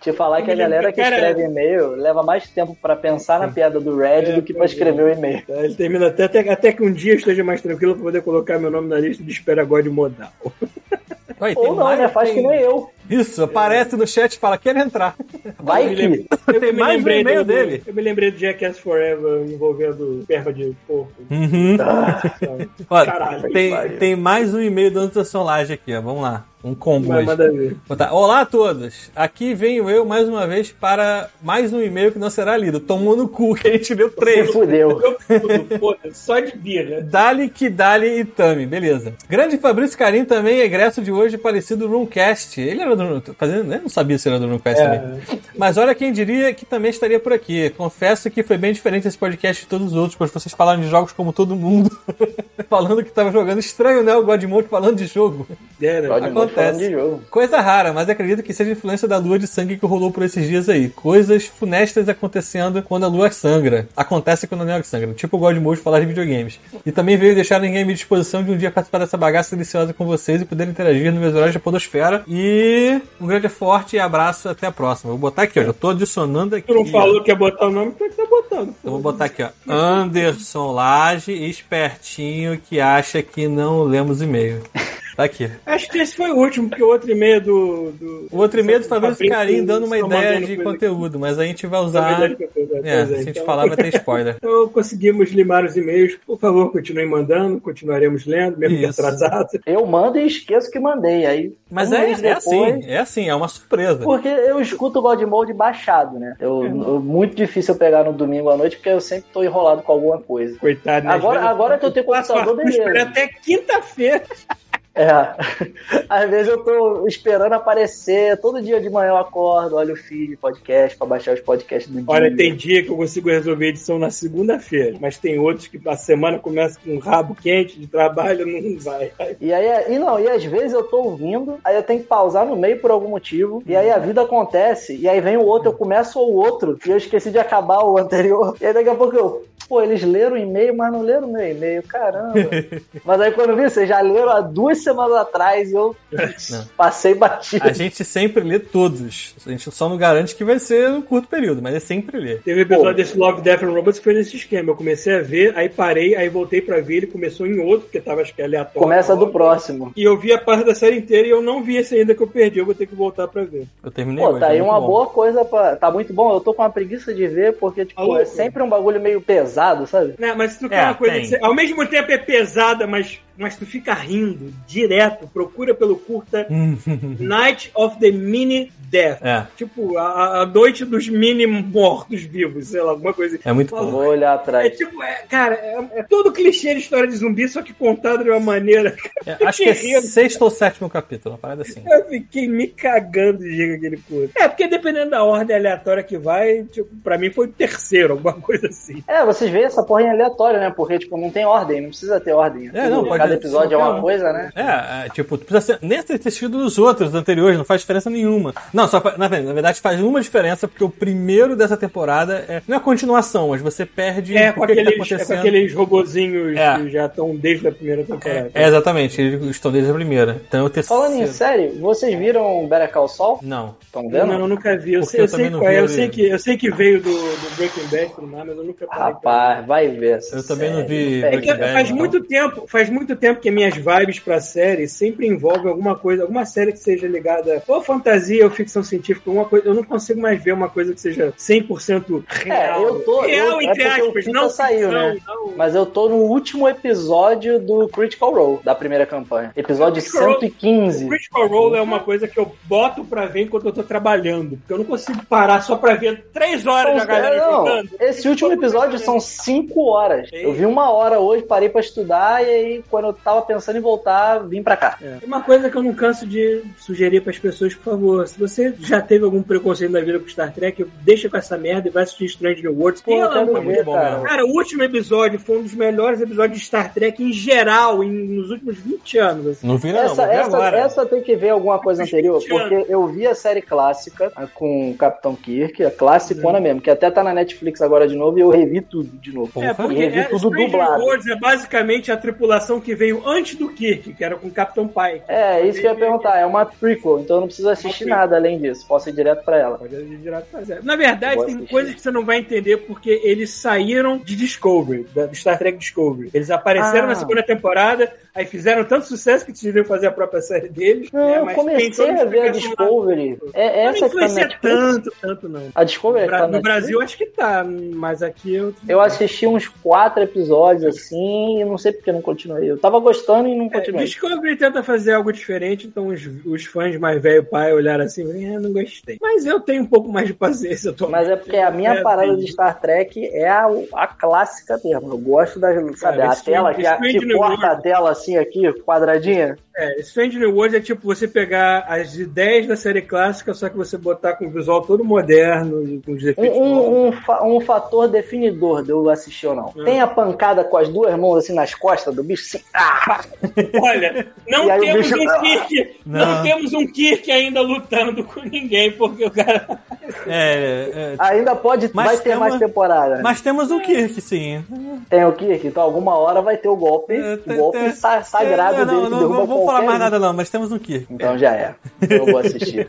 Speaker 6: Te falar que a galera que
Speaker 2: Cara,
Speaker 6: escreve e-mail leva mais tempo pra pensar na piada do Red do que
Speaker 1: É,
Speaker 6: pra escrever o e-mail.
Speaker 2: Tá, Ele termina até, até, até que um dia eu esteja mais tranquilo pra poder colocar meu nome na lista de espera God modal.
Speaker 1: Aí, tem
Speaker 6: Ou não,
Speaker 1: mais-
Speaker 6: né? Faz que
Speaker 1: tem-
Speaker 6: nem eu.
Speaker 1: Isso, aparece no chat e fala, quero entrar.
Speaker 6: Vai
Speaker 2: me
Speaker 6: que.
Speaker 2: lembro. Eu
Speaker 1: Tem
Speaker 2: me
Speaker 1: mais um
Speaker 2: lembrei
Speaker 1: e-mail
Speaker 2: do-
Speaker 1: dele.
Speaker 2: Eu me lembrei do Jackass Forever envolvendo perna de porco.
Speaker 1: Uhum.
Speaker 2: Então,
Speaker 1: Ó,
Speaker 2: Caralho,
Speaker 1: tem,
Speaker 6: pariu.
Speaker 1: tem mais um e-mail do Anderson Laje aqui, ó. Vamos lá. Um combo
Speaker 2: Vai,
Speaker 1: hoje.
Speaker 2: manda ver.
Speaker 1: Botar, Olá a todos! Aqui venho eu mais uma vez para mais um e-mail que não será lido. Tomou no cu que a gente leu
Speaker 6: Me
Speaker 1: três.
Speaker 6: fudeu.
Speaker 2: Eu tudo, foda, só de birra.
Speaker 1: Dali que Dali e Tami, beleza. Grande Fabrício Carim também, egresso de hoje, parecido do Roomcast. Ele era do fazendo, né? Não sabia se era do Roomcast também. Mas olha quem diria que também estaria por aqui. Confesso que foi bem diferente esse podcast de todos os outros, pois vocês falaram de jogos como todo mundo. falando que tava jogando estranho, né? O Godmode falando de jogo.
Speaker 2: É, né?
Speaker 1: Acontece.
Speaker 6: Pode falando um de jogo.
Speaker 1: Coisa rara, mas acredito que seja a influência da lua de sangue que rolou por esses dias aí. Coisas funestas acontecendo quando a lua sangra. Acontece quando a lua sangra. Tipo o Godmode falar de videogames. E também veio deixar ninguém à minha disposição de um dia participar dessa bagaça deliciosa com vocês e poder interagir nos meus horários da podosfera. E um grande forte abraço e até a próxima. Vou botar aqui, ó. Já tô adicionando aqui.
Speaker 2: Tu não
Speaker 1: ó.
Speaker 2: falou que ia botar o nome, então que tá botando.
Speaker 1: Eu vou botar aqui, ó. Anderson Lage, espertinho que acha que não lemos e-mail. Tá aqui.
Speaker 2: Acho que esse foi o último, porque o outro e-mail do. do...
Speaker 1: O outro e-mail do Fabrício
Speaker 2: Fabrício
Speaker 1: Carim dando uma
Speaker 2: só
Speaker 1: ideia
Speaker 2: mandando
Speaker 1: de
Speaker 2: coisa Tá
Speaker 1: conteúdo, mas a gente vai
Speaker 2: Na
Speaker 1: usar.
Speaker 2: verdade, que eu tô- pois
Speaker 1: É, se a gente
Speaker 2: então-
Speaker 1: falar vai ter spoiler.
Speaker 2: Então conseguimos limar os e-mails. Por favor, continuem mandando, continuaremos lendo, mesmo que
Speaker 1: Isso.
Speaker 2: atrasado.
Speaker 6: Eu mando e esqueço que mandei. Aí,
Speaker 1: Mas
Speaker 6: um
Speaker 1: é,
Speaker 6: mês
Speaker 1: é
Speaker 6: depois-
Speaker 1: assim, é assim, é uma surpresa.
Speaker 6: Porque eu escuto o Godmode baixado, né? Eu,
Speaker 1: É.
Speaker 6: eu- muito difícil eu pegar no domingo à noite, porque eu sempre tô enrolado com alguma coisa.
Speaker 2: Coitado, né?
Speaker 6: Agora,
Speaker 2: Às vezes
Speaker 6: agora que eu tenho
Speaker 2: eu faço
Speaker 6: computador,
Speaker 2: arroz, espero
Speaker 6: beleza.
Speaker 2: até quinta-feira.
Speaker 6: É. Às vezes eu tô esperando aparecer. Todo dia de manhã eu acordo, olho o feed, podcast, pra baixar os podcasts do dia.
Speaker 2: Olha, tem dia que eu consigo resolver a edição na segunda-feira, mas tem outros que a semana começa com um rabo quente de trabalho, não vai.
Speaker 6: E aí, e não, e às vezes eu tô ouvindo, aí eu tenho que pausar no meio por algum motivo, e aí a vida acontece, e aí vem o outro, eu começo o outro, e eu esqueci de acabar o anterior, e aí daqui a pouco eu, pô, eles leram o e-mail, mas não leram meu e-mail, caramba. mas aí quando eu vi, vocês já leram há duas semanas atrás, e eu
Speaker 1: Não.
Speaker 6: passei batido.
Speaker 1: A gente sempre lê todos. A gente só não garante que vai ser um curto período, mas é sempre ler.
Speaker 2: Teve um episódio desse Love, Death and Robots que foi nesse esquema. Eu comecei a ver, aí parei, aí voltei pra ver, ele começou em outro, porque tava acho que aleatório.
Speaker 6: Começa do próximo.
Speaker 2: E eu vi a parte da série inteira e eu não vi esse ainda que eu perdi, eu vou ter que voltar pra ver.
Speaker 1: Eu terminei
Speaker 6: Pô,
Speaker 1: hoje.
Speaker 6: tá
Speaker 1: é
Speaker 6: aí
Speaker 1: muito
Speaker 6: uma
Speaker 1: bom.
Speaker 6: boa coisa pra. Tá muito bom, eu tô com uma preguiça de ver, porque, tipo,
Speaker 2: Maluco.
Speaker 6: é sempre um bagulho meio pesado, sabe?
Speaker 2: Não, Né, mas se tu quer
Speaker 1: É,
Speaker 2: uma coisa
Speaker 1: tem.
Speaker 2: que você- ao mesmo tempo é pesada, mas, mas tu fica rindo direto, procura pelo curta
Speaker 6: Uhum.
Speaker 2: Night of the Mini Death.
Speaker 1: É,
Speaker 2: Tipo, a, a- a noite dos mini mortos vivos, sei lá, alguma coisa.
Speaker 1: é muito
Speaker 2: Maluco.
Speaker 1: bom.
Speaker 6: Vou olhar
Speaker 2: É
Speaker 6: atrás.
Speaker 2: tipo, é, cara, é, é todo clichê de história de zumbi, só que contado de uma maneira.
Speaker 1: É, acho que é sexto ou sétimo capítulo, uma parada assim.
Speaker 2: Eu fiquei me cagando de jeito aquele curta. É, porque dependendo da ordem aleatória que vai, tipo, pra mim foi o terceiro, alguma coisa assim.
Speaker 6: É, vocês veem essa porra em aleatório, né? Porque, tipo, não tem ordem, não precisa ter ordem.
Speaker 1: É, não,
Speaker 6: Tudo-
Speaker 1: pode
Speaker 6: Cada
Speaker 1: ser
Speaker 6: episódio é
Speaker 1: qualquer
Speaker 6: uma
Speaker 1: um.
Speaker 6: coisa, né?
Speaker 1: É, é, tipo, tu precisa ser, nem ter assistido os outros anteriores, não faz diferença nenhuma. Não, só fa- na, verdade- na verdade faz uma diferença, porque o primeiro dessa temporada é. Não é a continuação, mas você perde
Speaker 2: É,
Speaker 1: o
Speaker 2: com
Speaker 1: que que tá
Speaker 2: aqueles, é, com
Speaker 1: acontecendo.
Speaker 2: aqueles robozinhos
Speaker 1: É.
Speaker 2: que já estão desde a primeira temporada.
Speaker 1: É, exatamente, eles estão desde a primeira. Então é o terceiro.
Speaker 6: Falando em série, vocês viram Better Call Saul?
Speaker 1: Não.
Speaker 6: Estão vendo?
Speaker 2: Não, eu nunca vi. Eu
Speaker 1: Porque
Speaker 2: sei,
Speaker 1: eu
Speaker 2: eu sei
Speaker 1: também não
Speaker 2: qual é,
Speaker 1: vi,
Speaker 2: eu
Speaker 1: eu-
Speaker 2: sei que, eu sei que veio do, do Breaking Bad, tudo mais, mas eu nunca parei pra-
Speaker 6: Rapaz, vai ver. essa
Speaker 1: Eu também não
Speaker 6: série.
Speaker 1: vi
Speaker 6: Pega,
Speaker 2: É que
Speaker 1: Breaking
Speaker 6: né?
Speaker 1: Bad.
Speaker 2: faz
Speaker 1: então.
Speaker 2: muito tempo, faz muito tempo que minhas vibes pra série sempre envolvem alguma coisa, alguma série que seja ligada ou à fantasia ou ficção científica, alguma coisa. Eu não consigo mais ver uma coisa que seja 100% real.
Speaker 6: É, eu tô- eu-
Speaker 2: real
Speaker 6: é
Speaker 2: entre
Speaker 6: porque o
Speaker 2: aspas,
Speaker 6: Pita
Speaker 2: não
Speaker 6: saiu,
Speaker 2: ficção,
Speaker 6: né?
Speaker 2: não.
Speaker 6: Mas eu tô no último episódio do Critical Role, da primeira campanha. Episódio
Speaker 2: Critical Role- O
Speaker 6: 115.
Speaker 2: Critical Role é uma coisa que eu boto pra ver enquanto eu tô trabalhando, porque eu não consigo parar só pra ver três horas da galera
Speaker 6: é, Não,
Speaker 2: jogando.
Speaker 6: esse último episódio são cinco horas. Eu vi uma hora hoje, parei pra estudar e aí quando eu tava pensando em voltar, vim pra cá.
Speaker 2: É. Uma coisa que eu não canso de sugerir para as pessoas, por favor, se você já teve algum preconceito na vida com Star Trek, deixa com essa merda e vai assistir Strange New Worlds.
Speaker 6: Pô, eu
Speaker 2: Pelo
Speaker 6: quero
Speaker 2: amor de
Speaker 6: ver,
Speaker 1: bom
Speaker 6: cara.
Speaker 1: mesmo.
Speaker 2: Cara, o último episódio foi um dos melhores episódios de Star Trek em geral, em- nos últimos 20 anos. assim.
Speaker 1: Não vira, não,
Speaker 6: Essa,
Speaker 1: vou ver
Speaker 6: essa,
Speaker 1: agora.
Speaker 6: essa tem que ver alguma coisa anterior, porque eu vi a série clássica a- com o Capitão Kirk, a
Speaker 2: Uhum.
Speaker 6: classicona mesmo, que até tá na Netflix agora de novo e eu revi tudo de novo.
Speaker 1: Porra.
Speaker 2: É, porque
Speaker 6: Eu vi
Speaker 2: é,
Speaker 6: tudo
Speaker 2: Strange
Speaker 6: dublado.
Speaker 2: New Worlds é basicamente a tripulação que veio antes do Kirk, que era com o Capitão Pike.
Speaker 6: É, isso que eu ia perguntar, é uma prequel, então eu não preciso assistir nada além disso, posso ir direto pra ela.
Speaker 2: Pode agir direto pra zero. Na verdade,
Speaker 6: Boa,
Speaker 2: tem
Speaker 6: bicho.
Speaker 2: coisas que você não vai entender porque eles saíram de Discovery, da- do Star Trek Discovery. Eles apareceram
Speaker 6: Ah.
Speaker 2: na segunda temporada, aí fizeram tanto sucesso que decidiram fazer a própria série deles.
Speaker 6: Não,
Speaker 2: né,
Speaker 6: eu
Speaker 2: mas tem
Speaker 6: comecei
Speaker 2: toda
Speaker 6: a ver a
Speaker 2: explicação lá.
Speaker 6: Discovery. É
Speaker 2: Não
Speaker 6: essa que tá na
Speaker 2: né? influencia
Speaker 6: Netflix?
Speaker 2: tanto, tanto não.
Speaker 6: A Discovery é que
Speaker 2: Bra-
Speaker 6: tá na
Speaker 2: no
Speaker 6: Netflix?
Speaker 2: Brasil acho que tá, mas aqui eu.
Speaker 6: Eu assisti uns quatro episódios assim e não sei porque não continuei. Eu tava gostando e não
Speaker 2: É,
Speaker 6: continuei.
Speaker 2: Discovery tenta fazer algo diferente, então os, os fãs mais velho pai olharam assim, ah, não gostei. Mas eu tenho um pouco mais de paciência atualmente.
Speaker 6: Mas é porque a minha
Speaker 1: assim.
Speaker 2: É,
Speaker 6: parada
Speaker 2: bem.
Speaker 6: de Star Trek é a, a clássica mesmo. Eu gosto da,
Speaker 1: Ah,
Speaker 6: sabe, a
Speaker 2: Strange-
Speaker 6: tela que, a,
Speaker 2: Strange
Speaker 6: que
Speaker 2: New
Speaker 6: corta a
Speaker 2: World.
Speaker 6: tela assim aqui, quadradinha.
Speaker 2: É, Strange New World é tipo você pegar as ideias da série clássica, só que você botar com o visual todo moderno, e com os
Speaker 6: Um,
Speaker 2: efeitos novos.
Speaker 6: um, um, fa- um fator definidor de eu assistir ou não.
Speaker 1: Ah.
Speaker 2: Hum.
Speaker 6: Tem a pancada com as duas mãos assim nas costas do bicho, assim. Ah!
Speaker 2: Olha, não
Speaker 6: E aí o
Speaker 2: temos
Speaker 6: bicho- "Ah,
Speaker 2: um Kirk, não.
Speaker 1: Não.
Speaker 2: temos um Kirk ainda lutando com ninguém, porque o cara.
Speaker 1: É, é,
Speaker 6: Ainda pode,
Speaker 1: Mas
Speaker 6: vai ter
Speaker 1: tem
Speaker 6: mais
Speaker 1: uma-
Speaker 6: temporada. né?
Speaker 1: Mas temos o Kirk, sim.
Speaker 6: Tem o Kirk, então alguma hora vai ter o golpe,
Speaker 1: É,
Speaker 6: o
Speaker 1: tem-
Speaker 6: golpe
Speaker 1: tem-
Speaker 6: sa- sagrado
Speaker 1: É,
Speaker 6: dele
Speaker 1: Não,
Speaker 6: que
Speaker 1: não,
Speaker 6: derruba
Speaker 1: não vou falar
Speaker 6: qualquer
Speaker 1: mais
Speaker 6: um.
Speaker 1: nada, não, mas temos o Kirk.
Speaker 6: Então já é. Eu vou assistir.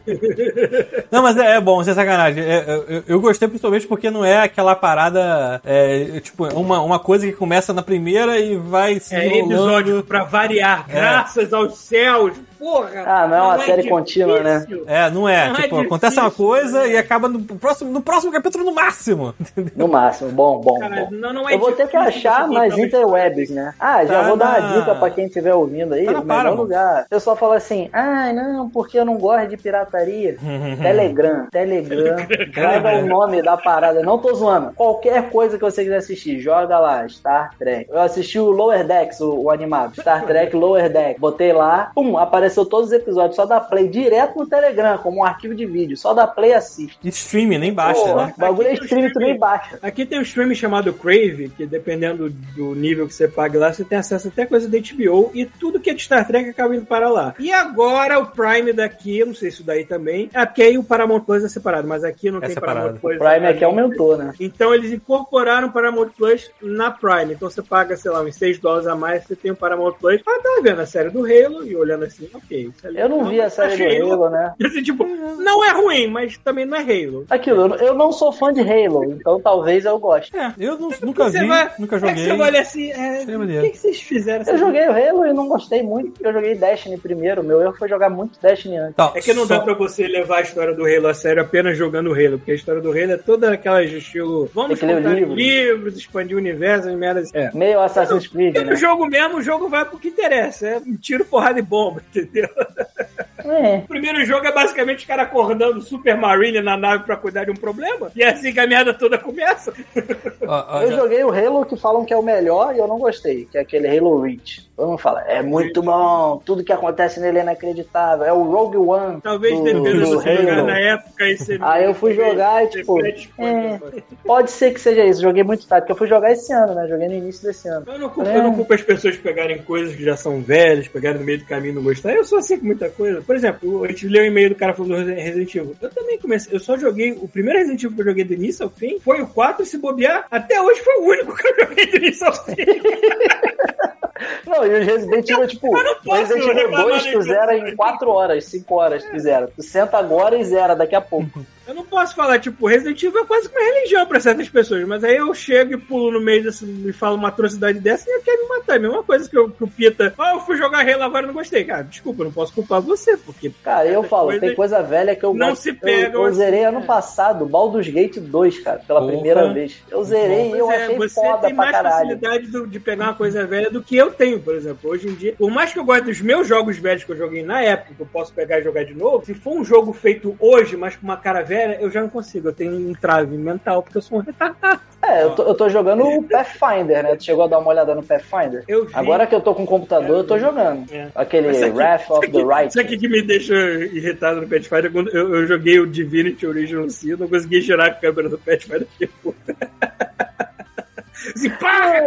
Speaker 1: Não, mas é, é bom, sem sacanagem. É, é, eu, eu gostei principalmente porque não é aquela parada, é, tipo, uma, uma coisa que começa na primeira e vai se
Speaker 2: É
Speaker 1: enrolando.
Speaker 2: episódio pra variar,
Speaker 1: É.
Speaker 2: graças aos céus. Porra! é
Speaker 6: Ah, não, a série
Speaker 2: difícil.
Speaker 6: contínua, né?
Speaker 1: É, não é.
Speaker 2: Não
Speaker 1: tipo,
Speaker 2: é difícil,
Speaker 1: acontece uma coisa
Speaker 2: né?
Speaker 1: e acaba no próximo, no próximo capítulo no máximo.
Speaker 6: No máximo, bom, bom,
Speaker 2: Cara,
Speaker 6: Tá bom.
Speaker 2: não, não é
Speaker 6: Eu vou ter que
Speaker 2: difícil
Speaker 6: achar
Speaker 2: você
Speaker 6: nas
Speaker 2: botar uma
Speaker 6: interwebs, né? Ah, já
Speaker 1: Tá
Speaker 6: vou dar
Speaker 1: na-
Speaker 6: uma dica pra quem estiver ouvindo aí.
Speaker 1: Tá na
Speaker 6: o melhor
Speaker 1: Paramount.
Speaker 6: lugar. O pessoal fala assim, ah, não, porque eu não gosto de pirataria. Telegram, Telegram. Grava o nome da parada. Não tô zoando. Qualquer coisa que você quiser assistir, joga lá, Star Trek. Eu assisti o Lower Decks, o, o animado. Star Trek Lower Decks. Botei lá, pum, apareceu todos os episódios. Só dá play direto no Telegram, como um arquivo de vídeo. Só dá play assim. e assiste.
Speaker 1: E streaming, nem baixa,
Speaker 6: Pô,
Speaker 1: né?
Speaker 6: o bagulho é
Speaker 2: Aqui tem o
Speaker 6: streaming, tu nem
Speaker 2: streaming.
Speaker 6: baixa.
Speaker 2: Aqui tem um streaming chamado Crave, que dependendo do nível que você paga lá, você tem acesso até coisa da HBO e tudo que é de Star Trek acaba indo para lá. E agora o Prime daqui, eu não sei se isso daí também. É porque aí o Paramount Plus é separado, mas aqui não
Speaker 1: É
Speaker 2: tem
Speaker 1: separado.
Speaker 2: Paramount Plus.
Speaker 6: Prime aqui aumentou, né?
Speaker 2: Então eles incorporaram o Paramount Plus na Prime. Então você paga, sei lá, uns 6 dólares a mais, você tem o Paramount Plus. Ah, tá vendo a série do Halo e olhando assim, ok. isso é
Speaker 6: Eu não
Speaker 2: legal,
Speaker 6: vi a
Speaker 2: mas
Speaker 6: série
Speaker 2: achei
Speaker 6: do Halo, né?
Speaker 2: Assim, tipo,
Speaker 1: Uhum.
Speaker 2: não é ruim, mas também não é Halo.
Speaker 6: Aquilo, eu não- eu não sou fã de Halo, então talvez eu goste.
Speaker 1: É, eu nu- nunca
Speaker 2: Você
Speaker 1: vi,
Speaker 2: vai-
Speaker 1: nunca
Speaker 2: É
Speaker 1: joguei.
Speaker 2: que você olha assim, é,
Speaker 1: Achei
Speaker 2: o
Speaker 1: maneiro.
Speaker 2: que, que vocês fizeram?
Speaker 6: Eu joguei o Halo e não gostei muito, porque eu joguei Destiny primeiro. Meu erro foi jogar muito Destiny antes.
Speaker 1: Tá,
Speaker 2: É que não dá
Speaker 1: só-
Speaker 2: pra você levar a história do Halo a sério apenas jogando o Halo, porque a história do Halo é toda aquela de estilo. Vamos
Speaker 6: Tem que ler o
Speaker 2: contar
Speaker 6: é livro.
Speaker 2: livros, expandir o universo, e merdas. É.
Speaker 6: Meio Assassin's Creed,
Speaker 1: É.
Speaker 2: No
Speaker 6: né?
Speaker 2: jogo mesmo, o jogo vai pro que interessa. É um tiro, porrada e bomba, entendeu?
Speaker 6: É.
Speaker 2: O primeiro jogo é basicamente os caras acordando o Super Marine na nave pra cuidar de um problema. E é assim que a merda toda começa.
Speaker 1: ó, ó,
Speaker 6: Eu
Speaker 1: já-
Speaker 6: joguei o Halo que falam que é o melhor e eu não gostei, que é aquele Halo Reach. Todo mundo fala, é muito bom, tudo que acontece nele é inacreditável, é o Rogue One.
Speaker 2: Talvez
Speaker 6: do,
Speaker 2: dependendo de
Speaker 6: do
Speaker 2: você jogar
Speaker 6: Halo.
Speaker 2: na época e você.
Speaker 6: Aí eu fui jogar e, tipo,
Speaker 2: Você predispõe.
Speaker 6: Pode ser que seja isso, joguei muito tarde, porque eu fui jogar esse ano, né? Joguei no início desse ano.
Speaker 2: Eu não, culpo,
Speaker 6: É.
Speaker 2: eu não culpo as pessoas que pegarem coisas que já são velhas, pegarem no meio do caminho e não gostar. Eu sou assim com muita coisa. Por exemplo, a gente leu o e-mail do cara falando do Resident Evil. Eu também comecei. Eu só joguei. O primeiro Resident Evil que eu joguei do início ao fim foi o 4. e Se bobear, até hoje foi o único que eu joguei do início ao fim.
Speaker 6: Não, e os Resident Evil, tipo,
Speaker 2: eu não posso
Speaker 6: Resident Evil
Speaker 2: reclamar
Speaker 6: 2 tu
Speaker 2: nem
Speaker 6: zera
Speaker 2: disso.
Speaker 6: em 4 horas, 5 horas tu zera. Tu senta agora e zera daqui a pouco.
Speaker 2: Eu não posso falar, tipo, Resident Evil é quase que uma religião pra certas pessoas, mas aí eu chego e pulo no meio desse, e falo uma atrocidade dessa e eu quero me matar. É a mesma coisa que, eu, que o Pita. Ah, eu fui jogar Halo agora e não gostei. Cara, desculpa, eu não posso culpar você, porque.
Speaker 6: Cara, eu
Speaker 2: certas
Speaker 6: falo,
Speaker 2: coisas-
Speaker 6: tem coisa velha que eu
Speaker 2: não
Speaker 6: gosto.
Speaker 2: se pegam
Speaker 6: eu, eu
Speaker 2: assim,
Speaker 6: zerei ano passado, Baldur's Gate 2, cara, pela
Speaker 1: Porra.
Speaker 6: primeira vez. Eu zerei e eu
Speaker 2: Pois é,
Speaker 6: achei
Speaker 2: você
Speaker 6: foda
Speaker 2: tem
Speaker 6: pra
Speaker 2: mais
Speaker 6: caralho.
Speaker 2: facilidade do- de pegar uma coisa velha do que eu tenho, por exemplo. Hoje em dia, por mais que eu goste dos meus jogos velhos que eu joguei na época, que eu posso pegar e jogar de novo, se for um jogo feito hoje, mas com uma cara velha, eu já não consigo. Eu tenho um trave mental, porque eu sou um retardado.
Speaker 6: É, eu tô, eu tô jogando o Pathfinder, né? Tu chegou a dar uma olhada no Pathfinder?
Speaker 2: Eu vi.
Speaker 6: Agora que eu tô com o computador, eu tô jogando.
Speaker 2: É.
Speaker 6: Aquele
Speaker 2: Mas isso aqui-
Speaker 6: Wrath of é the Right.
Speaker 2: Isso aqui que me deixa irritado no Pathfinder, é quando eu, eu joguei o Divinity Original Sin, não consegui girar a câmera do Pathfinder, fiquei puto. Se Assim, pá!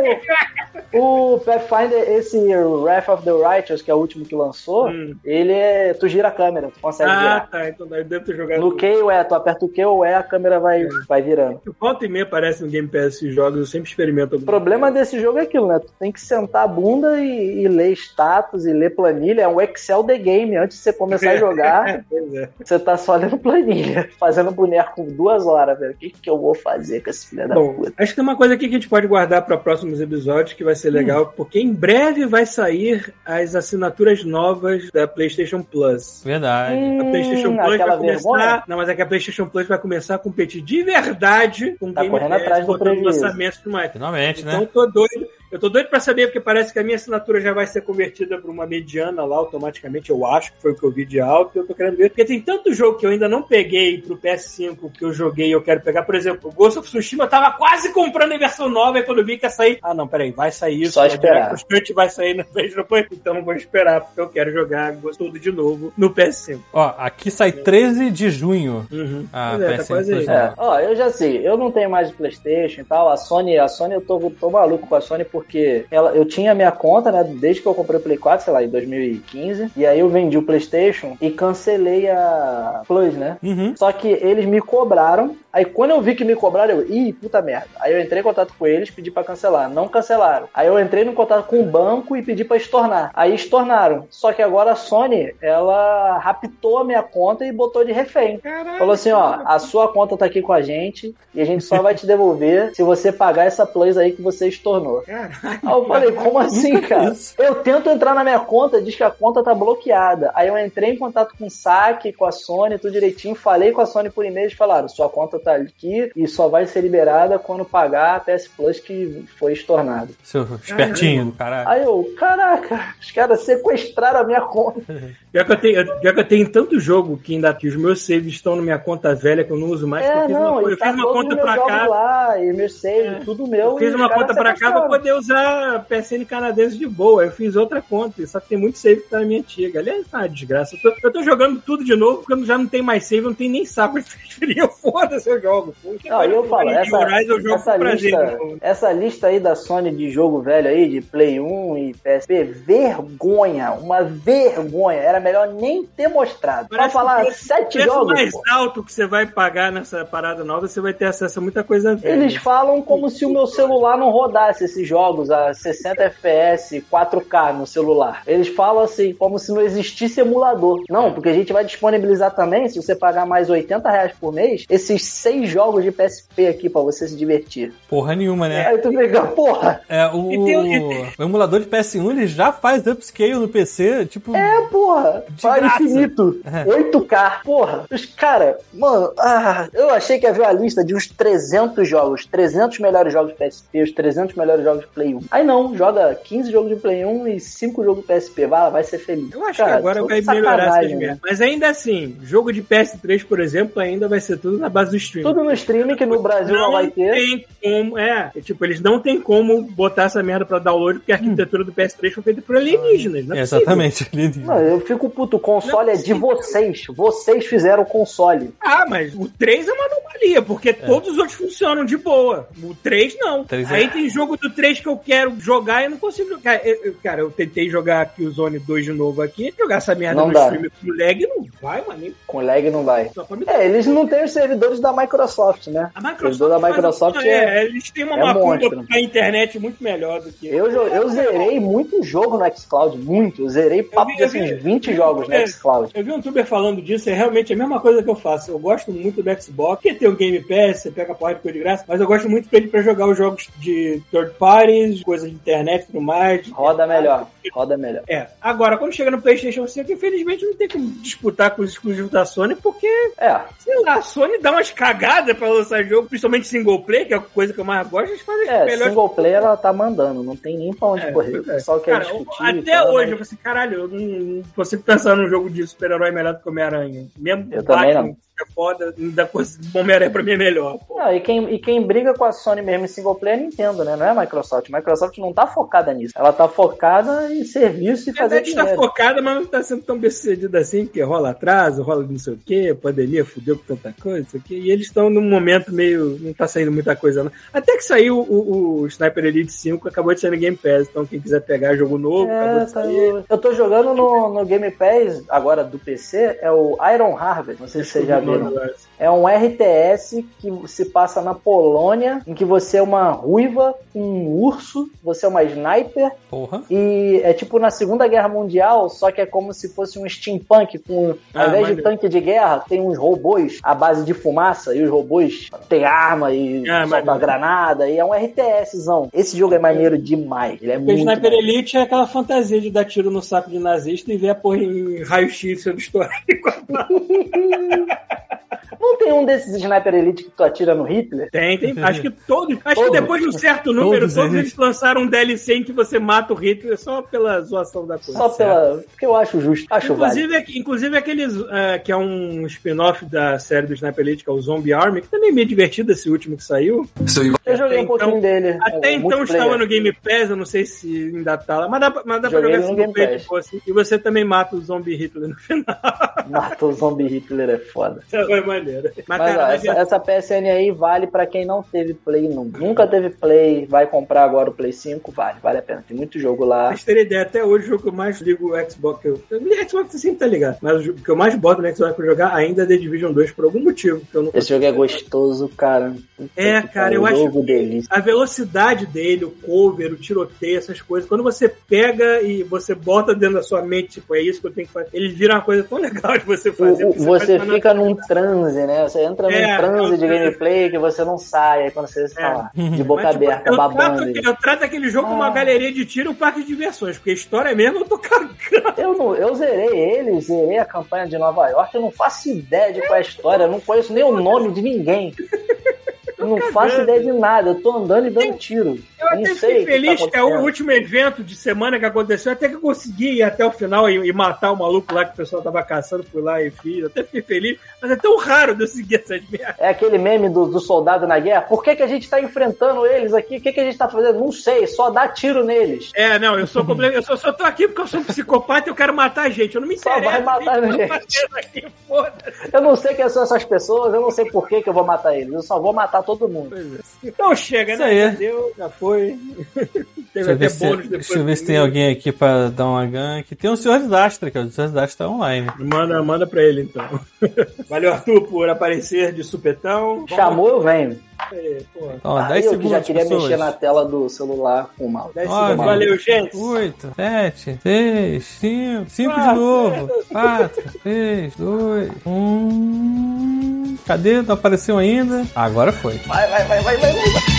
Speaker 6: O Pathfinder, esse Wrath of the Righteous, que é o último que lançou,
Speaker 2: Hum.
Speaker 6: ele é. Tu gira a câmera, tu consegue
Speaker 2: Ah,
Speaker 6: virar.
Speaker 2: tá. Então eu É. devo ter jogado.
Speaker 6: No Q ou E, tu aperta o Q ou E, a câmera vai, vai virando.
Speaker 2: Volta e meia aparece no Game Pass esses jogos, eu sempre experimento
Speaker 6: O
Speaker 2: algum.
Speaker 6: problema desse jogo é aquilo, né? Tu tem que sentar a bunda e, e ler status e ler planilha. É um Excel The Game. Antes de você começar a jogar,
Speaker 2: Pois é.
Speaker 6: você tá só lendo planilha. Fazendo boneco duas horas, velho. O que, que eu vou fazer com esse filho da
Speaker 2: Bom,
Speaker 6: puta?
Speaker 2: acho que tem uma coisa aqui que a gente pode guardar para próximos episódios que vai
Speaker 6: Hum.
Speaker 2: ser legal, porque em breve vai sair as assinaturas novas da PlayStation Plus.
Speaker 1: Verdade.
Speaker 2: A PlayStation
Speaker 6: Hum,
Speaker 2: Plus vai
Speaker 6: aquela
Speaker 2: começar.
Speaker 6: vergonha?
Speaker 2: Não, mas é que a PlayStation Plus vai começar a competir de verdade com o
Speaker 6: Tá
Speaker 2: Game
Speaker 6: correndo
Speaker 2: Pass,
Speaker 6: atrás do
Speaker 2: botando
Speaker 6: prejuízo.
Speaker 2: lançamentos e tudo mais.
Speaker 1: Finalmente,
Speaker 2: Então
Speaker 1: né?
Speaker 2: eu tô doido. Eu tô doido pra saber, porque parece que a minha assinatura já vai ser convertida pra uma mediana lá automaticamente, eu acho, que foi o que eu vi de alto, eu tô querendo ver. Porque tem tanto jogo que eu ainda não peguei pro PS5 que eu joguei e eu quero pegar. Por exemplo, o Ghost of Tsushima eu tava quase comprando em versão nova, e quando eu vi que ia sair. Ah, não, peraí, vai sair isso.
Speaker 6: Só
Speaker 2: vai
Speaker 6: esperar.
Speaker 2: virar Frustrante vai sair no PlayStation Plus, então eu vou esperar, porque eu quero jogar Ghost tudo de novo no PS5.
Speaker 1: Ó, aqui sai 13 de junho.
Speaker 2: Uhum.
Speaker 1: Ah,
Speaker 2: Pois é, tá
Speaker 1: PS5
Speaker 2: quase aí.
Speaker 1: Plus.
Speaker 6: É, ó, eu já sei, eu não tenho mais Playstation e tal, a Sony, a Sony eu tô, tô maluco com a Sony porque ela, eu tinha a minha conta, né, desde que eu comprei o Play 4, sei lá, em 2015, e aí eu vendi o Playstation e cancelei a Plus, né?
Speaker 1: Uhum.
Speaker 6: Só que eles me cobraram. Aí quando eu vi que me cobraram, eu, ih, puta merda. Aí eu entrei em contato com eles, pedi pra cancelar. Não cancelaram. Aí eu entrei em contato com o banco e pedi pra estornar. Aí estornaram. Só que agora a Sony, ela raptou a minha conta e botou de refém. Falou assim, ó, a sua conta tá aqui com a gente e a gente só vai te devolver se você pagar essa plus aí que você estornou. Aí eu falei, como assim, cara? Eu tento entrar na minha conta, diz que a conta tá bloqueada. Aí eu entrei em contato com o SAC, com a Sony, tudo direitinho, falei com a Sony por e-mail, eles falaram, sua conta tá aqui e só vai ser liberada quando pagar a PS Plus que foi estornado.
Speaker 1: Seu espertinho do caralho.
Speaker 6: Aí eu, caraca, os caras sequestraram a minha conta.
Speaker 2: Pior que, eu tenho, eu- pior que eu tenho tanto jogo que ainda que os meus saves estão na minha conta velha que eu não uso mais. que eu
Speaker 6: É,
Speaker 2: fiz
Speaker 6: não,
Speaker 2: uma, co-
Speaker 6: e
Speaker 2: eu
Speaker 6: tá
Speaker 2: fiz uma
Speaker 6: todos
Speaker 2: conta
Speaker 6: meus
Speaker 2: pra
Speaker 6: jogos
Speaker 2: cá.
Speaker 6: lá, e meus save, tudo meu.
Speaker 2: Eu fiz
Speaker 6: e
Speaker 2: uma
Speaker 6: os caras
Speaker 2: conta pra cá pra
Speaker 6: sequestraram.
Speaker 2: poder usar PSN canadense de boa. Eu fiz outra conta, só que tem muito save que tá na minha antiga. Aliás, tá uma desgraça. Eu tô, eu tô jogando tudo de novo, porque eu já não tem mais save, eu não tenho nem saco de transferir. Eu foda-se, eu jogo.
Speaker 6: Não, eu falo,
Speaker 2: Em
Speaker 6: essa,
Speaker 2: Horizon eu jogo
Speaker 6: essa
Speaker 2: com prazer.
Speaker 6: lista, é
Speaker 2: meu.
Speaker 6: essa lista aí da Sony de jogo velho aí, de Play 1 e PSP, vergonha, uma vergonha. Era melhor nem ter mostrado. Pra
Speaker 2: Parece que
Speaker 6: falar
Speaker 2: o preço-
Speaker 6: sete
Speaker 2: preço
Speaker 6: jogos,
Speaker 2: mais né?
Speaker 6: pô.
Speaker 2: alto que você vai pagar nessa parada nova, você vai ter acesso a muita coisa velha.
Speaker 6: Eles falam como se o meu celular não rodasse esses jogos a 60 FPS, 4K no celular. Eles falam assim, como se não existisse emulador.
Speaker 2: É.
Speaker 6: Não, porque a gente vai disponibilizar também, se você pagar mais 80 reais por mês, esses seis jogos de PSP aqui pra você se divertir.
Speaker 1: Porra nenhuma,
Speaker 2: É.
Speaker 1: né?
Speaker 6: Aí tu fica, porra,
Speaker 1: É, o,
Speaker 2: E tem o-
Speaker 1: o emulador de PS1 ele já faz upscale no PC, tipo.
Speaker 6: é porra, para
Speaker 1: graça.
Speaker 6: infinito, 8K, porra. Os cara, mano, ah, eu achei que havia uma lista de uns 300 jogos, 300 melhores jogos de PSP, os 300 melhores jogos de Play 1. Aí não, joga 15 jogos de Play 1 e 5 jogos de PSP, vai, lá, vai ser feliz.
Speaker 2: Eu acho
Speaker 6: Cara,
Speaker 2: que agora
Speaker 6: tô
Speaker 2: vai
Speaker 6: de
Speaker 2: melhorar
Speaker 6: sacanagem,
Speaker 2: essas
Speaker 6: né?
Speaker 2: merdas. Mas ainda assim, jogo de PS3, por exemplo, ainda vai ser tudo na base do streaming.
Speaker 6: Tudo no streaming que no Brasil não, vai ter.
Speaker 2: tem como, é, é, tipo, eles não tem como botar essa merda pra download, porque a arquitetura do PS3 foi feita por alienígenas, né?
Speaker 1: É, Hum. exatamente.
Speaker 6: Não, é. eu fico puto, o console
Speaker 2: Não é
Speaker 6: é de vocês. Vocês fizeram o console.
Speaker 2: Ah, mas o 3 é uma anomalia, porque todos os outros funcionam de boa. O 3 não.
Speaker 1: Três é-
Speaker 2: Aí tem jogo do 3 que eu quero jogar e eu não consigo jogar. Cara, eu, eu- cara, eu tentei jogar Killzone 2 de novo aqui, jogar essa merda
Speaker 6: Não
Speaker 2: no
Speaker 6: dá.
Speaker 2: streaming com lag não vai, mano. nem
Speaker 6: Com lag não vai.
Speaker 2: Só pra me
Speaker 6: É, eles não têm os servidores da Microsoft, né?
Speaker 2: A
Speaker 6: Servidor da
Speaker 2: faz um
Speaker 6: Microsoft
Speaker 2: uma-
Speaker 6: é-
Speaker 2: eles têm uma
Speaker 6: é
Speaker 2: macumba
Speaker 6: monstro.
Speaker 2: pra internet muito melhor do que
Speaker 6: Eu, jo- eu zerei muito jogo no Xcloud, muito. Eu zerei papo
Speaker 2: vi-
Speaker 6: de
Speaker 2: eu vi-
Speaker 6: assim, 20 jogos no
Speaker 2: É.
Speaker 6: Xcloud.
Speaker 2: Eu vi um youtuber falando disso, é realmente a mesma coisa que eu faço. Eu gosto muito do Xbox, porque tem o Game Pass, você pega a porra de coisa de graça, mas eu gosto muito dele pra jogar os jogos de third parties, coisas de internet e tudo mais.
Speaker 6: Roda melhor, roda melhor.
Speaker 2: É. Agora, quando chega no PlayStation 5, infelizmente não tem como disputar com os exclusivos da Sony, porque,
Speaker 6: É,
Speaker 2: sei lá, a Sony dá umas cagadas pra lançar jogo, principalmente single player, que é a coisa que eu mais gosto, eles fazem as
Speaker 6: é
Speaker 2: melhores
Speaker 6: single player ela tá mandando, não tem nem pra onde
Speaker 2: É,
Speaker 6: correr.
Speaker 2: pois
Speaker 6: O
Speaker 2: é.
Speaker 6: pessoal quer
Speaker 2: Cara,
Speaker 6: discutir.
Speaker 2: até hoje, eu
Speaker 6: fala, mas-
Speaker 2: um falei assim, caralho, eu não, não consigo pensar num jogo de super-herói melhor do é que Homem-Aranha. Mesmo
Speaker 6: Eu
Speaker 2: Batman,
Speaker 6: também não.
Speaker 2: é foda, ainda consegui- Homem-Aranha pra mim é melhor. Pô.
Speaker 6: Não, Ah, e, quem, e quem briga com a Sony mesmo em single player é a Nintendo, né? Não é a Microsoft. A Microsoft não tá focada nisso. Ela tá focada em serviço e
Speaker 2: É, A tá
Speaker 6: fazer
Speaker 2: internet está
Speaker 6: dinheiro.
Speaker 2: focada, mas não está sendo tão bem sucedida assim, porque rola atraso, rola não sei o quê, pandemia fudeu com tanta coisa, não sei o quê. E eles estão num momento meio. não tá saindo muita coisa, não. Até que saiu o, o Sniper Elite 5, acabou de sair no Game Pass, então quem quiser pegar jogo novo, acabou
Speaker 6: É,
Speaker 2: de
Speaker 6: tá
Speaker 2: sair.
Speaker 6: no- eu tô jogando no, no Game Pass, agora do PC, é o Iron Harvest. Não sei se vocês já viram. É um RTS que se passa na Polônia, em que você é uma ruiva, um urso, você é uma sniper
Speaker 1: Porra.
Speaker 6: E é tipo na Segunda Guerra Mundial, só que é como se fosse um steampunk com,
Speaker 2: Ah,
Speaker 6: ao invés
Speaker 2: maneiro.
Speaker 6: de tanque de guerra, tem uns robôs à base de fumaça e os robôs têm arma e
Speaker 2: Ah,
Speaker 6: soltam
Speaker 2: maneiro.
Speaker 6: a granada e é um RTSzão. Esse jogo é maneiro demais, ele é
Speaker 2: Porque
Speaker 6: muito.
Speaker 2: Sniper
Speaker 6: bom.
Speaker 2: Elite é aquela fantasia de dar tiro no saco de nazista e ver a porra em raio-x sendo estourado.
Speaker 6: Não tem um desses Sniper Elite que tu atira no Hitler?
Speaker 2: Tem, tem. Acho que todos. Acho que
Speaker 6: Todos.
Speaker 2: depois de um certo número,
Speaker 1: Todos
Speaker 2: todos,
Speaker 1: eles.
Speaker 2: eles. lançaram um DLC em que você mata o Hitler só pela zoação da coisa.
Speaker 6: Só pela. Porque eu acho justo. Acho válido.
Speaker 2: Tá Inclusive, aqui- inclusive aqueles eh, que é um spin-off da série do Sniper Elite, que é o Zombie Army, que também é meio divertido esse último que saiu.
Speaker 6: Eu joguei
Speaker 2: até
Speaker 6: um pouquinho
Speaker 2: então-
Speaker 6: dele.
Speaker 2: Até
Speaker 6: é,
Speaker 2: então
Speaker 6: multiplayer.
Speaker 2: estava no Game Pass, eu não sei se ainda tá lá, mas dá, pra- mas dá pra
Speaker 6: Joguei
Speaker 2: jogar
Speaker 6: no
Speaker 2: assim
Speaker 6: Game
Speaker 2: no peito,
Speaker 6: Pass.
Speaker 2: pô, assim, e você também mata o Zombie Hitler no final.
Speaker 6: Mata o zombie Hitler, é foda.
Speaker 2: Essa foi maneira. Mas,
Speaker 6: Mas
Speaker 2: cara,
Speaker 6: ó,
Speaker 2: na
Speaker 6: essa, essa PSN aí vale pra quem não teve Play, nu- nunca teve Play, vai comprar agora o Play 5, vale, vale a pena. Tem muito jogo lá.
Speaker 2: Pra vocês terem ideia, até hoje o jogo que eu mais ligo é o Xbox. que Eu, o Xbox sempre tá ligado, mas o jogo que eu mais boto no Xbox pra jogar ainda é The Division 2 por algum motivo. Que eu não
Speaker 6: Esse jogo é gostoso, cara. Puta
Speaker 2: É,
Speaker 6: que
Speaker 2: cara,
Speaker 6: pariu,
Speaker 2: eu acho
Speaker 6: jogo delícia.
Speaker 2: A velocidade dele, o cover, o tiroteio, essas coisas, quando você pega e você bota dentro da sua mente, tipo, é isso que eu tenho que fazer, ele vira uma coisa tão legal de você fazer.
Speaker 6: O- o-
Speaker 2: porque
Speaker 6: você
Speaker 2: faz-
Speaker 6: fica num transe, né? Você entra
Speaker 2: É,
Speaker 6: num transe de
Speaker 2: eu- É.
Speaker 6: gameplay que você não sai. Aí quando você está lá, de boca
Speaker 2: Mas, tipo,
Speaker 6: aberta,
Speaker 2: eu
Speaker 6: babando. Ah.
Speaker 2: Trato, eu trato aquele jogo como uma galeria de tiro um parque de diversões, porque história mesmo eu tô cagando.
Speaker 6: Eu, não, eu zerei ele, zerei a campanha de Nova York, eu não faço ideia de qual é a história, eu não conheço nem o nome de ninguém. Eu não faço ideia de nada, eu tô andando e dando tiro.
Speaker 2: Eu
Speaker 6: não
Speaker 2: até
Speaker 6: sei
Speaker 2: fiquei
Speaker 6: o
Speaker 2: feliz
Speaker 6: que,
Speaker 2: que
Speaker 6: tá
Speaker 2: é o
Speaker 6: acontecendo.
Speaker 2: último evento de semana que aconteceu, até que eu consegui ir até o final e, e matar o maluco lá que o pessoal tava caçando, fui lá e fiz. Eu Até fiquei feliz, mas é tão raro de eu seguir essas merdas.
Speaker 6: É aquele meme do, do soldado na guerra. Por que, que a gente tá enfrentando eles aqui? O que, que a gente tá fazendo? Não sei, só dá tiro neles.
Speaker 2: É, não, eu sou completo. Eu só, só tô aqui porque eu sou um psicopata e eu quero matar gente. Eu não me
Speaker 6: Só
Speaker 2: interesso.
Speaker 6: vai matar
Speaker 2: eu tô
Speaker 6: gente.
Speaker 2: fazendo aqui, foda-se.
Speaker 6: Eu não sei quem são essas pessoas, eu não sei por que, que eu vou matar eles. Eu só vou matar todo mundo.
Speaker 2: Então chega,
Speaker 1: Isso
Speaker 2: né?
Speaker 1: aí.
Speaker 2: Já deu, já foi.
Speaker 1: Deixa
Speaker 2: Teve
Speaker 1: eu, ver
Speaker 2: até
Speaker 1: se,
Speaker 2: bônus depois.
Speaker 1: deixa eu ver se tem
Speaker 2: comigo.
Speaker 1: alguém aqui pra dar uma gank. Tem o Senhor Desastre, que o Senhor Desastre tá online.
Speaker 2: Manda, manda pra ele, então. Valeu, Arthur, por aparecer de supetão.
Speaker 6: Chamou, eu venho.
Speaker 2: Aí, porra.
Speaker 1: Ó,
Speaker 6: Ah,
Speaker 1: 10
Speaker 6: eu que
Speaker 1: segundos,
Speaker 6: já queria
Speaker 1: pessoas.
Speaker 6: mexer na tela do celular com o mouse.
Speaker 2: Dez
Speaker 1: Nove,
Speaker 2: segundos. Valeu, gente.
Speaker 1: 8, 7, 6, 5, 5 de
Speaker 2: Quatro.
Speaker 1: novo, 4, 3, 2, 1. Cadê? Não apareceu ainda? Agora foi.
Speaker 6: Vai, vai, vai, vai, vai, vai. vai.